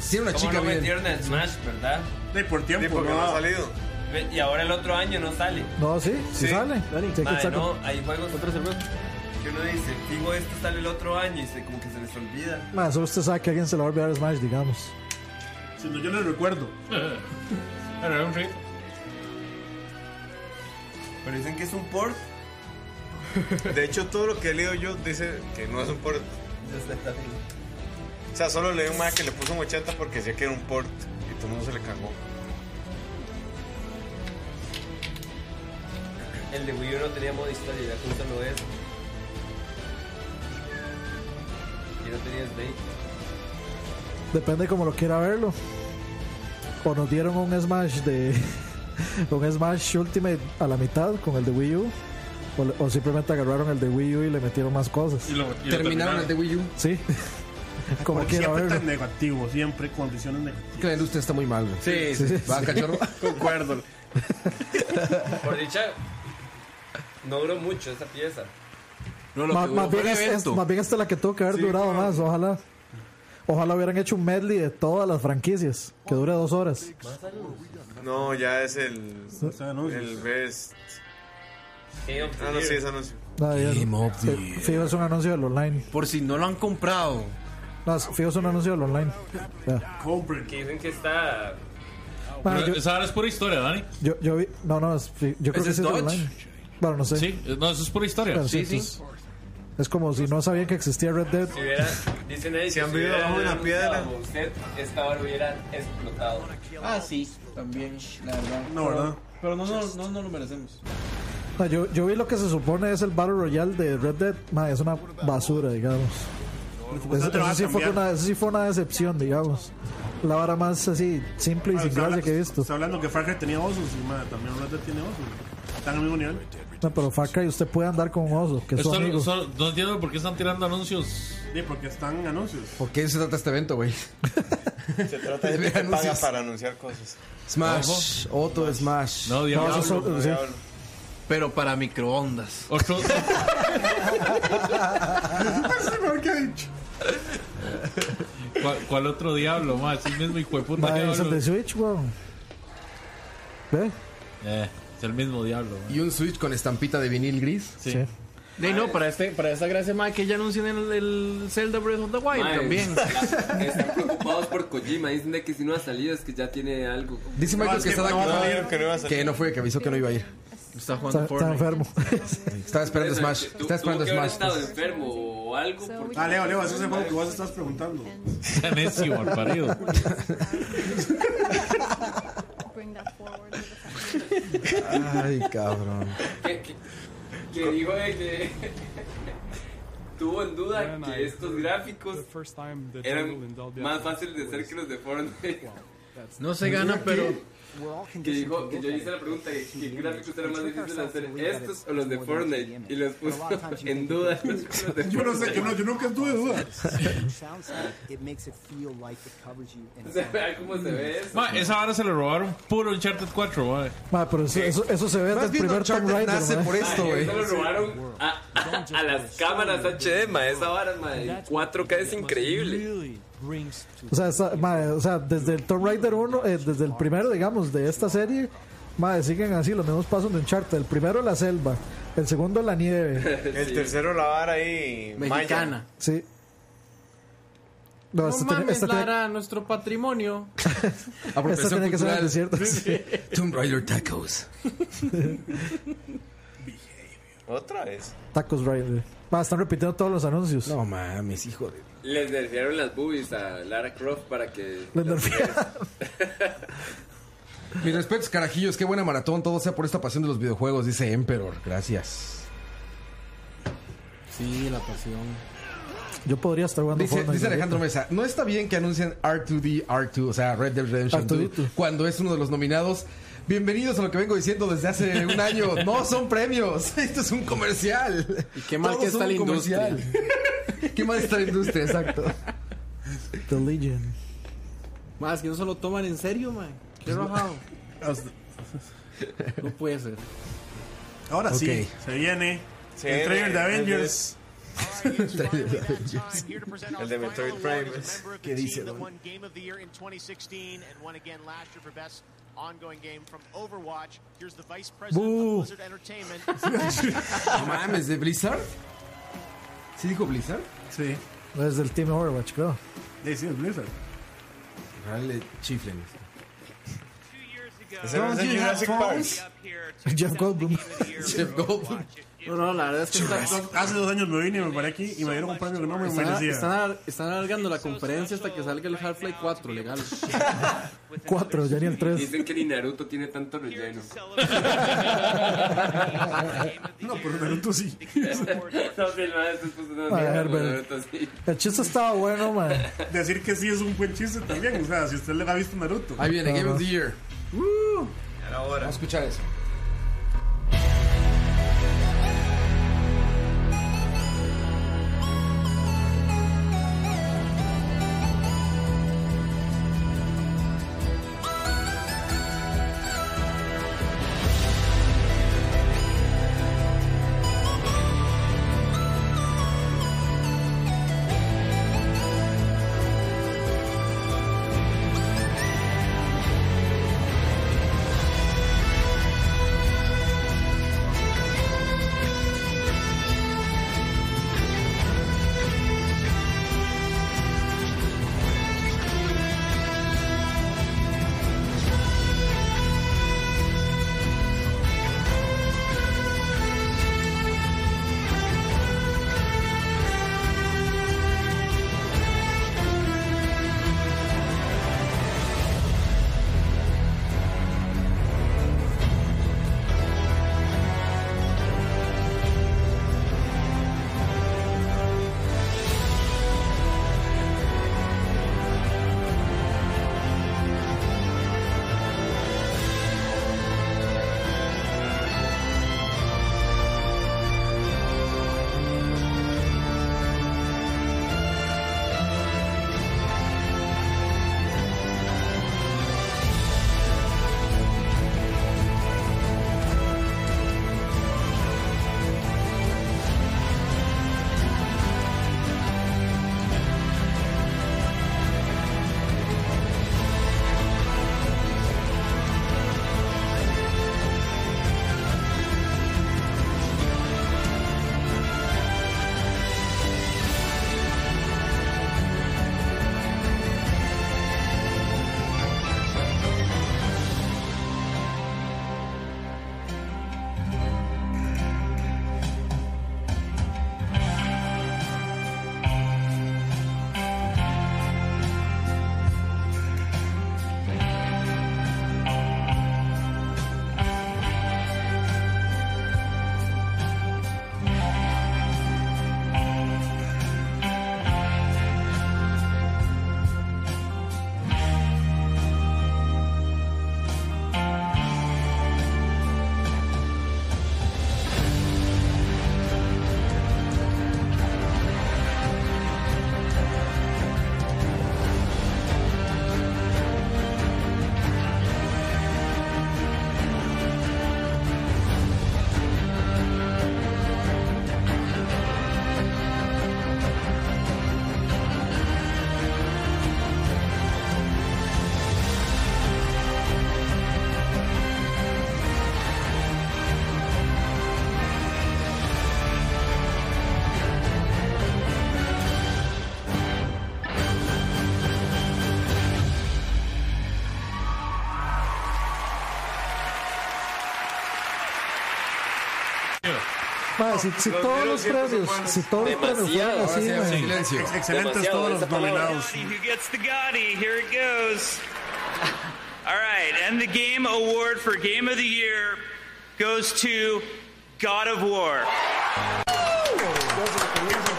Sí, una ¿Cómo chica no bien. metieron a Smash, ¿verdad? De por tiempo, Sí, porque no ha salido. Y ahora el otro año no sale. No, sí, sí, sale. Sí, que Mae, saco. no, hay juegos. Otra cerveza. Que uno dice, digo esto sale el otro año y se, como que se les olvida. Mae, solo usted sabe que alguien se lo va a olvidar a Smash, digamos. Si no, yo no recuerdo. Pero era un rito. Pero dicen que es un port. De hecho, todo lo que he leído yo dice que no es un port. O sea, solo leí un más que le puso un 80 porque decía que era un port y todo el mundo se le cagó. El de Wii U no tenía modo historia, ya con solo eso. Y no tenía Snake. Depende como lo quiera verlo. O nos dieron un Smash de. un Smash Ultimate a la mitad con el de Wii U. O, o simplemente agarraron el de Wii U y le metieron más cosas. Y lo- y lo Terminaron terminaron. el de Wii U. Sí. como Porque quiera siempre verlo. tan negativo, siempre condiciones negativas. Que la industria está muy mal, güey. Va, cachorro. Concuerdo. Por dicha, no duró mucho esa pieza. Ma- más, bien es- es- más bien esta es la que tuvo que haber durado más, ojalá. Ojalá hubieran hecho un medley de todas las franquicias, que dure dos horas. No, ya es el. Es anuncio. El best. Ah, no, sí, es anuncio. Nada, ya- Game Eh, Fijo es un anuncio del online. Por si no lo han comprado. No, es- fijo es un anuncio del online. Ya. Que dicen que está. Bueno, Pero yo- Esa ahora es pura historia, Dani. Yo, yo vi- no, no, es fi- yo creo ¿Ese es que sí es del Dodge? online. Bueno, no sé. Sí, no, eso es pura historia. Pero sí, es- Es como si no sabían que existía Red Dead. Si hubiera. Dicen ellos. Si han vivido bajo una piedra. Usted, esta hora hubiera explotado. Ah, sí, también, la verdad. No, Pero- ¿verdad? Pero no, no, no, no lo merecemos. No, yo, yo vi lo que se supone es el Battle Royale de Red Dead. Ma, es una basura, digamos. Eso, eso sí fue una, eso sí fue una decepción, digamos. La vara más así simple y Ah, sin está gracia hablando- que he visto. Está hablando que Far Cry tenía osos y madre, también Red Dead tiene osos. Están al mismo nivel. No, pero Far Cry, usted puede andar con un oso, que es su Esto- amigo. esto- no entiendo por qué están tirando anuncios. Sí, porque están en anuncios. ¿Por qué se trata este evento, güey? Se trata de De que te paga anuncios. para anunciar cosas. Smash, otro Smash. No, Diablo. No, eso es- Diablo, sí. Diablo. Pero para microondas. Es lo mejor que ha dicho. ¿Cuál, cuál otro diablo, más? Es el mismo hijo de puta Ma, es el diablo. de Switch, weón. ¿Ve? Eh, es el mismo diablo. Y un Switch con estampita de vinil gris. Sí. De no, para este, para esta gracia más que ya anuncian el, el Zelda Breath of the Wild Mae, también. la- están preocupados por Kojima. Dicen de que si no ha salido es que ya tiene algo. Dice Michael que, está que, no fue, que avisó que no iba a ir. Está jugando Está- Fortnite. está enfermo. Estaba esperando Eso, Smash. que tú- Estaba esperando tuvo que haber Smash. pues. estado enfermo o algo. porque- Ah, Leo, Leo, ese es el juego que vos estás preguntando. necio, mal parido. Ay, cabrón. que, que- que dijo de eh, que tuvo en duda que estos gráficos eran más fáciles de hacer que los de Fortnite. No se gana, pero Que dijo que yo hice la pregunta que qué gráficos eran más difíciles de hacer estos o los de Fortnite y los puso en duda. Yo no sé, yo, no, yo nunca estuve en duda. O sea, ¿Cómo se ve eso? Ma, esa ahora se le robaron puro Uncharted 4, ma. Ma, pero eso, eso, eso se ve desde el primer Tomb Raider. ma. Ay, eso lo robaron a, a- a las cámaras HD, ma. Esa vara, ma. en 4K es increíble. O sea, esa- ma, o sea, desde el Tomb Raider 1, eh, desde el primero, digamos, de esta serie, ma, siguen así los mismos pasos de Uncharted. El primero la selva, el segundo la nieve. El tercero la vara ahí. Mexicana. Sí. No, No este tiene- mames, este tiene- Lara, nuestro patrimonio. Apropiación Esta tiene que ser cultural. el desierto, sí. Tomb Raider Tacos. Maya. Otra vez. Tacos Raider. Ma, están repitiendo todos los anuncios. No mames, hijo de. Les nerfearon las boobies a Lara Croft para que. Les Mis respetos, carajillos. Qué buena maratón. Todo sea por esta pasión de los videojuegos, dice Emperor. Gracias. Sí, la pasión. Yo podría estar jugando Dice, Fortnite dice Alejandro ahorita. Mesa, no está bien que anuncien R2D, R2, o sea, Red Dead Redemption 2, R2D2. cuando es uno de los nominados. Bienvenidos a lo que vengo diciendo desde hace un año. No son premios, esto es un comercial. Y qué mal que está la industria. qué mal está la industria, exacto. The Legion. Más que no se lo toman en serio, man. Qué rajado. No puede ser. Ahora sí, se viene. el trailer de Avengers. El de Metroid Prime. ¿Qué dice, that don? won Game of the Year in 2016 and won again last year for best ongoing game from Overwatch. Here's the vice president Boo. of Blizzard Entertainment. No mames, ¿de Blizzard? ¿Sí dijo Blizzard? Sí. No es del Team Overwatch, creo. Sí, sí, es Blizzard. Dale, chiflen. Ese no es el Jurassic Park. Jeff Goldblum. Jeff Goldblum. No, no, la verdad es que está- Hace dos años me vine, me paré aquí y me dieron un premio que no me están, merecía. están alar- están alargando la conferencia hasta que salga el Half-Life 4 legal. 4, ya ni el 3. Dicen que ni Naruto tiene tanto relleno. No, pero Naruto sí. No, sí, no, esto es pues una Ay, mierda, Herbert. Naruto sí. El chiste estaba bueno, man. Decir que sí es un buen chiste también. O sea, si usted le ha visto Naruto. Uh. Ahí viene, Game of the Year. Woo. Vamos a escuchar eso. Man, si, si Los todos vieron los siempre premios, son buenos. si todos los premios fueran así, man. Ex- Excelentes todos los nominados. Who gets the Gotti? Here it goes. All right, and the game award for Game of the Year goes to God of War.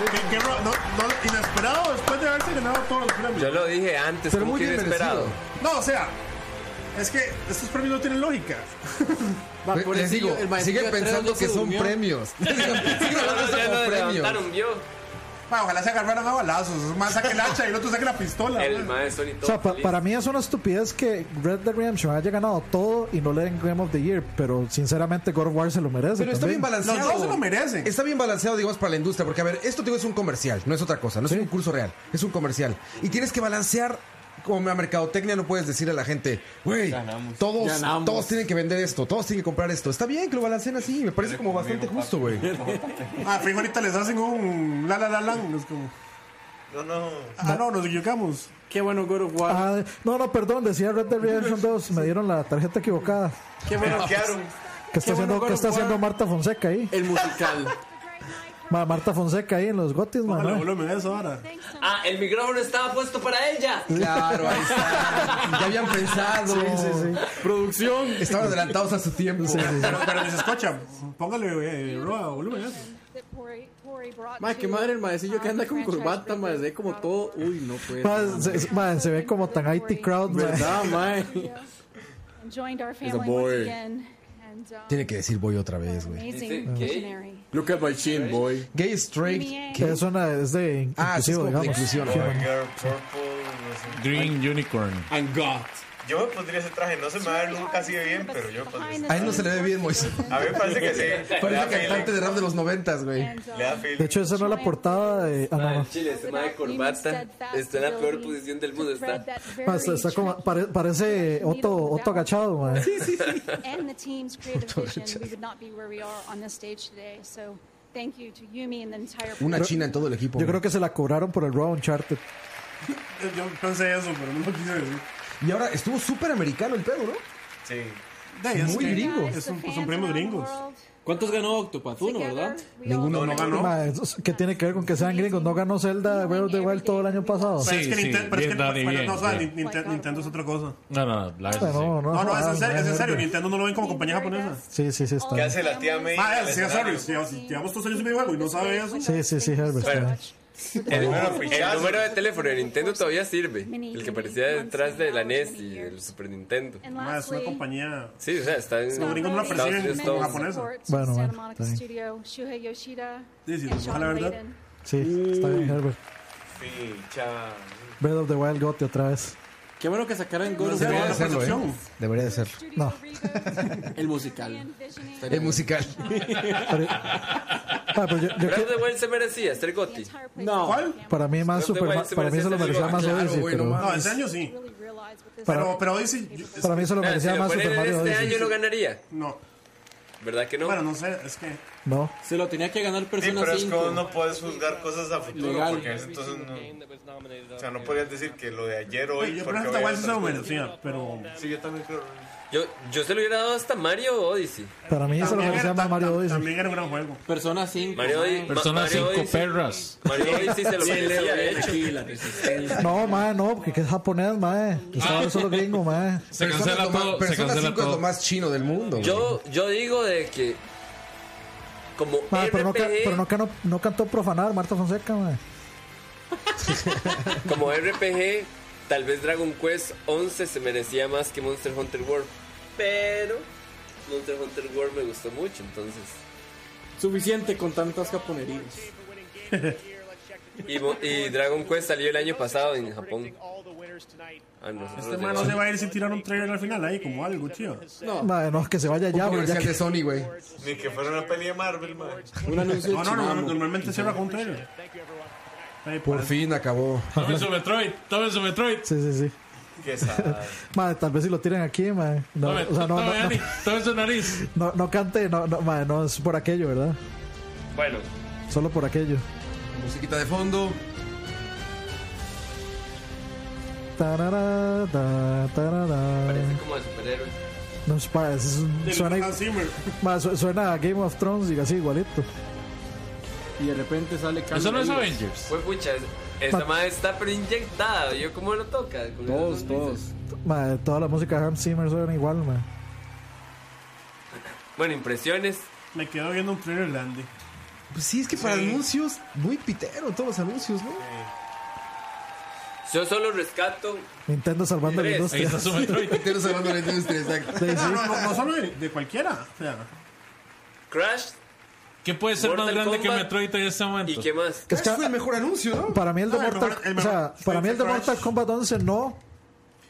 Qué- qué ro- no, no lo- inesperado después de haberse ganado todos los premios. Yo lo dije antes, Pero como muy que bien inesperado. No, o sea, es que estos premios no tienen lógica. Les digo, siguen pensando que son premios. Ma, ojalá se agarraran a balazos. Más saque el hacha y el otro saque la pistola. El maestro Sony O sea, todo pa- feliz. para mí es una estupidez que Red Dead Redemption haya ganado todo y no le den Game of the Year, pero sinceramente God of War se lo merece. Pero está bien también. balanceado. Está bien balanceado, digamos, para la industria. Porque, a ver, esto digo, es un comercial, no es otra cosa. No es un curso real, es un comercial. Y tienes que balancear. Como a mercadotecnia no puedes decir a la gente, güey, todos, Ganamos. todos tienen que vender esto, todos tienen que comprar esto. Está bien que lo balanceen así, me parece como bastante justo, güey. Ah, fijo, ahorita les hacen un la la la lan. Es como. No, no. Ah, no, nos equivocamos. Qué bueno God of War. Ah, no, no, perdón, decía Red Dead Redemption 2, me dieron la tarjeta equivocada. Qué bueno. ¿Qué está, Qué bueno haciendo, God qué of está War. haciendo Marta Fonseca ahí? El musical. Ma- Marta Fonseca ahí en los gotis, man. Ojalá ¿no? volumen eso ahora. Ah, el micrófono estaba puesto para ella. Claro, ahí está. Ya habían pensado. Producción. Estaban adelantados a su tiempo. Pero, pero les escucha, póngale eh, roa, volumen eso. Ma, qué madre el maecillo que anda con corbata, ma, se ve como todo. Uy, no puede. Ma, se, se- ma, se ve como tan IT crowd, ma. ¿Verdad, mae? boy. Tiene que decir voy otra vez, güey. Look at my chin, boy. Gay straight. Que es una es de in- Ah, sí, es inclusivo, como de digamos. inclusión. Sí, man. Green Unicorn. And God. Yo me pondría ese traje, no se me va a ver nunca así de bien, pero yo me pondría ese A él no se le ve bien, Moisés. A mí me parece que sí. Le da Parece cantante de rap de los noventas, güey. Le da De hecho, esa no es la portada de. Ah, no, no. Chile, este mae de corbata está en la peor posición del mundo. Está. Ma, está- está como- pare- parece Otto, Otto agachado, ma. and the team's creative Totally vision, we just- would not be where we are on this stage today. So thank you to Yumi and the entire. Una china en todo el equipo. Yo güey. creo que se la cobraron por el Raw Uncharted. Yo, yo pensé eso, pero no lo quise decir. Y ahora estuvo súper americano el pedo, ¿no? Sí. Muy gringo. Son, son primos gringos. ¿Cuántos ganó Octopath? Uno, ¿verdad? Ninguno no ganó. Ma, eso- ¿Qué tiene que ver con que sean gringos? ¿No ganó Zelda Breath of the Wild todo el año pasado? Pero es que Nintendo, pero es que, bien, Dani, pero bien, no, o sea, bien. Ninte- Nintendo es otra cosa. No, no, no. La Pues verdad, sí. No, no, No, no, es en serio, es en serio. no. Nintendo no lo ven como compañía japonesa. Sí, sí, sí, Oh, está. ¿Qué hace la tía May? Ah, en el sí, sorry. escenario? sí, sí, Llevamos dos años en videojuego y no sabe eso. Sí, sí, sí, Herbert. Bueno. está El, bien. el número de teléfono de Nintendo todavía sirve. El que parecía detrás de la NES y el Super Nintendo. Ma, es una compañía. Sí, o sea, está en. Los gringos no la perciben Estados como Unidos. japonesa. Bueno, Santa bueno, Monica está bien. Studio, Shuhei Yoshida, Sí, sí, and ojalá, Sean ¿verdad? Layden. Sí, está Uh. bien, Herbert. Ficha. Breath of the Wild Gotti otra vez. Qué bueno que sacaran God of Debería de War. serlo, ¿eh? Debería de serlo. No. El musical. El musical. pero Ah, pues yo- yo- Breath of the Wild se merecía ser Gotti. No. para mí más Breath of the super, Wild se para mí merecía se lo ser merecía más Gotti. Odyssey, Claro, güey, pero No, ese Este año sí. Pero, pero hoy sí. yo- para mí se lo Mira, merecía si lo más Super ponen Mario este Odyssey. año no ganaría. No. ¿Verdad que no? Bueno, no sé, es que. No. Se lo tenía que ganar Sí, Persona pero es 5. como no puedes juzgar cosas a futuro, Legal. porque entonces no... O sea, no podrías decir que lo de ayer hoy... Yo porque creo que hoy igual hay sí se lo otras merecía, pero. cosas. Sí, yo también creo. Yo, yo se lo hubiera dado hasta Mario Odyssey. Para mí se lo También merecía era- más Mario Odyssey. También era un gran juego. Persona 5. Mario Odyssey. Persona Mario 5 Odyssey. perras. Mario Odyssey se lo Sí, merecía, Leo, de Leo, hecho. aquí la resistencia. No, mae, no, porque que es japonés, Ah. mae. Estaba solo gringo, mae. Se Persona cancela es lo más- todo, se Persona cancela 5 es todo. lo más chino del mundo. güey. Yo, yo digo de que... Como Mae, pero, no, ca- RPG... pero no, ca- no- no cantó profanar Marta Fonseca, mae. Como RPG, tal vez Dragon Quest 11 se merecía más que Monster Hunter World. Pero Monster Hunter World me gustó mucho, entonces. Suficiente con tantas japonerías. Y, Mo- y Dragon Quest salió el año pasado en Japón. A nosotros Este de- man no se va a ir sin tirar un trailer al final ahí, como algo, tío. No. Mae, no, que se vaya ya, güey. ya que- Sony, güey. Ni que fuera una peli de Marvel, man. Un anuncio No, no, no, chinamo. normalmente cierra con un trailer. Ahí, Por pues. fin acabó. Tomen su Metroid, tomen su Metroid. Sí, sí, sí. Qué Ah. sad. Mae, tal vez si lo tiren aquí, mae. No, Tomen, o sea, no, no, tomen, Ani, no, tomen su nariz. no- no cante, no, no, mae, no es por aquello, ¿verdad? Bueno, Solo por aquello. Musiquita de fondo. Tarara, ta, tarara. parece como de superhéroes. No, es pa- es- es un- Del suena, Hans Zimmer. ma, su- suena a Game of Thrones y así igualito. Y de repente sale Carlos. Eso no es Reyes. Avengers. Fue pucha, esa madre está pero inyectada. ¿Yo cómo lo toca? Con Todos, esas todos. risas. Ma, toda la música de Hans Zimmer suena igual, ma. Bueno, impresiones. Me quedo viendo un trailer de Andy. Pues sí, es que para anuncios, muy pitero todos los anuncios, ¿no? Yo solo rescato. Nintendo salvando la Tres. industria. Ahí está su Metroid. Nintendo salvando la industria, exacto. Sí, sí. No, no, no solo de, de cualquiera. O sea, Crash. ¿Qué puede ser Mortal más grande que Kombat. Metroid en este momento? ¿Y qué más? Es que- anuncio, Para mí el de, No, Ah, el Mortal, mejor- el o sea, mejor- para mí el de Crash. Mortal Kombat 11 no.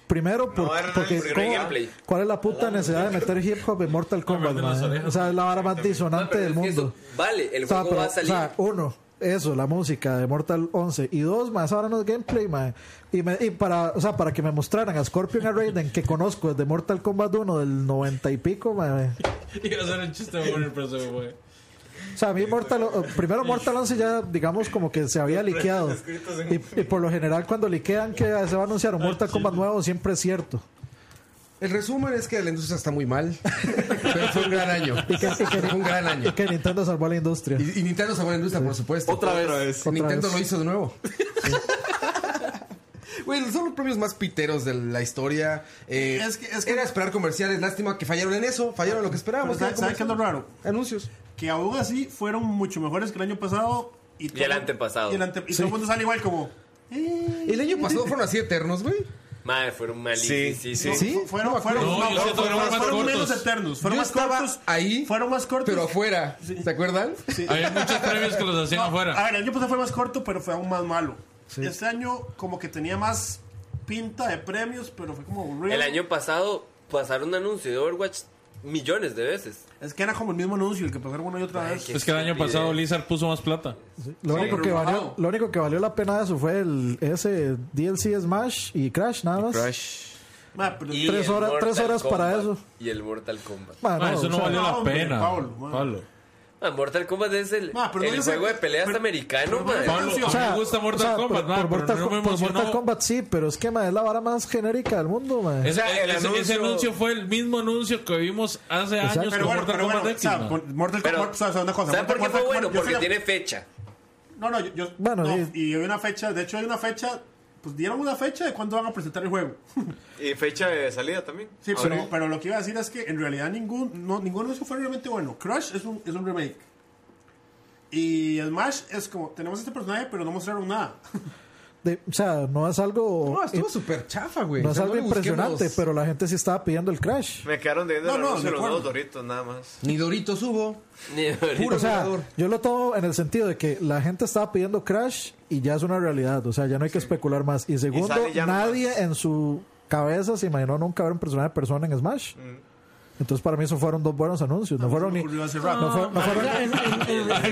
Primero, por- era el porque primer ¿cómo- gameplay. ¿cuál es la puta necesidad de meter hip hop en Mortal Kombat? de las mae? orejas. O sea, es la vara más disonante del mundo. Vale, el O sea, juego pero, va a salir. o sea, uno, eso, la música de Mortal 11. Y dos, más ahora no es gameplay, mae. Y, me- y para, o sea, para que me mostraran a Scorpion y a Raiden, que conozco desde Mortal Kombat 1 del 90 y pico, mae. Iba a ser un chiste bueno, pero se me fue. O sea, a mí Mortal, o- primero Mortal 11 ya, digamos, como que se había liqueado. Y, y por lo general, cuando liquean que se va a anunciar un Mortal Kombat nuevo, siempre es cierto. El resumen es que la industria está muy mal. Pero fue un gran año. Y que, y que- Fue un gran año. y que Nintendo salvó a la industria. Y, y Nintendo salvó la industria, por supuesto. Otra vez. Otra vez. Nintendo Otra vez. lo hizo de nuevo. Güey, son los premios más piteros de la historia. Eh, Era esperar comerciales. Lástima que fallaron en eso. Fallaron en lo que esperábamos. ¿sabes Era qué es lo comercial. raro? Anuncios. Que aún así fueron mucho mejores que el año pasado. Y, Y el antepasado. Y, el ante- y todo el mundo sale igual como... El año pasado fueron así eternos, güey. Madre, fueron malísimos. Sí, sí. Fueron, No, fueron, no, no, yo sé, fueron- fueron más fueron cortos. menos eternos. Fueron Yo más estaba cortos. ahí. Fueron más cortos. Pero afuera. ¿Se acuerdan? Había muchos premios que los hacían A afuera. ver, el año pasado fue más corto, pero fue aún más malo. Este año como que tenía más pinta de premios, pero fue como aburrido. El año pasado pasaron un anuncio de Overwatch millones de veces. Es que era como el mismo anuncio, el que pasaron una y otra vez. Es que el año pasado Blizzard puso más plata. Lo, Sí, único pero que bajado. valió, lo único que valió la pena de eso fue el, ese DLC de Smash y Crash, nada más. Y Tres el horas- Mortal tres horas para Kombat. eso. Y el Mortal Kombat. Ma, Ah, eso no valió la hombre, pena. Pablo, Pablo. Ah, Mortal Kombat es el, Ma, pero el no sé- juego de peleas americano, madre. Pablo, a mí me gusta Mortal Kombat, por, ma, por pero Mortal, no me Com- por Mortal emocionó. Kombat sí, pero es que ma, es la vara más genérica del mundo, ma. Ese, el ese- ese anuncio- anuncio fue el mismo anuncio que vimos hace Exacto. años Pero con bueno, Mortal pero Kombat bueno, X. o sea, ma. Mor- Mortal Pero- Kombat, o sea, o sea, una cosa. ¿Sabes por qué Mortal fue Kombat- bueno? yo Porque fui la- tiene fecha. No, no, yo, yo- Bueno, no, y- y hay una fecha, de hecho hay una fecha, pues dieron una fecha de cuándo van a presentar el juego. Y fecha de salida también. Sí, Ahora, pero, pero lo que iba a decir es que en realidad ningún, no, ninguno de esos fue realmente bueno. Crush es un, es un remake. Y Smash es como, tenemos este personaje, pero no mostraron nada. De- o sea, no es algo. No, estuvo eh, súper chafa, güey. no O es sea, algo le busquemos- impresionante, pero la gente sí estaba pidiendo el Crash. Me quedaron debiendo el No, no, anuncio de los acuerdo. nuevos Doritos, nada más. Ni Doritos hubo. Puro O sea, jugador. yo lo tomo en el sentido de que la gente estaba pidiendo Crash y ya es una realidad. O sea, ya no hay que especular más. Y segundo, sale ya nadie en su cabeza se imaginó nunca ver un personaje de persona en Smash. Entonces, para mí, eso fueron dos buenos anuncios. No fueron ni. ocurrió hace rato. no fue- no fueron-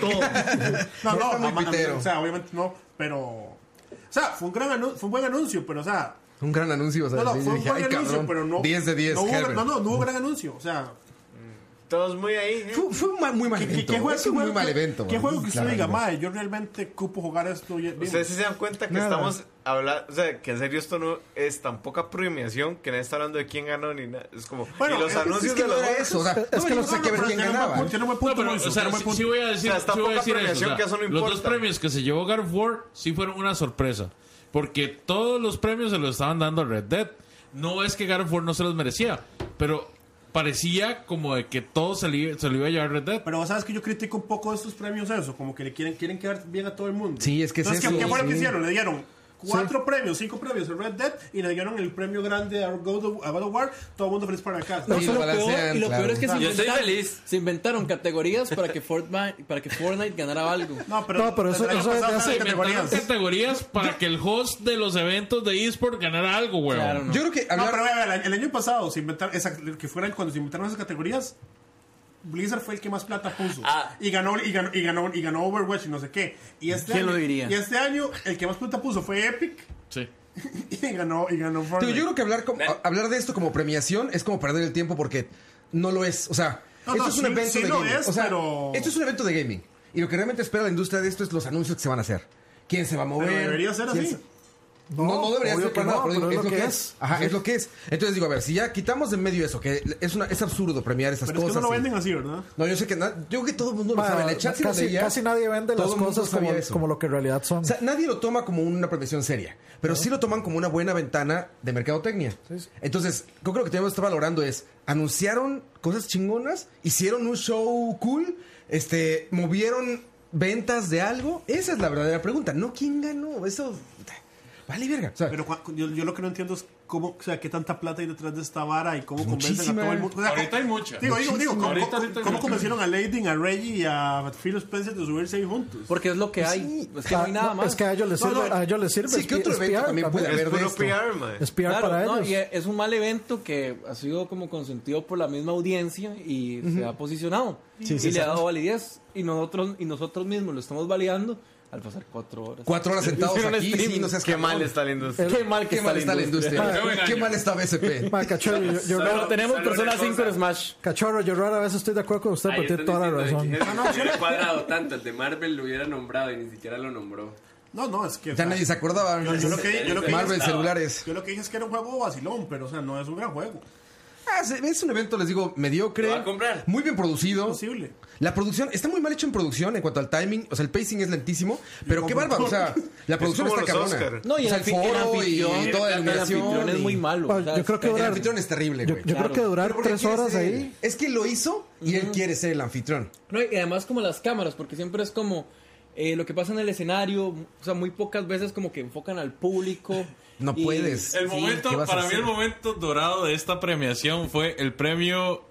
No, Está no, muy mamá, pitero. o sea, obviamente no, pero... O sea, fue un, gran anuncio, fue un buen anuncio, pero o sea... Un gran anuncio. O sea, No, no, sí, fue un dije, buen "Ay, anuncio, cabrón, pero no... 10 de 10, no, hubo, Herbert. no, no, no hubo gran anuncio, o sea... Todos muy ahí. ¿eh? Fue, fue un ma- muy mal ¿Qué, evento. qué juego, es qué un muy juego- mal qué- evento. ¿Qué man. juego que usted Claro, diga, no. madre, yo realmente cupo jugar esto? y- Ustedes sí se dan cuenta que Nada. estamos hablando, o sea, que en serio esto no es tan poca premiación que nadie está hablando de quién ganó ni nada. Es como, Bueno, y los es- es anuncios que de no los era juegos? eso, o sea, es es que no sé qué ver quién ganaba. Tiene un buen No, punto, pero, o Luis, sea, tiene un buen sí, punto. sí voy a decir, O sea, está sí voy a poca decir eso. premiación o sea, que eso no los importa. dos premios que se llevó God of War sí fueron una sorpresa. Porque todos los premios se los estaban dando a Red Dead. No es que God of War no se los merecía, pero parecía como de que todo se le, iba- se lo iba a llevar Red Dead. Pero vos sabes que yo critico un poco estos premios eso, como que le quieren, quieren quedar bien a todo el mundo. Sí, es que es Entonces, ¿qué- eso, ¿qué, fue lo que sí. hicieron? Le dieron cuatro premios, cinco premios a Red Dead y le dieron el premio grande a God of, a God of War, todo el mundo feliz para acá. No, eso es lo peor, y lo peor es que se Yo estoy inventaron, feliz. se inventaron categorías para que, Fortnite, para que Fortnite ganara algo. No, pero, No, pero eso- el año eso pasado estaban desde hace- en Inventaron categorías. categorías para que el host de los eventos de eSport ganara algo, weón. Claro, no. Yo creo que No, hablar- pero vea, vea, el año pasado se inventaron esa- que fueran cuando se inventaron esas categorías, Blizzard fue el que más plata puso Ah. y ganó y ganó y ganó y ganó Overwatch y no sé qué. Y este ¿Quién año, lo diría? Y este año el que más plata puso fue Epic Sí. y ganó y ganó Digo, Fortnite. yo creo que hablar, como- a- hablar de esto como premiación es como perder el tiempo porque no lo es. O sea, No, esto no, es un sí- evento sí de lo gaming. es, o sea, pero- esto es un evento de gaming. Y lo que realmente espera la industria de esto es los anuncios que se van a hacer. ¿Quién se va a mover? Pero debería ser ¿Quién así. se- No, no, debería obvio ser que para nada, no, pero digo, pero es, lo que es. Ajá, es lo que es. Entonces digo, a ver, si ya quitamos de en medio eso, que es, una, es absurdo premiar esas Pero es que cosas. no lo y- venden así, ¿verdad? No, yo sé que na- yo creo que todo el mundo lo Ma, sabe. En el chat sí lo casi- leía, casi nadie vende todo las el mundo cosas sabía como- eso. como lo que en realidad son. O sea, nadie lo toma como una prevención seria, pero sí lo toman como una buena ventana de mercadotecnia. Entonces, yo creo que tenemos que estar valorando es, anunciaron cosas chingonas, hicieron un show cool, este, movieron ventas de algo. Esa es la verdadera pregunta, no quién ganó, eso... Vale, verga. pero Juan, yo, yo lo que no entiendo es cómo, o sea, qué tanta plata hay detrás de esta vara y cómo convencen Muchísima. a todo el mundo. O sea, Ahorita ¿cómo- hay mucha. Digo, digo, digo, Muchísima. ¿cómo, Ahorita sí cómo, está cómo mucha. convencieron a Leiding, a Reggie y a Phil Spencer de subirse ahí juntos? Porque es lo que hay. es que no hay nada más. ah, Es que a ellos les No, sirve. no. a ellos les sirve. es- es PR también. Es PR Claro, para no, ellos. y e- es un mal evento que ha sido como consentido por la misma audiencia y se Ujú. ha posicionado. Sí, y sí, le sí. ha dado validez. Y nosotros, y nosotros mismos lo estamos validando al pasar cuatro horas. Cuatro horas sentados Hicieron aquí, streaming. sí, no seas cabrón. Qué mal, que Qué mal está la industria. Qué mal está BCP. Ma, cachorro, yo, yo Solo raro- tenemos solo Persona una 5 en cosa. Smash. Cachorro, yo rara vez estoy de acuerdo con usted, Ahí pero tiene están toda la diciendo de razón. Ah, que Ah, Jesús hubiera cuadrado tanto, el de Marvel lo hubiera nombrado y ni siquiera lo nombró. No, no, es que. Ya nadie se acordaba. Yo, yo lo que, yo lo que Marvel dije estaba- celulares. Yo lo que dije es que era un juego vacilón, pero, o sea, no es un gran juego. Ah, se- Es un evento, les digo, mediocre. Muy bien producido. La producción está muy mal hecho en producción en cuanto al timing. O sea, el pacing es lentísimo. Pero qué bárbaro. O sea, la Es producción como está los cabrona. Oscar. No, y O sea, el el anfi- el foro y anfitrión, toda el la iluminación. anfitrión es muy malo, Ah, o sea, yo creo que El durar- anfitrión es terrible, yo- güey. yo creo que durar Pero porque tres quiere horas ser ahí- él. Es que lo hizo y él quiere ser el anfitrión. No, y además como las cámaras, porque siempre es como eh, lo que pasa en el escenario, o sea, muy pocas veces como que enfocan al público. No y- El Sí, momento, ¿qué vas a para mí hacer? el momento dorado de esta premiación fue el premio,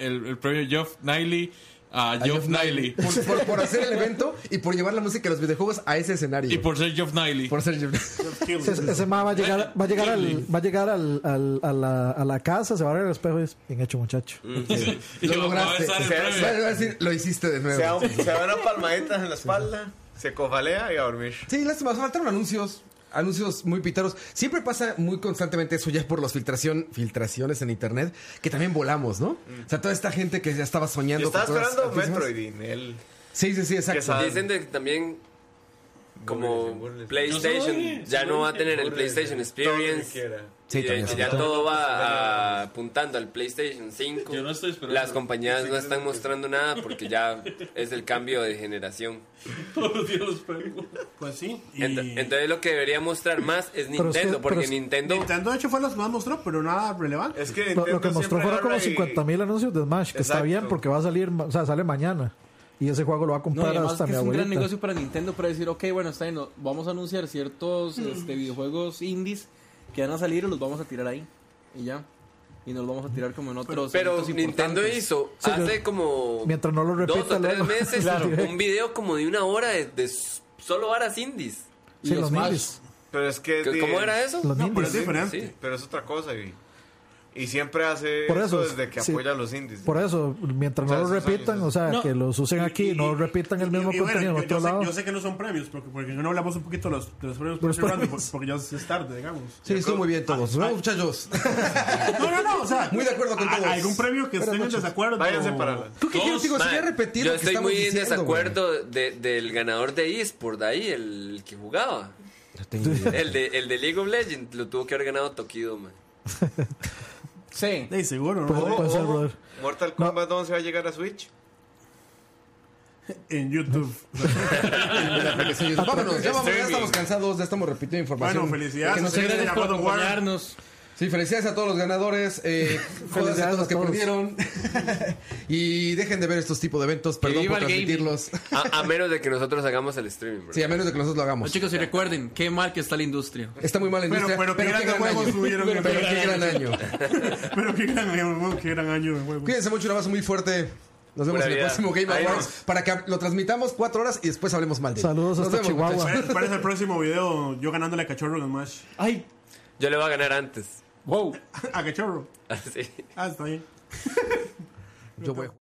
el, el premio Geoff Niley a, Geoff Niley. Por, por- por hacer el evento y por llevar la música de los videojuegos a ese escenario. Y por ser Geoff Niley. Por ser Geoff Ese, ese ma va a llegar, va a llegar, al, va a, llegar al, al- a, la, a la casa, se va a ver al espejo y es bien hecho, muchacho. Lo lograste. besar Se el va- premio. se va a decir, lo hiciste de nuevo. Se da, un- se da una palmadita en la espalda, se cofalea y a dormir. Sí, lástima, faltaron anuncios. Anuncios muy pitaros. Siempre pasa muy constantemente eso ya por las filtración, filtraciones en internet, que también volamos, ¿no? O sea, toda esta gente que ya estaba soñando. Yo Mm. estaba con cosas esperando altísimas. Metroid y él. Sí, sí, sí, exacto. Dicen de que también como PlayStation Yo soy- ya no va a soy- tener el burles, PlayStation eh, todo lo que Experience. quiera. Sí, y de también que es ya cierto. todo va a- apuntando al PlayStation 5. esperando. Las compañías no están mostrando nada porque ya es el cambio de generación. Todos los días los premios. Pues sí. Ent- entonces lo que debería mostrar más Pero es es que- Nintendo, porque pero es- Nintendo... Nintendo, de hecho, fue las que más mostró, pero nada relevante. Es que Lo, lo que mostró fueron como 50 mil anuncios de Smash, que está Exacto. bien porque va a salir, ma- o sea, sale mañana. Y ese juego lo va a No, y comprar además hasta que mi es un abuelita. gran negocio para Nintendo para decir, ok, bueno, está bien, no- vamos a anunciar ciertos Mm. este, videojuegos indies que van a salir y los vamos a tirar ahí. Y ya. Y nos los vamos a tirar como en otros. Pero eventos Nintendo importantes. hizo Sí, hace yo- como Mientras no lo repita dos o tres luego. meses Claro. un video como de una hora de, de s- solo varas indies. Sí, los indies. Pero es que. ¿Qué- di- cómo era eso? Los No, pero indies. es diferente. Sí. Pero es otra cosa. Y, y siempre hace Por eso, desde que sí. apoya a los indies. Por eso, mientras O sea, no lo esos años, repitan, esos- o sea, No. que los usen aquí, no repitan el mismo Y bueno, contenido yo, en yo otro sé, lado. yo sé que no son premios, porque, porque no hablamos un poquito de los, de los premios, Los por ser premios. random, porque ya es tarde, digamos. Ah, Sí, estuvo muy bien todos. Vamos, muchachos. No, no, no, o sea. Muy de acuerdo con a- todos. ¿Algún premio que estén en desacuerdo? ¿Tú qué quieres, digo? Mae, Sería repetir Yo lo que estoy estamos muy en diciendo, desacuerdo de- del ganador de eSport ahí, el, el que jugaba. El de, el de League of Legends lo tuvo que haber ganado Tokido, man. Sí. Sí, seguro, Puede- ¿no? puede ser, brother. Mortal Kombat 11 va a llegar a Switch. En YouTube. güey. La aplicación de YouTube. Pues Vámonos, ya, vamos, ya estamos cansados, ya estamos repitiendo información. Bueno, felicidades, Que nos señores, ayuden ya a puedo jugar. Sí, felicidades a todos los ganadores, eh, felicidades a todos los que perdieron. y dejen de ver estos tipos de eventos, perdón viva por el gaming. transmitirlos. A, a menos de que nosotros hagamos el streaming, bro. Sí, a menos de que nosotros lo hagamos. No, chicos, y recuerden, qué mal que está la industria. Está muy mal la industria, Pero- pero qué pero qué gran grandes año. juegos tuvieron. Pero Pero qué qué gran gran año. Pero qué gran año, qué gran año de juego. Cuídense mucho, un abrazo muy fuerte. Nos vemos Pura en el vida. próximo Game Ahí Awards vamos. para que lo transmitamos cuatro horas y después hablemos mal de él. Nos vemos, muchachos. ¿Cuál es el próximo video? Yo ganándole a Cachorro en el Smash. ¡Ay! Yo le voy a ganar antes. ¡Wow! ¿A Cachorro? Así. Ah, está bien. Yo voy a-